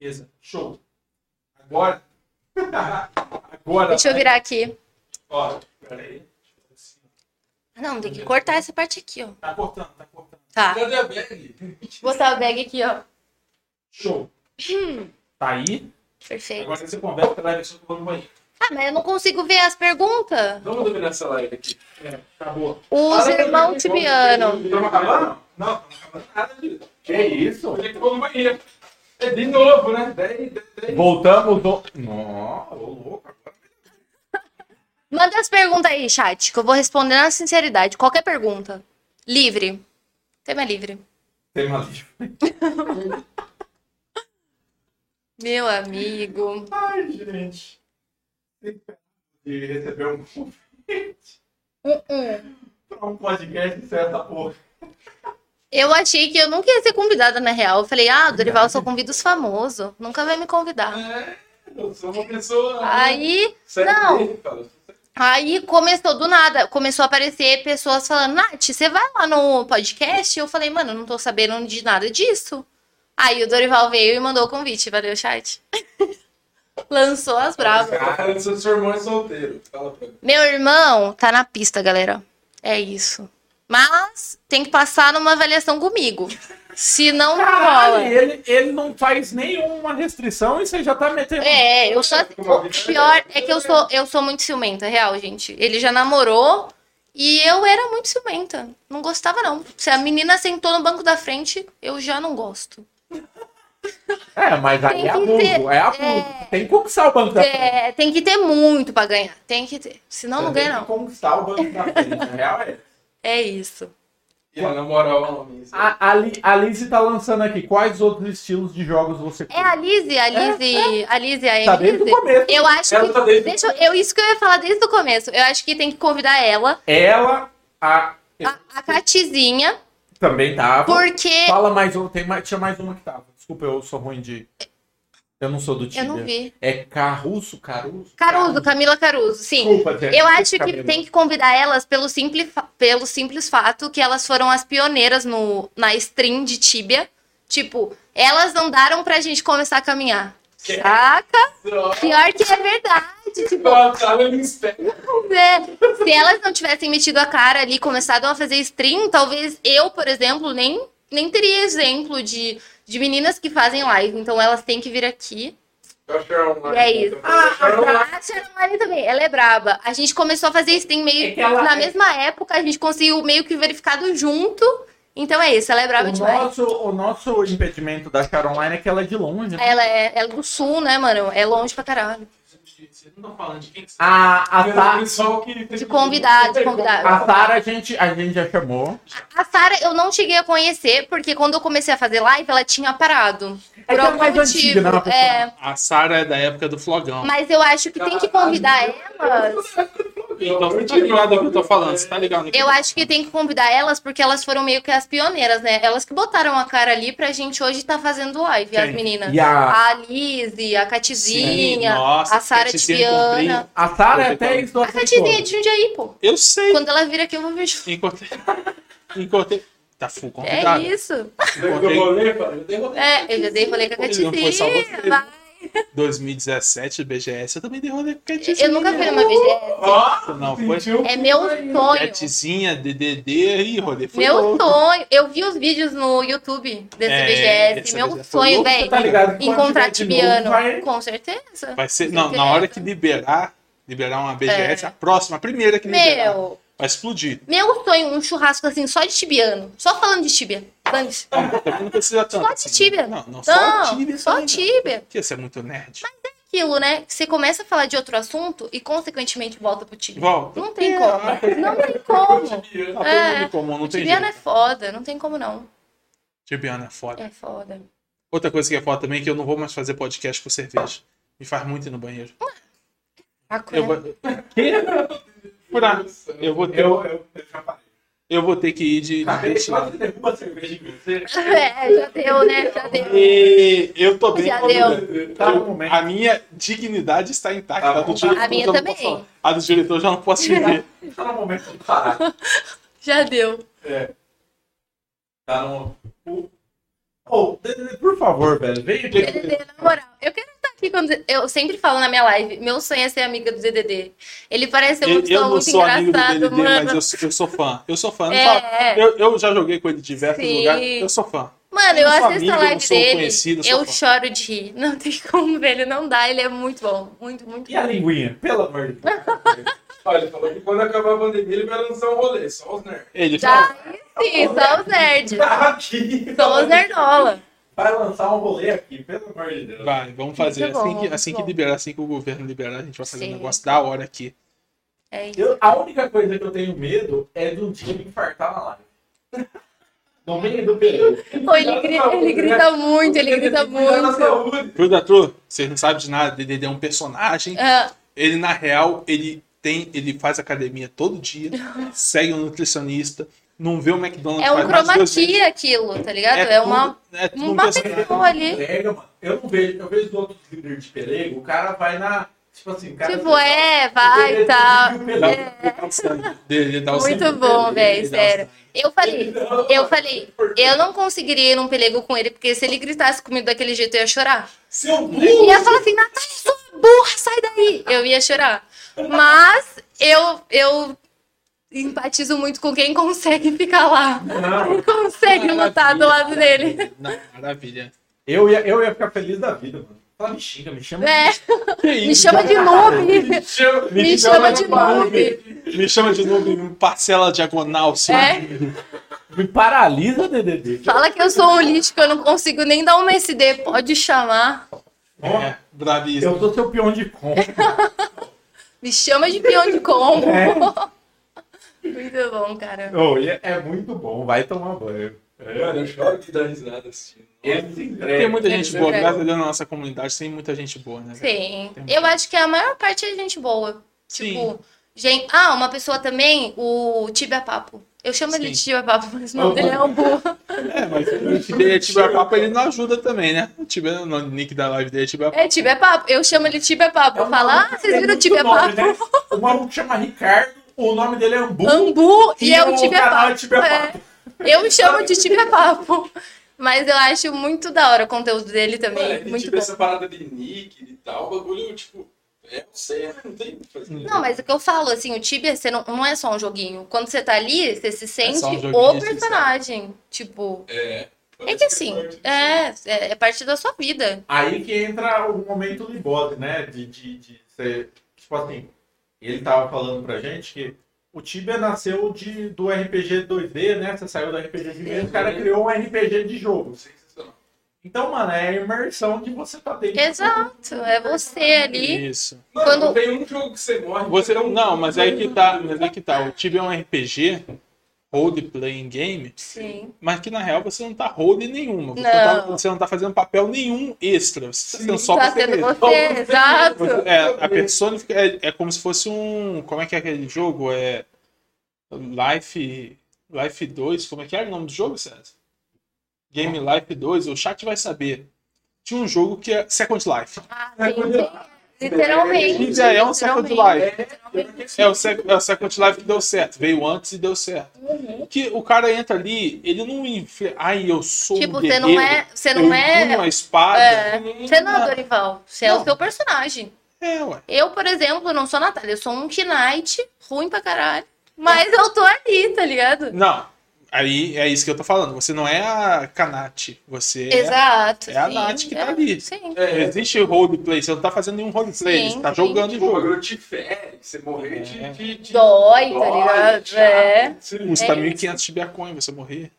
E: Beleza, show. Agora. Agora.
C: Deixa eu virar aqui.
E: Ó, peraí.
C: Ah, Não, tem que cortar essa parte aqui, ó.
E: Tá cortando, tá cortando.
C: Tá.
B: Cadê a bag?
C: Vou botar o bag aqui, ó.
E: Show. Tá aí.
C: Perfeito.
E: Agora você conversa com a pessoa que eu vou no banheiro.
C: Ah, mas eu não consigo ver as perguntas.
B: um Vamos dominar essa live aqui.
E: Acabou.
C: Os irmãos tibiano.
E: Estamos acabando?
B: Não, não acaba nada disso.
J: Que isso?
B: Ele ficou no banheiro. um É de novo, né? 10, 10, 10.
E: Voltamos do. Nossa, ô louco.
C: Manda as perguntas aí, chat, que eu vou responder na sinceridade. Qualquer pergunta. Livre. Tema livre.
E: Tema livre.
C: Meu amigo.
J: Ai, gente. E receber um convite
C: Uh,
J: pra um podcast de certa porra.
C: Eu achei que eu nunca ia ser convidada na real. Eu falei, ah, Dorival, só convida os famosos.
B: É,
C: Nunca vai me convidar.
B: Eu sou uma pessoa. né?
C: Aí,
B: Sério,
C: Não.
B: cara.
C: Aí começou do nada, começou a aparecer pessoas falando, Nath, você vai lá no podcast? Eu falei, mano, não tô sabendo de nada disso. Aí o Dorival veio e mandou o convite, valeu, chat. Lançou as bravas.
B: Cara, seu seu irmão é solteiro. Fala pra mim.
C: Meu irmão tá na pista, galera. É isso. Mas tem que passar numa avaliação comigo. Se não
E: Caralho,
C: rola.
E: ele, ele não faz nenhuma restrição e você já tá metendo.
C: É, eu só. O pior é que eu sou, eu sou muito ciumenta, real, gente. Ele já namorou e eu era muito ciumenta. Não gostava, não. Se a menina sentou no banco da frente, eu já não gosto.
E: É, mas aí
C: Tem
E: é
C: que
E: abuso,
C: ter-
E: é abuso.
C: é.
E: Tem que conquistar o banco da frente.
C: É, tem que ter muito pra ganhar. Tem que ter. Senão não
E: Tem
C: ganha,
E: que
C: não.
E: Conquistar o banco da frente. Na real é.
C: É isso.
B: E na moral, homem, isso é
E: A, a, Li- a Lizzy tá lançando aqui. Quais outros estilos de jogos você
C: É a Lizzie, a Lizzie, a Lizzie, a
E: Tá desde o
C: Emily.
E: começo.
C: Eu acho
B: Ela
C: que.
B: tá desde-
C: Deixa eu- eu. Isso que eu ia falar desde o começo. Eu acho que tem que convidar ela,
E: Ela a,
C: a, a Catizinha,
E: também tava.
B: tá.
C: porque.
E: Fala mais uma. Tem mais, tinha mais uma que tava. Desculpa, eu sou ruim de. Eu não sou do
C: Eu
E: Tinder.
C: não vi.
E: É Caruso? Caruso?
C: Caruso, Camila Caruso, sim.
E: Desculpa, gente.
C: Eu acho que
E: Camila.
C: tem que convidar elas pelo simples, pelo simples fato que elas foram as pioneiras no, na stream de Tíbia. Tipo, elas não daram pra gente começar a caminhar.
B: Que?
C: Saca?
B: só.
C: Pior que é verdade. Tipo,
B: Ela tava no inferno.
C: É, Se elas não tivessem metido a cara ali, começado a fazer stream, talvez eu, por exemplo, nem, nem teria exemplo de, de meninas que fazem live. Então elas têm que vir aqui.
B: Eu acho que era um-
C: E é isso.
B: Eu acho que era um-
C: Ah, A Sharon Lari também, ela é braba. A gente começou a fazer stream meio
E: É que ela-
C: na mesma época, a gente conseguiu meio que verificado junto. Então é isso, ela é braba
E: O
C: demais.
E: nosso, o nosso impedimento da Caroline é que ela é de longe. né?
C: Ela é, ela é do sul, né, mano? É longe pra caralho.
B: Vocês não estão falando de quem que você
E: A, a,
B: tá.
E: Sa-
B: pessoal que tem
C: De
B: que-
C: convidado, de convidado.
E: a Sara a gente, a gente já chamou.
C: A Sara eu não cheguei a conhecer, porque quando eu comecei a fazer live, ela tinha parado.
E: É
C: Por
E: que é
C: algum
E: mais
C: motivo.
E: antiga, né? ela
C: é,
A: A Sara é da época do flogão.
C: Mas eu acho que tem que convidar elas.
A: Então você tá ligado ao que eu tô falando, você tá ligado? no que
C: Eu acho que tem que convidar elas porque elas foram meio que as pioneiras, né? Elas que botaram a cara ali pra gente hoje tá fazendo live, as meninas.
E: E a,
C: A Lizzy, a
A: Sim,
C: Catizinha,
A: nossa,
C: a Sara
A: Catizinha eu comprei.
C: Tibiana.
E: a Sara é até isso do
C: A Catizinha é de Jundiaí, pô.
A: Eu sei.
C: Quando ela vir aqui, eu vou ver.
A: Encontrei. Encontrei. Tá full
C: É
A: convidado.
C: isso.
B: Eu dei rolê, cara, eu dei rolê.
C: É, eu já dei rolê com a
A: Ele não foi só
C: Catizinha.
A: você, né?
C: vai.
A: 2017, BGS, eu também dei rolê com Catzinha.
C: Eu nunca fui numa BGS.
B: Ó,
A: Não, foi
B: sentiu?
C: É meu sonho.
A: Catzinha, DDD, e rolê foi
C: Meu
A: louco.
C: sonho. Eu vi os vídeos no YouTube desse
A: É,
C: BGS.
A: esse
C: Meu
A: BGS foi
C: sonho,
A: louco,
C: velho.
E: tá ligado? que quando
C: Encontrar
E: tiver de novo,
C: Tibiano.
E: vai-
C: Com certeza.
A: Vai ser, não, na hora que liberar, liberar uma BGS,
C: É.
A: a próxima, a primeira que liberar,
C: Meu,
A: vai explodir.
C: meu sonho, um churrasco assim, só de tibiano. Só falando de tibia. Vamos.
A: Também não precisa tanto. assim, né?
C: Só de tíbia.
A: Não, não, só
C: Não,
A: tíbia.
C: só
A: também não.
C: tibia.
A: Porque você é muito nerd.
C: Aquilo, né? Você começa a falar de outro assunto e, consequentemente, volta pro tibia.
A: Volta.
C: Não tem como. Não tem como.
A: Não,
C: É,
A: tem como, não tem
C: Tibiano
A: jeito.
C: é foda. Não tem como não.
A: Tibiana é foda.
C: É foda.
A: Outra coisa que é foda também é que eu não vou mais fazer podcast com cerveja. Me faz muito ir no banheiro.
C: Paco,
A: Eu
C: né?
A: vou... Furar. Eu vou ter,
E: Eu, eu, eu já falei. Tá,
A: eu vou ter que ir de...
E: Acabei de
A: de
E: quase derrubar a cerveja em você.
C: É, já deu, né? Já deu.
A: E eu tô bem
C: Já
A: com a
C: deu.
A: minha-
E: Tá no
A: eu-
E: momento.
A: A minha dignidade está intacta.
E: Tá
A: a do
E: bom.
A: diretor
C: Ah, A minha
A: já não
C: também.
A: posso- a do diretor já não posso ver.
E: Tá no momento de parar.
C: Já deu.
E: Tá no. o- Ô, Dedê, por favor, velho, vem aqui.
C: DDD, na moral. Eu quero estar aqui quando. Eu sempre falo na minha live, meu sonho é ser amiga do DDD. Ele parece ser uma
A: Eu, eu
C: pessoa
A: não
C: muito
A: sou amigo do
C: engraçado,
A: DDD, mas
C: mano.
A: eu, sou- eu sou fã. Eu sou fã. Não fala-
C: É.
A: Eu, eu já joguei com ele em diversos
C: Sim.
A: lugares. Eu sou fã.
C: Mano,
A: Eu
C: eu,
A: não sou
C: assisto
A: um amigo,
C: a
A: eu não
C: live
A: sou
C: dele,
A: conhecido, eu sou
C: eu
A: fã.
C: choro de rir. Não tem como, velho, não dá. Ele é muito bom, muito, muito
E: E a
C: bom.
E: linguinha? Pelo amor de Deus.
B: Olha, ele falou que quando acabar a pandemia ele vai lançar um rolê, só os nerds.
A: Ele fala.
C: Tá, sim, só os nerds.
E: Tá aqui.
C: Só os nerdola.
E: Vai lançar um rolê aqui, pelo amor de Deus.
A: Vai, vamos fazer.
C: Muito
A: assim
C: bom,
A: que, assim
C: muito
A: que
C: bom.
A: liberar, assim que o governo liberar, a gente vai fazer
C: Sim.
A: um negócio da hora aqui.
C: É isso.
E: Eu- a única coisa que eu tenho medo é do dia me infartar na live. No meio do período.
C: Pô, ele, gri- ele grita
A: né?
C: muito, ele grita muito.
A: Bruno Tru, vocês não sabem de nada. DDD é um personagem.
C: Ah,
A: Ele, na real, ele tem. Ele faz academia todo dia, segue um nutricionista, não vê o McDonald's.
C: É um
A: faz mais de
C: chroma
A: duas vezes.
C: key aquilo, tá ligado? É uma,
A: tudo- é tudo um
C: uma
A: personagem.
C: Né? pessoa ali.
E: Pega, mano. Eu não vejo, eu vejo os outros líderes de pelego, o cara um vai na.
K: Tipo assim, cara.
C: Tipo, é, vai e tal.
E: um
A: um
C: É. Muito
L: Muito
C: bom, velho, sério. Eu falei, eu falei, eu não conseguiria ir num pelego com ele, porque se ele gritasse comigo daquele jeito, eu ia chorar.
B: Seu
C: Eu ia falar assim, Natália, sua burra, sai daí! Eu ia chorar. Mas eu, eu empatizo muito com quem consegue ficar lá. Quem consegue lutar do lado dele.
A: Maravilha.
E: Eu ia, eu ia ficar feliz da vida, mano.
K: Fala, me xinga, me chama.
C: É. Me chama de noob. Me chama de noob.
A: Me chama de novo parcela diagonal, assim. sim.
C: É.
B: um.
K: Me paralisa, DDD.
C: Fala que eu sou um lixo, que eu não consigo nem dar um SD. Pode chamar.
A: É, bravíssimo.
K: Eu sou seu peão de compra.
C: Me chama de peão de combo. Muito bom, cara.
E: Oh, e é, é muito bom, vai tomar banho.
B: Mano, É, eu choro de dar risada assistindo.
K: Ele se entrega.
A: Tem muita
C: É,
A: gente boa,
C: é.
A: graças a Deus na nossa comunidade tem muita gente boa, né? velho?
C: Sim. Eu acho que a maior parte é gente boa. Tipo, gente. Ah, uma pessoa também, o Tibia Papo. Eu chamo ele de
A: Sim.
C: Tibia Papo, mas o nome dele é Ambu.
A: É, mas o Tibia Tibia Papo ele não ajuda também, né? O Tibia, o nick da live dele é Tibia Papo.
C: É Tibia Papo. Eu chamo ele de Tibia Papo. Eu falo, ah, vocês
B: É
C: viram o Tibia Papo?
B: né?
K: O maluco chama Ricardo, o nome dele é Ambu.
C: Ambu e
K: E
C: é o
K: o
C: Tibia
K: canal
C: Papo.
K: é Tibia
C: É. Eu chamo de Tibia Papo. Mas eu acho muito da hora o conteúdo dele também.
B: Mano, ele
C: é muito
B: tipo
C: bom.
B: essa parada de nick e tal, o bagulho, tipo, é você, não tem o que fazer.
C: Não, mas o que eu falo, assim, o Tibia você não, não é só um joguinho. Quando você tá ali, você se sente
A: só um joguinho,
C: o
A: você
C: personagem. Tipo,
B: É.
C: é que assim, é, é, é parte da sua vida.
E: Aí que entra o momento do bigode, né? De, de, de ser. Tipo assim, ele tava falando pra gente que o Tibia nasceu de, do RPG 2D, né? Você saiu do RPG de mesa, o cara criou um RPG de jogo. Então, mano, é a imersão de você tá dentro.
C: Exato, é você ali.
A: Isso.
B: Mano,
C: Quando-
B: não tem um jogo que você morre.
A: Você
B: não
A: não, mas aí que tá, mas aí que tá. O Tibia é um RPG, role playing game,
C: Sim.
A: mas que na real você não tá role nenhuma. Você
C: Não.
A: não, tá, você não tá fazendo papel nenhum extra. Você tá sendo só
C: tá
A: você
C: sendo
A: mesmo.
C: você, exato.
A: Você- É, a personifica é, é como se fosse um, como é que é aquele jogo? É Life Life 2, como é que é o nome do jogo, César? Game Life 2, o chat vai saber. Tinha um jogo que é Second Life.
C: Ah, sim. Literalmente.
A: Tibia é um Second
C: literalmente.
A: Life. É o, sec, é o Second Life que deu certo. Veio antes e deu certo.
C: Uhum.
A: Que o cara entra ali, ele não. enfre- Ai, eu sou
C: Tipo,
A: um
C: você
A: guerreiro.
C: não é. Você não
A: eu empunho
C: é.
A: a espada.
C: é, Você não é
A: Não.
C: Dorival. Você é o
A: Não.
C: seu personagem.
A: É, ué.
C: Eu, por exemplo, não sou a Natália. Eu sou um Knight, ruim pra caralho. Mas eu tô ali, tá ligado?
A: Não. Aí é isso que eu tô falando. Você não é a Kanate. Você é-
C: Exato.
A: é a
C: sim,
A: Nath que tá
C: é,
A: ali.
C: Sim.
A: Não existe roleplay. Você não tá fazendo nenhum roleplay.
C: Sim,
A: Você tá
C: sim.
A: jogando o
B: O
A: jogo.
B: bagulho te fere, você morrer
A: É.
B: de, de, de...
C: Dói, tá
B: Dói,
C: ligado?
B: chato.
C: É.
A: Custa
C: É
A: 1.500 tibiacoin você morrer.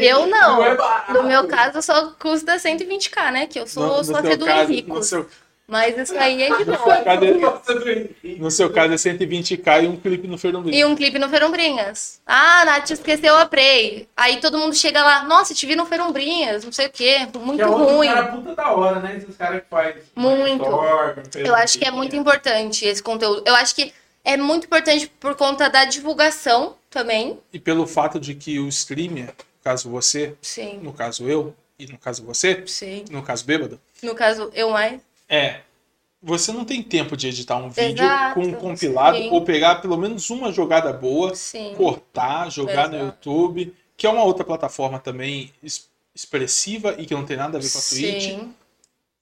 C: Eu não.
B: é barato.
C: No meu caso, só custa 120k, né? Que eu sou
A: No- no
C: só
A: seu
C: do
A: caso- no
C: rico.
A: seu-
C: Mas isso aí é de boa.
A: cadê-
B: Nossa, Bruno.
A: No seu caso é 120k e um clipe no Fernando
C: E um clipe no Ferombrinhas. Ah, Nath esqueceu a Prey. Aí todo mundo chega lá, nossa, te vi no Ferombrinhas, não sei o quê.
K: Que
C: Muito
K: é outro
C: ruim.
K: cara puta da hora, né? Esses caras que faz.
C: Muito.
K: Storm,
C: Eu acho que é muito importante esse conteúdo. Eu acho que é muito importante por conta da divulgação também.
A: E pelo fato de que o streamer, no caso você,
C: Sim,
A: no caso eu, e no caso você,
C: sim.
A: no caso bêbado,
C: No caso, eu mais.
A: é. Você não tem tempo de editar um vídeo
C: Exato,
A: com um compilado
C: sim.
A: ou pegar pelo menos uma jogada boa,
C: Sim.
A: cortar, jogar no
C: Exato.
A: YouTube, que é uma outra plataforma também es- expressiva e que não tem nada a ver com a Twitch.
C: Sim.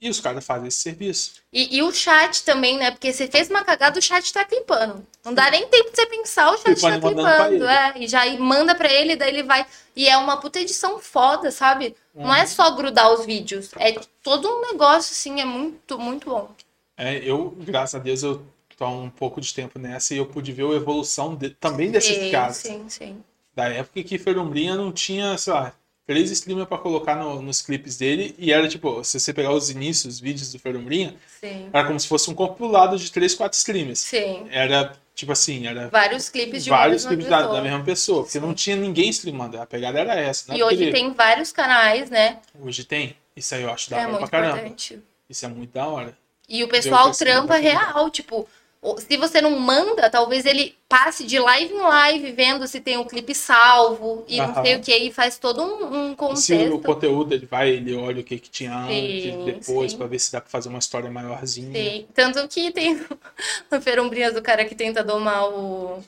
A: E os caras fazem esse serviço.
C: E, e o chat também, né? Porque você fez uma cagada, o chat tá clipando. Não dá nem tempo de você pensar, o chat
A: Clipando e
C: tá
A: mandando pra
C: clipando. É, e já e manda pra ele, daí ele vai. E é uma puta edição foda, sabe? Não é só grudar os vídeos. É todo um negócio, assim, é muito, muito bom.
A: É, eu, graças a Deus, eu tô há um pouco de tempo nessa e eu pude ver a evolução de- também desses
C: sim,
A: caras.
C: sim, sim.
A: Da época que Ferumbrinha não tinha, sei lá, três streamers pra colocar no- nos clipes dele. E era tipo, se você pegar os inícios, os vídeos do Ferumbrinha,
C: Sim.
A: era como se fosse um compilado de três, quatro streamers.
C: Sim.
A: Era, tipo assim, era
C: Vários clipes de uma
A: vários
C: mesma
A: clipes da,
C: pessoa.
A: da mesma pessoa. Porque não tinha ninguém streamando. A pegada era essa. né?
C: E hoje
A: Porque
C: tem vários canais, né?
A: Hoje tem. Isso aí eu acho da
C: é
A: hora
C: muito
A: pra caramba.
C: importante.
A: Isso é muito da hora.
C: E o pessoal
A: crescimento
C: trampa
A: da comunidade.
C: real, tipo, se você não manda, talvez ele passe de live em live vendo se tem o clipe salvo e não
A: Aham.
C: sei o que, e faz todo um, um
A: Se o
C: contexto.
A: conteúdo ele vai, ele olha o que, que tinha
C: Sim,
A: antes, depois,
C: sim.
A: pra ver se dá pra fazer uma história maiorzinha.
C: Sim. Tanto que tem no Ferombrinhas do cara que tenta domar o.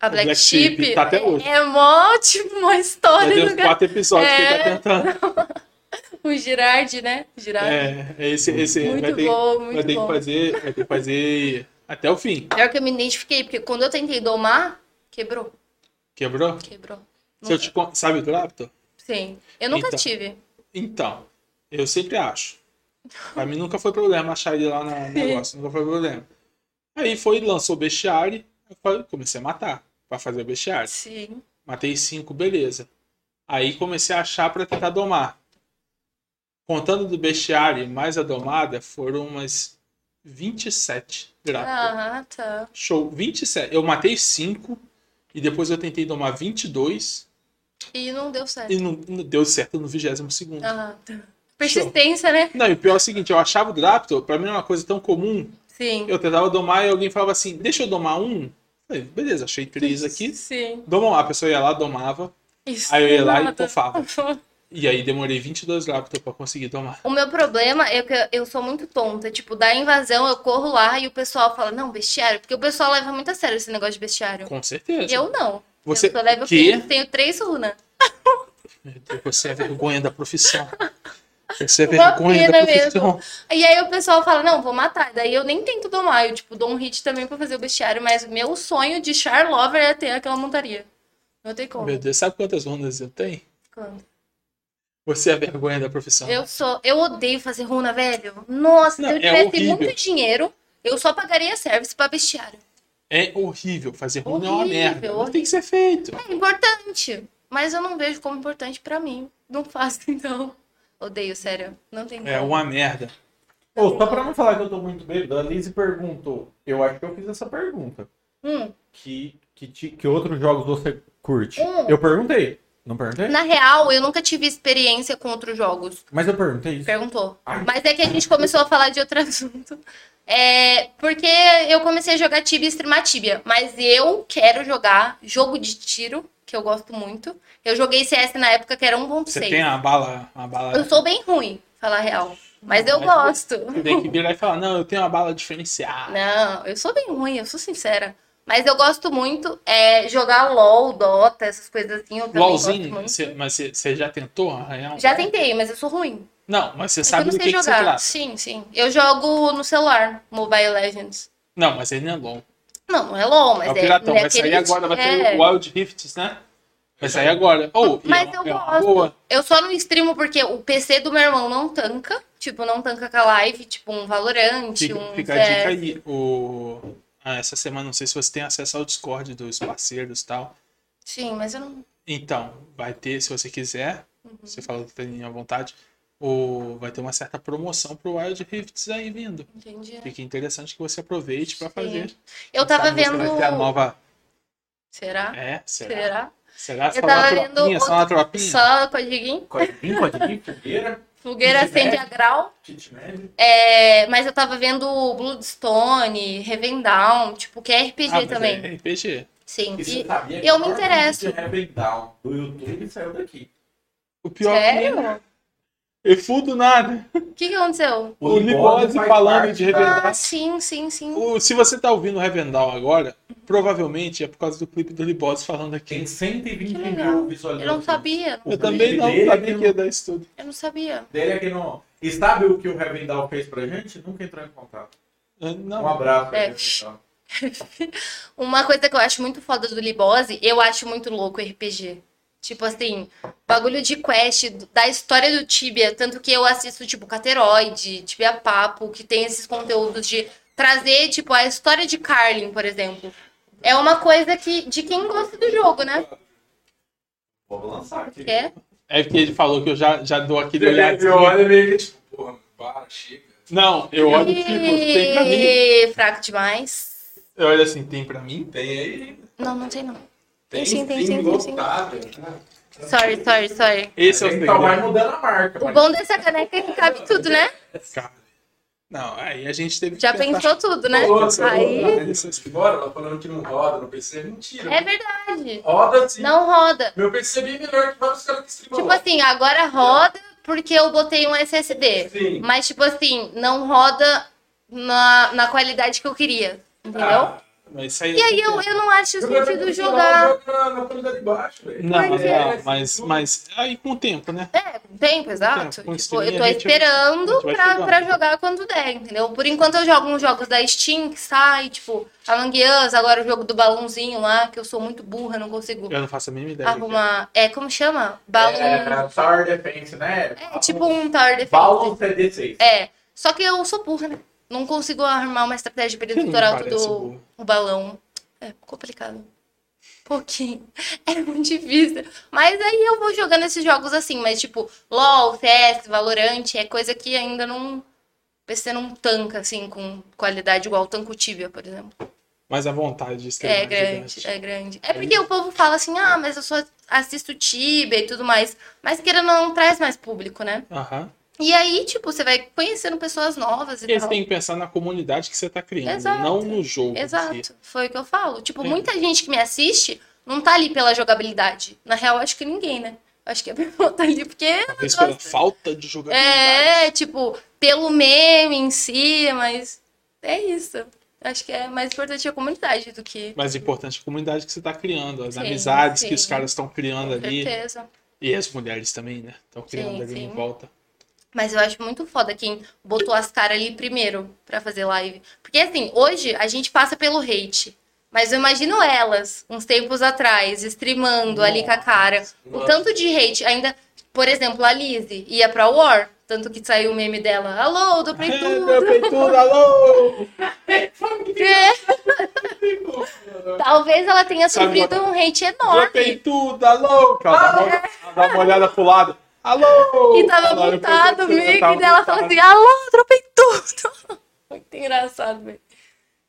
C: A Black,
A: Black
C: Sheep.
A: Sheep, tá até hoje.
C: É mó, tipo, uma
A: Já
C: história
A: deu
C: do
A: uns
C: cara.
A: quatro episódios que ele tá
C: É.
A: tentando.
C: O Girardi, né? Girardi.
A: É, é esse, esse
C: Muito
A: vai ter,
C: bom, muito
A: vai ter
C: bom.
A: que fazer, vai ter que fazer até o fim.
C: Pior que eu me identifiquei, porque quando eu tentei domar, quebrou.
A: Quebrou?
C: Quebrou.
A: Se eu te con- sabe o Grapto?
C: Sim. Eu nunca
A: Então.
C: tive.
A: Então, eu sempre acho. Pra mim nunca foi problema achar ele lá na- no negócio, nunca foi problema. Aí foi, lançou o bestiário, eu falei, comecei a matar pra fazer o bestiário.
C: Sim.
A: Matei cinco, beleza. Aí comecei a achar pra tentar domar. Contando do bestiário mais a domada, foram umas 27 graptos.
C: Ah, tá.
A: Show, 27. Eu matei 5 e depois eu tentei domar 22
C: E não deu certo.
A: e não, não deu certo no 22 segundo.
C: Ah, tá. Persistência, né?
A: Não, e o pior é o seguinte, eu achava o Draptor, pra mim era uma coisa tão comum,
C: Sim.
A: eu tentava domar e alguém falava assim, deixa eu domar um. Eu Falei, beleza, achei três aqui.
C: Sim.
A: Doma um. A pessoa ia lá, domava,
C: Isso.
A: aí eu ia lá e
C: nada.
A: pofava. E aí demorei 22 Draptor pra conseguir domar.
C: O meu problema é que eu- eu sou muito tonta. Tipo, da invasão, eu corro lá e o pessoal fala, não, bestiário. Porque o pessoal leva muito a sério esse negócio de bestiário.
A: Com
C: E
A: certeza.
C: eu não.
A: Você-
C: Eu sou level
A: Quê?
C: 15, tenho três runas.
A: Meu Deus, Você é vergonha da profissão. Você é
C: Uma
A: vergonha da
C: pena
A: profissão.
C: E aí o pessoal fala, não, vou matar. Daí eu nem tento domar. Eu, tipo, dou um hit também pra fazer o bestiário. Mas meu sonho de char lover é ter aquela montaria. Não tem como.
A: Meu Deus, sabe quantas rondas eu tenho?
C: Quando?
A: Você é vergonha da profissão.
C: Eu sou. Eu odeio fazer runa, velho. Nossa,
A: Não,
C: se
A: é
C: eu tivesse
A: horrível.
C: muito dinheiro, eu só pagaria service pra bestiário.
A: É horrível fazer runa, é uma
C: Horrível,
A: merda. Não
C: horrível.
A: tem que ser feito.
C: É importante, mas eu não vejo como importante pra mim. Não faço, então. Odeio, sério. Não tem
A: É
C: como.
A: uma merda.
E: Ô, só pra não falar que eu tô muito bêbado, a Lizzie perguntou. Eu acho que eu fiz essa pergunta.
C: Hum,
E: Que, que, ti- que outros jogos você curte?
C: Hum.
E: Eu perguntei. Não perguntei?
C: na real, eu nunca tive experiência com outros jogos.
E: Mas eu perguntei isso.
C: Perguntou.
E: Ai.
C: Mas é que a gente começou a falar de outro assunto. É, porque eu comecei a jogar Tibia e streamar Tibia. Mas eu quero jogar jogo de tiro, que eu gosto muito. Eu joguei CS na época que era 1.6.
A: Você tem a bala, uma bala.
C: Eu sou bem ruim, falar a real. Mas eu
A: Mas-
C: gosto.
A: Tem que virar e falar, não, eu tenho uma bala diferenciada.
C: Não, eu sou bem ruim, eu sou sincera. Mas eu gosto muito é jogar LOL, Dota, essas coisas assim. Eu também
A: LOLzinho,
C: gosto muito.
A: você- mas você- você já tentou arranhar um?
C: Já tentei, mas eu sou ruim.
A: Não, mas você
C: É que eu
A: sabe
C: não
A: do
C: sei
A: que, que você
C: jogar.
A: trata.
C: sim, sim. Eu jogo no celular, Mobile Legends.
A: Não, mas ele não é LOL.
C: Não, não é LOL, mas
A: é o
C: é.
A: Piratão,
C: é
A: vai sair
C: aquele-
A: agora, vai
C: é.
A: ter o Wild Rifts, né? Vai sair agora. Oh, e
C: Mas
A: é
C: eu
A: uma- é uma
C: gosto.
A: Boa.
C: Eu só não streamo porque o PC do meu irmão não tanca. Tipo, não tanca com a live, tipo um Valorante,
A: Fica,
C: um.
A: fica a
C: CS.
A: dica aí. O... ah, essa semana, não sei se você tem acesso ao Discord dos parceiros e tal.
C: Sim, mas eu não.
A: Então, vai ter, se você quiser,
C: Uhum.
A: você falou que tem à vontade, o... vai ter uma certa promoção pro Wild Rifts aí vindo.
C: Entendi.
A: Fica interessante que você aproveite pra fazer.
C: Eu Ah, tava
A: Sabe, você
C: vendo.
A: Vai ter a nova...
C: Será?
A: É, será?
C: Será?
A: Será?
C: Eu
A: Só na
C: tava
A: tropinha?
C: vendo
A: Só na tropinha?
C: Só codiguinho.
E: Codiguinho, codiguinho, fogueira,
C: Fogueira acende a grau.
E: kitmed.
C: É, mas eu tava vendo Bloodstone, Revendown, tipo, que é RPG
A: Ah, mas
C: também.
A: é RPG.
C: Sim.
E: E você
C: E-
E: sabia
C: eu me
E: que o
C: interesso.
E: vídeo de Heaven Down do YouTube saiu daqui.
A: O pior
C: sério?
A: é que... E fu do nada.
C: O que, que aconteceu?
A: O Libose
E: faz
A: falando
E: parte
A: de
E: da-
A: Revendal.
C: Ah, sim, sim, sim.
A: O- Se você tá ouvindo Revendal agora, provavelmente é por causa do clipe do Libose falando aqui.
E: Tem 120
C: Que legal.
E: mil
C: Eu
E: visualizações.
C: não sabia,
E: O
A: Eu também
E: clipe
A: não
E: dele
A: sabia
E: é
A: que ia dar isso tudo.
C: eu não sabia.
E: Dele aqui no... E sabe o que o Heaven Down fez pra gente? Nunca entrou em contato.
A: Ah,
E: Um
A: Não,
E: abraço.
C: É.
E: Heaven Down.
C: Uma coisa que eu acho muito foda do Libose, eu acho muito louco o RPG. Tipo assim, bagulho de quest, da história do Tibia, tanto que eu assisto, tipo, Cateroide, Tibia Papo, que tem esses conteúdos de trazer, tipo, a história de Carlin, por exemplo. É uma coisa que de quem gosta do jogo, né?
E: Vou lançar aqui.
C: Que é,
A: é porque ele falou que eu já, já dou aquele
B: Ele
A: olhar.
B: olha meio que tipo, porra, para, chega.
A: Não, eu olho e fico, tem pra mim.
C: Ih, fraco demais.
A: Eu olho assim, tem pra mim?
B: Tem aí.
C: Não, não tem não.
B: Tem,
C: Sim, tem,
B: tem
C: sim, tem, sim.
E: tá,
B: lotado, né?
C: Sorry, sorry, sorry.
A: Esse é o
E: Então vai
A: segredo.
E: mudando a marca.
C: O bom dessa caneca é que cabe tudo, né?
A: Cara, Não, aí a gente teve
C: Já pensou tudo, né? Aí.
B: Bora, ela falando que não roda no PC. Mentira.
C: É verdade.
B: Roda sim.
C: Não roda.
B: Meu PC é bem melhor que vários caras que streamam.
C: Tipo assim, agora roda porque eu botei um SSD.
B: Sim.
C: Mas, tipo assim, não roda na, na qualidade que eu queria. Entendeu?
B: Ah,
A: Mas isso aí...
C: E aí eu, eu não acho
B: jogador
C: sentido
B: profissional
C: jogar.
B: joga Na, na qualidade baixa, velho.
A: Não, mas,
C: Por quê?
A: não, mas, mas aí com o tempo, né?
C: É, com tempo, exato.
A: com
C: tipo,
A: streaming
C: eu tô
A: a gente vai- a
C: esperando
A: gente vai
C: pra,
A: chegando.
C: pra jogar quando der, entendeu? Por enquanto eu jogo uns jogos da Steam que sai, tipo, Among Us, agora o jogo do balãozinho lá, que eu sou muito burra, não consigo
A: Eu não faço a mínima ideia. do que é.
C: arrumar. É, como chama? Balão. É,
E: É, Tower Defense, né?
C: tipo um Tower Defense.
E: Balon CD6.
C: É. Só que eu sou burra, né? Não consigo arrumar uma estratégia
A: não
C: predator alto
A: parece
C: do
A: burro?
C: o balão. É complicado. Um pouquinho. É muito difícil. Mas aí eu vou jogando esses jogos assim, mas tipo, LOL, CS, Valorant, é coisa que ainda não. O PC não tanca, assim, com qualidade igual tanca o Tibia, por exemplo.
A: Mas a vontade de escrever
C: É grande, é grande. É porque o povo fala assim, ah, mas eu só assisto Tibia e tudo mais. Mas querendo ou não, traz mais público, né?
A: Aham.
C: E aí, tipo, você vai conhecendo pessoas novas e
A: E aí
C: tal.
A: você tem que pensar na comunidade que você tá criando,
C: Exato.
A: não no jogo. em si.
C: Exato, foi o que eu falo. Tipo,
A: Sim.
C: muita gente que me assiste não tá ali pela jogabilidade. Na real, acho que ninguém, né? Acho que a pessoa tá ali porque ela
A: Talvez pela
C: gosta.
A: falta de jogabilidade.
C: É, tipo, pelo meme em si, mas é isso. Acho que é mais importante a comunidade do que.
A: Mas o importante é a comunidade que você tá criando, as
C: Sim,
A: amizades
C: sim.
A: que os caras estão criando
C: Com
A: ali.
C: certeza.
A: E as mulheres também, né? Estão criando
C: Sim,
A: ali
C: sim.
A: em volta.
C: Mas eu acho muito foda quem botou as caras ali primeiro pra fazer live. Porque assim, hoje a gente passa pelo hate. Mas eu imagino elas, uns tempos atrás, streamando ali com a cara. O tanto de hate, ainda, por exemplo, a Lizzie ia pra War, tanto que saiu o meme dela. Alô, do
A: É,
C: tudo.
A: peitudo, alô!
C: É. Talvez ela tenha
A: Sabe
C: sofrido um hate enorme.
A: peitudo, alô! Ela dá, uma, ela dá uma olhada pro lado. Alô!
C: E tava
A: Ela olha pro
C: mutado o
A: outro,
C: mic
A: tava
C: dela,
A: mutado.
C: falando assim, alô, dropei tudo. Muito engraçado, velho.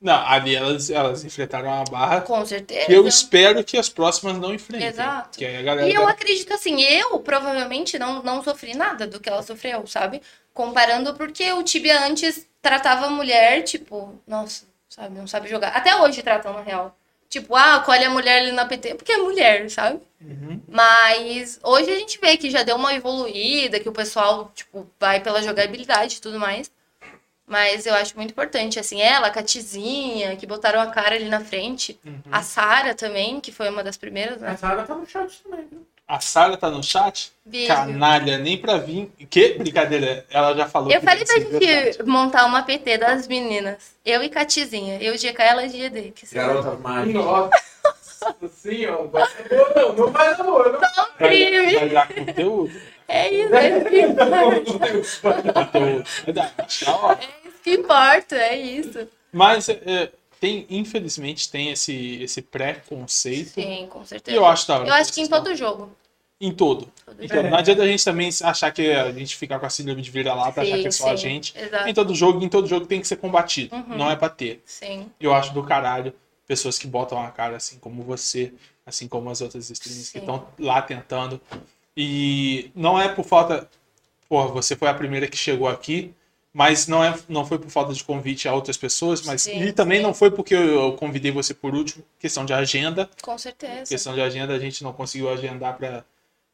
A: Não, ali elas, elas enfrentaram uma barra
C: Com certeza.
A: que eu espero que as próximas não enfrentem.
C: É, Exato.
A: Que aí a galera.
C: E eu acredito assim, eu provavelmente não, não sofri nada do que ela sofreu, sabe? Comparando porque o Tibia antes tratava a mulher, tipo, nossa, sabe, não sabe jogar. Até hoje tratam, na real. Tipo, ah, colhe a mulher ali na PT, porque é mulher, sabe? Uhum. Mas hoje a gente vê que já deu uma evoluída, que o pessoal, tipo, vai pela jogabilidade e tudo mais. Mas eu acho muito importante, assim, ela, a Catizinha, que botaram a cara ali na frente. A Sara também, que foi uma das primeiras, né?
E: Essa área tá no chat também,
B: né?
E: viu?
A: A Sara tá no chat?
C: Beijo.
A: Canalha, nem pra vir. Que brincadeira, ela já falou.
C: Eu
A: que
C: falei
A: ia
C: pra
A: ser verdade.
C: gente montar uma PT das meninas. Eu e Catizinha. Eu, GK, ela e GD. Que são
A: tá
E: Garota mágica.
B: Nossa senhora, não faz amor, não, não faz amor,
C: Tá
B: não.
C: crime.
A: Vai dar conteúdo.
C: É isso, é isso que importa.
A: conteúdo. Vai dar. Tá, ó.
C: É isso que importa, é isso.
A: Mas é, tem, infelizmente, tem esse, esse preconceito.
C: Sim, com
A: E
C: certeza.
A: eu acho Então, da hora.
C: Eu acho que em
A: Vocês
C: todo jogo.
A: Em todo.
C: Todo É.
A: Em todo. Não adianta a gente também achar que a gente ficar com a síndrome de vira-lata, achar que é só a
C: sim,
A: gente. Em
C: Exato.
A: todo jogo, em todo jogo tem que ser combatido.
C: Uhum.
A: Não é pra ter.
C: Sim.
A: Eu acho do caralho pessoas que botam a cara assim como você, assim como as outras streamers que
C: Sim.
A: estão lá tentando. E não é por falta. Porra, você foi a primeira que chegou aqui, mas não, é, não foi por falta de convite a outras pessoas, mas
C: Sim,
A: e também
C: sim.
A: não foi porque eu, eu convidei você por último, questão de agenda.
C: Com certeza.
A: Questão de agenda, a gente não conseguiu agendar pra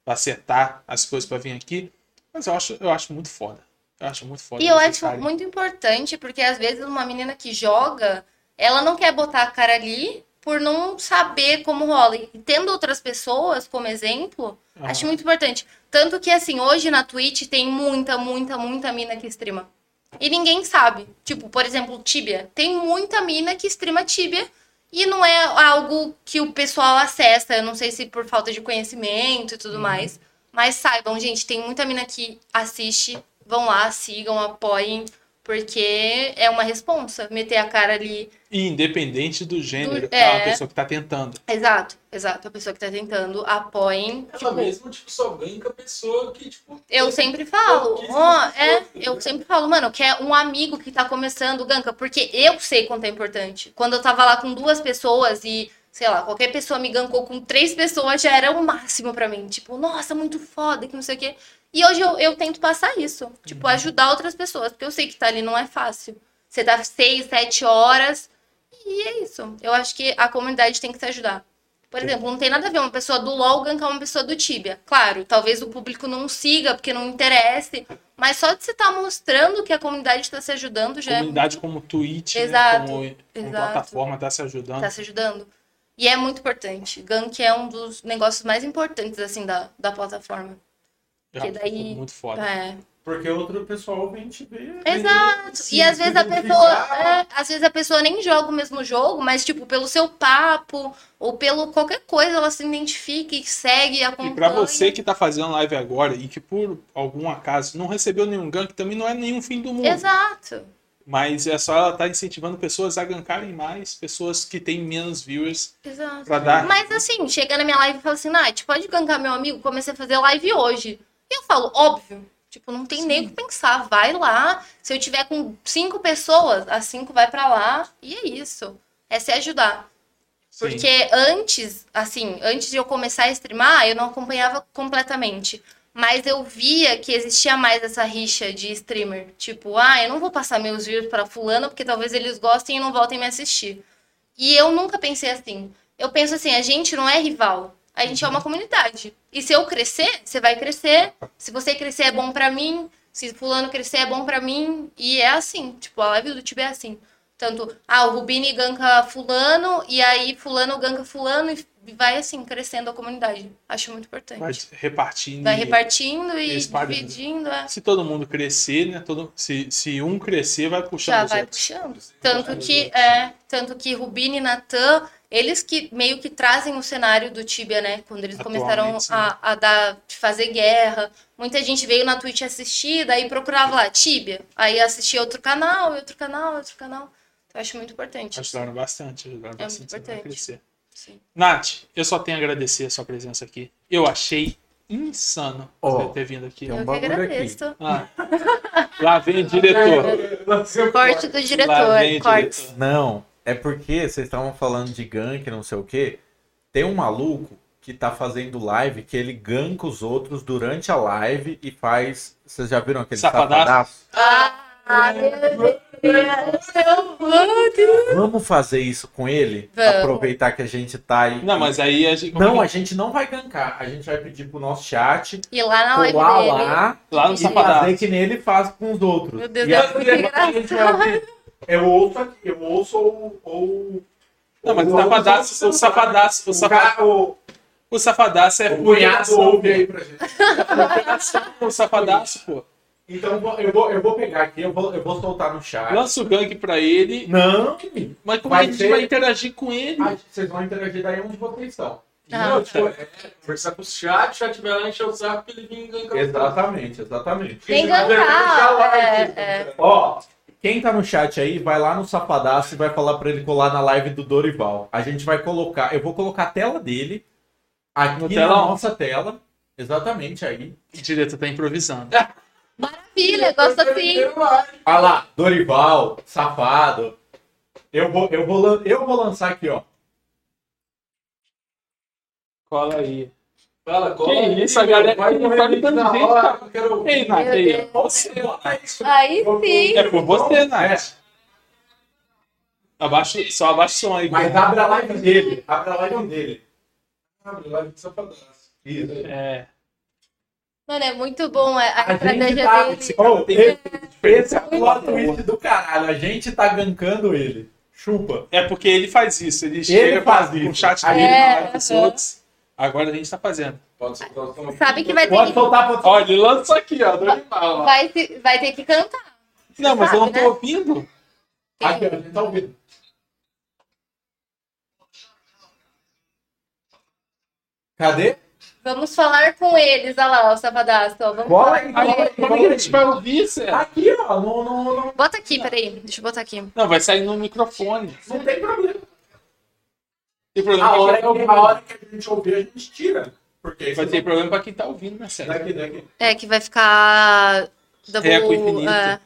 A: pra acertar as coisas pra vir aqui. Mas eu acho, eu acho muito foda. Eu acho muito foda.
C: E eu
A: vocês
C: acho
A: estarem-
C: muito importante, porque às vezes uma menina que joga, ela não quer botar a cara ali por não saber como rola. E tendo outras pessoas como exemplo,
A: Aham.
C: acho muito importante. Tanto que, assim, hoje na Twitch tem muita, muita, muita mina que streama. E ninguém sabe. Tipo, por exemplo, Tibia. Tem muita mina que streama Tibia. E não é algo que o pessoal acessa. Eu não sei se por falta de conhecimento e tudo mais. Mas saibam, gente, tem muita mina que assiste. Vão lá, sigam, apoiem. Porque é uma responsa. Meter a cara ali.
A: E independente do gênero,
C: Do-
A: é uma
C: é.
A: pessoa que tá tentando.
C: Exato, exato. A pessoa que tá tentando, apoiem.
B: Ela mesmo, tipo, só ganha com a pessoa que, tipo...
C: Eu sempre falo,
B: Pouquíssimas
C: ó, é,
B: pessoas,
C: eu
B: né?
C: sempre falo, mano, que é um amigo que tá começando, Ganka, porque eu sei quanto é importante. Quando eu tava lá com duas pessoas e, sei lá, qualquer pessoa me gancou com três pessoas, já era o máximo pra mim. Tipo, nossa, muito foda, que não sei o quê. E hoje eu, eu tento passar isso. Tipo, ajudar outras pessoas. Porque eu sei que tá ali não é fácil. Você tá seis, sete horas. E é isso. Eu acho que a comunidade tem que se ajudar. Por exemplo, não tem nada a ver uma pessoa do LOL gankar uma pessoa do Tibia. Claro, talvez o público não siga, porque não interesse. Mas só de você estar mostrando que a comunidade está se ajudando já é
A: Comunidade como Twitch, né,
C: Exato,
A: como, como
C: exato.
A: plataforma, tá se ajudando.
C: tá se ajudando. E é muito importante. Gank é um dos negócios mais importantes, assim, da, da plataforma.
A: É
C: porque daí-
A: Muito foda.
C: É.
M: Porque outro pessoal vem te ver.
C: Exato. E às vezes a pessoa. é, às vezes a pessoa nem joga o mesmo jogo, mas, tipo, pelo seu papo ou pelo qualquer coisa, ela se identifica e segue, acompanha.
A: E pra você que tá fazendo live agora e que por algum acaso não recebeu nenhum gank, também não é nenhum fim do mundo.
C: Exato.
A: Mas é só ela tá incentivando pessoas a gankarem mais, pessoas que têm menos viewers
C: Exato.
A: pra dar.
C: Mas assim, chega na minha live e fala assim, Nath, pode gankar meu amigo? Comecei a fazer live hoje. E eu falo, óbvio. Tipo, não tem nem o que pensar. Vai lá. Se eu tiver com cinco pessoas, as cinco vai pra lá. E é isso. É se ajudar.
A: Sim.
C: Porque antes, assim, antes de eu começar a streamar, eu não acompanhava completamente. Mas eu via que existia mais essa rixa de streamer. Tipo, ah, eu não vou passar meus vídeos pra fulano, porque talvez eles gostem e não voltem me assistir. E eu nunca pensei assim. Eu penso assim, a gente não é rival. A gente
A: Uhum.
C: é uma comunidade. E se eu crescer, você vai crescer. Se você crescer, é bom pra mim. Se fulano crescer, é bom pra mim. E é assim. Tipo, a live do Tibia é assim. Tanto, ah, o Rubini ganka fulano, e aí fulano ganka fulano, e vai assim, crescendo a comunidade. Acho muito importante.
A: Vai repartindo.
C: Vai
A: e-
C: repartindo e
A: espalhando.
C: dividindo, é.
A: Se todo mundo crescer, né? Todo... Se, se um crescer, vai puxando
C: já
A: os
C: vai
A: outros.
C: puxando. Tanto que, é, tanto que Rubini e Natan, eles que meio que trazem o cenário do Tibia, né? Quando eles
A: Atualmente,
C: começaram
A: sim.
C: a, a dar, fazer guerra. Muita gente veio na Twitch assistir, daí procurava lá, Tibia. Aí assistia outro canal, e outro canal, e outro canal. Então, eu acho muito importante.
A: Ajudaram bastante, ajudaram
C: É
A: bastante
C: muito
A: a
C: importante.
A: crescer.
C: Sim.
A: Nath, eu só tenho a agradecer a sua presença aqui. Eu achei insano
E: Ó, um
A: você ter vindo é um aqui.
C: Eu que
E: bagulho
C: agradeço.
A: Ah, lá vem o diretor.
C: Corte do
A: Lá
C: diretor,
A: vem o
C: cortes.
A: diretor.
E: Não, é porque vocês estavam falando de gank, não sei o quê. Tem um maluco que tá fazendo live que ele ganka os outros durante a live e faz. Vocês já viram aquele
A: Safadaço?
E: safadaço?
C: Ah, meu Deus, meu Deus.
E: Vamos fazer isso com ele?
C: Vamos.
E: Aproveitar que a gente tá aí.
A: Não, mas aí a gente.
E: Não, a gente não vai gankar. A gente vai pedir pro nosso chat
C: E lá na live
A: Ah,
E: colar
C: dele.
E: lá
A: Lá no
E: e fazer
A: sapadaço.
E: que nem ele faz com os outros.
C: Meu Deus,
E: E
C: é
E: aí,
C: muito
E: a gente vai
C: engraçado.
E: ouvir. Eu ouço, aqui, eu ouço ou. ou...
A: Não, mas o
E: ou-
A: sapadaço, o sapadaço, o
E: O,
A: sapadaço,
E: cara- o-
A: o sapadaço é
E: o cunhado ouve aí pra gente.
A: O sapadaço, pô.
E: Então vou- eu vou, eu vou pegar aqui, eu vou, eu vou soltar no chat.
A: Lança o gank pra ele.
E: Não,
A: Mas como é
E: Vai
A: a gente
E: ter-
A: vai interagir com ele?
E: Ah, vocês vão interagir daí onde vocês estão.
C: Ah,
B: Não,
C: tá.
B: tipo, é, conversar com o chat, o chat vai lá encher o saco pra ele vir ganhar.
E: Exatamente, exatamente.
C: Tem que gankar. É,
B: né?
C: é.
E: Ó, quem tá no chat aí, vai lá no Sapadaço e vai falar pra ele colar na live do Dorival. A gente vai colocar, eu vou colocar a tela dele aqui
A: No
E: na
A: telão?
E: nossa tela. Exatamente aí.
A: O diretor tá improvisando.
C: Filha, gosto
B: Então,
C: assim.
E: Olha lá, Dorival, safado. Eu vou, eu vou, lan- eu vou lançar aqui, ó.
A: Cola aí.
B: Fala, cola. aí,
A: isso, a
B: meu,
A: galera
B: vai
A: que
B: correr
A: tá
B: ali
A: gritando
B: na
A: gente,
B: hora,
A: tá-
B: eu quero ouvir.
A: Ei, Nath,
C: Meu
A: aí, ó.
C: Deus.
A: Você-
C: Aí sim.
A: É por você, Nath.
E: É.
A: Abaixa, só abaixa o som aí.
E: Mas
A: pô.
E: abre a live dele, abre a live dele.
B: Abre lá, fica só pra dar.
E: Isso.
A: É.
C: Mano, é muito bom é, a,
E: A gente
C: estratégia
E: tá.
C: dele.
E: Oh, esse, esse é o plot twist do caralho. A gente tá gankando ele. Chupa.
A: é porque ele faz isso. Ele chega
E: faz
A: com
E: isso.
A: o chat
E: Aí
A: dele
C: ele
A: na
C: faz.
A: live dos
C: É, aham.
A: outros. Agora a gente tá fazendo.
B: Pode ser, pode ser.
C: Sabe que vai ter
E: Pode
C: que,
E: soltar, pode soltar.
A: Olha, ele lança aqui, ó. do animal, ó.
C: vai, se- vai ter que cantar.
A: Não, mas eu não tô
C: Sabe, né?
A: ouvindo.
E: Aqui, ó, a gente tá ouvindo. Cadê?
C: Vamos falar com eles. Olha lá, o sapadaço. ó, Vamos
E: Cola
C: falar
E: aí,
C: com
E: cola aí.
C: eles.
A: Como é que a gente vai ouvir,
C: Ah.
A: Cé?
E: Tá Aqui, ó. Não, não, não,
C: Bota aqui, peraí. Deixa eu botar aqui.
A: Não, vai sair no microfone.
E: não tem problema.
A: Tem problema
E: A
A: pra
E: hora,
A: quem tá
E: que,
A: ouvindo.
E: a hora que a gente ouvir, a gente tira. Porque
A: Vai ter problema pra quem tá ouvindo, né, Cé?
E: Daqui, daqui.
C: É, que vai ficar. Double,
A: Eco infinito.
C: é.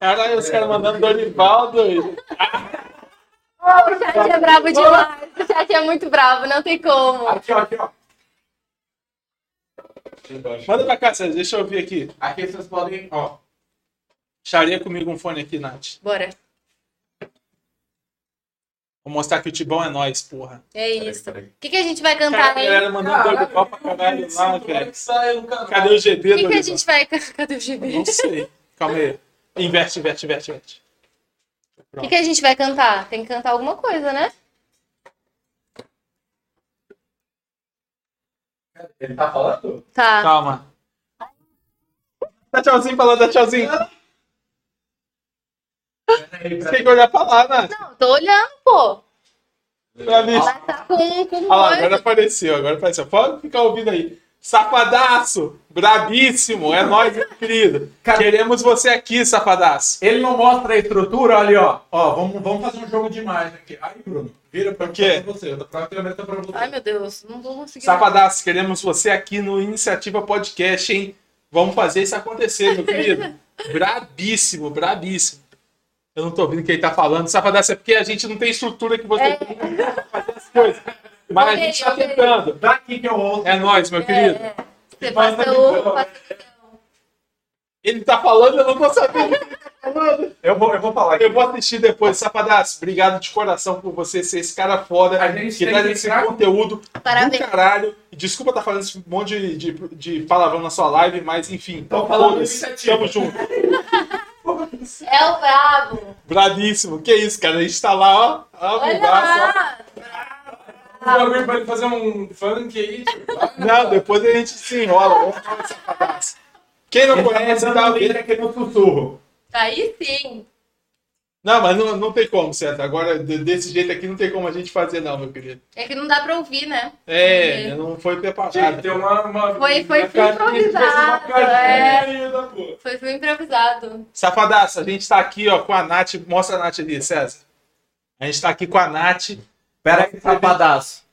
A: Caralho, os caras mandando Dorival, doido.
C: O chat é brabo demais. O chat é muito bravo, não tem como.
E: Aqui, ó, aqui, ó.
A: Manda pra cá, César, deixa eu ouvir aqui.
E: Aqui vocês podem, ó.
A: Charia comigo um fone aqui, Nath.
C: Bora.
A: Vou mostrar que o Tibão é nós, porra.
C: É isso. O que, que a gente vai cantar,
A: a
C: hein?
A: galera mandou doidopó pra caralho lá, velho. Cadê o
C: é O
A: GB
C: que,
A: do
C: que a gente vai. Cadê o GB?
A: Não sei. Calma aí. Inverte, inverte, inverte, inverte.
C: O que, que a gente vai cantar? Tem que cantar alguma coisa, né?
E: Ele tá falando?
C: Tá.
A: Calma. Dá tchauzinho pra lá, dá tchauzinho. Você tem que olhar pra lá, Nath.
C: Não, tô olhando, pô.
A: Pra mim.
C: Ela tá com, com
A: Olha lá,
C: coisa.
A: agora apareceu, agora apareceu. Pode ficar ouvindo aí. Safadaço, brabíssimo, é nóis, meu querido. Queremos você aqui, safadaço.
E: Ele não mostra a estrutura, olha ali, ó. Ó, vamos, vamos fazer um jogo de imagem aqui. Aí, Bruno, vira pra
A: quê?
E: pra você. Eu tô pra câmera, pra você.
C: Ai, meu Deus, não vou conseguir.
A: Safadaço, queremos você aqui no Iniciativa Podcast, hein? Vamos fazer isso acontecer, meu querido. brabíssimo, brabíssimo. Eu não tô ouvindo quem tá falando. Safadaço, é porque a gente não tem estrutura que você
C: É.
A: tem pra fazer as coisas. Mas a
C: Olhei,
A: gente tá
C: olhei.
A: tentando.
E: Daqui que eu ouço.
A: É nóis, meu querido.
C: É, você
E: Manda
C: passa
E: então.
C: o. passa-
A: Ele tá falando, eu não tô sabendo.
E: Eu vou, eu vou falar aqui.
A: tá Eu vou assistir depois, Safadaço. Obrigado de coração por você ser esse cara foda
E: A gente
A: que tá
E: tem
A: traz
E: que
A: esse
E: entrar-
A: conteúdo do
C: Parabéns.
A: caralho. Desculpa estar falando esse monte de, de, de palavrão na sua live, mas enfim.
E: Tô falando
A: foda-se.
E: iniciativa.
A: Tamo junto.
C: É o brabo.
A: Bravíssimo. Que isso, cara. A gente tá lá, ó. ó
C: Olha
A: vivaço, ó.
C: lá. Ah.
B: O bagulho pra ele fazer um funk aí.
A: Não, depois a gente se enrola. Vamos falar de Safadaço. Quem não
E: Ele tá
A: conhece,
E: mandando
A: dá
E: um
A: o
E: link aqui no sussurro.
C: Aí sim.
A: Não, mas não, não tem como, certo? Agora, de- desse jeito aqui, não tem como a gente fazer, não, meu querido.
C: É que não dá pra ouvir, né?
A: É, não foi preparado.
E: um
B: Tem uma. uma
C: Foi,
A: é
C: foi
B: uma
C: improvisado. É. Foi, foi improvisado.
A: Safadaça, a gente tá aqui ó, com a Nath. Mostra a Nath ali, César. A gente tá aqui com a Nath.
E: Pera aí, sapadaço.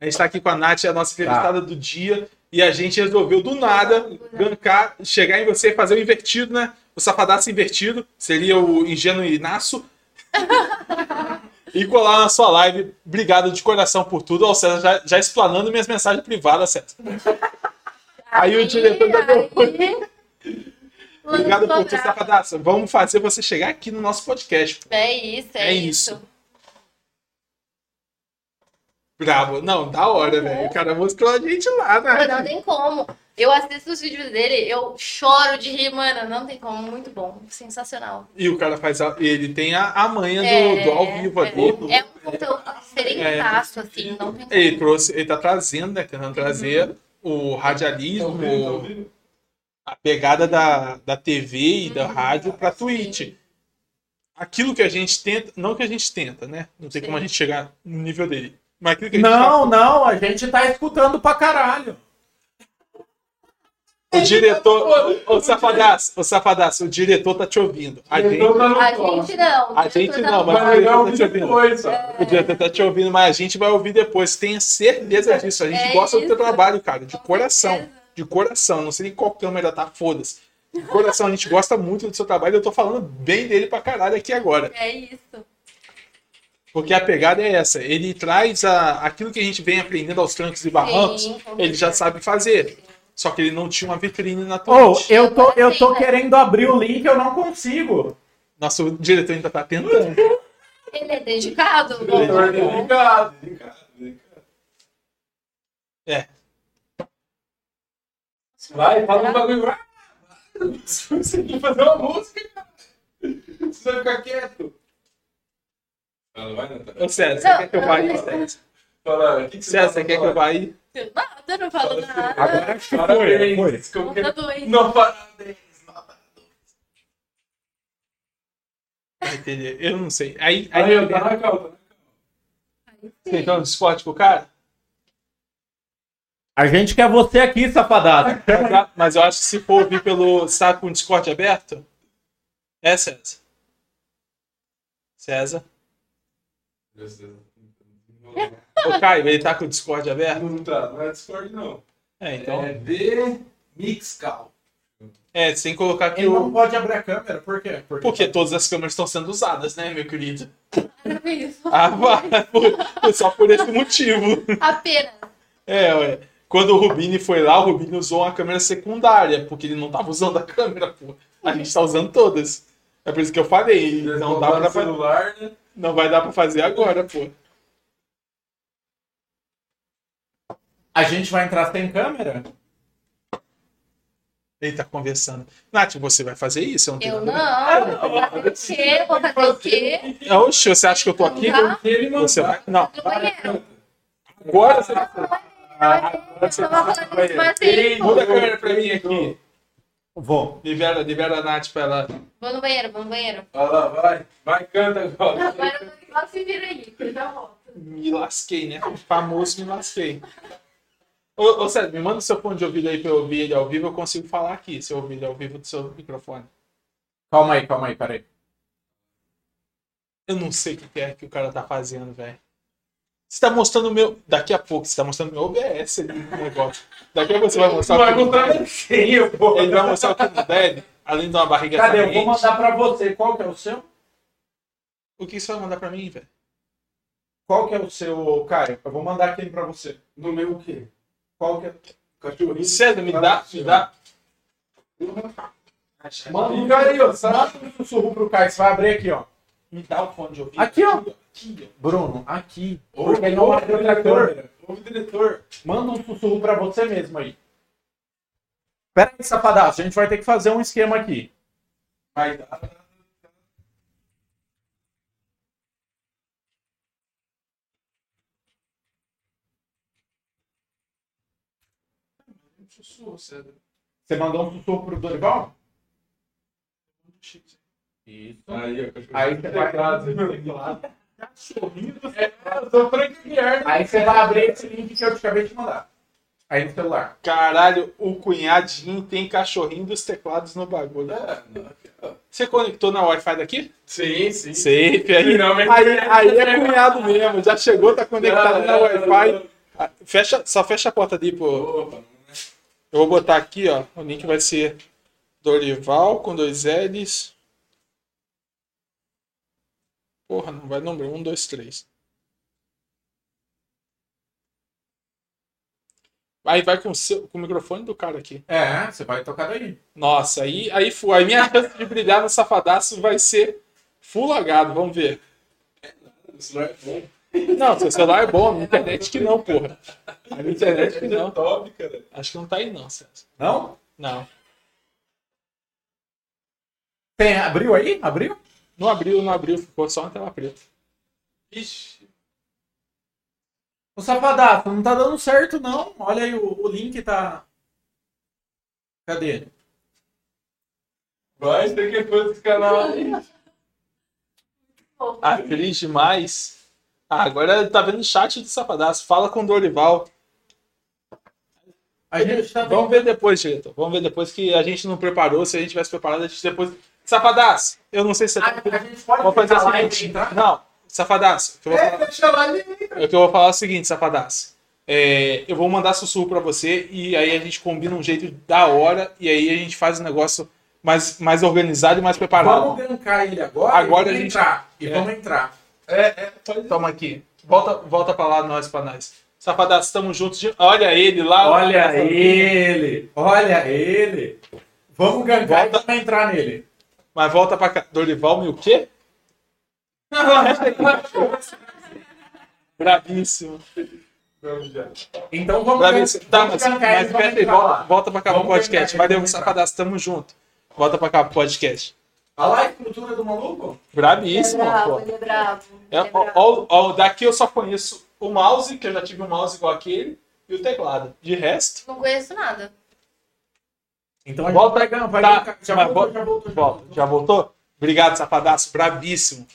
A: A gente tá aqui com a Nath, a nossa entrevistada do dia. E a gente resolveu do nada gankar, chegar em você e fazer o invertido, né? O safadaço invertido. Seria o ingênuo Inácio. e colar na sua live. Obrigado de coração por tudo. Ó, o César já, já explanando minhas mensagens privadas, César. Aí o diretor da
C: aí...
A: Obrigado por tudo,
C: Lançou brabo.
A: safadaça. Vamos fazer você chegar aqui no nosso podcast.
C: É isso, é,
A: É
C: isso.
A: Bravo. Não, da hora, velho. O cara mostrou a gente lá,
C: Pô, não
A: né?
C: tem como. Eu assisto os vídeos dele, eu choro de rir, mano. Não tem como. Muito bom. Sensacional.
A: E o cara faz. A... Ele tem a, a manha do, do ao vivo
C: é,
A: ali. do-
C: É um conteúdo diferentaço, assim. Não tem
A: Ele
C: como.
A: trouxe, ele tá trazendo, né? Tentando trazer o
B: Então,
A: radialismo,
B: Uhum.
A: o- a pegada da, da TV e da
C: Uhum.
A: rádio pra Twitch. Aquilo que a gente tenta, não que a gente tenta, né? Não tem
C: Sim.
A: como a gente chegar no nível dele. Mas aquilo que a gente
E: Não, não, a gente tá escutando pra caralho.
A: faz- o diretor, o, safadaço, o safadaço, o diretor tá te ouvindo. A gente,
B: então,
C: A gente não.
A: A gente não, mas-
B: tá Vai ligar o vídeo depois, só.
A: O diretor tá te ouvindo, mas a gente vai ouvir depois. Tenha certeza disso. A gente
C: É
A: gosta do teu
C: isso.
A: trabalho, cara. De
C: Com
A: coração.
C: certeza.
A: De coração. Não sei nem qual câmera tá, foda-se. De coração, a gente gosta muito do seu trabalho. Eu tô falando bem dele pra caralho aqui agora.
C: É isso.
A: Porque a pegada é essa. Ele traz a- aquilo que a gente vem aprendendo aos trancos e barrancos.
C: Sim, com
A: ele já
C: certeza.
A: sabe fazer. Só que ele não tinha uma vitrine na
E: Ou,
A: Twitch.
E: eu tô,
C: é
E: eu tô querendo abrir o link, eu não consigo.
A: Nosso diretor ainda tá tentando.
C: Ele é dedicado?
B: um
C: Bom,
B: Obrigado, obrigado, obrigado.
A: É.
B: Vai, fala um bagulho. Ah, Você conseguiu fazer uma música, cara. Você vai ficar quieto. Fala, vai, Natália.
A: Ô, César, você
C: Não,
A: quer que eu
C: não,
A: vá aí,
C: não.
A: César?
B: Fala, o que que
A: César,
B: tá
A: você quer que eu vá aí?
C: Nada, não falo
A: assim,
C: nada.
E: Agora é acho que
B: falando?
E: foi.
B: Parabéns,
E: foi.
B: que eu
C: Conta
B: quero-
C: dois.
B: Não, parabéns.
A: Entendeu? Eu não sei. Aí, aí,
B: Aí, ó, tá na calma.
A: você entrou no Discord com o um cara?
E: A gente quer você aqui, safadada.
A: Mas, a- É mas eu acho que se for ouvir pelo. Você tá com o Discord aberto? É, César? César? Ô, Caio, ele tá com o Discord aberto?
B: Não tá, não é Discord, não.
A: É, então.
B: É V Mixcal.
A: É, sem colocar aqui
E: Ele não
A: o.
E: pode abrir a câmera, por quê?
A: Porque todas as câmeras estão sendo usadas, né, meu querido?
C: Para isso.
A: Ah, vá, por- só por esse motivo.
C: Apenas.
A: É, ué. Quando o Rubini foi lá, o Rubini usou uma câmera secundária, porque ele não tava usando a câmera, pô. A gente tá usando todas. É por isso que eu falei, não Então dá pra fazer.
J: celular, né?
A: Não vai dar pra fazer agora, pô.
E: A gente vai entrar sem câmera?
A: Ele tá conversando. Nath, você vai fazer isso? Eu não tenho
C: Eu
A: nada.
C: não, eu vou fazer o quê? Vou fazer o quê?
A: Oxe, você acha que eu tô aqui?
C: Tá?
J: Ele mandou.
A: Você vai. Não,
C: No banheiro.
A: agora você vai.
C: Eu tava falando isso, mas
A: Ei,
C: assim, pô.
A: muda a câmera pra mim aqui.
B: Vou.
A: Libera, libera a Nath pra ela.
C: Vou no banheiro, vou no banheiro.
J: Vai lá, vai. Vai, canta agora.
C: Agora eu tô se vira aí, que eu já volto.
A: Me lasquei, né? O famoso me lasquei. Ô, ô Sérgio, me manda o seu fone de ouvido aí pra eu ouvir ele ao vivo. Eu consigo falar aqui, se eu ouvir ele ao vivo do seu microfone.
E: Calma aí, calma aí, peraí.
A: Eu não sei o que que é que o cara tá fazendo, velho. Você tá mostrando o meu. Daqui a pouco, você tá mostrando o meu OBS ali no negócio. Daqui a pouco você vai mostrar
J: Vai
A: o que não
J: mostrar
A: deve.
J: desenho, pô.
A: Ele vai mostrar o que não deve, além de uma barriga
E: Cadê? Eu vou
A: saliente.
E: mandar pra você. Qual que é o seu?
A: O que você vai mandar pra mim, velho?
J: Qual que é o seu, Caio? Eu vou mandar aquele pra você. No meu o quê? Qual que é? Cachorrinho. Uhum.
A: César, me dá, me dá.
E: Manda um
J: Fica aí, ó. Sabe?
E: sussurro pro Caio. Você vai abrir aqui, ó.
A: Me dá o fone de ouvido.
E: Aqui, ó. Bruno, aqui.
J: Ô,
E: Porque ele não
J: ô,
E: abriu a
J: diretor.
E: câmera.
J: Ouve, diretor.
E: Manda um sussurro pra você mesmo aí. Pera aí, safadaço. A gente vai ter que fazer um esquema aqui.
J: Vai dar.
E: Você mandou um sussurro pro Dorival? Isso.
J: Aí, ó.
E: Aí você vai-
J: Cachorrinho do É, eu sou Frank
A: né?
J: Guilherme.
E: Aí você vai abrir esse link que eu te acabei de mandar. Aí no celular.
A: Caralho, o cunhadinho tem cachorrinho dos teclados no bagulho. tá. Você conectou na Wi-Fi daqui?
J: Sim, sim.
A: Safe aí.
J: Finalmente.
A: Aí, aí é cunhado mesmo. Já chegou, tá conectado na Wi-Fi. Ah, Fecha, só fecha a porta ali, pô.
J: Opa.
A: Eu vou botar aqui, ó. O link vai ser Dorival com dois L's. Porra, não vai número. Um, dois, três. Aí vai com o, seu- com o microfone do cara aqui.
E: É, você vai tocar daí.
A: Nossa, aí, aí, fu- aí minha chance de brilhar no safadaço vai ser full lagado, vamos ver.
J: O celular é bom.
A: Não, seu celular é bom, a minha internet que não, porra. A minha internet que
J: É
A: não.
J: top, cara.
A: Acho que não tá aí não, César.
E: Não?
A: Não.
E: Tem, abriu aí? Abriu?
A: Não abriu, não abriu, ficou só uma tela preta.
J: Ixi.
E: O safadaço, não tá dando certo, não. Olha aí, o, o link tá. Cadê?
J: Vai ter que fazer esse canal aí.
A: Ah, feliz demais. Ah, agora tá vendo o chat do Safadaço. Fala com o Dorival.
E: A gente tá
A: Vamos ver depois, diretor. Vamos ver depois que a gente não preparou. Se a gente tivesse preparado, a gente depois. Safadaço, eu não sei se você tá.
E: A, a gente pode
A: Vamos fazer
E: ficar
A: o
E: lá e
A: seguinte.
E: entrar?
A: Não, Safadaço. o que eu vou falar-
J: Deixa lá ali.
A: O que eu vou falar é o seguinte, safadaço. É, eu vou mandar sussurro pra você e aí a gente combina um jeito da hora e aí a gente faz um negócio mais, mais organizado e mais preparado.
E: Vamos gankar ele agora.
A: Agora
E: e
A: a
E: vamos
A: gente-
E: entrar. E
A: É.
E: vamos entrar.
A: É, é, faz- Toma aqui. Volta, volta pra lá, nós, pra nós. Safadaço, estamos juntos. de- Olha ele lá.
E: Olha ele! Olha ele! Vamos gankar e vamos entrar nele.
A: Mas volta pra cá. Dorival me o quê? Bravíssimo.
J: Vamos já.
E: Então vamos
A: Bravíssimo. Tá, mas,
E: gankar
A: mas
E: ele e vamos
A: espera aí,
E: entrar
A: volta,
E: lá.
A: volta pra cá pro
E: Vamos ganhar,
A: podcast.
E: vamos
A: Valeu,
E: ganhar.
A: safadaço, tamo junto. Volta pra cá pro podcast.
E: Olha lá a estrutura do maluco.
C: Ele é
A: Bravíssimo, pô.
C: bravo, ele é bravo. ele
A: É,
C: é
A: ó,
C: bravo.
A: ó, ó, daqui eu só conheço o mouse, que eu já tive um mouse igual aquele, e o teclado. De resto,
C: Não conheço nada.
E: Então a gente
A: Volta-
E: vai ganhar. Vai
A: tá,
E: gankar. Já
A: mas
E: voltou,
A: volta-
E: já voltou, já
A: volta.
E: voltou.
A: Já voltou? Obrigado, safadaço. Brabíssimo.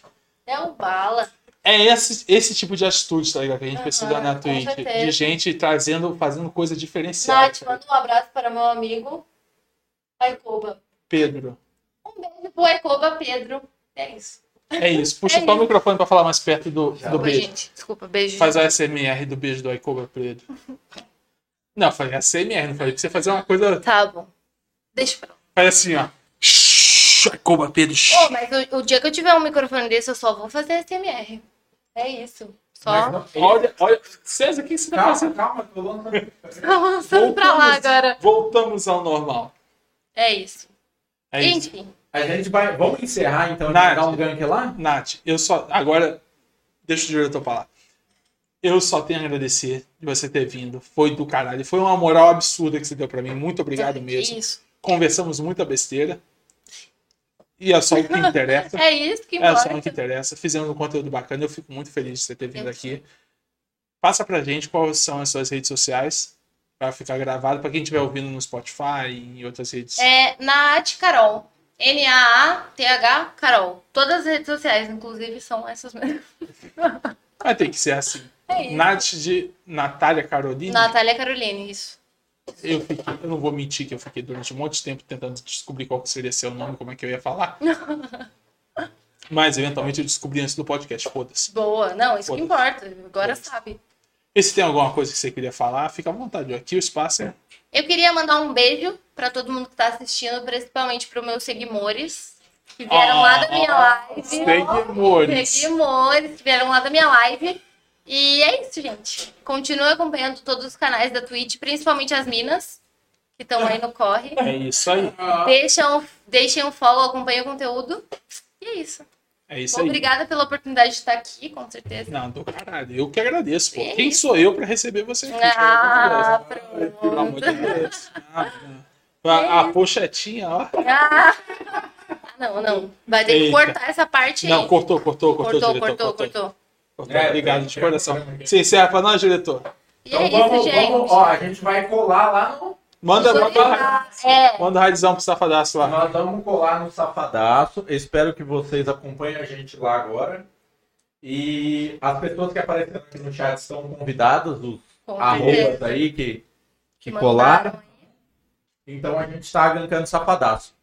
C: É o bala.
A: É esse, esse tipo de atitude, tá ligado? Que a gente
C: Aham,
A: precisa na
C: com
A: Twitch.
C: certeza.
A: De gente trazendo, fazendo coisa diferenciada.
C: Nath, manda um abraço para meu amigo Aicoba.
A: Pedro.
C: Um beijo pro Aicoba Pedro. É isso.
A: É isso. Puxa
C: É
A: só o
C: isso.
A: microfone pra falar mais perto do, do
C: Desculpa,
A: beijo.
C: gente. Desculpa, beijo.
A: Faz a SMR do beijo do Aicoba Pedro. Não, falei ASMR, não falei pra você fazer uma coisa.
C: Tá bom. Deixa pra lá.
A: Faz assim, ó. Shhh, Aicoba Pedro. shhh.
C: Ô, mas o, o dia que eu tiver um microfone desse, eu só vou fazer SMR. É isso. Só
A: Olha, olha. César, o que você tá
J: Calma,
A: fazendo?
J: calma, tô falando.
C: avançando pra lá
A: Voltamos.
C: agora.
A: Voltamos ao normal.
C: É isso.
A: É isso.
C: Enfim,
J: A gente vai. Vamos encerrar então e
A: Nath.
J: dar um gank lá?
A: Nath, eu só. Agora, deixa o diretor falar. Eu só tenho a agradecer de você ter vindo. Foi do caralho. Foi uma moral absurda que você deu pra mim. Muito obrigado
C: é
A: mesmo.
C: isso.
A: Conversamos muita besteira. E é só o que interessa.
C: É isso que
A: É só o que
C: importa.
A: interessa. Fizemos um conteúdo bacana. Eu fico muito feliz de você ter vindo
C: Eu
A: aqui. Passa pra gente quais são as suas redes sociais. Pra ficar gravado. Pra quem estiver ouvindo no Spotify e em outras redes.
C: É Nath Carol. N-A-A-T-H Carol. Todas as redes sociais, inclusive, são essas mesmas.
A: Vai ter que ser assim.
C: É isso.
A: Nath de Natália Carolina.
C: Natália Caroline, isso.
A: Eu, fiquei- eu não vou mentir que eu fiquei durante um monte de tempo tentando descobrir qual que seria seu nome, como é que eu ia falar. Mas eventualmente eu descobri antes do podcast, foda-se.
C: Boa. Não, isso que importa. Agora
A: Foda-se.
C: sabe.
A: E se tem alguma coisa que você queria falar, fica à vontade. Aqui o espaço é.
C: Eu queria mandar um beijo pra todo mundo que tá assistindo, principalmente pros meus seguidores que vieram lá da minha live.
A: Ah, Seguimores.
C: Seguidores que vieram lá da minha live. E é isso, gente. Continua acompanhando todos os canais da Twitch, principalmente as minas, que estão aí no corre.
A: É isso aí.
C: Deixam, deixem um follow, acompanhem o conteúdo. E é isso.
A: É isso aí.
C: Obrigada pela oportunidade de estar aqui, com certeza.
A: Não, do caralho. Eu que agradeço, pô.
C: É
A: Quem
C: isso.
A: sou eu pra receber você aqui?
C: Ah,
A: Pelo amor de
C: pronto.
A: Deus. Ah, não. a,
C: É.
A: a pochetinha, ó.
C: Ah, não, não. Vai ter que
A: Eita.
C: cortar essa parte
A: Não,
C: aí.
A: cortou, cortou, cortou,
C: cortou,
A: diretor.
C: cortou, cortou.
A: Cortou.
J: É,
A: Obrigado
J: tem-
A: de
J: tem
A: coração.
J: um problema aqui.
A: Você encerra pra nós, diretor?
C: E
J: Então
C: é
J: vamos,
C: isso, gente.
J: vamos. Ó, a gente vai colar lá no.
A: Manda,
C: Vou
A: manda,
C: ligar. É,
A: manda o raidzão pro safadaço lá.
J: Nós vamos colar no Safadaço. Espero que vocês acompanhem a gente lá agora. E as pessoas que apareceram aqui no chat estão convidadas, os
C: com
J: arrobas
C: certeza.
J: aí que, que
C: Mandaram
J: colaram.
C: aí.
J: Então a gente tá gankando Safadaço.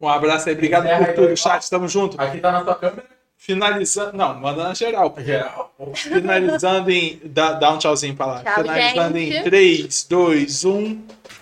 A: Um abraço aí, obrigado
J: Encerra
A: por
J: aí,
A: tudo,
J: vai.
A: chat. Tamo junto.
J: Aqui tá na sua câmera,
A: Finalizando. Não, manda na geral.
J: geral.
A: Finalizando em. um. Dá, dá um tchauzinho pra lá.
C: Tchau,
A: Finalizando
C: gente.
A: em 3, 2, 1.